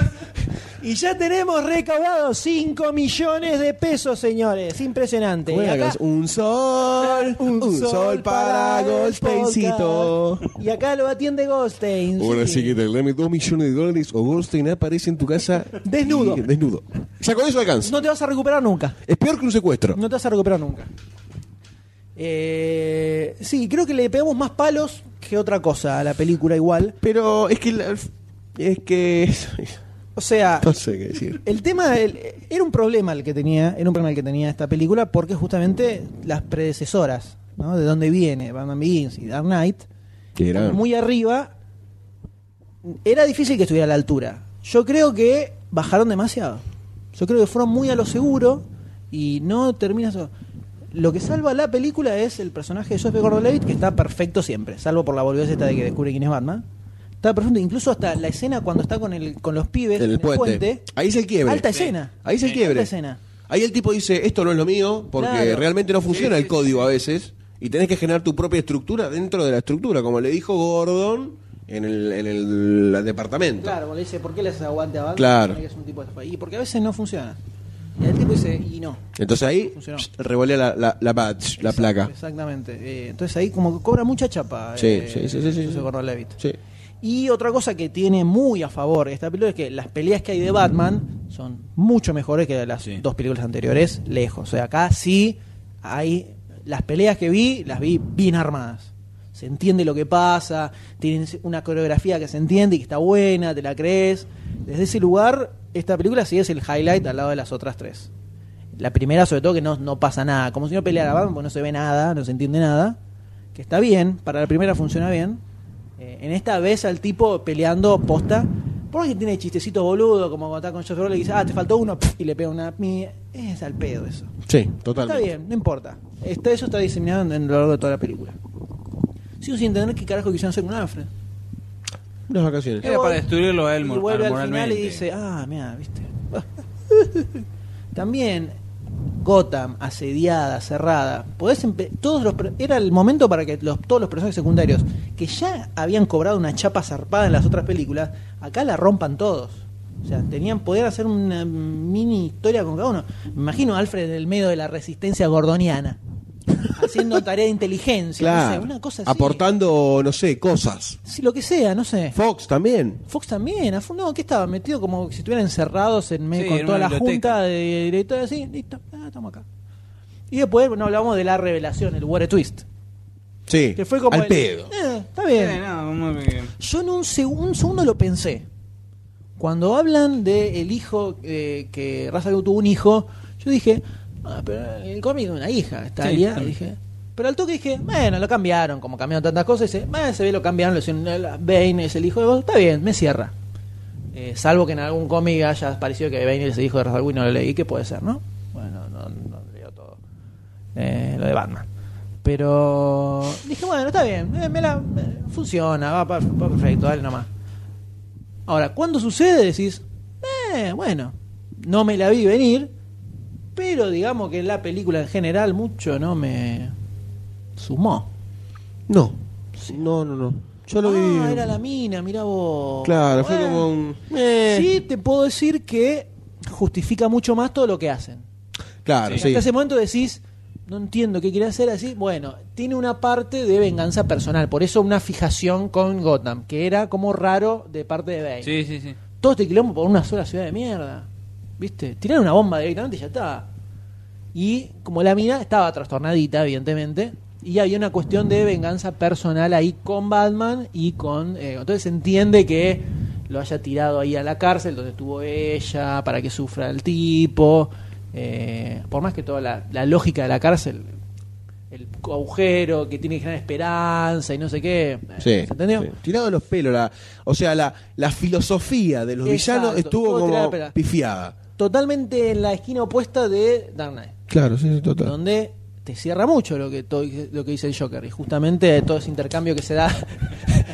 Speaker 4: Y ya tenemos recaudados 5 millones de pesos, señores. Impresionante.
Speaker 2: Bueno,
Speaker 4: Y acá-
Speaker 2: acá es Un sol, un, sol, para Goldsteincito.
Speaker 4: Y acá lo atiende Goldstein.
Speaker 2: Ahora
Speaker 4: sí.
Speaker 2: sí que te dame dos millones de dólares o Goldstein aparece en tu casa
Speaker 4: Desnudo.
Speaker 2: y- desnudo. Ya con eso alcanza.
Speaker 4: No te vas a recuperar nunca.
Speaker 2: Es peor que un secuestro.
Speaker 4: No te vas a recuperar nunca. Eh, sí, creo que le pegamos más palos que otra cosa a la película igual.
Speaker 2: Pero es que la- es que
Speaker 4: O sea,
Speaker 2: no sé qué decir.
Speaker 4: El tema del- era un problema el que tenía, era un problema el que tenía esta película porque justamente las predecesoras, ¿no? De dónde viene Batman Begins y Dark Knight,
Speaker 2: Que era
Speaker 4: muy arriba, era difícil que estuviera a la altura. Yo creo que bajaron demasiado. Yo creo que fueron muy a lo seguro y no termina eso. Lo que salva la película es el personaje de Joseph Gordon-Levitt que está perfecto siempre, salvo por la boludez esta de que descubre quién es Batman. Está perfecto, incluso hasta la escena cuando está con el con los pibes
Speaker 2: en el puente. Ahí se quiebre.
Speaker 4: Alta
Speaker 2: Sí.
Speaker 4: escena.
Speaker 2: Ahí se
Speaker 4: Sí.
Speaker 2: quiebre.
Speaker 4: Alta escena.
Speaker 2: Ahí el tipo dice, esto no es lo mío, porque
Speaker 4: Claro.
Speaker 2: realmente no funciona el código a veces, y tenés que generar tu propia estructura dentro de la estructura, como le dijo Gordon en el, en el- el departamento.
Speaker 4: Claro, como le dice, ¿por qué les aguante a Batman?
Speaker 2: Claro.
Speaker 4: Que es un tipo de spy. Y porque a veces no funciona. Y el tipo dice, y no.
Speaker 2: Entonces ahí
Speaker 4: Funcionó.
Speaker 2: pss, revolea la, la, la patch, la
Speaker 4: Exact-
Speaker 2: placa.
Speaker 4: Exactamente. Eh, entonces ahí como que cobra mucha chapa.
Speaker 2: Sí,
Speaker 4: eh,
Speaker 2: sí, sí, sí, sí,
Speaker 4: Joseph
Speaker 2: sí.
Speaker 4: Gordon-Levitt.
Speaker 2: Sí.
Speaker 4: Y otra cosa que tiene muy a favor esta película es que las peleas que hay de Batman son mucho mejores que las
Speaker 9: Sí.
Speaker 4: dos películas anteriores, lejos. O sea, acá sí hay. Las peleas que vi, las vi bien armadas. Se entiende lo que pasa, tienen una coreografía que se entiende y que está buena, te la crees. Desde ese lugar, esta película sí es el highlight al lado de las otras tres. La primera, sobre todo, que no, no pasa nada. Como si no peleara Batman, porque no se ve nada, no se entiende nada. Que está bien, para la primera funciona bien. Eh, en esta vez al tipo peleando posta. Porque tiene chistecitos boludo, como cuando está con Josh le dice, ah, te faltó uno, pf, y le pega una. mi- Es al pedo eso.
Speaker 2: Sí,
Speaker 4: Está
Speaker 2: totalmente.
Speaker 4: bien, no importa. Está, eso está diseminado en, en lo largo de toda la película. Sigo sin entender qué carajo quisieron hacer con Alfred.
Speaker 2: Unas vacaciones.
Speaker 1: Era para destruirlo a él
Speaker 4: Y
Speaker 1: mor-
Speaker 4: vuelve al final y
Speaker 1: moralmente.
Speaker 4: dice, ah, mira, viste. También Gotham, asediada, cerrada. Podés empe- todos los pre- era el momento para que los, todos los personajes secundarios, que ya habían cobrado una chapa zarpada en las otras películas, acá la rompan todos. O sea, tenían poder hacer una mini historia con cada uno. Me imagino a Alfred en el medio de la resistencia gordoniana, haciendo tarea de inteligencia, no sé,
Speaker 2: Claro.
Speaker 4: una cosa así.
Speaker 2: Aportando, no sé, cosas.
Speaker 4: Sí, lo que sea, no sé.
Speaker 2: Fox también.
Speaker 4: Fox también, a fu- no, que estaba metido como si estuvieran encerrados en medio
Speaker 1: Sí,
Speaker 4: con
Speaker 1: en
Speaker 4: toda
Speaker 1: una
Speaker 4: la
Speaker 1: biblioteca.
Speaker 4: junta de directores así, listo, ah, estamos acá. Y después bueno, hablamos de la revelación, el Water Twist,
Speaker 2: Sí.
Speaker 4: que fue como
Speaker 2: al
Speaker 4: el-
Speaker 2: pedo.
Speaker 4: Eh, está bien.
Speaker 1: Eh, no, como que-
Speaker 4: Yo en un, seg- un segundo lo pensé. Cuando hablan de el hijo eh, que Raza tuvo un hijo, yo dije, ah, pero en el cómic de una hija, está
Speaker 1: Sí,
Speaker 4: Talia",
Speaker 1: también.
Speaker 4: dije. Pero al toque dije, bueno, lo cambiaron, como cambiaron tantas cosas, dice, "Bueno, se ve lo cambiaron, lo hicieron eh, la- Bane es el hijo de vos, está bien, me cierra. Eh, salvo que en algún cómic haya aparecido que Bane es el hijo de Ra's al Ghul y no lo leí, que puede ser, ¿no? Bueno, no, no leo todo. Eh, lo de Batman. Pero dije, bueno, está bien, eh, me la- eh, funciona, va, pa- va perfecto, dale nomás. Ahora, cuando sucede? Decís, eh, bueno, no me la vi venir, pero digamos que la película en general mucho no me sumó.
Speaker 2: No. No, no, no. Yo lo
Speaker 4: ah,
Speaker 2: vi.
Speaker 4: era la mina, mirá vos.
Speaker 2: Claro, fue
Speaker 4: Bueno.
Speaker 2: como un. eh.
Speaker 4: Sí, te puedo decir que justifica mucho más todo lo que hacen.
Speaker 2: Claro, sí.
Speaker 4: Hasta ese este momento decís, no entiendo qué quiere hacer así. Bueno, tiene una parte de venganza personal, por eso una fijación con Gotham, que era como raro de parte de Bane.
Speaker 1: Sí, sí, sí.
Speaker 4: Todo este quilombo por una sola ciudad de mierda. ¿Viste? Tirar una bomba directamente y ya está. Y como la mina estaba trastornadita, evidentemente, y había una cuestión de venganza personal ahí con Batman y con... eh, entonces se entiende que lo haya tirado ahí a la cárcel donde estuvo ella, para que sufra el tipo. eh, por más que toda la, la lógica de la cárcel, el agujero que tiene que generar esperanza y no sé qué. eh,
Speaker 2: Sí,
Speaker 4: ¿Se entendió?
Speaker 2: sí. Tirado de los pelos. La, o sea, la, la filosofía de los
Speaker 4: Exacto,
Speaker 2: villanos estuvo
Speaker 4: estuvo tirada de
Speaker 2: como
Speaker 4: pela.
Speaker 2: pifiada.
Speaker 4: Totalmente en la esquina opuesta de Dark Knight.
Speaker 2: Claro, sí, sí,
Speaker 4: donde te cierra mucho lo que to- lo que dice el Joker y justamente todo ese intercambio que se da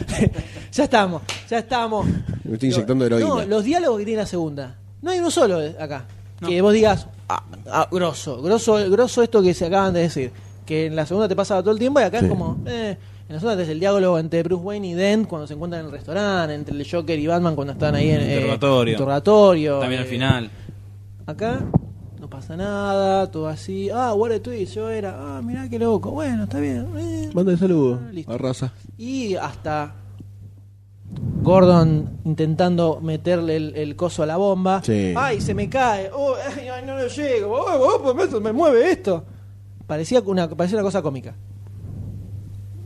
Speaker 4: ya estamos ya estamos
Speaker 2: Me estoy inyectando heroína.
Speaker 4: no los diálogos que tiene la segunda no hay uno solo eh, acá que vos digas ah, ah, grosso grosso grosso esto que se acaban de decir que en la segunda te pasaba todo el tiempo y acá es como eh, en la segunda es el diálogo entre Bruce Wayne y Dent cuando se encuentran en el restaurante entre el Joker y Batman cuando están ahí en eh,
Speaker 1: Interrogatorio.
Speaker 4: interrogatorio
Speaker 1: También al
Speaker 4: eh,
Speaker 1: final.
Speaker 4: Acá no pasa nada, todo así. Ah, what a twist, yo era. Ah, mirá qué loco. Bueno, está bien. eh.
Speaker 2: Manda el saludo
Speaker 4: Ah, listo.
Speaker 2: a raza.
Speaker 4: Y hasta Gordon intentando meterle el, el coso a la bomba.
Speaker 2: Sí.
Speaker 4: Ay, se me cae. Oh, ay, ay, no lo llego. Oh, oh, me- me mueve esto. Parecía una, parecía una cosa cómica.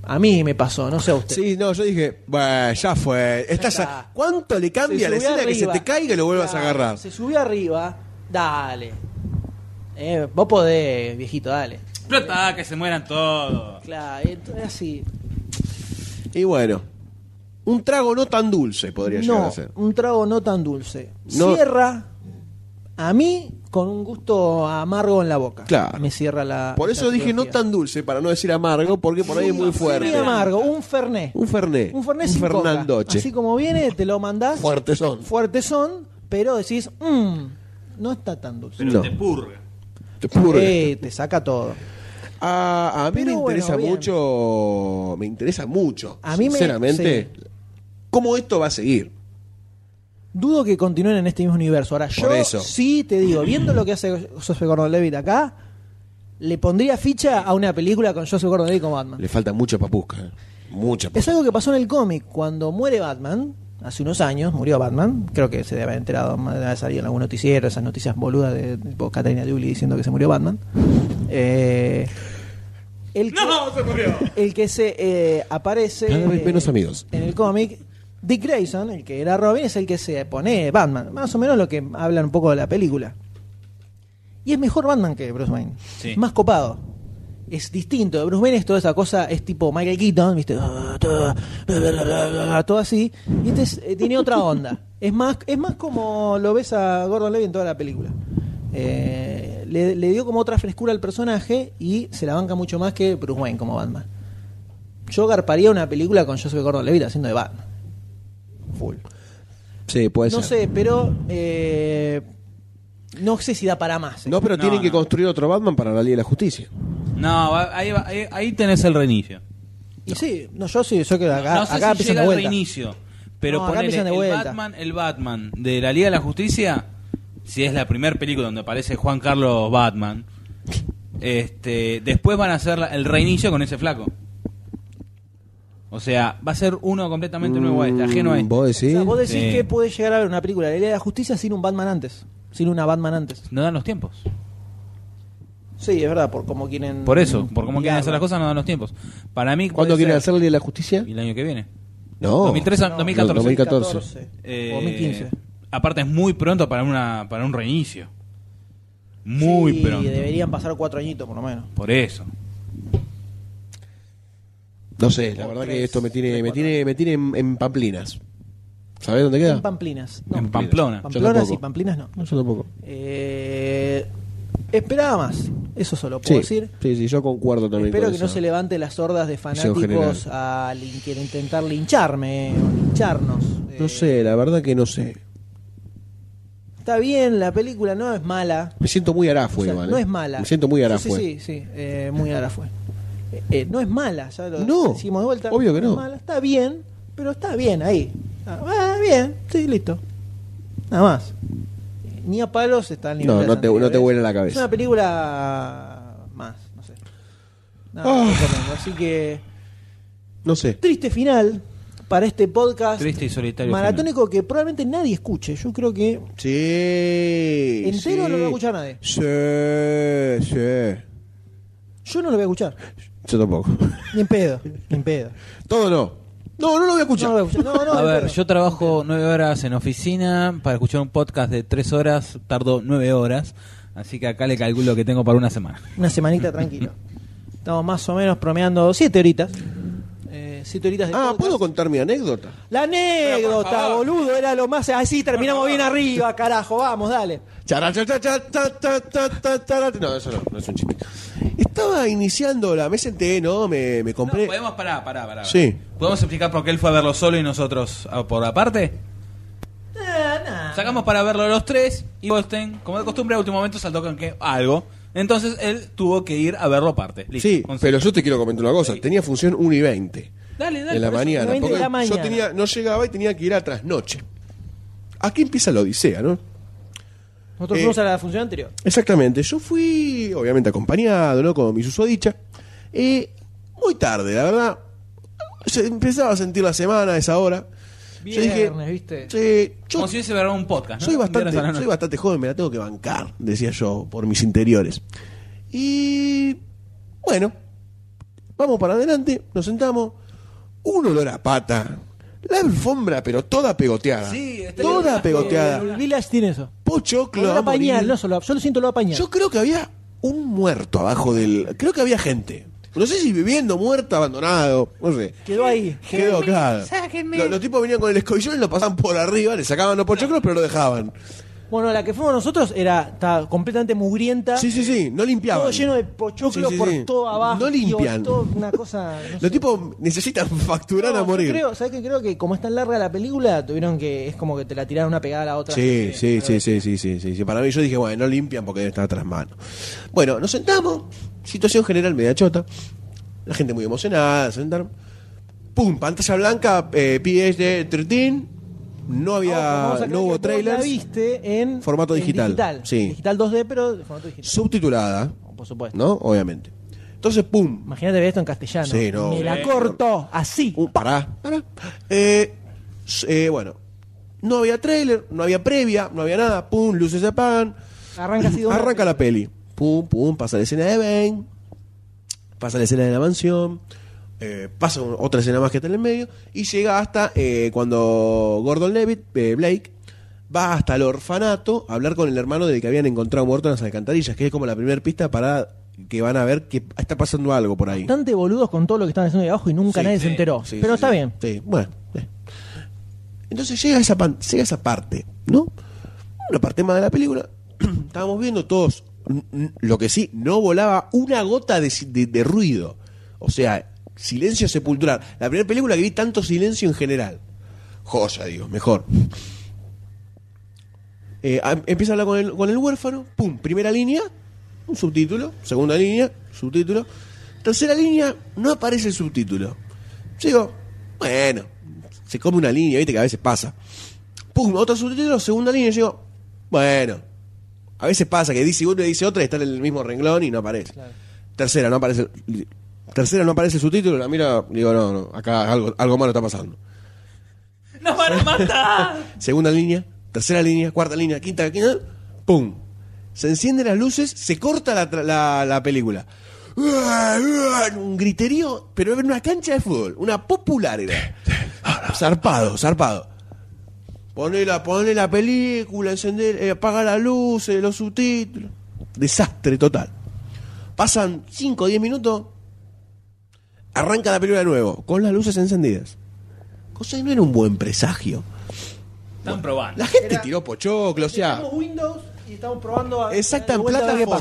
Speaker 4: A mí me pasó, no sé a usted.
Speaker 2: Sí, no, yo dije, bueno, ya fue. Estás
Speaker 4: Ya está.
Speaker 2: a- ¿Cuánto le
Speaker 4: Se
Speaker 2: cambia la
Speaker 4: subió
Speaker 2: escena que se
Speaker 4: arriba.
Speaker 2: te caiga y lo vuelvas
Speaker 4: Claro,
Speaker 2: a agarrar?
Speaker 4: Se subió arriba, dale. Eh, vos podés, viejito, dale.
Speaker 1: Explota, que se mueran todos.
Speaker 4: Claro, entonces así.
Speaker 2: Y bueno, un trago no tan dulce podría llegar
Speaker 4: No,
Speaker 2: a ser.
Speaker 4: un trago no tan dulce.
Speaker 2: No.
Speaker 4: Cierra a mí con un gusto amargo en la boca.
Speaker 2: Claro.
Speaker 4: Me cierra la.
Speaker 2: Por eso
Speaker 4: la
Speaker 2: dije no
Speaker 4: trilogía.
Speaker 2: tan dulce, para no decir amargo, porque por ahí es muy fuerte.
Speaker 4: Muy amargo, un ferné.
Speaker 2: Un Fernet.
Speaker 4: Un ferné sin coca.
Speaker 2: Fernandoche.
Speaker 4: Así como viene, te lo mandás.
Speaker 2: Fuerte son.
Speaker 4: Fuerte son, pero decís, mmm, no está tan dulce.
Speaker 2: No.
Speaker 1: purga.
Speaker 2: Te purga.
Speaker 4: Eh, te saca todo.
Speaker 2: A, a mí me
Speaker 4: Pero bueno,
Speaker 2: interesa
Speaker 4: bien.
Speaker 2: mucho, me interesa mucho,
Speaker 4: A mí me-
Speaker 2: sinceramente, cómo esto va a seguir.
Speaker 4: Dudo que continúen en este mismo universo. Ahora, yo
Speaker 2: Por eso.
Speaker 4: sí te digo, viendo lo que hace Joseph Gordon-Levitt acá, le pondría ficha a una película con Joseph Gordon-Levitt como Batman.
Speaker 2: Le falta mucha papusca, ¿eh? mucha
Speaker 4: Es
Speaker 2: papusca.
Speaker 4: algo que pasó en el cómic. Cuando muere Batman, hace unos años, murió Batman. Creo que se debe haber enterado, más de haber salido en algún noticiero, esas noticias boludas de tipo Catalina Duli diciendo que se murió Batman. Eh, el que, El que se eh, aparece
Speaker 2: Cada vez
Speaker 4: eh,
Speaker 2: menos amigos.
Speaker 4: en el cómic. Dick Grayson, el que era Robin, es el que se pone Batman. Más o menos lo que hablan un poco de la película. Y es mejor Batman que Bruce Wayne.
Speaker 1: Sí.
Speaker 4: Es Más copado. Es distinto. Bruce Wayne es toda esa cosa, es tipo Michael Keaton, ¿viste? Todo así. Y este es- eh, tiene otra onda. Es más, es más como lo ves a Gordon Levy en toda la película. Eh, le, le dio como otra frescura al personaje y se la banca mucho más que Bruce Wayne como Batman. Yo garparía una película con Joseph Gordon Levitt haciendo de Batman. Full.
Speaker 2: Sí, puede
Speaker 4: No
Speaker 2: ser.
Speaker 4: sé, pero. eh, no sé si da para más. eh.
Speaker 2: No, pero
Speaker 1: No,
Speaker 2: tienen que
Speaker 1: no.
Speaker 2: construir otro Batman para la Liga de la Justicia.
Speaker 1: No, va- ahí, va- ahí, ahí tenés el reinicio.
Speaker 4: Y sí, no, yo sí, yo que acá,
Speaker 1: no sé
Speaker 4: acá
Speaker 1: si
Speaker 4: empiezan
Speaker 1: llega
Speaker 4: de
Speaker 1: el
Speaker 4: vuelta.
Speaker 1: reinicio, pero
Speaker 4: No, acá
Speaker 1: ponele
Speaker 4: empiezan de
Speaker 1: el
Speaker 4: vuelta.
Speaker 1: Batman, el Batman de la Liga de la Justicia, si es la primera película donde aparece Juan Carlos Batman, este, después van a hacer la- el reinicio con ese flaco. O sea, va a ser uno completamente nuevo a este, ajeno a este.
Speaker 2: Mm, ¿Vos decís?
Speaker 4: O sea, vos decís
Speaker 1: Sí.
Speaker 4: que puede llegar a haber una película de la Liga de la Justicia sin un Batman antes. Sin una Batman antes.
Speaker 1: No dan los tiempos.
Speaker 4: Sí, es verdad, por cómo quieren.
Speaker 1: Por eso, por cómo quieren
Speaker 4: liarla.
Speaker 1: hacer las cosas, no dan los tiempos. Para mí,
Speaker 2: ¿Cuándo
Speaker 1: puede
Speaker 2: quieren
Speaker 1: ser
Speaker 2: hacer la Liga de la Justicia?
Speaker 1: El año que viene.
Speaker 2: No.
Speaker 1: 2013,
Speaker 4: No,
Speaker 1: 2014.
Speaker 2: 2014.
Speaker 4: 2014.
Speaker 1: Eh,
Speaker 4: O 2015.
Speaker 1: Aparte es muy pronto para una para un reinicio. Muy
Speaker 4: Sí,
Speaker 1: pronto.
Speaker 4: deberían pasar cuatro añitos por lo menos.
Speaker 1: Por eso.
Speaker 2: No sé, la verdad que esto me tiene, me tiene, me tiene en, en pamplinas. ¿Sabés dónde queda?
Speaker 4: En Pamplinas. No,
Speaker 1: en Pamplona.
Speaker 4: Pamplonas
Speaker 2: tampoco.
Speaker 4: y Pamplinas no.
Speaker 2: No, yo tampoco.
Speaker 4: Eh, esperaba más. Eso solo puedo decir.
Speaker 2: sí, sí, yo concuerdo también.
Speaker 4: Espero
Speaker 2: con
Speaker 4: que
Speaker 2: eso.
Speaker 4: no se levante las hordas de
Speaker 2: general.
Speaker 4: fanáticos a lin- que intentar lincharme o lincharnos. Eh,
Speaker 2: No sé, la verdad que no sé.
Speaker 4: Está bien, la película no es mala.
Speaker 2: Me siento muy
Speaker 4: O
Speaker 2: arafue,
Speaker 4: sea,
Speaker 2: igual.
Speaker 4: No
Speaker 2: ¿eh?
Speaker 4: es mala.
Speaker 2: Me siento muy
Speaker 4: Sí,
Speaker 2: arafue.
Speaker 4: Sí, sí, sí, eh, muy arafue. Eh, eh, no es mala, ya lo
Speaker 2: No,
Speaker 4: decimos de vuelta.
Speaker 2: obvio que
Speaker 4: es
Speaker 2: no.
Speaker 4: mala, está bien, pero está bien ahí. Ah, ah, bien, sí, listo. Nada más. Ni a palos está al nivel de
Speaker 2: No,
Speaker 4: las
Speaker 2: no te- no te
Speaker 4: anteriores.
Speaker 2: vuela la cabeza.
Speaker 4: Es una película más, no sé. Nada,
Speaker 2: Ah.
Speaker 4: no recomiendo. Así que
Speaker 2: No sé.
Speaker 4: triste final para este podcast
Speaker 1: Triste y solitario.
Speaker 4: maratónico que probablemente nadie escuche. Yo creo que
Speaker 2: Sí.
Speaker 4: entero no lo va a escuchar nadie.
Speaker 2: Sí, sí.
Speaker 4: Yo no lo voy a escuchar.
Speaker 2: Yo tampoco.
Speaker 4: Ni en pedo, ni en pedo.
Speaker 2: Todo no. No, no lo voy a escuchar.
Speaker 4: No, lo voy a escuchar. no, no,
Speaker 1: A
Speaker 4: ni en
Speaker 1: ver,
Speaker 4: pedo.
Speaker 1: yo trabajo nueve horas en oficina. Para escuchar un podcast de tres horas, tardo nueve horas. Así que acá le calculo que tengo para una semana.
Speaker 4: Una semanita tranquilo. Estamos más o menos bromeando siete horitas. Eh, siete horitas de
Speaker 2: Ah,
Speaker 4: podcast.
Speaker 2: ¿puedo contar mi anécdota?
Speaker 4: La anécdota, boludo, era lo más. Así terminamos bien arriba, carajo. Vamos, dale.
Speaker 2: Chara, cha, cha, cha, ta, ta, ta, ta, ta, ta. No, eso no, no es un chiste. Estaba iniciando la. Me senté, ¿no? Me, me compré.
Speaker 1: podemos parar, parar, parar.
Speaker 2: Sí.
Speaker 1: ¿Podemos explicar por qué él fue a verlo solo y nosotros ah, por aparte?
Speaker 2: Eh,
Speaker 1: Sacamos para verlo los tres y Goldstein, como de costumbre, a último momento saltó con que algo. Entonces él tuvo que ir a verlo aparte. Listo.
Speaker 2: Sí,
Speaker 1: Con-
Speaker 2: pero yo te quiero comentar una cosa. Tenía función 1 y 20
Speaker 1: Dale, dale.
Speaker 2: en la
Speaker 1: por eso.
Speaker 2: mañana.
Speaker 4: 1 y 20 de
Speaker 2: porque
Speaker 4: la mañana.
Speaker 2: Yo tenía, no llegaba y tenía que ir a trasnoche. Aquí empieza la odisea, ¿no?
Speaker 4: Nosotros
Speaker 2: Eh,
Speaker 4: fuimos a la función anterior.
Speaker 2: Exactamente. Yo fui, obviamente, acompañado, ¿no? Como mi susodicha. Eh, muy tarde, la verdad. Se empezaba a sentir la semana a esa hora. Yo dije,
Speaker 4: Viernes, ¿viste?
Speaker 2: "Che, yo
Speaker 1: Como si hubiese grabado un podcast. ¿no?
Speaker 2: soy bastante,
Speaker 1: Viernes a la noche.
Speaker 2: soy bastante joven, me la tengo que bancar, decía yo, por mis interiores. Y bueno, vamos para adelante, nos sentamos, un olor a pata, la alfombra, pero toda pegoteada.
Speaker 1: Sí, está
Speaker 2: toda
Speaker 1: bien.
Speaker 2: pegoteada.
Speaker 4: Eh, El Village tiene eso.
Speaker 2: Pochoclo.
Speaker 4: Olor
Speaker 2: a
Speaker 4: a pañal,
Speaker 2: morir.
Speaker 4: no solo. Yo lo siento lo apañal.
Speaker 2: Yo creo que había un muerto abajo del. Creo que había gente. No sé si viviendo, muerto, abandonado, no sé.
Speaker 4: Quedó ahí.
Speaker 2: Quedó claro. Los, los tipos venían con el escobillón y lo pasaban por arriba, le sacaban los pochoclos, pero lo dejaban.
Speaker 4: Bueno, la que fuimos nosotros era estaba completamente mugrienta.
Speaker 2: Sí, sí, sí, no limpiaban.
Speaker 4: Ah. Todo lleno de pochoclo
Speaker 2: Sí, sí,
Speaker 4: por
Speaker 2: sí.
Speaker 4: todo abajo.
Speaker 2: No
Speaker 4: tío,
Speaker 2: limpian.
Speaker 4: todo una cosa. no sé.
Speaker 2: Los tipos necesitan facturar
Speaker 4: No,
Speaker 2: a
Speaker 4: yo
Speaker 2: morir.
Speaker 4: Creo, ¿Sabes qué? Creo que como es tan larga la película, tuvieron que. Es como que te la tiraron una pegada a la otra.
Speaker 2: Sí, sí, sí, sí, sí, sí, sí, sí. Para mí yo dije, bueno, no limpian porque deben estar tras mano. Bueno, nos sentamos, situación general media chota, la gente muy emocionada, se sentaron. Pum, pantalla blanca, eh, PS13, no
Speaker 4: Ah, Vamos a
Speaker 2: había,
Speaker 4: creer
Speaker 2: no
Speaker 4: que
Speaker 2: hubo
Speaker 4: vos La
Speaker 2: trailers,
Speaker 4: viste en.
Speaker 2: Formato
Speaker 4: en
Speaker 2: digital,
Speaker 4: Digital,
Speaker 2: sí.
Speaker 4: digital 2D, pero de formato digital.
Speaker 2: subtitulada,
Speaker 4: Por supuesto.
Speaker 2: ¿no? Obviamente. Entonces, pum,
Speaker 4: Imagínate ver esto en castellano.
Speaker 2: Sí, no.
Speaker 4: Me la
Speaker 2: Sí.
Speaker 4: corto así.
Speaker 2: Uh, pará, pará. Eh, s- eh, bueno, no había trailer, no había previa, no había nada. Pum, luces se apagan.
Speaker 4: Arranca así de una-
Speaker 2: Arranca la peli. Pum, pum, pasa la escena de Ben. Pasa la escena de la mansión. eh, pasa un- otra escena más que está en el medio. Y llega hasta eh, cuando Gordon Levitt, eh, Blake, va hasta el orfanato a hablar con el hermano del que habían encontrado muerto en las alcantarillas, que es como la primera pista para que van a ver que está pasando algo por ahí.
Speaker 4: Bastante boludos con todo lo que estaban haciendo ahí abajo y nunca
Speaker 2: Sí,
Speaker 4: nadie
Speaker 2: sí,
Speaker 4: se enteró.
Speaker 2: sí,
Speaker 4: pero
Speaker 2: sí,
Speaker 4: está
Speaker 2: sí.
Speaker 4: bien.
Speaker 2: Sí, bueno. eh. Entonces llega esa, pan- llega esa parte, ¿no? Una parte más de la película. Estábamos viendo todos. n- n- Lo que sí, no volaba una gota de, si- de- de ruido. O sea, silencio sepultural. La primera película que vi tanto silencio en general. Joya, digo, mejor. Eh, a- empieza a hablar con el, con el huérfano, pum, primera línea, un subtítulo, segunda línea, subtítulo, tercera línea, no aparece el subtítulo. Yo digo, bueno, se come una línea, viste que a veces pasa. Pum, otro subtítulo, segunda línea, yo digo, bueno, a veces pasa que dice uno y dice otra y está en el mismo renglón y no aparece. Tercera, no aparece. el- Tercera no aparece el subtítulo, la mira, digo, no, no, acá algo, algo malo está pasando.
Speaker 1: ¡Nos van a matar!
Speaker 2: Segunda línea, tercera línea, cuarta línea, quinta, quinta. ¡Pum! Se encienden las luces, se corta la, tra- la- la película. Un griterío, pero era una cancha de fútbol, una popular era. Zarpado, zarpado. Poné la, poné la película, encender, eh, apaga las luces, los subtítulos. Desastre total. Pasan 5 o 10 minutos, arranca la película de nuevo, con las luces encendidas. Cosa que no era un buen presagio.
Speaker 10: Están probando.
Speaker 2: La gente
Speaker 4: Era-
Speaker 2: tiró pochoclo, o sea.
Speaker 4: Tenemos Windows y estamos probando a.
Speaker 2: Exacta,
Speaker 4: a-
Speaker 2: en
Speaker 4: de vuelta
Speaker 2: plata
Speaker 4: a
Speaker 2: que
Speaker 4: forma.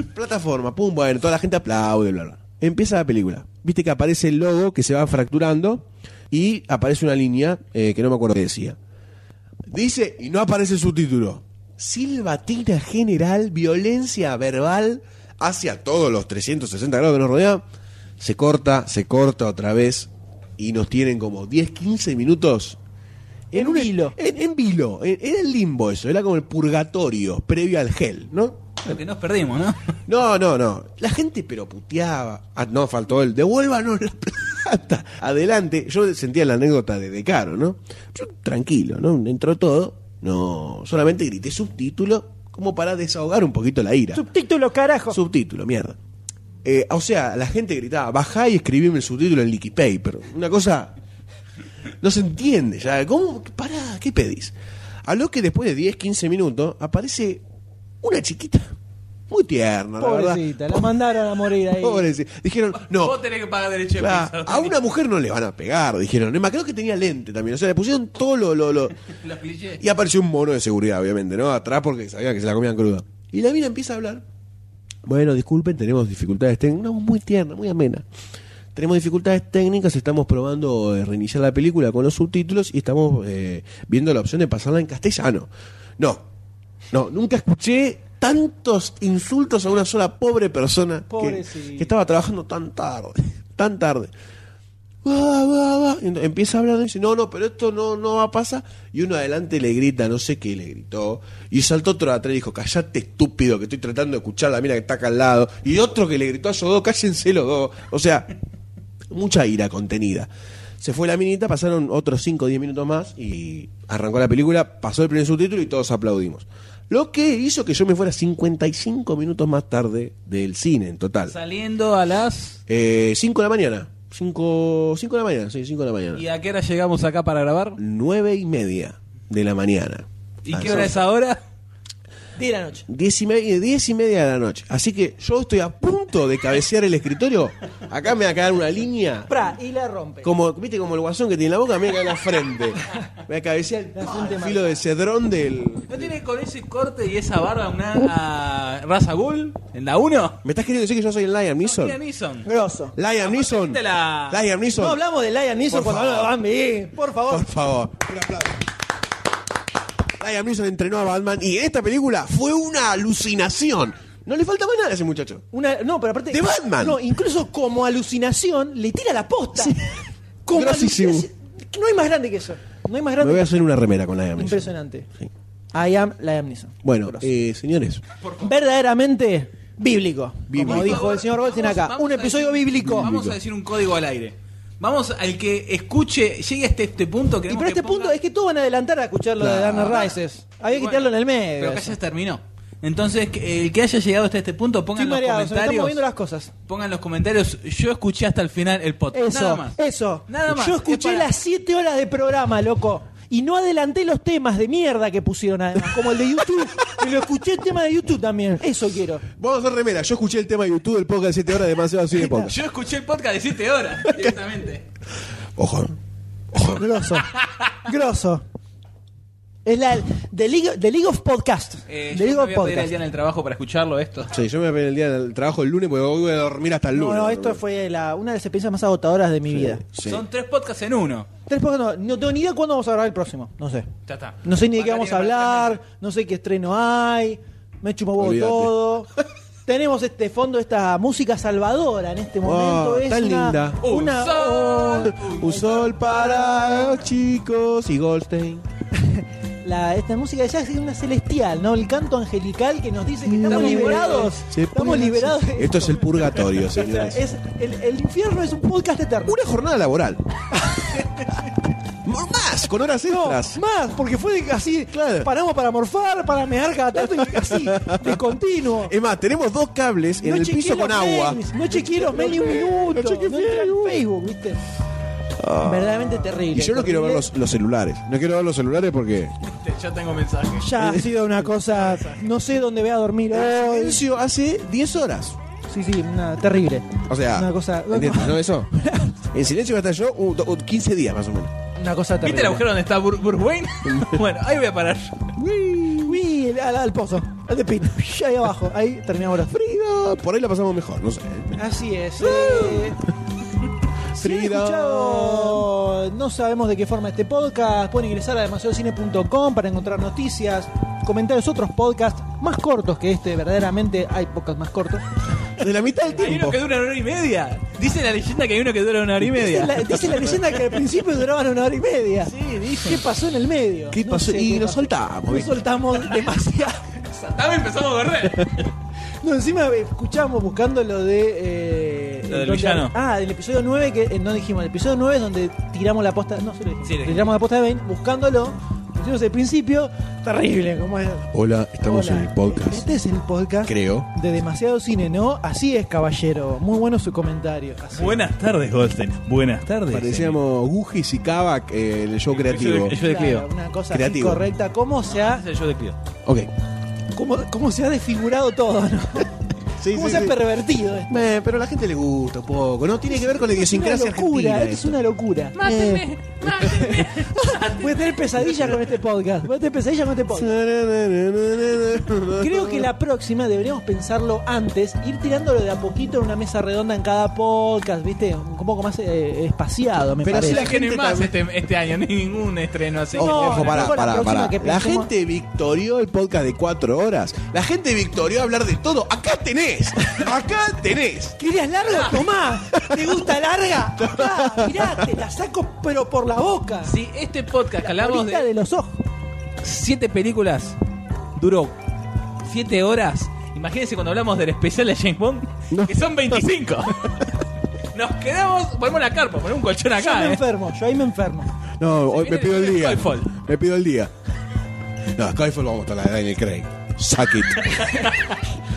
Speaker 2: pasa. Plataforma, pum, bueno, toda la gente aplaude, bla, bla. Empieza la película. Viste que aparece el logo que se va fracturando y aparece una línea eh, que no me acuerdo qué decía. Dice, y no aparece el subtítulo, silbatina general, violencia verbal hacia todos los 360 grados que nos rodean. Se corta, se corta otra vez y nos tienen como 10, 15 minutos
Speaker 4: En
Speaker 2: un
Speaker 4: vilo.
Speaker 2: En, en vilo, en- era el limbo eso, era como el purgatorio previo al gel, ¿no?
Speaker 1: Lo que nos perdimos, ¿no?
Speaker 2: No, no, no. La gente pero puteaba. Ah, no, faltó él. Devuélvanos la plata. Adelante. Yo sentía la anécdota de De Caro, ¿no? Yo tranquilo, ¿no? Entró todo. No, solamente grité subtítulo como para desahogar un poquito la ira.
Speaker 4: Subtítulo, carajo.
Speaker 2: Subtítulo, mierda. Eh, o sea, la gente gritaba, bajá y escribime el subtítulo en leaky paper. Una cosa. No se entiende ya. ¿Cómo? Pará, ¿qué pedís? A lo que después de 10, 15 minutos aparece una chiquita. Muy tierna,
Speaker 4: Pobrecita, la
Speaker 2: la verdad.
Speaker 4: mandaron a morir ahí.
Speaker 2: Pobrecita. Dijeron, no.
Speaker 10: Vos tenés que pagar derecho de
Speaker 2: claro,
Speaker 10: piso.
Speaker 2: a una mujer no le van a pegar, dijeron. Es más, creo que tenía lente también. O sea, le pusieron todo lo- lo- lo,
Speaker 10: Los clichés.
Speaker 2: y apareció un mono de seguridad, obviamente, ¿no? Atrás porque sabía que se la comían cruda. Y la mina empieza a hablar. Bueno, disculpen, tenemos dificultades técnicas. Una voz muy tierna, muy amena. Tenemos dificultades técnicas, estamos probando eh, reiniciar la película con los subtítulos y estamos eh, viendo la opción de pasarla en castellano. No, no, nunca escuché tantos insultos a una sola pobre persona que,
Speaker 4: Pobrecita.
Speaker 2: que estaba trabajando tan tarde, tan tarde. Va, va, va. Y ent- Empieza a hablar, dice, no, no, pero esto no, no va a pasar. Y uno adelante le grita, no sé qué le gritó. Y saltó otro de atrás y dijo, callate estúpido, que estoy tratando de escuchar a la mira que está acá al lado. Y otro que le gritó a esos dos, cállense los dos. O sea, mucha ira contenida. Se fue la minita, pasaron otros 5 o 10 minutos más y arrancó la película, pasó el primer subtítulo y todos aplaudimos. Lo que hizo que yo me fuera 55 minutos más tarde del cine en total.
Speaker 1: Saliendo a las.
Speaker 2: 5 de la mañana. 5 de la mañana, sí, 5 de la mañana.
Speaker 1: ¿Y a qué hora llegamos acá para grabar?
Speaker 2: 9 y media de la mañana.
Speaker 1: ¿Y qué hora es ahora?
Speaker 4: De la noche.
Speaker 2: 10 y, media, 10 y media de la noche. Así que yo estoy a punto de cabecear el escritorio. Acá me va a quedar una línea.
Speaker 4: Pra, y la rompe.
Speaker 2: Como, ¿Viste como el guasón que tiene en la boca? Me va a quedar en la frente. Me va a cabecear el, el filo de cedrón del.
Speaker 1: ¿No tiene con ese corte y esa barba una a Raza Bull en la 1?
Speaker 2: ¿Me estás queriendo decir que yo soy el Liam Neeson?
Speaker 1: Liam Neeson.
Speaker 4: Grosso.
Speaker 2: Liam Neeson.
Speaker 1: Aparte la-
Speaker 2: Liam Neeson.
Speaker 4: No hablamos de Lion Neeson
Speaker 2: Por
Speaker 4: cuando hablamos de Bambi. Por favor.
Speaker 2: Por favor. Un aplauso. Liam Neeson entrenó a Batman y en esta película fue una alucinación. No le falta más nada a ese muchacho.
Speaker 4: Una- no, pero aparte.
Speaker 2: De Batman.
Speaker 4: No, incluso como alucinación le tira la posta. Como
Speaker 2: Grosísimo.
Speaker 4: alucinación. No hay más grande que eso. No hay más grande.
Speaker 2: Me voy a
Speaker 4: que
Speaker 2: hacer una remera con Liam Neeson.
Speaker 4: Impresionante.
Speaker 2: Sí.
Speaker 4: I am Liam Neeson.
Speaker 2: Bueno,
Speaker 4: Grosso.
Speaker 2: eh, señores,
Speaker 4: verdaderamente bíblico.
Speaker 2: Bíblico.
Speaker 4: Como dijo el señor Goldstein
Speaker 1: Vamos-
Speaker 4: acá.
Speaker 1: vamos
Speaker 4: un
Speaker 1: a
Speaker 4: episodio
Speaker 1: decir-
Speaker 4: bíblico.
Speaker 1: Vamos a decir un código al aire. Vamos al que escuche, llegue hasta este punto.
Speaker 4: Y
Speaker 1: queremos
Speaker 4: pero este
Speaker 1: que ponga- Ah.
Speaker 4: punto es que todos van a adelantar a escuchar lo de Dana Rises. Había que
Speaker 1: Bueno,
Speaker 4: tirarlo en el medio.
Speaker 1: Pero acá
Speaker 4: eso.
Speaker 1: ya terminó. Entonces, que- el que haya llegado hasta este punto, pongan
Speaker 4: Estoy
Speaker 1: en los
Speaker 4: mareado, se me están
Speaker 1: comentarios.
Speaker 4: moviendo las cosas.
Speaker 1: Pongan los comentarios. Yo escuché hasta el final el podcast.
Speaker 4: Eso,
Speaker 1: Nada más.
Speaker 4: eso.
Speaker 1: Nada más.
Speaker 4: Yo
Speaker 1: Es
Speaker 4: escuché
Speaker 1: para-
Speaker 4: las 7 horas de programa, loco. Y no adelanté los temas de mierda que pusieron además, como el de YouTube. y lo escuché el tema de YouTube también. Eso quiero.
Speaker 2: vamos a hacer remera. Yo escuché el tema de YouTube del podcast de 7 horas de demasiado así de podcast.
Speaker 1: Yo escuché el podcast de 7 horas directamente.
Speaker 2: Ojo. Ojo.
Speaker 4: Grosso. Grosso. Es la de League, The League of Podcast.
Speaker 1: Eh,
Speaker 4: The
Speaker 1: yo me
Speaker 4: League
Speaker 1: voy
Speaker 4: of
Speaker 1: a pedir el
Speaker 4: Podcast.
Speaker 1: día en el trabajo para escucharlo esto.
Speaker 2: Sí, yo me voy a pegar el día del trabajo el lunes porque hoy voy a dormir hasta el
Speaker 4: No,
Speaker 2: lunes.
Speaker 4: no, esto fue la, una de las experiencias más agotadoras de mi vida.
Speaker 2: Sí.
Speaker 1: Son tres podcasts en uno.
Speaker 4: Tres podcasts, no, no tengo ni idea cuándo vamos a grabar el próximo. No sé.
Speaker 1: Ya está.
Speaker 4: No sé ni de
Speaker 1: Acá
Speaker 4: qué vamos a
Speaker 1: tiene para tres
Speaker 4: hablar, no sé qué estreno hay, me chupo huevo
Speaker 2: Olvídate.
Speaker 4: todo. Tenemos este fondo, esta música salvadora en este momento. es
Speaker 2: tan
Speaker 4: una-
Speaker 2: linda.
Speaker 1: Un
Speaker 4: Una,
Speaker 1: sol.
Speaker 2: Un sol para los chicos y Goldstein.
Speaker 4: la- esta música ya es una celestial, ¿no? El canto angelical que nos dice que estamos,
Speaker 1: Estamos
Speaker 4: liberados.
Speaker 2: Se
Speaker 4: estamos
Speaker 2: puede-
Speaker 4: liberados. de-
Speaker 2: Esto es el purgatorio,
Speaker 4: O sea,
Speaker 2: señores.
Speaker 4: es- el, el infierno es un podcast eterno.
Speaker 2: Una jornada laboral. Más, con horas
Speaker 4: No,
Speaker 2: extras.
Speaker 4: más, porque fue de- así,
Speaker 2: Claro.
Speaker 4: paramos para morfar, para mear cada tanto y así, de continuo.
Speaker 2: Es más, tenemos dos cables en
Speaker 4: No
Speaker 2: el
Speaker 4: chequeé
Speaker 2: piso
Speaker 4: los
Speaker 2: con agua.
Speaker 4: mails, No chequeé los mails ni un minuto. No chequeé Facebook, ¿viste? Verdaderamente terrible.
Speaker 2: Ah. Y yo no quiero ver
Speaker 4: terrible.
Speaker 2: los, los celulares. No quiero ver los celulares porque.
Speaker 1: Ya tengo mensaje.
Speaker 4: Ya ha sido una cosa. No sé dónde voy a dormir hoy.
Speaker 2: Silencio hace 10 horas.
Speaker 4: Sí, sí, una, terrible.
Speaker 2: O sea.
Speaker 4: Una cosa-
Speaker 2: ¿entiendes, no eso? En silencio va a estar yo uh, do- uh, 15 días más o menos.
Speaker 4: Una cosa terrible.
Speaker 1: ¿Viste el agujero donde está Bur- Bruce Wayne? bueno, ahí voy a parar.
Speaker 4: Uy, al, al pozo, al de pit, ahí abajo, ahí terminamos la
Speaker 2: Frida, por ahí la pasamos mejor, no sé.
Speaker 4: Así es. eh, si han
Speaker 2: Freedom.
Speaker 4: escuchado, no sabemos de qué forma este podcast. Pueden ingresar a demasiadocine.com para encontrar noticias, comentarios, otros podcasts más cortos que este. Verdaderamente hay podcasts más cortos.
Speaker 2: De la mitad del
Speaker 1: Hay uno
Speaker 2: tiempo.
Speaker 1: que dura una hora y media. Dice la leyenda que hay uno que dura una hora y
Speaker 4: Dice
Speaker 1: media.
Speaker 4: la, dice la leyenda que al principio duraban una hora y media.
Speaker 1: Sí, dicen.
Speaker 4: ¿Qué pasó en el medio?
Speaker 2: ¿Qué pasó?
Speaker 4: sé
Speaker 2: Y
Speaker 4: qué
Speaker 2: nos
Speaker 4: pasó.
Speaker 2: soltamos,
Speaker 4: Nos
Speaker 2: ¿viste?
Speaker 4: soltamos demasiado.
Speaker 1: Saltame y empezamos a correr.
Speaker 4: No, encima escuchamos buscando lo de. eh,
Speaker 1: Lo del
Speaker 4: entonces-
Speaker 1: villano.
Speaker 4: Ah, del episodio 9, que eh, no dijimos. El episodio 9 es donde tiramos la posta. No, se lo dijimos.
Speaker 1: Sí, lo dijimos.
Speaker 4: tiramos la posta de Bane, buscándolo. Pusimos el principio. Terrible, como es.
Speaker 2: Hola,
Speaker 4: Hola, Este es el podcast.
Speaker 2: Creo.
Speaker 4: De demasiado cine, ¿no? Así es, caballero. Muy bueno su comentario. Así.
Speaker 1: Buenas tardes, Goldstein. Buenas tardes.
Speaker 2: Parecíamos Gugis y Kavak eh, en el show
Speaker 1: Yo
Speaker 2: creativo.
Speaker 1: de- yo Ah, de
Speaker 4: Claro,
Speaker 1: Clio.
Speaker 4: una cosa así
Speaker 2: Creativo.
Speaker 4: correcta. ¿Cómo se ha,
Speaker 1: Es el show de Clio.
Speaker 2: Ok.
Speaker 4: cómo, cómo se ha desfigurado todo, ¿no?
Speaker 2: Sí,
Speaker 4: ¿Cómo
Speaker 2: sí,
Speaker 4: se
Speaker 2: sí.
Speaker 4: ha pervertido esto?
Speaker 2: Eh, pero a la gente le gusta un poco, ¿no? Tiene que ver con la idiosincrasia
Speaker 4: es una locura,
Speaker 2: argentina.
Speaker 4: esto es
Speaker 2: esto.
Speaker 4: una locura. Eh. Voy a tener pesadilla con este podcast. Voy a tener pesadilla con este podcast. Creo que la próxima deberíamos pensarlo antes, ir tirándolo de a poquito en una mesa redonda en cada podcast, ¿viste? Un poco más eh, espaciado, me
Speaker 2: Pero
Speaker 4: parece.
Speaker 2: así
Speaker 1: No
Speaker 2: La gente
Speaker 1: tiene más este, este año, ni ningún estreno así.
Speaker 2: Ojo,
Speaker 1: que-
Speaker 4: No,
Speaker 2: ojo, pará,
Speaker 4: mejor la
Speaker 2: pará,
Speaker 4: próxima
Speaker 2: pará.
Speaker 4: que
Speaker 2: La
Speaker 4: pensemos-
Speaker 2: gente victorió el podcast de cuatro horas. La gente victorió hablar de todo. Acá tenés. Acá tenés.
Speaker 4: ¿Querías larga? Tomá. ¿Te gusta larga? Tomá, mirá, te la saco pero por la boca.
Speaker 1: Si este podcast que
Speaker 4: la
Speaker 1: hablamos
Speaker 4: bolita
Speaker 1: de
Speaker 4: de... los ojos.
Speaker 1: siete películas duró siete horas. Imagínense cuando hablamos del especial de James Bond, que son 25. Nos quedamos, ponemos la carpa, ponemos un colchón
Speaker 4: yo me
Speaker 1: acá. eh.
Speaker 4: enfermo, yo ahí me enfermo.
Speaker 2: No,
Speaker 1: Se
Speaker 2: hoy me
Speaker 1: viene
Speaker 2: pido el
Speaker 1: el
Speaker 2: día.
Speaker 1: Skyfall.
Speaker 2: Me pido el día. No, Skyfall vamos a la de Daniel Craig. Suck it.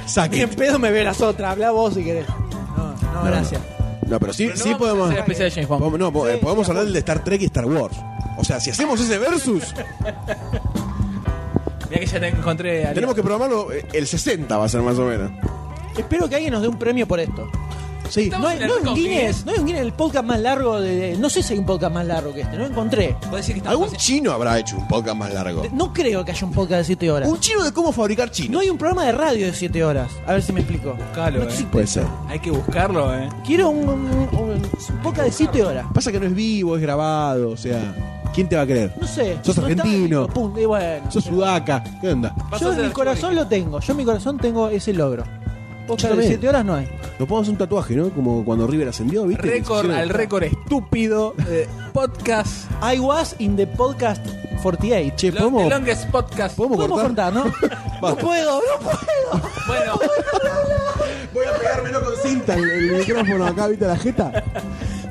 Speaker 2: Suck
Speaker 4: Ni en
Speaker 2: it.
Speaker 4: pedo me verás otra, habla vos si querés. No, no, gracias.
Speaker 2: No, pero sí,
Speaker 1: Pero no
Speaker 2: sí
Speaker 1: vamos a
Speaker 2: podemos.
Speaker 1: hacer el especial de James Bond.
Speaker 2: podemos- no, po- eh,
Speaker 4: Sí,
Speaker 2: podemos
Speaker 4: sí,
Speaker 2: hablar del de Star Trek y Star Wars. O sea, si hacemos ese versus,
Speaker 1: Mira que ya te encontré. a-
Speaker 2: tenemos que programarlo. eh, El 60 va a ser más o menos.
Speaker 4: Espero que alguien nos dé un premio por esto.
Speaker 2: Sí.
Speaker 4: No es, no es un
Speaker 1: Con
Speaker 4: Guinness,
Speaker 1: Guinness.
Speaker 4: no es un Guinness el podcast más largo de, de- No sé si hay un podcast más largo que este, no lo encontré.
Speaker 1: Puedo decir que estamos
Speaker 2: Algún
Speaker 1: haciendo-
Speaker 2: chino habrá hecho un podcast más largo.
Speaker 4: De- No creo que haya un podcast de 7 horas.
Speaker 2: Un chino de cómo fabricar
Speaker 4: No
Speaker 2: chino.
Speaker 4: hay un programa de radio de 7 horas. A ver si me explico.
Speaker 1: Buscalo,
Speaker 4: No
Speaker 1: eh.
Speaker 4: existe.
Speaker 2: Puede ser.
Speaker 1: Hay que buscarlo, eh.
Speaker 4: Quiero un, un- un- un podcast de 7 horas.
Speaker 2: Pasa que no es vivo, es grabado. O sea, ¿quién te va a creer?
Speaker 4: No sé.
Speaker 2: Sos
Speaker 4: no está
Speaker 2: argentino.
Speaker 4: escrito, punto, y bueno.
Speaker 2: Sos sudaca. ¿Qué onda?
Speaker 1: Vas a
Speaker 4: Yo
Speaker 1: hacer
Speaker 4: en mi
Speaker 1: archivo
Speaker 4: corazón
Speaker 1: original.
Speaker 4: lo tengo. Yo en mi corazón tengo ese logro. Podcast de
Speaker 2: Escúchame.
Speaker 4: 7 horas no hay.
Speaker 2: Nos podemos hacer un tatuaje, ¿no? Como cuando River ascendió, ¿viste? Que se
Speaker 1: Récord,
Speaker 2: hicieron-
Speaker 1: al récord estúpido. eh, podcast.
Speaker 4: I was in the podcast 48.
Speaker 2: Che,
Speaker 1: lo- the
Speaker 2: ¿podemos,
Speaker 1: longest podcast.
Speaker 2: ¿podemos
Speaker 4: Podemos
Speaker 2: cortar?
Speaker 4: contar, ¿no? no puedo, no puedo.
Speaker 1: Bueno,
Speaker 2: Voy a pegármelo con cinta el, el micrófono acá, ¿viste la jeta?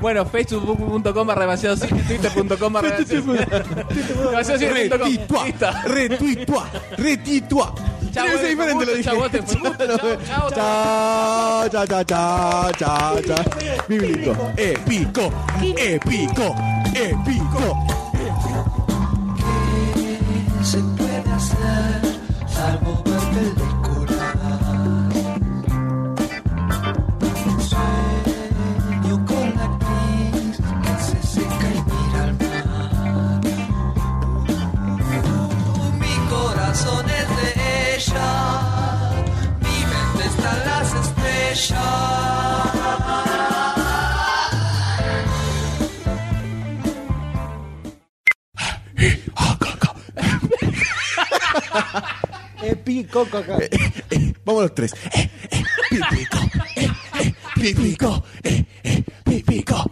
Speaker 1: bueno facebook.com barra demasiado cine, twitter.com barra demasiado cine.
Speaker 2: Retituá, retituá, retituá.
Speaker 1: Chao,
Speaker 2: Debe ser
Speaker 1: bueno,
Speaker 2: diferente, lo
Speaker 1: fue
Speaker 2: dije.
Speaker 1: un gusto, chao, bote, fue un gusto, chao,
Speaker 2: Chao, chao, chao, chao, chao, chao. Bíblico, épico, épico, épico.
Speaker 10: se puede hacer, salvo ver películas. Sueño con la actriz que se seca y mira al mar. Mi corazón es de ella, mi mente está en las estrellas.
Speaker 4: Epico, coca.
Speaker 2: Vamos los tres. Eh, eh, Bíblico, eh, eh, bíblico, eh, eh, bíblico.